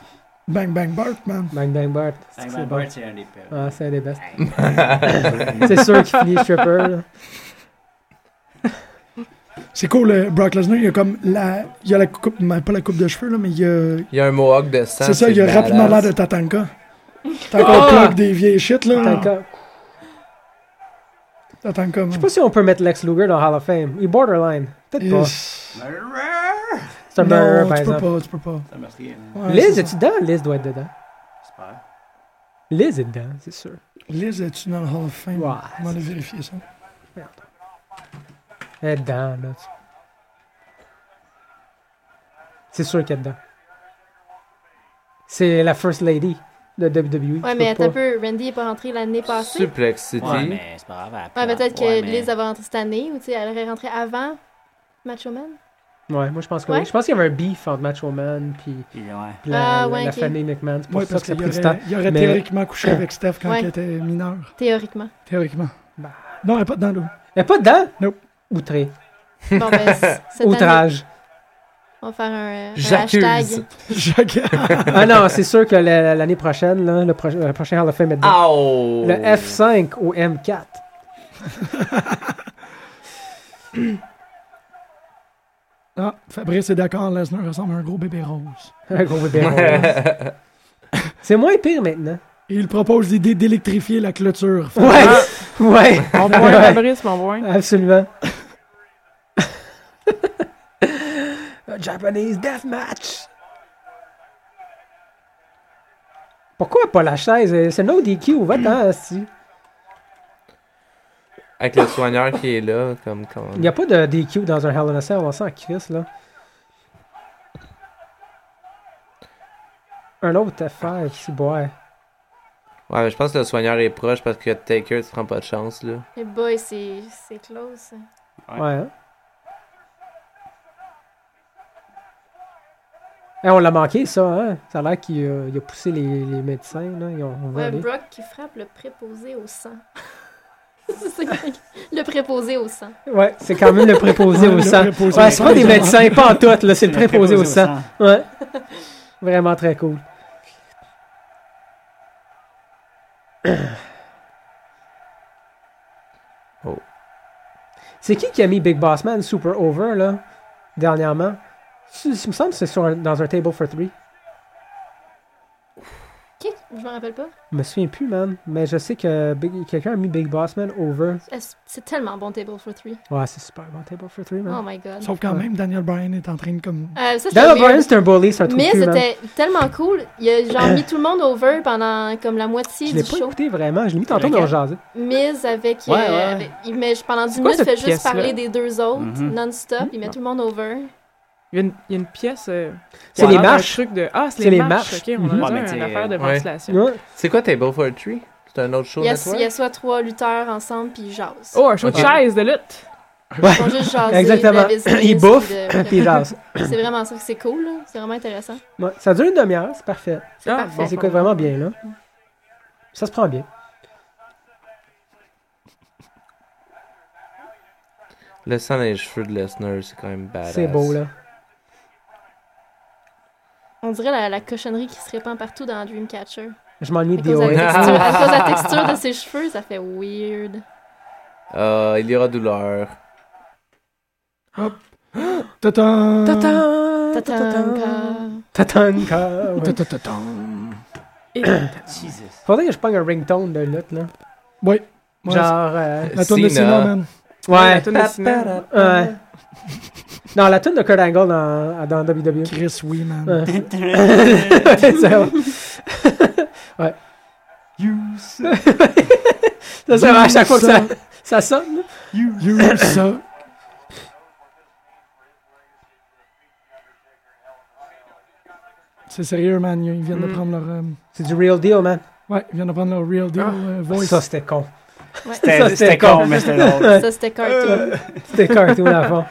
Speaker 1: Bang Bang Bart, man.
Speaker 2: Bang Bang Bart. C'est que
Speaker 6: Hey,
Speaker 2: c'est
Speaker 6: man,
Speaker 2: bon.
Speaker 6: Bart, c'est un des pères.
Speaker 2: Ah, c'est un des best. c'est sûr qu'il finit stripper, là.
Speaker 1: C'est cool, euh, Brock Lesnar, il y a comme la. Il y a la coupe, mais pas la coupe de cheveux, là, mais il y a.
Speaker 5: Il y a un mohawk de sang.
Speaker 1: C'est ça, il y a
Speaker 5: badass.
Speaker 1: rapidement l'air de Tatanka. T'as
Speaker 2: Ah!
Speaker 1: encore plug des vieilles shit, là.
Speaker 2: Tatanka.
Speaker 1: Tatanka, man.
Speaker 2: Je sais pas si on peut mettre Lex Luger dans Hall of Fame. Il est borderline. Peut-être pas.
Speaker 1: Yes.
Speaker 6: Murderer!
Speaker 2: C'est un murderer,
Speaker 1: Non,
Speaker 2: par
Speaker 1: tu peux
Speaker 2: exemple.
Speaker 1: pas, tu peux pas.
Speaker 6: Ça m'a marqué, hein.
Speaker 1: Ouais,
Speaker 2: Liz,
Speaker 1: c'est
Speaker 2: es-tu dedans? Liz doit être dedans.
Speaker 6: J'espère.
Speaker 2: Liz est dedans, c'est sûr.
Speaker 1: ça. Liz, es-tu dans le Hall of Fame?
Speaker 2: Ouais.
Speaker 1: On va aller vérifier ça.
Speaker 2: Elle est dedans, là. C'est sûr qu'elle est dedans. C'est la First Lady de WWE.
Speaker 3: Ouais, mais
Speaker 2: tu peux
Speaker 3: attends
Speaker 2: pas.
Speaker 3: un peu, Randy est pas rentré l'année passée.
Speaker 5: Suplex City.
Speaker 7: Ouais, mais c'est pas grave.
Speaker 3: Ouais, peut-être que Liz
Speaker 7: a...
Speaker 3: avait rentré cette année, ou tu sais, elle aurait rentré avant Macho Man.
Speaker 2: Ouais, moi je pense que
Speaker 3: Ouais.
Speaker 2: oui. Je pense qu'il y avait un beef entre Macho Man puis
Speaker 7: Ouais.
Speaker 2: puis la,
Speaker 3: Ah,
Speaker 2: la-
Speaker 3: ouais,
Speaker 2: la
Speaker 3: ok.
Speaker 2: famille McMahon. C'est pour
Speaker 1: Ouais,
Speaker 2: ça
Speaker 1: parce
Speaker 2: que ça
Speaker 1: qu'il
Speaker 2: a pris du temps.
Speaker 1: aurait, il aurait
Speaker 2: mais-
Speaker 1: théoriquement couché avec Steph quand
Speaker 3: Ouais.
Speaker 1: il était mineur.
Speaker 3: Théoriquement.
Speaker 1: Théoriquement.
Speaker 2: Bah.
Speaker 1: Non, elle n'est pas dedans, là.
Speaker 2: Elle est pas dedans?
Speaker 1: Nope.
Speaker 2: Outré.
Speaker 3: Bon, ben, c- cette année,
Speaker 2: Outrage.
Speaker 3: on va faire un, un
Speaker 5: J'accuse.
Speaker 3: hashtag.
Speaker 1: Jacques.
Speaker 2: ah non, c'est sûr que la- l'année prochaine, là, le, pro- le prochain Hall of Fame est dedans.
Speaker 5: Ow!
Speaker 2: Le F5 au M4.
Speaker 1: Ah, Fabrice est d'accord, Lesnar ressemble à un gros bébé rose.
Speaker 2: Un gros bébé rose. C'est moins pire maintenant.
Speaker 1: Et il propose l'idée d'électrifier la clôture.
Speaker 2: Ouais! Ouais!
Speaker 4: Mon point, Fabrice, mon point.
Speaker 2: Absolument. A Euh, Japanese Deathmatch. Pourquoi pas la chaise? Euh, C'est no DQ, va-t'en, si.
Speaker 5: Avec le soigneur qui est là, comme quand.
Speaker 2: Il n'y a pas de DQ dans un Hell in a Cell, on s'en crisse, là. Un autre affaire, si boire.
Speaker 5: Ouais, mais je pense que le soigneur est proche parce que Taker, tu prends pas de chance, là.
Speaker 3: Les boys, c'est c'est close.
Speaker 2: Ouais. hein? Eh, on l'a manqué, ça, hein? Ça a l'air qu'il euh, il a poussé les, les médecins, là. Ils ont
Speaker 3: Ouais,
Speaker 2: volé.
Speaker 3: Brock qui frappe le préposé au sang. C'est ça qui- le préposé au sang.
Speaker 2: Ouais, c'est quand même le préposé
Speaker 1: Ouais,
Speaker 2: au
Speaker 1: le
Speaker 2: sang.
Speaker 1: préposé
Speaker 2: Ouais,
Speaker 1: au
Speaker 2: c'est
Speaker 1: sang,
Speaker 2: pas des
Speaker 1: ils ont-
Speaker 2: médecins, pas en tout, là, c'est le préposé au sang. Ouais. Vraiment très cool.
Speaker 5: Oh.
Speaker 2: C'est qui qui a mis Big Boss Man super over, là, dernièrement? Il me semble que c'est sur un- dans un Table for Three.
Speaker 3: Qui Je me rappelle pas.
Speaker 2: Je me souviens plus, man. Mais je sais que Big- quelqu'un a mis Big Boss Man over.
Speaker 3: Est-ce- C'est tellement bon, Table for Three.
Speaker 2: Ouais, c'est super bon, Table for Three,
Speaker 3: Oh
Speaker 2: man.
Speaker 3: my god.
Speaker 1: Sauf quand même, Daniel Bryan est en train de comme.
Speaker 3: Euh, ça, c'était
Speaker 2: Daniel
Speaker 3: weird.
Speaker 2: Bryan, c'est un bully, c'est un truc
Speaker 3: Mais c'était tellement cool. Il a genre mis tout le monde over pendant comme la moitié
Speaker 2: Je l'ai
Speaker 3: du
Speaker 2: pas
Speaker 3: show.
Speaker 2: écouté vraiment, je l'ai mis tantôt dans
Speaker 6: Lequel?
Speaker 2: le jaser.
Speaker 3: Miz avec.
Speaker 6: Ouais,
Speaker 3: euh,
Speaker 6: ouais.
Speaker 3: avec- il met, pendant 10
Speaker 4: quoi
Speaker 3: minutes, il
Speaker 4: cette
Speaker 3: fait juste
Speaker 4: pièce-là?
Speaker 3: parler des deux autres
Speaker 7: Mhm.
Speaker 3: non-stop. Il met tout le monde over.
Speaker 4: Il y a une, il y a une pièce. euh,
Speaker 2: C'est
Speaker 4: qui a
Speaker 2: les
Speaker 4: l'air d'un
Speaker 2: marches.
Speaker 4: truc de- Ah, c'est
Speaker 2: C'est
Speaker 4: les,
Speaker 2: les
Speaker 4: marches.
Speaker 2: marches.
Speaker 4: Ok, on a
Speaker 7: Mhm. Ouais,
Speaker 4: dit
Speaker 7: mais
Speaker 4: une
Speaker 7: t'es-
Speaker 4: affaire de
Speaker 5: ouais.
Speaker 4: ventilation.
Speaker 2: Ouais.
Speaker 5: C'est quoi Table for a Tree? C'est un autre show
Speaker 3: Il y, a,
Speaker 5: network?
Speaker 3: il y a soit trois lutteurs ensemble, puis ils jasent.
Speaker 4: Oh, un show de
Speaker 5: Ok.
Speaker 4: chaise de lutte.
Speaker 3: Ils font juste jaser.
Speaker 2: Exactement.
Speaker 3: de la business,
Speaker 2: Ils bouffent,
Speaker 3: puis de-
Speaker 2: puis ils jasent.
Speaker 3: C'est vraiment ça que c'est cool. là. C'est vraiment intéressant.
Speaker 2: Ouais, ça dure une demi-heure, c'est parfait.
Speaker 3: C'est
Speaker 4: Ah,
Speaker 3: parfait.
Speaker 2: On s'écoute vraiment bien, là. Ça se prend bien.
Speaker 5: Le sang dans les cheveux de Lesnar, c'est quand même badass.
Speaker 2: C'est beau, là.
Speaker 3: On dirait la, la cochonnerie qui se répand partout dans Dreamcatcher.
Speaker 2: Je m'ennuie
Speaker 3: À
Speaker 2: de
Speaker 3: cause, de la
Speaker 2: DOA.
Speaker 3: texture, à cause de la texture de ses cheveux, ça fait weird.
Speaker 5: Ah, il y aura douleur.
Speaker 1: Tatam!
Speaker 2: Tatanka.
Speaker 3: Tatanka.
Speaker 2: Tatanka. ouais.
Speaker 1: Tatam!
Speaker 6: Jesus.
Speaker 2: Faudrait que je prenne un ringtone de lutte, là.
Speaker 1: Oui. Ouais,
Speaker 2: Genre. euh,
Speaker 1: La tourne de
Speaker 5: Cena.
Speaker 1: Cena, man.
Speaker 4: Ouais, la
Speaker 2: Ouais.
Speaker 4: toune de Cena.
Speaker 2: Ouais. Non, la tune de Kurt Angle dans, dans WWE.
Speaker 1: Chris, oui, man.
Speaker 2: Ouais. Ça va. ouais. ça, ça va à chaque fois que ça, ça sonne. là.
Speaker 1: You suck. C'est sérieux, man. Ils viennent de
Speaker 4: Mm.
Speaker 1: prendre leur. euh,
Speaker 2: C'est du real deal, man.
Speaker 1: Ouais, ils viennent de prendre leur real deal euh, voice.
Speaker 2: Ça, c'était con.
Speaker 3: Ouais.
Speaker 2: Ça,
Speaker 7: C'était
Speaker 2: c'était
Speaker 7: c'était
Speaker 2: con.
Speaker 7: con, mais c'était drôle.
Speaker 3: Ça, c'était cartoon.
Speaker 2: C'était cartoon à fond.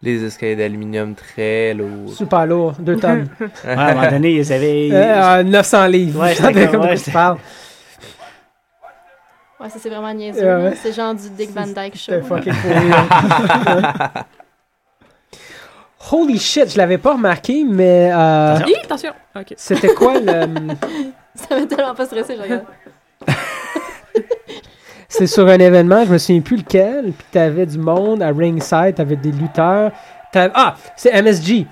Speaker 5: Les escaliers d'aluminium très lourds.
Speaker 2: Super lourd. Deux tonnes.
Speaker 7: Ouais, à un moment donné, ils avaient.
Speaker 2: Euh, euh, 900 livres.
Speaker 7: Ouais,
Speaker 2: Je savais
Speaker 7: c'était
Speaker 2: comme
Speaker 7: con,
Speaker 2: de
Speaker 7: ouais,
Speaker 2: quoi tu parles.
Speaker 3: Ouais, ça, c'est vraiment niaiseux.
Speaker 2: Ouais, ouais.
Speaker 3: là. C'est genre du Dick Van Dyke show.
Speaker 2: C'était
Speaker 3: là.
Speaker 2: fucking pourri, hein. Ouais. Holy shit, je l'avais pas remarqué, mais euh,
Speaker 4: Hi, attention! Ok.
Speaker 2: c'était quoi le.
Speaker 3: Ça m'a tellement pas stressé, je regarde.
Speaker 2: C'est sur un événement, je me souviens plus lequel, puis t'avais du monde à ringside, t'avais des lutteurs. t'avais- Ah, c'est MSG.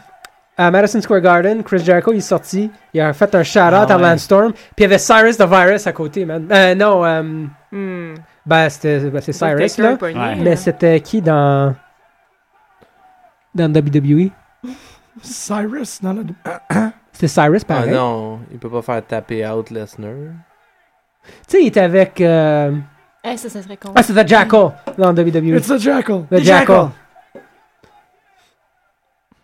Speaker 2: À Madison Square Garden, Chris Jericho, il est sorti, il a fait un shout-out
Speaker 7: Ah
Speaker 2: à
Speaker 7: ouais.
Speaker 2: Landstorm, puis il y avait Cyrus the Virus à côté, man. Euh, non, euh,
Speaker 4: Hmm.
Speaker 2: ben, c'était ben, c'est Cyrus,
Speaker 4: Quelqu'un
Speaker 2: là.
Speaker 4: pogné,
Speaker 7: Ouais.
Speaker 2: Mais c'était qui dans... Dans WWE?
Speaker 1: Cyrus, dans la.
Speaker 2: C'était Cyrus,
Speaker 5: Ah
Speaker 2: pareil.
Speaker 5: non, il peut pas faire taper out Lesnar.
Speaker 2: tu sais, il était avec... euh,
Speaker 3: Eh, ça, ça serait con.
Speaker 2: Ah, c'était Jackal dans WWE.
Speaker 1: It's a jackal.
Speaker 2: The Jackal.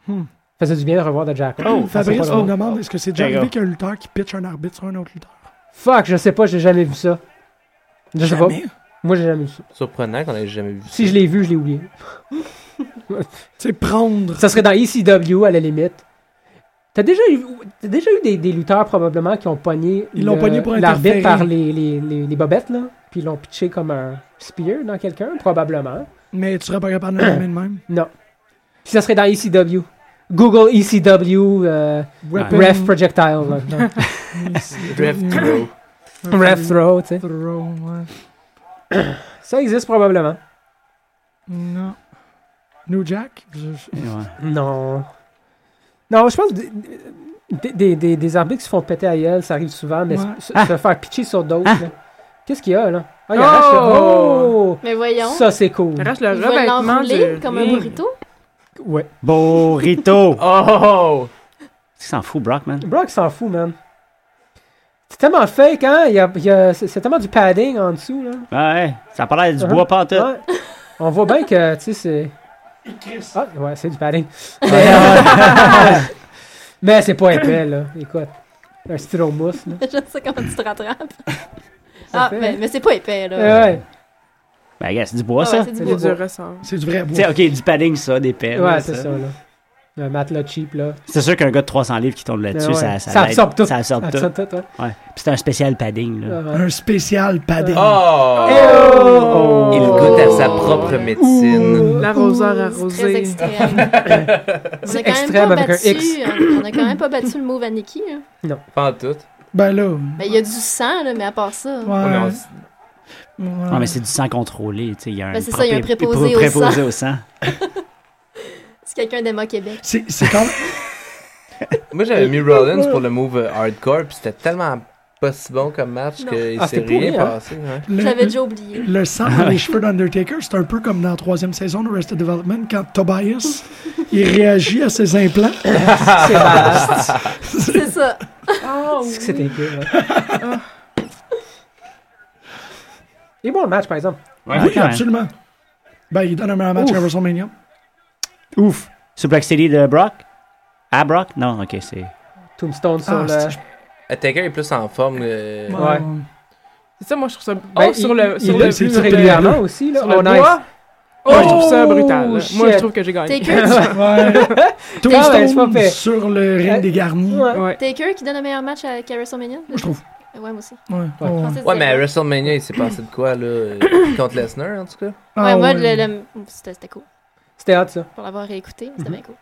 Speaker 1: Hmm.
Speaker 2: Ça faisait du bien de revoir The Jackal.
Speaker 7: Oh,
Speaker 2: Ça, c'est
Speaker 1: Fabrice
Speaker 2: pas
Speaker 1: me
Speaker 2: drôle.
Speaker 1: demande est-ce que c'est déjà
Speaker 7: Jackal.
Speaker 1: arrivé qu'un lutteur qui pitch un arbitre sur un autre lutteur
Speaker 2: Fuck, je sais pas, j'ai jamais vu ça. Je sais pas.
Speaker 10: Jamais.
Speaker 2: Moi, j'ai jamais vu ça.
Speaker 5: Surprenant qu'on ait jamais vu
Speaker 2: Si je l'ai vu, je l'ai oublié.
Speaker 1: Tu sais, prendre.
Speaker 2: Ça serait dans ECW à la limite. T'as déjà eu, t'as déjà eu des, des lutteurs probablement qui ont pogné
Speaker 1: Ils l'ont
Speaker 2: le-
Speaker 1: pogné pour
Speaker 2: l'arbitre
Speaker 1: interférer.
Speaker 2: par les, les, les, les bobettes, là. Puis ils l'ont pitché comme un spear dans quelqu'un, probablement.
Speaker 1: Mais tu serais pas capable de le nommer de même.
Speaker 2: Non. Puis ça serait dans ECW. Google ECW euh,
Speaker 1: Weapon.
Speaker 2: Ref Projectile. là.
Speaker 5: Ref throw.
Speaker 2: ref Throw, tu sais.
Speaker 1: Throw, ouais.
Speaker 2: Ça existe probablement.
Speaker 1: Non. New Jack Je- je-
Speaker 7: Eh
Speaker 2: Non. Non, je pense que des, des, des, des arbitres qui se font péter à gueule, ça arrive souvent, mais
Speaker 1: Ouais.
Speaker 2: se, se-
Speaker 7: Ah.
Speaker 2: se faire pitcher sur d'autres.
Speaker 7: Ah.
Speaker 2: là. Qu'est-ce qu'il y a, là? Ah, il
Speaker 4: Oh!
Speaker 2: arrache le- oh!
Speaker 3: Mais voyons.
Speaker 2: Ça, c'est cool.
Speaker 4: Arrache
Speaker 3: Ils
Speaker 4: le
Speaker 3: veulent
Speaker 4: revêtement
Speaker 3: l'enrouler
Speaker 4: du
Speaker 3: comme un
Speaker 2: Mmh.
Speaker 4: ring.
Speaker 3: burrito.
Speaker 2: Ouais.
Speaker 7: Borito!
Speaker 5: Oh!
Speaker 7: Tu s'en fous, Brock, man.
Speaker 2: Brock s'en fout, man. C'est tellement fake, hein? Il y a- il y a- c'est c'est tellement du padding en dessous, là.
Speaker 7: Ah Ouais, ça parlait du
Speaker 2: Uh-huh.
Speaker 7: bois pantoute.
Speaker 2: Ouais. On voit bien que, tu sais, c'est... Ah, ouais, c'est du padding. Mais, euh, mais c'est pas épais, là. Écoute, un stylo mousse, là.
Speaker 3: Je sais comment tu te rattrapes.
Speaker 2: Ça
Speaker 3: Ah,
Speaker 2: fait-
Speaker 3: mais, mais c'est pas épais,
Speaker 2: Eh
Speaker 3: là.
Speaker 2: Ouais,
Speaker 7: Ben, gars, c'est du bois,
Speaker 3: Ah
Speaker 7: ça.
Speaker 3: ouais, c'est du
Speaker 4: C'est
Speaker 3: bois.
Speaker 4: du ressort.
Speaker 1: C'est du vrai
Speaker 7: Tu
Speaker 1: bois.
Speaker 7: sais, ok, du padding, ça, des pelles.
Speaker 2: ouais,
Speaker 7: là,
Speaker 2: c'est
Speaker 7: ça.
Speaker 2: ça, là. Un matelas cheap, là.
Speaker 7: C'est sûr qu'un gars de 300 livres qui tombe là-dessus,
Speaker 2: Ben Ouais.
Speaker 7: ça,
Speaker 2: Ça
Speaker 7: l'aide.
Speaker 2: absorbe tout.
Speaker 7: Ça absorbe tout.
Speaker 2: Ça, toi, toi.
Speaker 7: Ouais. Puis c'est un spécial padding, là.
Speaker 2: Ouais. Ah.
Speaker 1: Un spécial padding.
Speaker 5: Oh!
Speaker 2: Oh!
Speaker 5: Il goûte à sa propre médecine.
Speaker 4: L'arroseur
Speaker 3: C'est très
Speaker 4: arrosé.
Speaker 3: extrême. on, a quand même
Speaker 2: extrême
Speaker 3: pas
Speaker 2: avec un
Speaker 3: battu,
Speaker 2: X.
Speaker 3: on on a quand même pas battu le move à Nikki. hein.
Speaker 5: Pas en tout.
Speaker 1: Ben là.
Speaker 3: Ben, il y a du sang, là, mais à part ça.
Speaker 5: Oh non,
Speaker 1: Ouais.
Speaker 5: c'est-
Speaker 1: ouais.
Speaker 7: Non, Ah, mais c'est du sang contrôlé, tu sais. Il y a un,
Speaker 3: Ben, c'est ça, il y a un préposé au
Speaker 7: préposé au sang.
Speaker 3: C'est quelqu'un d'Emma Québec.
Speaker 1: C'est c'est quand
Speaker 5: Moi, j'avais mis Rollins pour le move euh, hardcore, puis c'était tellement pas si bon comme match
Speaker 3: Non.
Speaker 5: qu'il
Speaker 2: Ah,
Speaker 5: s'est
Speaker 2: c'était
Speaker 5: rien
Speaker 2: pourri, hein?
Speaker 5: passé. ouais.
Speaker 3: J'avais
Speaker 1: le,
Speaker 3: déjà oublié.
Speaker 1: le sang dans les cheveux d'Undertaker, c'est un peu comme dans la troisième saison de Arrested Development quand Tobias il réagit à ses implants.
Speaker 2: C'est malade.
Speaker 3: C'est ça. Oh,
Speaker 2: C'est que c'était cool, ouais. Il est bon le match, par exemple.
Speaker 7: Ouais,
Speaker 1: oui,
Speaker 7: quand même.
Speaker 1: absolument. Ben, il donne un meilleur match
Speaker 2: Ouf.
Speaker 1: à WrestleMania.
Speaker 7: Ouf. Suplex City de Brock? À Brock? Non, ok, c'est.
Speaker 2: Tombstone sur
Speaker 1: Ah,
Speaker 2: le.
Speaker 1: c'est-
Speaker 5: Attacker est plus en forme. euh,
Speaker 2: Ouais.
Speaker 4: C'est ça, moi, je trouve ça.
Speaker 2: Ben,
Speaker 4: oh, sur
Speaker 2: il-
Speaker 4: le,
Speaker 2: il
Speaker 4: sur
Speaker 2: l'a
Speaker 4: le,
Speaker 1: c'est
Speaker 2: plus
Speaker 1: sur le-
Speaker 2: régulièrement aussi, là.
Speaker 4: sur
Speaker 2: Oh,
Speaker 4: le bois. Moi, je trouve ça brutal. là.
Speaker 2: Oh,
Speaker 4: Moi, je
Speaker 2: shit.
Speaker 4: trouve que j'ai gagné.
Speaker 3: Taker,
Speaker 1: Ouais.
Speaker 2: ouais, c'est pas
Speaker 1: Tombstone
Speaker 2: fait.
Speaker 1: sur le ring
Speaker 2: Ouais.
Speaker 1: des garnis.
Speaker 2: Ouais.
Speaker 4: Ouais.
Speaker 3: Taker qui donne le meilleur match à qu'à WrestleMania.
Speaker 1: Moi, je trouve.
Speaker 3: Ouais, moi aussi.
Speaker 1: Ouais. Oh.
Speaker 2: Ouais.
Speaker 1: Ouais.
Speaker 3: Je pensais que
Speaker 5: Ouais,
Speaker 3: c'était-
Speaker 5: mais à WrestleMania, il s'est passé de quoi, là? euh, Contre Lesnar, en tout cas?
Speaker 1: Ah,
Speaker 3: Ouais, moi,
Speaker 1: ouais.
Speaker 3: le- le- c'était c'était cool.
Speaker 2: C'était hot, ça.
Speaker 3: Pour l'avoir réécouté, c'était
Speaker 1: Mm-hmm.
Speaker 3: bien cool.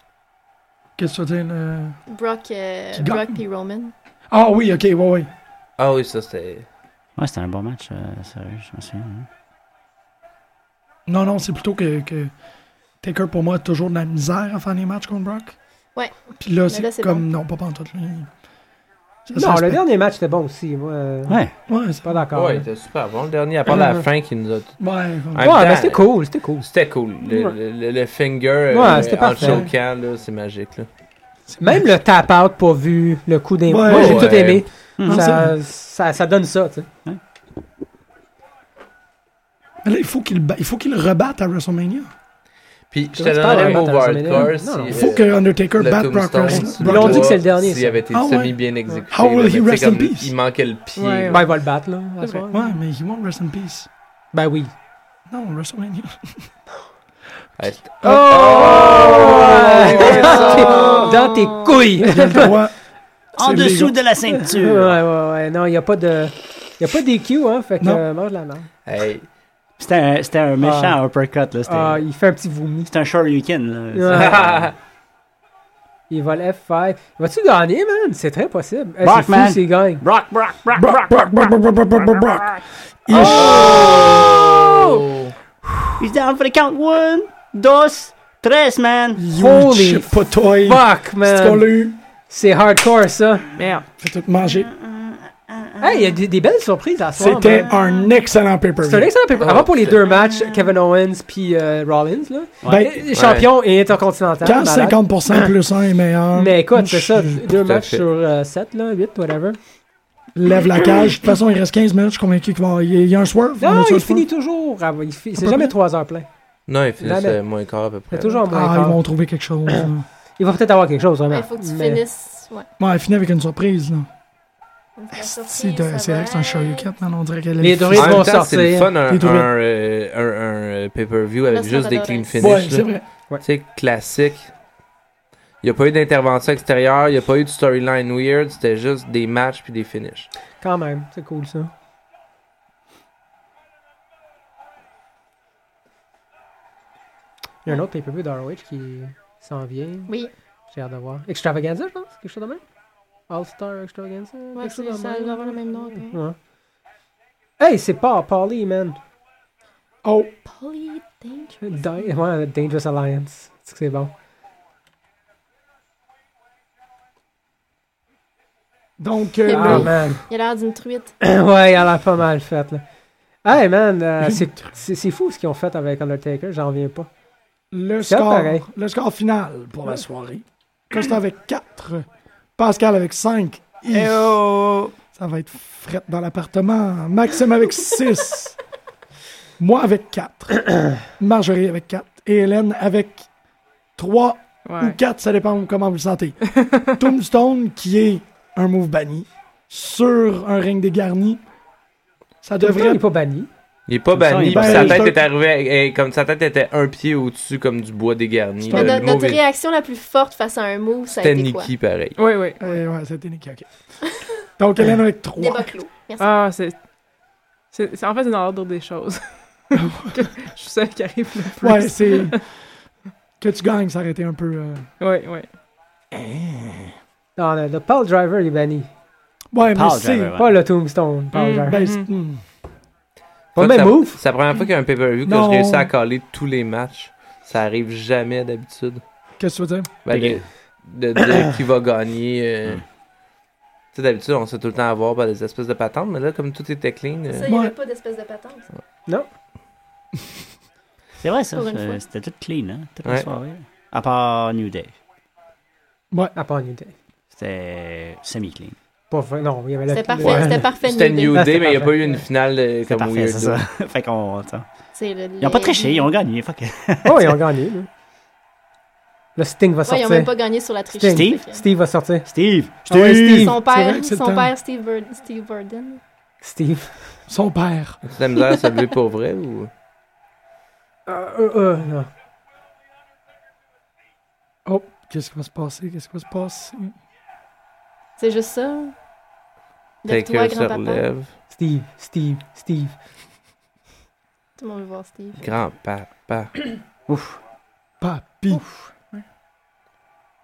Speaker 1: Qu'est-ce que tu veux dire, le-
Speaker 3: Brock, euh,
Speaker 1: Qui gagne.
Speaker 3: Brock puis Roman.
Speaker 1: Ah oui, ok, ouais, ouais.
Speaker 5: Ah oui, ça, c'était...
Speaker 7: Ouais, c'était un bon match, euh, sérieux, je m'en souviens. hein.
Speaker 1: Non, non, c'est plutôt que, que Taker, pour moi, a toujours de la misère à faire des matchs contre Brock.
Speaker 3: Ouais.
Speaker 1: Puis là,
Speaker 3: Mais
Speaker 1: c'est
Speaker 3: là, c'est
Speaker 1: comme. Non, pas pantoute. Là. Ça, ça
Speaker 2: Non,
Speaker 1: se
Speaker 2: le
Speaker 1: fait-
Speaker 2: dernier match était bon aussi. Moi, euh,
Speaker 7: Ouais.
Speaker 1: Ouais, c'est
Speaker 2: pas d'accord.
Speaker 5: Ouais,
Speaker 2: là.
Speaker 5: il était super bon. Le dernier, à part la
Speaker 2: Mhm.
Speaker 5: fin qui nous a.
Speaker 1: Ouais,
Speaker 5: En
Speaker 1: ouais.
Speaker 5: même
Speaker 2: Ouais,
Speaker 5: temps,
Speaker 2: mais c'était cool, c'était cool.
Speaker 5: C'était cool. Le,
Speaker 4: Ouais.
Speaker 5: le- le- le finger euh,
Speaker 2: Ouais, c'était
Speaker 5: en
Speaker 2: parfait.
Speaker 5: choquant, là, c'est magique. Là.
Speaker 2: Même le tap-out pas vu, le coup des...
Speaker 1: Ouais.
Speaker 2: Moi, j'ai tout
Speaker 5: Ouais.
Speaker 2: aimé.
Speaker 7: Hmm.
Speaker 2: Ça, ça, ça donne ça, tu sais.
Speaker 1: Mais là, il faut qu'il ba- il faut qu'il rebatte à WrestleMania.
Speaker 5: Puis, je te
Speaker 2: Comment tu parles,
Speaker 5: donnerais le
Speaker 2: hein,
Speaker 5: mot
Speaker 2: dans les années-
Speaker 5: hardcore si.
Speaker 2: Non, euh, non.
Speaker 1: Il faut que Undertaker
Speaker 5: le
Speaker 1: batte Brock
Speaker 5: tombstone
Speaker 1: Lesnar.
Speaker 5: sur
Speaker 2: Ils
Speaker 5: le
Speaker 2: l'ont dit
Speaker 5: doigt,
Speaker 2: que c'est le dernier,
Speaker 5: S'il
Speaker 2: ça.
Speaker 5: avait été
Speaker 1: Ah ouais.
Speaker 5: semi bien exécuté.
Speaker 1: How will
Speaker 5: là,
Speaker 1: he
Speaker 5: mais
Speaker 1: rest
Speaker 5: c'est comme
Speaker 1: in peace?
Speaker 5: Il manquait le pied.
Speaker 4: Ouais.
Speaker 5: là.
Speaker 2: Ben, il va le battre, là. à
Speaker 4: C'est
Speaker 2: soir.
Speaker 4: vrai.
Speaker 1: Ouais, mais il won't rest in peace.
Speaker 2: Ben oui.
Speaker 1: Non, WrestleMania.
Speaker 5: Ouais, c'est-
Speaker 2: Oh!
Speaker 5: ouais, Oh!
Speaker 2: Dans tes- Dans tes couilles!
Speaker 1: Il a le droit.
Speaker 7: En
Speaker 1: C'est
Speaker 7: dessous
Speaker 1: légal.
Speaker 7: de la
Speaker 2: ouais,
Speaker 7: ceinture.
Speaker 2: ouais, ouais. Non, il n'y a pas de... Il n'y a pas d'EQ, hein, fait que
Speaker 1: Non.
Speaker 2: euh, mange la merde.
Speaker 5: Hey,
Speaker 7: C'était un, Eh, c'était un méchant uppercut, là. C'était
Speaker 2: Ah, il fait un petit vomi.
Speaker 7: c'était un shoryuken,
Speaker 2: Ouais.
Speaker 7: là.
Speaker 2: Il va le F5. Va-tu gagner, man? C'est très possible. Eh,
Speaker 7: Brock,
Speaker 2: c'est fou
Speaker 7: man.
Speaker 2: s'il gagne.
Speaker 7: Brock, Brock, Brock, Brock.
Speaker 1: Brock, Brock, Brock, Brock, Brock, Brock, Brock, Brock. Il-
Speaker 2: Oh!
Speaker 7: He's down for the count. One, dos, tres, man.
Speaker 1: You
Speaker 2: Holy
Speaker 1: chip potoy.
Speaker 2: Fuck,
Speaker 1: C'est qu'on
Speaker 2: man!
Speaker 1: l'a eu.
Speaker 2: C'est hardcore, ça.
Speaker 4: Merde.
Speaker 1: Fait tout manger.
Speaker 3: Ah,
Speaker 2: Hey, il y a des, des belles surprises à soir.
Speaker 1: C'était
Speaker 2: man.
Speaker 1: un excellent paper.
Speaker 2: C'est un excellent paper.
Speaker 5: Oh,
Speaker 2: Avant pour les
Speaker 5: c'était-
Speaker 2: deux matchs, Kevin Owens puis euh, Rollins, là.
Speaker 1: Ben,
Speaker 2: Et- Champion et intercontinental.
Speaker 1: quand
Speaker 2: malade.
Speaker 1: 50% plus 1 est meilleur,
Speaker 2: Mais écoute, c'est ça. Deux
Speaker 5: Tout à
Speaker 2: matchs
Speaker 5: fait.
Speaker 2: sur 7, là, 8, whatever.
Speaker 1: lève la cage. De toute façon, il reste 15 minutes. Je suis convaincu qu'il va. Il y a- il y a un swerve. On
Speaker 2: Non,
Speaker 1: a-tu un
Speaker 2: il
Speaker 1: swerve?
Speaker 2: finit toujours. ah, il fi- C'est
Speaker 1: peu
Speaker 2: jamais
Speaker 1: près.
Speaker 2: 3 heures plein.
Speaker 5: Non, il finissait
Speaker 2: Jamais.
Speaker 5: moins quart à peu près.
Speaker 2: C'est toujours moins
Speaker 1: Ah,
Speaker 2: quart.
Speaker 1: ils vont trouver quelque chose. là.
Speaker 2: Il va peut-être avoir quelque chose, vraiment.
Speaker 3: Il faut que tu
Speaker 2: Mais-
Speaker 3: finisses. Ouais.
Speaker 1: Ouais, il finit avec une surprise. là.
Speaker 3: Une fois
Speaker 1: Si,
Speaker 3: sorti,
Speaker 1: de-
Speaker 3: ça
Speaker 1: C'est
Speaker 3: va.
Speaker 1: vrai que c'est un shoryuken. Non, non, on dirait qu'elle
Speaker 2: Les
Speaker 5: En
Speaker 2: Doris
Speaker 5: même
Speaker 2: vont
Speaker 5: temps, c'est le
Speaker 2: sortir.
Speaker 5: fun, un,
Speaker 1: Les doigts.
Speaker 5: un, euh, un- un, euh, pay-per-view avec
Speaker 3: Los
Speaker 5: juste des clean
Speaker 3: Matadores.
Speaker 5: finish.
Speaker 1: Ouais, c'est
Speaker 5: là.
Speaker 1: vrai.
Speaker 5: Tu sais, classique. Il n'y a pas eu d'intervention extérieure, il n'y a pas eu de storyline weird, c'était juste des matchs puis des finishes.
Speaker 2: Quand même, c'est cool, ça. Il y a un autre pay-per-view d'ROH qui s'en vient.
Speaker 3: Oui,
Speaker 2: J'ai hâte de voir. Extravaganza, je pense? Quelque chose de même? All-Star Extravaganza?
Speaker 3: ouais,
Speaker 2: quelque chose
Speaker 3: c'est-
Speaker 2: de
Speaker 3: ça
Speaker 2: même.
Speaker 3: doit avoir le même nom. ouais.
Speaker 2: Ouais. Hey, c'est pas Paulie, man.
Speaker 1: Oh,
Speaker 3: Polly Danger.
Speaker 2: Di- ouais, Dangerous Alliance. C'est que c'est bon.
Speaker 1: donc. euh,
Speaker 2: Ah,
Speaker 1: le-
Speaker 2: man.
Speaker 3: Il a l'air d'une truite.
Speaker 2: ouais, elle a l'air pas mal faite, là. Hey, man, euh, c'est c'est- c'est fou ce qu'ils ont fait avec Undertaker. J'en reviens pas.
Speaker 1: Le
Speaker 2: C'est
Speaker 1: score,
Speaker 2: pareil.
Speaker 1: le score final pour la soirée. Costa avec 4, Pascal avec 5.
Speaker 2: Eh oh,
Speaker 1: Ça va être fret dans l'appartement. Maxime avec 6. Moi avec 4. Marjorie avec 4. Et Hélène avec 3 ou
Speaker 4: Ouais.
Speaker 1: 4, ça dépend comment vous le sentez. Tombstone, qui est un move banni, sur un ring dégarni, ça
Speaker 2: Devrait... Il
Speaker 1: devrait...
Speaker 2: est pas banni.
Speaker 5: Il est pas banni,
Speaker 7: Ben,
Speaker 5: puis sa tête
Speaker 1: je-
Speaker 5: est arrivée, à- et comme sa tête était un pied au-dessus comme du bois dégarni.
Speaker 1: Mais
Speaker 5: là,
Speaker 3: Mais
Speaker 5: le
Speaker 3: no- notre
Speaker 5: mauvais-
Speaker 3: réaction la plus forte face à un move, ça a
Speaker 5: C'était
Speaker 3: été quoi?
Speaker 5: Nikki pareil.
Speaker 4: Oui, oui.
Speaker 1: Ouais, Eh ouais, c'était Nicky, OK. Donc, Hélène avec 3.
Speaker 3: Débat clos. Merci.
Speaker 4: Ah, c'est. c'est- c'est- En fait, c'est dans l'ordre des choses. je suis celle qui arrive le plus.
Speaker 1: Ouais, c'est... Que tu gagnes, ça aurait été un peu... euh,
Speaker 4: Ouais, ouais.
Speaker 2: Non, le, le Paul Driver il est banni.
Speaker 1: Ouais, mais
Speaker 7: Paul
Speaker 1: c'est...
Speaker 7: Driver, ouais.
Speaker 2: Pas le Tombstone. Paul
Speaker 4: Mm.
Speaker 2: Driver.
Speaker 1: ben, c'est-
Speaker 4: Mhm.
Speaker 1: hmm.
Speaker 5: Ça,
Speaker 2: Pas le même
Speaker 5: ça-
Speaker 2: move.
Speaker 5: C'est la première fois qu'il y a un pay-per-view que
Speaker 1: ben, Non.
Speaker 5: je réussis à caler tous les matchs. Ça arrive jamais d'habitude.
Speaker 1: Qu'est-ce que tu veux dire?
Speaker 5: Ben, de, de dire qui va gagner.
Speaker 7: Hmm.
Speaker 5: euh, Tu sais, d'habitude, on sait tout le temps avoir ben, des espèces de patentes, mais là, comme tout était clean, euh,
Speaker 3: Ça, il n'y
Speaker 1: Ouais.
Speaker 3: avait pas d'espèce de patente.
Speaker 7: C'est vrai, ça.
Speaker 3: Pour une
Speaker 7: c'est-
Speaker 3: fois.
Speaker 7: C'était tout clean, hein. Toute
Speaker 5: Ouais.
Speaker 7: la soirée. À part New Day.
Speaker 2: À part New Day.
Speaker 7: C'était semi-clean.
Speaker 2: Pas vrai- Non, il y avait le
Speaker 3: C'était parfait,
Speaker 2: Ouais.
Speaker 3: c'était parfait.
Speaker 5: c'était
Speaker 3: New Day.
Speaker 5: New
Speaker 2: Ah,
Speaker 5: Day,
Speaker 2: c'était
Speaker 5: mais il n'y a
Speaker 2: parfait.
Speaker 5: pas eu une finale euh,
Speaker 7: C'est
Speaker 5: comme
Speaker 7: parfait,
Speaker 5: weirdo.
Speaker 7: c'est ça. fait qu'on. t'sais.
Speaker 3: C'est le-
Speaker 7: Ils ont pas
Speaker 3: les-
Speaker 7: triché, ils ont gagné. Fuck.
Speaker 2: Oh, ils ont gagné. là. Le Sting va
Speaker 3: Ouais, ils
Speaker 2: sortir.
Speaker 3: ont même pas gagné sur la triche.
Speaker 2: Sting.
Speaker 7: Steve?
Speaker 2: Steve va sortir.
Speaker 7: Steve!
Speaker 1: Ah ouais, Steve.
Speaker 3: Son
Speaker 1: C'est vrai
Speaker 3: père,
Speaker 1: que c'est le
Speaker 3: son
Speaker 1: temps.
Speaker 3: père Steve, Bur- Steve Burden.
Speaker 2: Steve.
Speaker 1: Son père.
Speaker 5: C'est la misère à se lever pour vrai ou.
Speaker 1: Ah.
Speaker 2: Euh, euh, euh, non.
Speaker 1: Oh, qu'est-ce qui va se passer? Qu'est-ce qui va se passer?
Speaker 3: C'est juste ça. Lève-toi,
Speaker 5: Taker se
Speaker 3: grand-papa.
Speaker 5: relève.
Speaker 2: Steve, Steve, Steve.
Speaker 3: Tout le monde veut voir Steve.
Speaker 5: Grand-papa.
Speaker 1: Papi.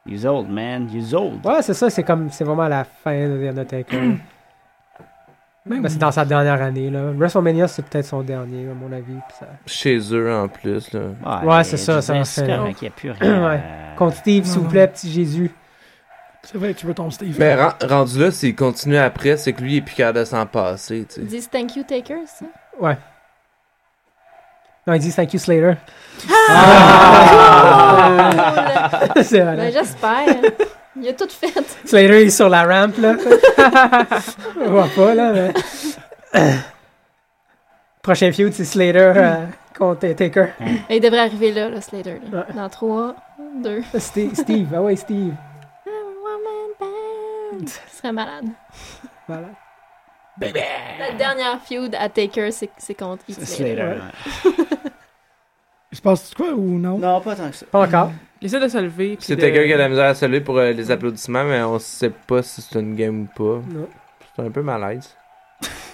Speaker 7: He's old, man. He's old.
Speaker 2: Ouais, c'est ça, c'est comme. C'est vraiment la fin de The Undertaker. Ben, c'est dans sa dernière année. Là. WrestleMania, c'est peut-être son dernier, à mon avis. puis ça-
Speaker 5: Chez eux, en plus, là.
Speaker 7: Ah,
Speaker 2: Ouais, c'est ça, ça en
Speaker 7: C'est
Speaker 2: fait.
Speaker 7: correct, il n'y a plus rien.
Speaker 2: Ouais.
Speaker 7: euh,
Speaker 2: Contre Steve, s'il vous plaît, petit Jésus.
Speaker 1: C'est vrai que tu veux ton Steve.
Speaker 5: Mais Ben, ren- rendu là, s'il continue après, c'est que lui, il est plus capable de s'en passer, tu
Speaker 3: Ils
Speaker 5: sais.
Speaker 3: disent thank you, Taker, ça.
Speaker 2: Non, il dit thank you, Slater.
Speaker 3: Cool.
Speaker 2: c'est vrai.
Speaker 3: Ben, j'espère. Il a tout fait.
Speaker 2: Slater est sur la rampe, là. On voit pas, là, mais... Prochain feud, c'est Slater euh, contre Taker.
Speaker 3: Mais il devrait arriver là, le Slater. là.
Speaker 2: Ouais.
Speaker 3: Dans 3, 2.
Speaker 2: Steve, Steve, ah ouais, Steve.
Speaker 3: Ce serait malade.
Speaker 2: Voilà.
Speaker 5: Ben,
Speaker 3: La dernière feud à Taker, c'est c'est contre Heath
Speaker 7: c'est
Speaker 3: Slater.
Speaker 1: Ouais.
Speaker 7: Slater. ouais.
Speaker 1: Il se passe quoi ou non?
Speaker 7: Non, pas tant que ça.
Speaker 2: Pas encore.
Speaker 4: Il essaie de se lever. puis
Speaker 5: C'est
Speaker 4: de-
Speaker 5: quelqu'un qui a de la misère à se lever pour euh, les applaudissements, mais on sait pas si c'est une game ou pas.
Speaker 2: Non.
Speaker 5: C'est un peu malaise.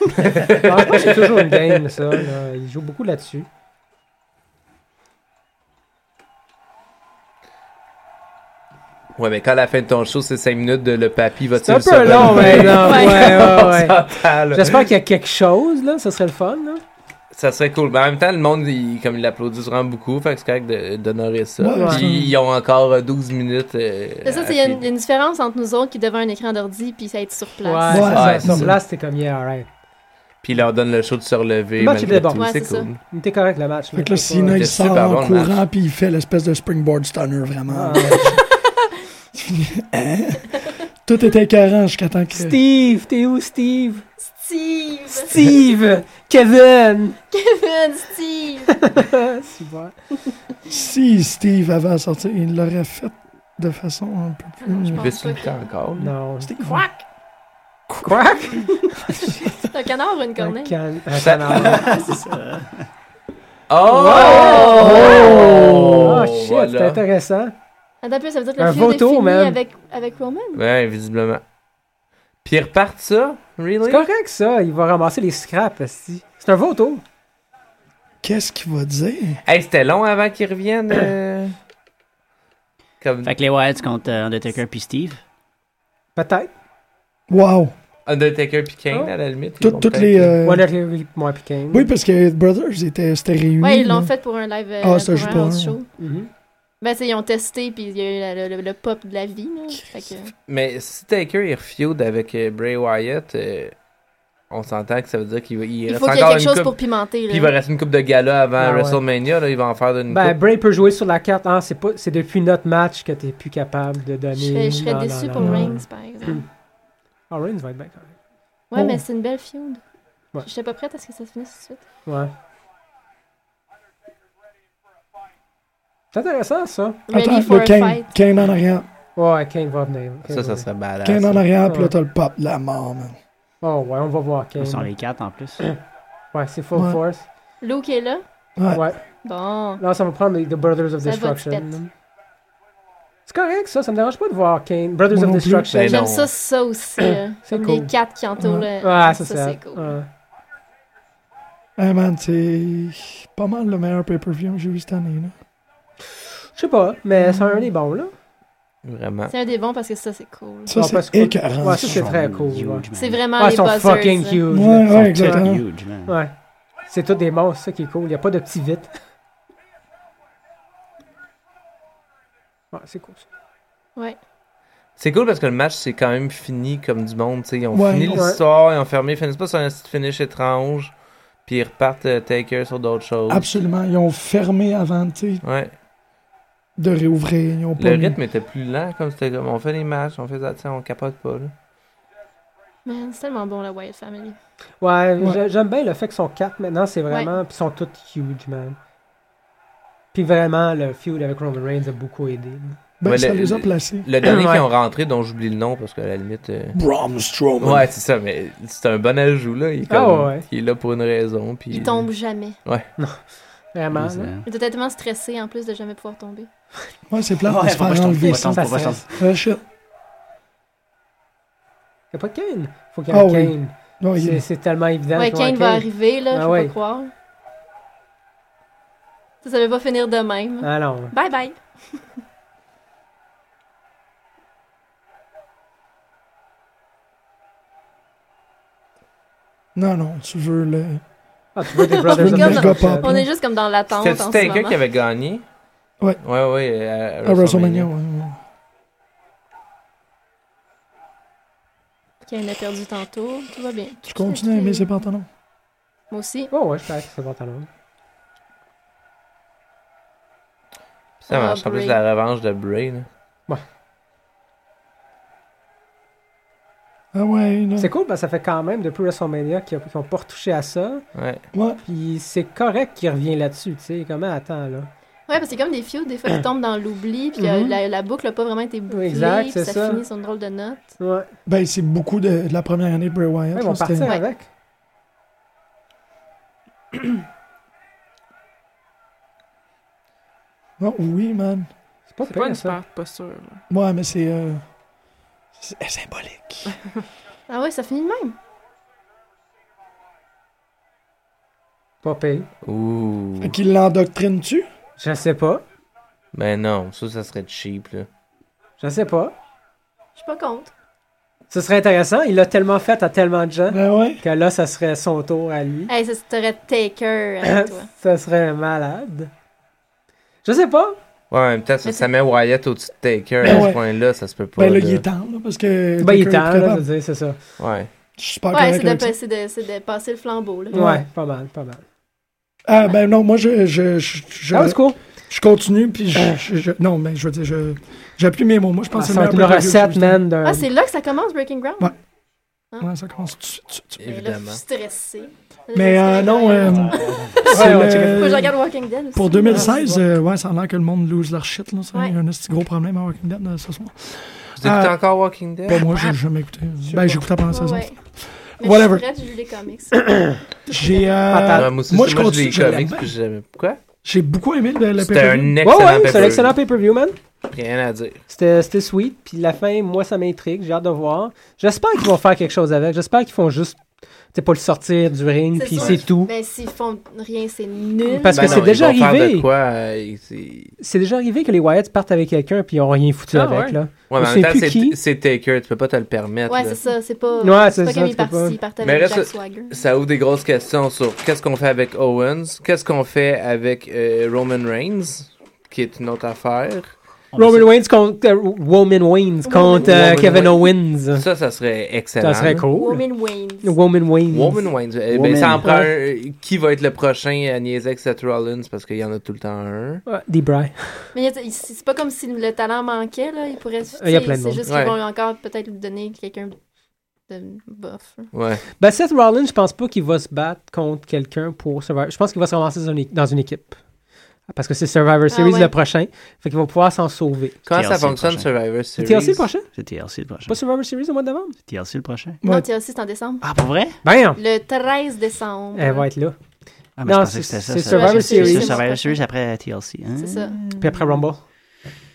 Speaker 2: Non,
Speaker 5: ben,
Speaker 2: je pense que c'est toujours une game, ça. là. Il joue beaucoup là-dessus.
Speaker 5: Ouais, mais quand à la fin de ton show, c'est 5 minutes de le papy va-t-il
Speaker 2: C'est un
Speaker 5: se
Speaker 2: peu long,
Speaker 5: relever?
Speaker 2: mais non. Ouais, ouais, ouais.
Speaker 5: On s'entend, là.
Speaker 2: J'espère qu'il y a quelque chose, là. Ça serait le fun, là.
Speaker 5: Ça serait cool. Mais en même temps, le monde, il, comme il l'applaudit vraiment beaucoup, fait que c'est correct de- d'honorer ça.
Speaker 1: Ouais,
Speaker 5: Puis
Speaker 1: ouais.
Speaker 5: ils ont encore euh, 12 minutes. euh,
Speaker 3: C'est ça,
Speaker 5: à
Speaker 3: c'est- il y a
Speaker 5: suivre.
Speaker 3: une, il y a une différence entre nous autres qui devant un écran d'ordi puis ça être sur place.
Speaker 2: Ouais,
Speaker 1: Ouais,
Speaker 5: ouais,
Speaker 2: c'est ça.
Speaker 1: c'est
Speaker 2: Sur place, t'es comme, yeah, alright.
Speaker 5: Puis il leur donne le show de se relever.
Speaker 2: Le match
Speaker 5: malgré
Speaker 2: était bon.
Speaker 5: tout,
Speaker 3: Ouais,
Speaker 5: c'est
Speaker 3: c'est ça.
Speaker 5: cool.
Speaker 2: Mais T'es correct, le match. là.
Speaker 1: Fait que là,
Speaker 2: C'est
Speaker 1: Cena,
Speaker 2: pas-
Speaker 1: il
Speaker 5: C'était
Speaker 1: sort
Speaker 5: super
Speaker 1: en
Speaker 5: bon, le
Speaker 1: courant,
Speaker 5: match.
Speaker 1: puis il fait l'espèce de springboard stunner, vraiment. Hein?
Speaker 2: Ah,
Speaker 1: Tout était écœurant jusqu'à temps que...
Speaker 2: Steve, t'es où, Steve?
Speaker 3: Steve!
Speaker 2: Steve! Kevin!
Speaker 3: Kevin, Steve!
Speaker 1: Ah,
Speaker 2: Super.
Speaker 1: Si Steve avait à sortir, il l'aurait fait de façon un peu
Speaker 3: Non, je
Speaker 5: Il
Speaker 1: plus...
Speaker 5: peut
Speaker 3: pense
Speaker 5: se
Speaker 3: pas
Speaker 5: lutter encore. là.
Speaker 2: Non.
Speaker 1: Steve,
Speaker 2: Quack! Quack!
Speaker 3: que- Un canard ou une
Speaker 2: Un
Speaker 3: corneille?
Speaker 2: can- un canard.
Speaker 5: Oh!
Speaker 2: Oh shit, c'est
Speaker 5: Voilà.
Speaker 2: intéressant.
Speaker 3: Attends, un peu, Ah, ça veut dire que
Speaker 2: Un
Speaker 3: le feud est
Speaker 2: vautour,
Speaker 3: fini
Speaker 2: man.
Speaker 3: avec, avec Roman?
Speaker 5: Ouais, visiblement. Puis ils repartent ça? Really?
Speaker 2: C'est correct ça, il va ramasser les scraps. esti. C'est un vautour.
Speaker 1: qu'est-ce qu'il va dire?
Speaker 5: Hey, c'était long avant qu'ils reviennent. euh, Comme
Speaker 7: Fait que les Wilds contre euh, Undertaker puis Steve.
Speaker 2: Peut-être.
Speaker 1: Wow!
Speaker 5: Undertaker puis Kane,
Speaker 2: Oh.
Speaker 5: à la limite. ils
Speaker 1: Tout-
Speaker 5: vont
Speaker 1: Toutes
Speaker 5: peut-être-
Speaker 1: les... euh,
Speaker 2: One Athlete, moi puis Kane.
Speaker 1: Oui, parce que Brothers étaient, c'était réunis.
Speaker 3: Ouais, ils l'ont
Speaker 1: là.
Speaker 3: fait pour un live euh,
Speaker 1: Ah, ça, je
Speaker 3: pour
Speaker 1: sais
Speaker 3: un
Speaker 1: pas,
Speaker 3: house
Speaker 1: hein.
Speaker 3: show.
Speaker 2: Mhm.
Speaker 3: Ben, c'est, ils ont testé, puis il y a eu la- le, le- le pop de la vie, là. Fait que,
Speaker 5: Mais si Taker il refield avec euh, Bray Wyatt, euh, on s'entend que ça veut dire qu'il va- il
Speaker 3: il
Speaker 5: reste
Speaker 3: faut qu'il y ait
Speaker 5: encore
Speaker 3: quelque
Speaker 5: une
Speaker 3: chose
Speaker 5: coupe-
Speaker 3: pour pimenter, là.
Speaker 5: Puis il va rester une coupe de gala avant
Speaker 2: Ah ouais.
Speaker 5: WrestleMania, là, il va en faire une
Speaker 2: Ben,
Speaker 5: coupe.
Speaker 2: Bray peut jouer sur la carte. Ah, c'est, pas... c'est depuis notre match que t'es plus capable de donner.
Speaker 3: Je serais, je serais
Speaker 2: Non, non,
Speaker 3: déçue
Speaker 2: non,
Speaker 3: pour
Speaker 2: non.
Speaker 3: Reigns, par exemple.
Speaker 2: Ah, Reigns va être bien correct.
Speaker 3: Ouais,
Speaker 1: Oh.
Speaker 3: mais c'est une belle feud.
Speaker 2: Ouais.
Speaker 3: J'étais pas prête à ce que ça se finisse tout de suite.
Speaker 2: Ouais. C'est intéressant ça.
Speaker 3: Ready
Speaker 1: Attends,
Speaker 3: for
Speaker 1: le
Speaker 3: a
Speaker 1: Kane,
Speaker 3: fight.
Speaker 1: Kane en arrière.
Speaker 2: Ouais, Kane va venir. Kane
Speaker 5: Ça,
Speaker 2: va
Speaker 5: ça
Speaker 2: venir.
Speaker 5: serait badass.
Speaker 1: Kane en arrière, puis là,
Speaker 2: Ouais.
Speaker 1: t'as le pop de la mort, man.
Speaker 2: Oh ouais, on va voir Kane.
Speaker 7: Ils sont les quatre en plus.
Speaker 2: Ouais, c'est full
Speaker 1: Ouais.
Speaker 2: force.
Speaker 3: Luke est là.
Speaker 1: Ouais.
Speaker 2: Ouais.
Speaker 3: Bon.
Speaker 2: Là, ça va prendre les- The Brothers of
Speaker 3: Ça va
Speaker 2: Destruction.
Speaker 3: te pète.
Speaker 2: C'est correct ça, ça me dérange pas de voir Kane. Brothers
Speaker 1: Moi
Speaker 2: of
Speaker 1: non plus.
Speaker 2: Destruction.
Speaker 5: Ben, non.
Speaker 3: J'aime ça, ça aussi. là.
Speaker 2: C'est
Speaker 3: Comme
Speaker 2: cool.
Speaker 3: les quatre qui entourent le...
Speaker 2: Ouais, ça, c'est
Speaker 3: c'est cool.
Speaker 2: ouais.
Speaker 1: Hey, man, c'est pas mal le meilleur pay-per-view que j'ai vu cette année, là.
Speaker 2: Je sais pas, mais c'est un des bons, là.
Speaker 5: Vraiment.
Speaker 3: C'est un des bons parce que ça, c'est cool.
Speaker 1: Ça,
Speaker 2: Ah, parce
Speaker 1: c'est
Speaker 2: que-
Speaker 1: écœurant.
Speaker 2: Ouais,
Speaker 1: ça.
Speaker 2: ça, c'est très cool.
Speaker 7: Huge,
Speaker 2: Ouais,
Speaker 7: man.
Speaker 3: C'est vraiment
Speaker 2: Ouais, ils
Speaker 3: les
Speaker 2: sont
Speaker 3: buzzers. hein.
Speaker 2: fucking
Speaker 3: là.
Speaker 2: huge. là.
Speaker 1: Ouais,
Speaker 7: Ils sont
Speaker 1: ouais,
Speaker 7: tous
Speaker 1: exactement.
Speaker 7: huge, man.
Speaker 2: Ouais. C'est tous des monstres, ça qui est cool. Il a pas de petits vite. Ouais, c'est cool. ça.
Speaker 3: Ouais.
Speaker 5: C'est cool parce que le match, c'est quand même fini comme du monde. tu sais. Ils ont
Speaker 1: Ouais.
Speaker 5: fini
Speaker 2: Ouais.
Speaker 5: l'histoire, ils ont fermé, ils finissent pas sur un petit finish étrange. Puis ils repartent euh, Taker sur d'autres choses.
Speaker 1: Absolument. Ils ont fermé avant, tu sais,
Speaker 5: Ouais.
Speaker 1: de réouvrir. Ils
Speaker 5: Le
Speaker 1: ont pas mis-
Speaker 5: rythme était plus lent, comme c'était comme on fait les matchs, on fait ça, tu sais, on capote pas. Là.
Speaker 3: Man, c'est tellement bon, la Wild Family.
Speaker 2: Ouais,
Speaker 1: Ouais.
Speaker 2: j'a- j'aime bien le fait qu'ils sont quatre maintenant, c'est vraiment. Puis ils sont tous huge, man. Puis vraiment, le feud avec Roman Reigns a beaucoup aidé. là.
Speaker 1: Ben,
Speaker 5: Ouais,
Speaker 1: ça
Speaker 5: le-
Speaker 1: les a
Speaker 5: le-
Speaker 1: placés.
Speaker 5: Le dernier
Speaker 2: Ouais.
Speaker 5: qui ont rentré, dont j'oublie le nom parce qu'à la limite. euh,
Speaker 10: Braun Strowman.
Speaker 5: Ouais, c'est ça, mais c'est un bon ajout, là. Il est,
Speaker 2: Ah
Speaker 5: comme-
Speaker 2: ouais.
Speaker 5: il est là pour une raison. Puis...
Speaker 3: Il tombe jamais.
Speaker 2: Vraiment. hein?
Speaker 7: Huge,
Speaker 2: là.
Speaker 7: man.
Speaker 3: Il doit être tellement stressé, en plus, de jamais pouvoir tomber.
Speaker 1: Ouais, c'est plat. on
Speaker 7: Ouais,
Speaker 1: se
Speaker 7: faut pas
Speaker 1: faire
Speaker 7: que je tombe,
Speaker 1: enlever
Speaker 7: faut
Speaker 1: ça.
Speaker 7: pas que je tombe, faut pas que je
Speaker 2: Ça
Speaker 7: tombe.
Speaker 1: Ah, shit.
Speaker 2: Il n'y a pas de Kane. Faut qu'il y ait
Speaker 1: Ah
Speaker 2: un
Speaker 1: oui.
Speaker 2: Kane.
Speaker 1: Non, il-
Speaker 2: C'est- C'est tellement évident.
Speaker 3: Ouais,
Speaker 2: qu'il va y
Speaker 3: Kane
Speaker 2: avoir
Speaker 3: va arriver, là.
Speaker 2: Ah
Speaker 3: je peux
Speaker 2: ouais.
Speaker 3: pas croire. Ça, ça va pas finir de même.
Speaker 2: Ah non.
Speaker 3: Bye bye.
Speaker 1: Non, non, tu veux le.
Speaker 2: Ah, tu veux des Brothers
Speaker 1: C'est
Speaker 2: of
Speaker 1: comme
Speaker 2: the
Speaker 1: dans-
Speaker 2: Bloodshed.
Speaker 1: on
Speaker 3: On est juste comme dans l'attente en
Speaker 5: C'était-tu
Speaker 3: ce
Speaker 5: quelqu'un qui
Speaker 3: moment.
Speaker 5: avait gagné?
Speaker 1: Ouais.
Speaker 5: Ouais, ouais. À,
Speaker 7: Euh,
Speaker 1: À WrestleMania, ouais, ouais.
Speaker 3: Qui en a perdu tantôt. Tout va bien.
Speaker 1: Tu continues à aimer ses pantalons.
Speaker 3: Moi aussi.
Speaker 2: Oh, ouais, je parie que c'est pantalon.
Speaker 5: Ça marche.
Speaker 3: Ah,
Speaker 5: en plus,
Speaker 3: Bray.
Speaker 5: la revanche de Bray. là.
Speaker 1: Ah ouais, là.
Speaker 2: C'est cool parce que ça fait quand même depuis WrestleMania qu'ils n'ont pas retouché à ça.
Speaker 5: Ouais.
Speaker 1: Ouais.
Speaker 2: Puis c'est correct qu'il revient là-dessus, tu sais. Comment attends, là?
Speaker 3: Ouais, parce que c'est comme des feuds, des fois, qui tombent dans l'oubli, puis euh,
Speaker 2: Mhm.
Speaker 3: la, la boucle n'a pas vraiment été bouclée,
Speaker 2: Exact,
Speaker 3: puis
Speaker 2: c'est
Speaker 3: ça,
Speaker 2: ça.
Speaker 3: finit sur une drôle de note.
Speaker 2: Ouais.
Speaker 1: Ben, c'est beaucoup de, de la première année de Bray Wyatt.
Speaker 2: ils
Speaker 1: là,
Speaker 2: vont
Speaker 1: c'était-
Speaker 2: partir avec.
Speaker 1: Non, Oh, oui, man.
Speaker 2: C'est pas
Speaker 4: C'est pas
Speaker 2: pire,
Speaker 4: une
Speaker 2: ça.
Speaker 4: super posture. là.
Speaker 1: Ouais, mais c'est. euh, c'est c'est symbolique.
Speaker 3: Ah ouais, ça finit de même.
Speaker 2: Pas pire.
Speaker 5: Ouh.
Speaker 1: Fait qu'il l'endoctrine-tu?
Speaker 2: Je sais pas.
Speaker 5: Ben non, ça, ça serait cheap, là.
Speaker 2: Je sais pas.
Speaker 3: Je suis pas contre.
Speaker 2: Ce serait intéressant. Il l'a tellement fait à tellement de gens
Speaker 1: Ben ouais.
Speaker 2: que là, ça serait son tour à lui.
Speaker 3: Hey, ça serait Taker avec toi.
Speaker 2: ça serait malade. Je sais pas.
Speaker 5: Ouais, en même temps, ça, ça met Wyatt au-dessus de Taker
Speaker 1: Ben
Speaker 5: à
Speaker 1: ouais.
Speaker 5: ce point-là, ça se peut pas.
Speaker 1: Ben là,
Speaker 5: là.
Speaker 1: il est temps, là, parce que.
Speaker 2: Ben, il est
Speaker 1: Taker
Speaker 2: temps, là,
Speaker 1: plus
Speaker 2: je
Speaker 1: capable.
Speaker 2: veux dire, c'est ça.
Speaker 5: Ouais.
Speaker 1: Je suis super
Speaker 3: Ouais,
Speaker 1: correct
Speaker 3: c'est de,
Speaker 1: avec ça.
Speaker 3: pa- c'est de, c'est de passer le flambeau. Là.
Speaker 2: Ouais,
Speaker 1: Ouais.
Speaker 2: pas mal, pas mal.
Speaker 1: Ah, ben non, moi, je. Je, je, je,
Speaker 2: Ah, c'est cool.
Speaker 1: je continue, puis je, je- je- Non, mais je veux dire, je. J'appuie mes mots. Moi, je pense
Speaker 2: Ah,
Speaker 1: que
Speaker 2: ça va
Speaker 1: c'est
Speaker 2: être
Speaker 1: le
Speaker 2: une
Speaker 1: meilleur pay-per-view que
Speaker 2: recette,
Speaker 1: j'ai
Speaker 2: man. d'un-
Speaker 3: Ah, c'est là que ça commence, Breaking Ground?
Speaker 1: Ouais. vu. Ouais, ça commence. Tu- tu- tu-
Speaker 3: Mais Là, je
Speaker 5: Évidemment.
Speaker 3: suis stressée.
Speaker 1: Mais euh, non, euh, c'est
Speaker 2: Ouais, ouais,
Speaker 1: le-
Speaker 2: check it.
Speaker 3: Faut que je regarde Walking Dead aussi.
Speaker 1: pour 2016, euh, ouais, ça a l'air que le monde lose leur shit. Là, ça.
Speaker 3: Ouais.
Speaker 1: Il y a un petit gros problème à Walking Dead euh, ce soir. Euh,
Speaker 5: Vous écoutez encore Walking Dead?
Speaker 1: Pas moi, j'ai jamais écouté. Ben, j'écoutais pendant la
Speaker 3: Ouais,
Speaker 1: saison.
Speaker 3: Ah. ouais. Mais
Speaker 1: Whatever.
Speaker 3: Je suis prête, j'ai lu les comics.
Speaker 1: J'ai. euh,
Speaker 2: Patate.
Speaker 5: Ouais, Ah, moi, aussi,
Speaker 1: moi,
Speaker 5: moi,
Speaker 1: je
Speaker 5: je
Speaker 1: continue,
Speaker 5: les
Speaker 1: je l'aime
Speaker 5: comics,
Speaker 1: bien.
Speaker 5: puis j'aimais. Quoi?
Speaker 1: J'ai beaucoup aimé le, le
Speaker 5: C'était
Speaker 1: pay-per-view.
Speaker 5: un
Speaker 2: Ouais,
Speaker 5: excellent
Speaker 2: ouais, c'est
Speaker 5: pay-per-view.
Speaker 2: un excellent pay-per-view, man.
Speaker 5: Rien à dire.
Speaker 2: C'était c'était sweet. Puis la fin, moi, ça m'intrigue. J'ai hâte de voir. J'espère qu'ils vont faire quelque chose avec. J'espère qu'ils font juste. Tu sais, pas le sortir du ring,
Speaker 3: C'est
Speaker 2: euh, puis
Speaker 3: sûr.
Speaker 2: c'est tout.
Speaker 3: Mais s'ils font rien, c'est nul.
Speaker 2: Parce que
Speaker 5: Ben
Speaker 2: c'est
Speaker 5: non, ils
Speaker 2: déjà
Speaker 5: vont faire
Speaker 2: arrivé.
Speaker 5: de quoi, euh, ils- c'est-
Speaker 2: C'est déjà arrivé que les Wyatt partent avec quelqu'un, puis ils ont rien foutu
Speaker 4: Ah,
Speaker 2: avec,
Speaker 4: ouais.
Speaker 2: là.
Speaker 5: Ouais,
Speaker 2: Je
Speaker 5: mais en
Speaker 2: sais
Speaker 5: même temps,
Speaker 2: plus qui.
Speaker 5: c'est- c'est Taker, tu peux pas te le permettre.
Speaker 3: Ouais,
Speaker 5: là.
Speaker 3: c'est ça, c'est pas. c'est
Speaker 2: Ouais, c'est
Speaker 3: pas
Speaker 2: ça,
Speaker 3: comme ils
Speaker 2: tu peux
Speaker 3: partent,
Speaker 2: pas.
Speaker 3: ils partent
Speaker 5: Mais
Speaker 3: avec
Speaker 5: reste-
Speaker 3: Jack Swagger.
Speaker 5: Ça ouvre des grosses questions sur qu'est-ce qu'on fait avec Owens, qu'est-ce qu'on fait avec euh, Roman Reigns, qui est une autre affaire.
Speaker 7: On va
Speaker 2: Roman
Speaker 7: se-
Speaker 2: Reigns contre. euh, Roman Reigns contre euh,
Speaker 5: Roman
Speaker 2: Kevin Owens.
Speaker 5: Ça, ça serait excellent.
Speaker 2: Ça serait cool.
Speaker 3: Woman Wayne.
Speaker 2: Roman Reigns.
Speaker 5: Roman Reigns, eh ben,
Speaker 7: Woman.
Speaker 5: ça en prend un, euh, Qui va être le prochain à niaiser avec Seth Rollins, parce qu'il y en a tout le temps un.
Speaker 2: Ouais, Des bras.
Speaker 3: Mais il y a- il- c'est pas comme si le talent manquait, là. Ils pourraient.
Speaker 2: Il y a
Speaker 3: tu sais,
Speaker 2: plein de
Speaker 3: C'est
Speaker 2: monde.
Speaker 3: juste
Speaker 5: Ouais.
Speaker 3: qu'ils vont encore peut-être lui donner quelqu'un de bof.
Speaker 5: Ouais.
Speaker 2: Ben, Seth Rollins, je pense pas qu'il va se battre contre quelqu'un pour Survivor. Je pense qu'il va se ramasser dans une, dans une équipe. Parce que c'est Survivor Series
Speaker 3: ouais.
Speaker 2: le prochain. Fait qu'il va pouvoir s'en sauver.
Speaker 5: Comment
Speaker 7: TLC
Speaker 5: ça fonctionne,
Speaker 7: prochain.
Speaker 5: Survivor Series?
Speaker 2: TLC le prochain?
Speaker 7: C'est TLC le prochain.
Speaker 2: Pas Survivor Series au mois de novembre?
Speaker 7: C'est TLC le prochain.
Speaker 1: Ouais.
Speaker 3: Non, TLC, c'est en décembre.
Speaker 7: Ah, pour vrai?
Speaker 2: Bam!
Speaker 3: Le 13 décembre.
Speaker 2: Elle va être là.
Speaker 7: Ah,
Speaker 2: Non,
Speaker 7: je pensais que
Speaker 2: c'est-
Speaker 7: c'était ça,
Speaker 2: c'est
Speaker 7: ça.
Speaker 2: Survivor
Speaker 7: C'est ça,
Speaker 2: Series.
Speaker 7: Survivor Series après TLC. hein?
Speaker 3: C'est ça.
Speaker 2: Puis après Rumble.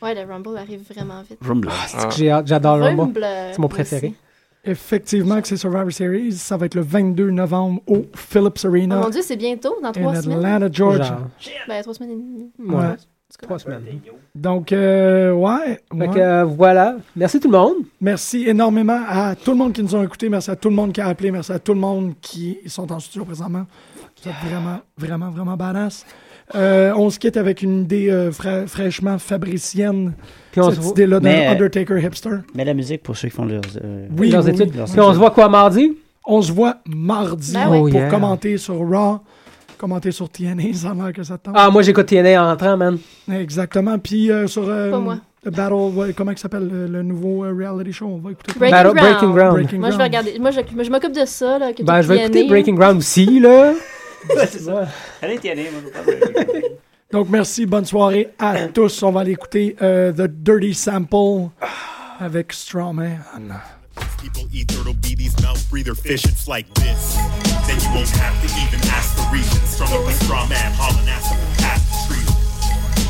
Speaker 3: Ouais, le Rumble arrive vraiment vite.
Speaker 7: Rumble.
Speaker 2: Ah,
Speaker 7: Ah.
Speaker 2: C'est que j'ai hâte, j'adore le Rumble.
Speaker 3: Rumble,
Speaker 2: C'est mon
Speaker 3: aussi.
Speaker 2: préféré.
Speaker 1: Effectivement, que c'est Survivor Series. Ça va être le 22 novembre au Phillips
Speaker 3: Oh
Speaker 1: Arena
Speaker 3: mon dieu, c'est bientôt, dans
Speaker 1: in
Speaker 3: trois semaines.
Speaker 1: Atlanta, Georgia.
Speaker 2: Genre,
Speaker 3: Ben, trois semaines et demie.
Speaker 2: ouais,
Speaker 1: Ouais.
Speaker 2: trois semaines.
Speaker 1: Donc, euh, ouais.
Speaker 2: Fait
Speaker 1: ouais.
Speaker 2: que, euh, voilà. Merci tout le monde.
Speaker 1: Merci énormément à tout le monde qui nous a écoutés. Merci à tout le monde qui a appelé. Merci à tout le monde qui sont en studio présentement. Vous êtes vraiment, vraiment, vraiment badass. Euh, on se quitte avec une idée euh, fra- fraîchement fabricienne.
Speaker 2: Puis on se
Speaker 1: cette
Speaker 2: voit.
Speaker 1: idée-là d'un
Speaker 7: Mais, euh,
Speaker 1: Undertaker hipster.
Speaker 7: Mets la musique pour ceux qui font leurs. euh,
Speaker 1: Oui,
Speaker 2: leurs
Speaker 1: oui,
Speaker 2: études.
Speaker 1: oui.
Speaker 7: leurs
Speaker 2: Puis on se voit quoi mardi?
Speaker 1: On se voit mardi
Speaker 3: Ben
Speaker 2: oui.
Speaker 1: pour
Speaker 2: Oh yeah.
Speaker 1: commenter sur Raw, commenter sur TNA, ça a l'air que ça te tente. Eh,
Speaker 2: Ah, moi j'écoute TNA en entrant, man.
Speaker 1: Exactement. Puis euh, sur euh,
Speaker 3: Pas moi.
Speaker 1: le Battle, ouais, comment il s'appelle le, le nouveau euh, reality show On va écouter.
Speaker 3: Breaking
Speaker 2: Battle-
Speaker 3: Ground.
Speaker 2: Breaking Ground.
Speaker 1: Breaking
Speaker 3: Moi, je vais
Speaker 1: Ground.
Speaker 3: regarder. Moi, je, moi, je m'occupe de ça. Là, que
Speaker 2: Ben,
Speaker 3: tout
Speaker 2: je vais écouter
Speaker 3: TNA.
Speaker 2: Breaking Ground aussi, là.
Speaker 7: Allez, TNA, moi, je veux pas.
Speaker 1: Donc merci, bonne soirée à tous. On va aller écouter euh, The Dirty Sample avec Strawman.
Speaker 9: People eat turtle beaties, mouth breather fish. It's like this. Then you won't have to even ask the reason. Strung up a straw man, hauling ass up a path to treason.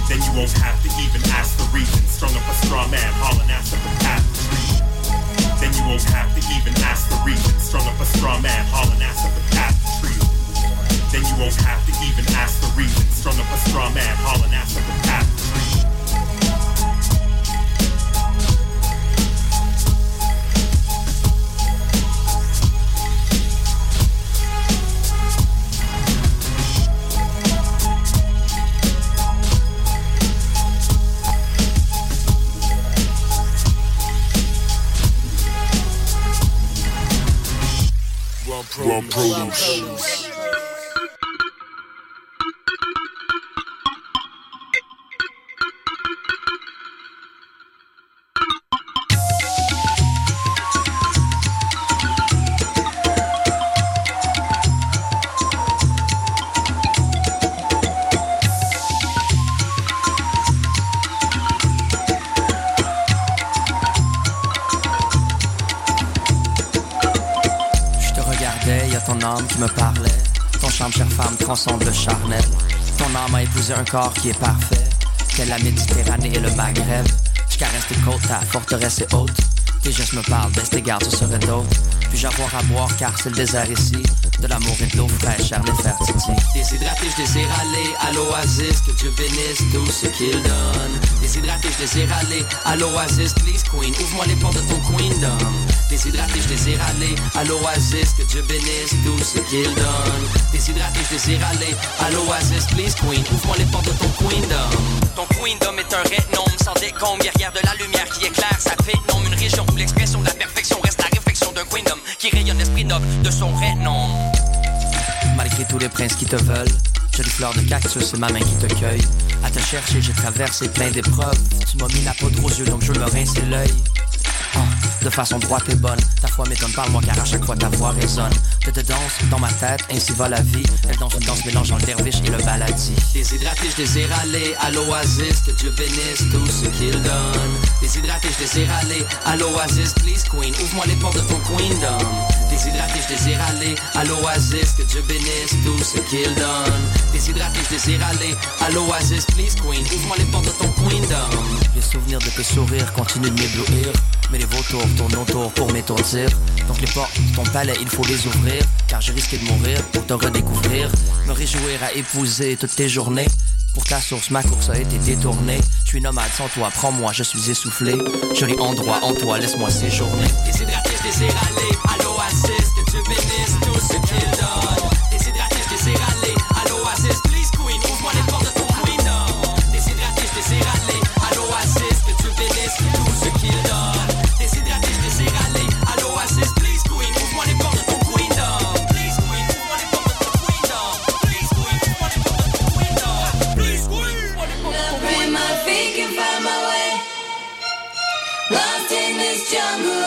Speaker 9: Then you won't have to even ask the reason. Strung up a straw man, hauling ass up a path to treason. Then you won't have to even ask the reason. Strung up a straw man, hauling ass up a path to treason. Then you won't have to even ask the reason. Strung up a straw man, hauling ass up a path to treason. Raw produce.
Speaker 11: Je te regardais, y a ton âme qui me parlait. Ton charme, chère femme, transcende le charnel. Ton âme a épousé un corps qui est parfait. Telle la Méditerranée et le Maghreb. Je caresse tes côtes, ta forteresse est haute. Tes gestes me parlent, baisse tes gardes, ce serait d'autres. Puis-je avoir à boire car c'est le désert ici. De l'amour et de l'eau fraîche, à les faire titi. Déshydraté, je désire aller à l'oasis. Que Dieu bénisse tout ce qu'il donne. Déshydraté, je désire aller à l'oasis. Please, queen, ouvre-moi les portes de ton queendom. Déshydraté, je désire aller à l'oasis. Que Dieu bénisse tout ce qu'il donne. Déshydraté, je désire aller à l'oasis. Please, queen, ouvre-moi les portes de ton queendom. Ton queendom est un rétnome sans décombre. Guerrière de la lumière qui éclaire sa pénombre. Une région où l'expression de la perfection reste la réflexion d'un queendom qui rayonne l'esprit noble de son rétnome. Malgré tous les princes qui te veulent, jolie fleur de cactus, c'est ma main qui te cueille. À te chercher, j'ai traversé plein d'épreuves. Tu m'as mis la peau aux yeux, donc je me rince l'œil. Ah, de façon droite et bonne, ta foi m'étonne, parle-moi car à chaque fois ta voix résonne. Je te danse dans ma tête, ainsi va la vie. Elle danse une danse mélangeant le derviche et le baladi. Déshydraté, je désire aller à l'oasis, que Dieu bénisse tout ce qu'il donne. Déshydraté, je désire aller à l'oasis, please queen, ouvre-moi les portes de ton queendom. Déshydraté, je désire aller à l'oasis, que Dieu bénisse tout ce qu'il donne. Déshydraté, je désire aller à l'oasis, please queen, ouvre-moi les portes de ton queendom. Les souvenirs de tes sourires continuent de m'éblouir, mais les vautours tournent autour pour m'étourdir. Donc les portes de ton palais, il faut les ouvrir, car j'ai risqué de mourir pour te redécouvrir. Me réjouir à épouser toutes tes journées. Pour ta source, ma course a été détournée. Je suis nomade sans toi, prends-moi, je suis essoufflé. Je l'ai en droit, en toi, laisse-moi séjourner. Déshydraté, je désire aller à l'oasis, que tu bénisses tout ce qu'il donne. Déshydraté, je désire aller à l'oasis, please queen, ouvre-moi les portes de ton queendom. Déshydraté, je désire aller à l'oasis, que tu bénisses tout ce qu'il donne. Déshydraté, je désire aller à l'oasis, please queen, ouvre-moi les portes de ton queendom. Please queen, ouvre-moi les portes de ton queendom. Please queen, ouvre-moi les portes de ton queendom. Please queen, ouvre-moi les portes de ton queendom.
Speaker 12: Bring my feet and find my way. Lost in this jungle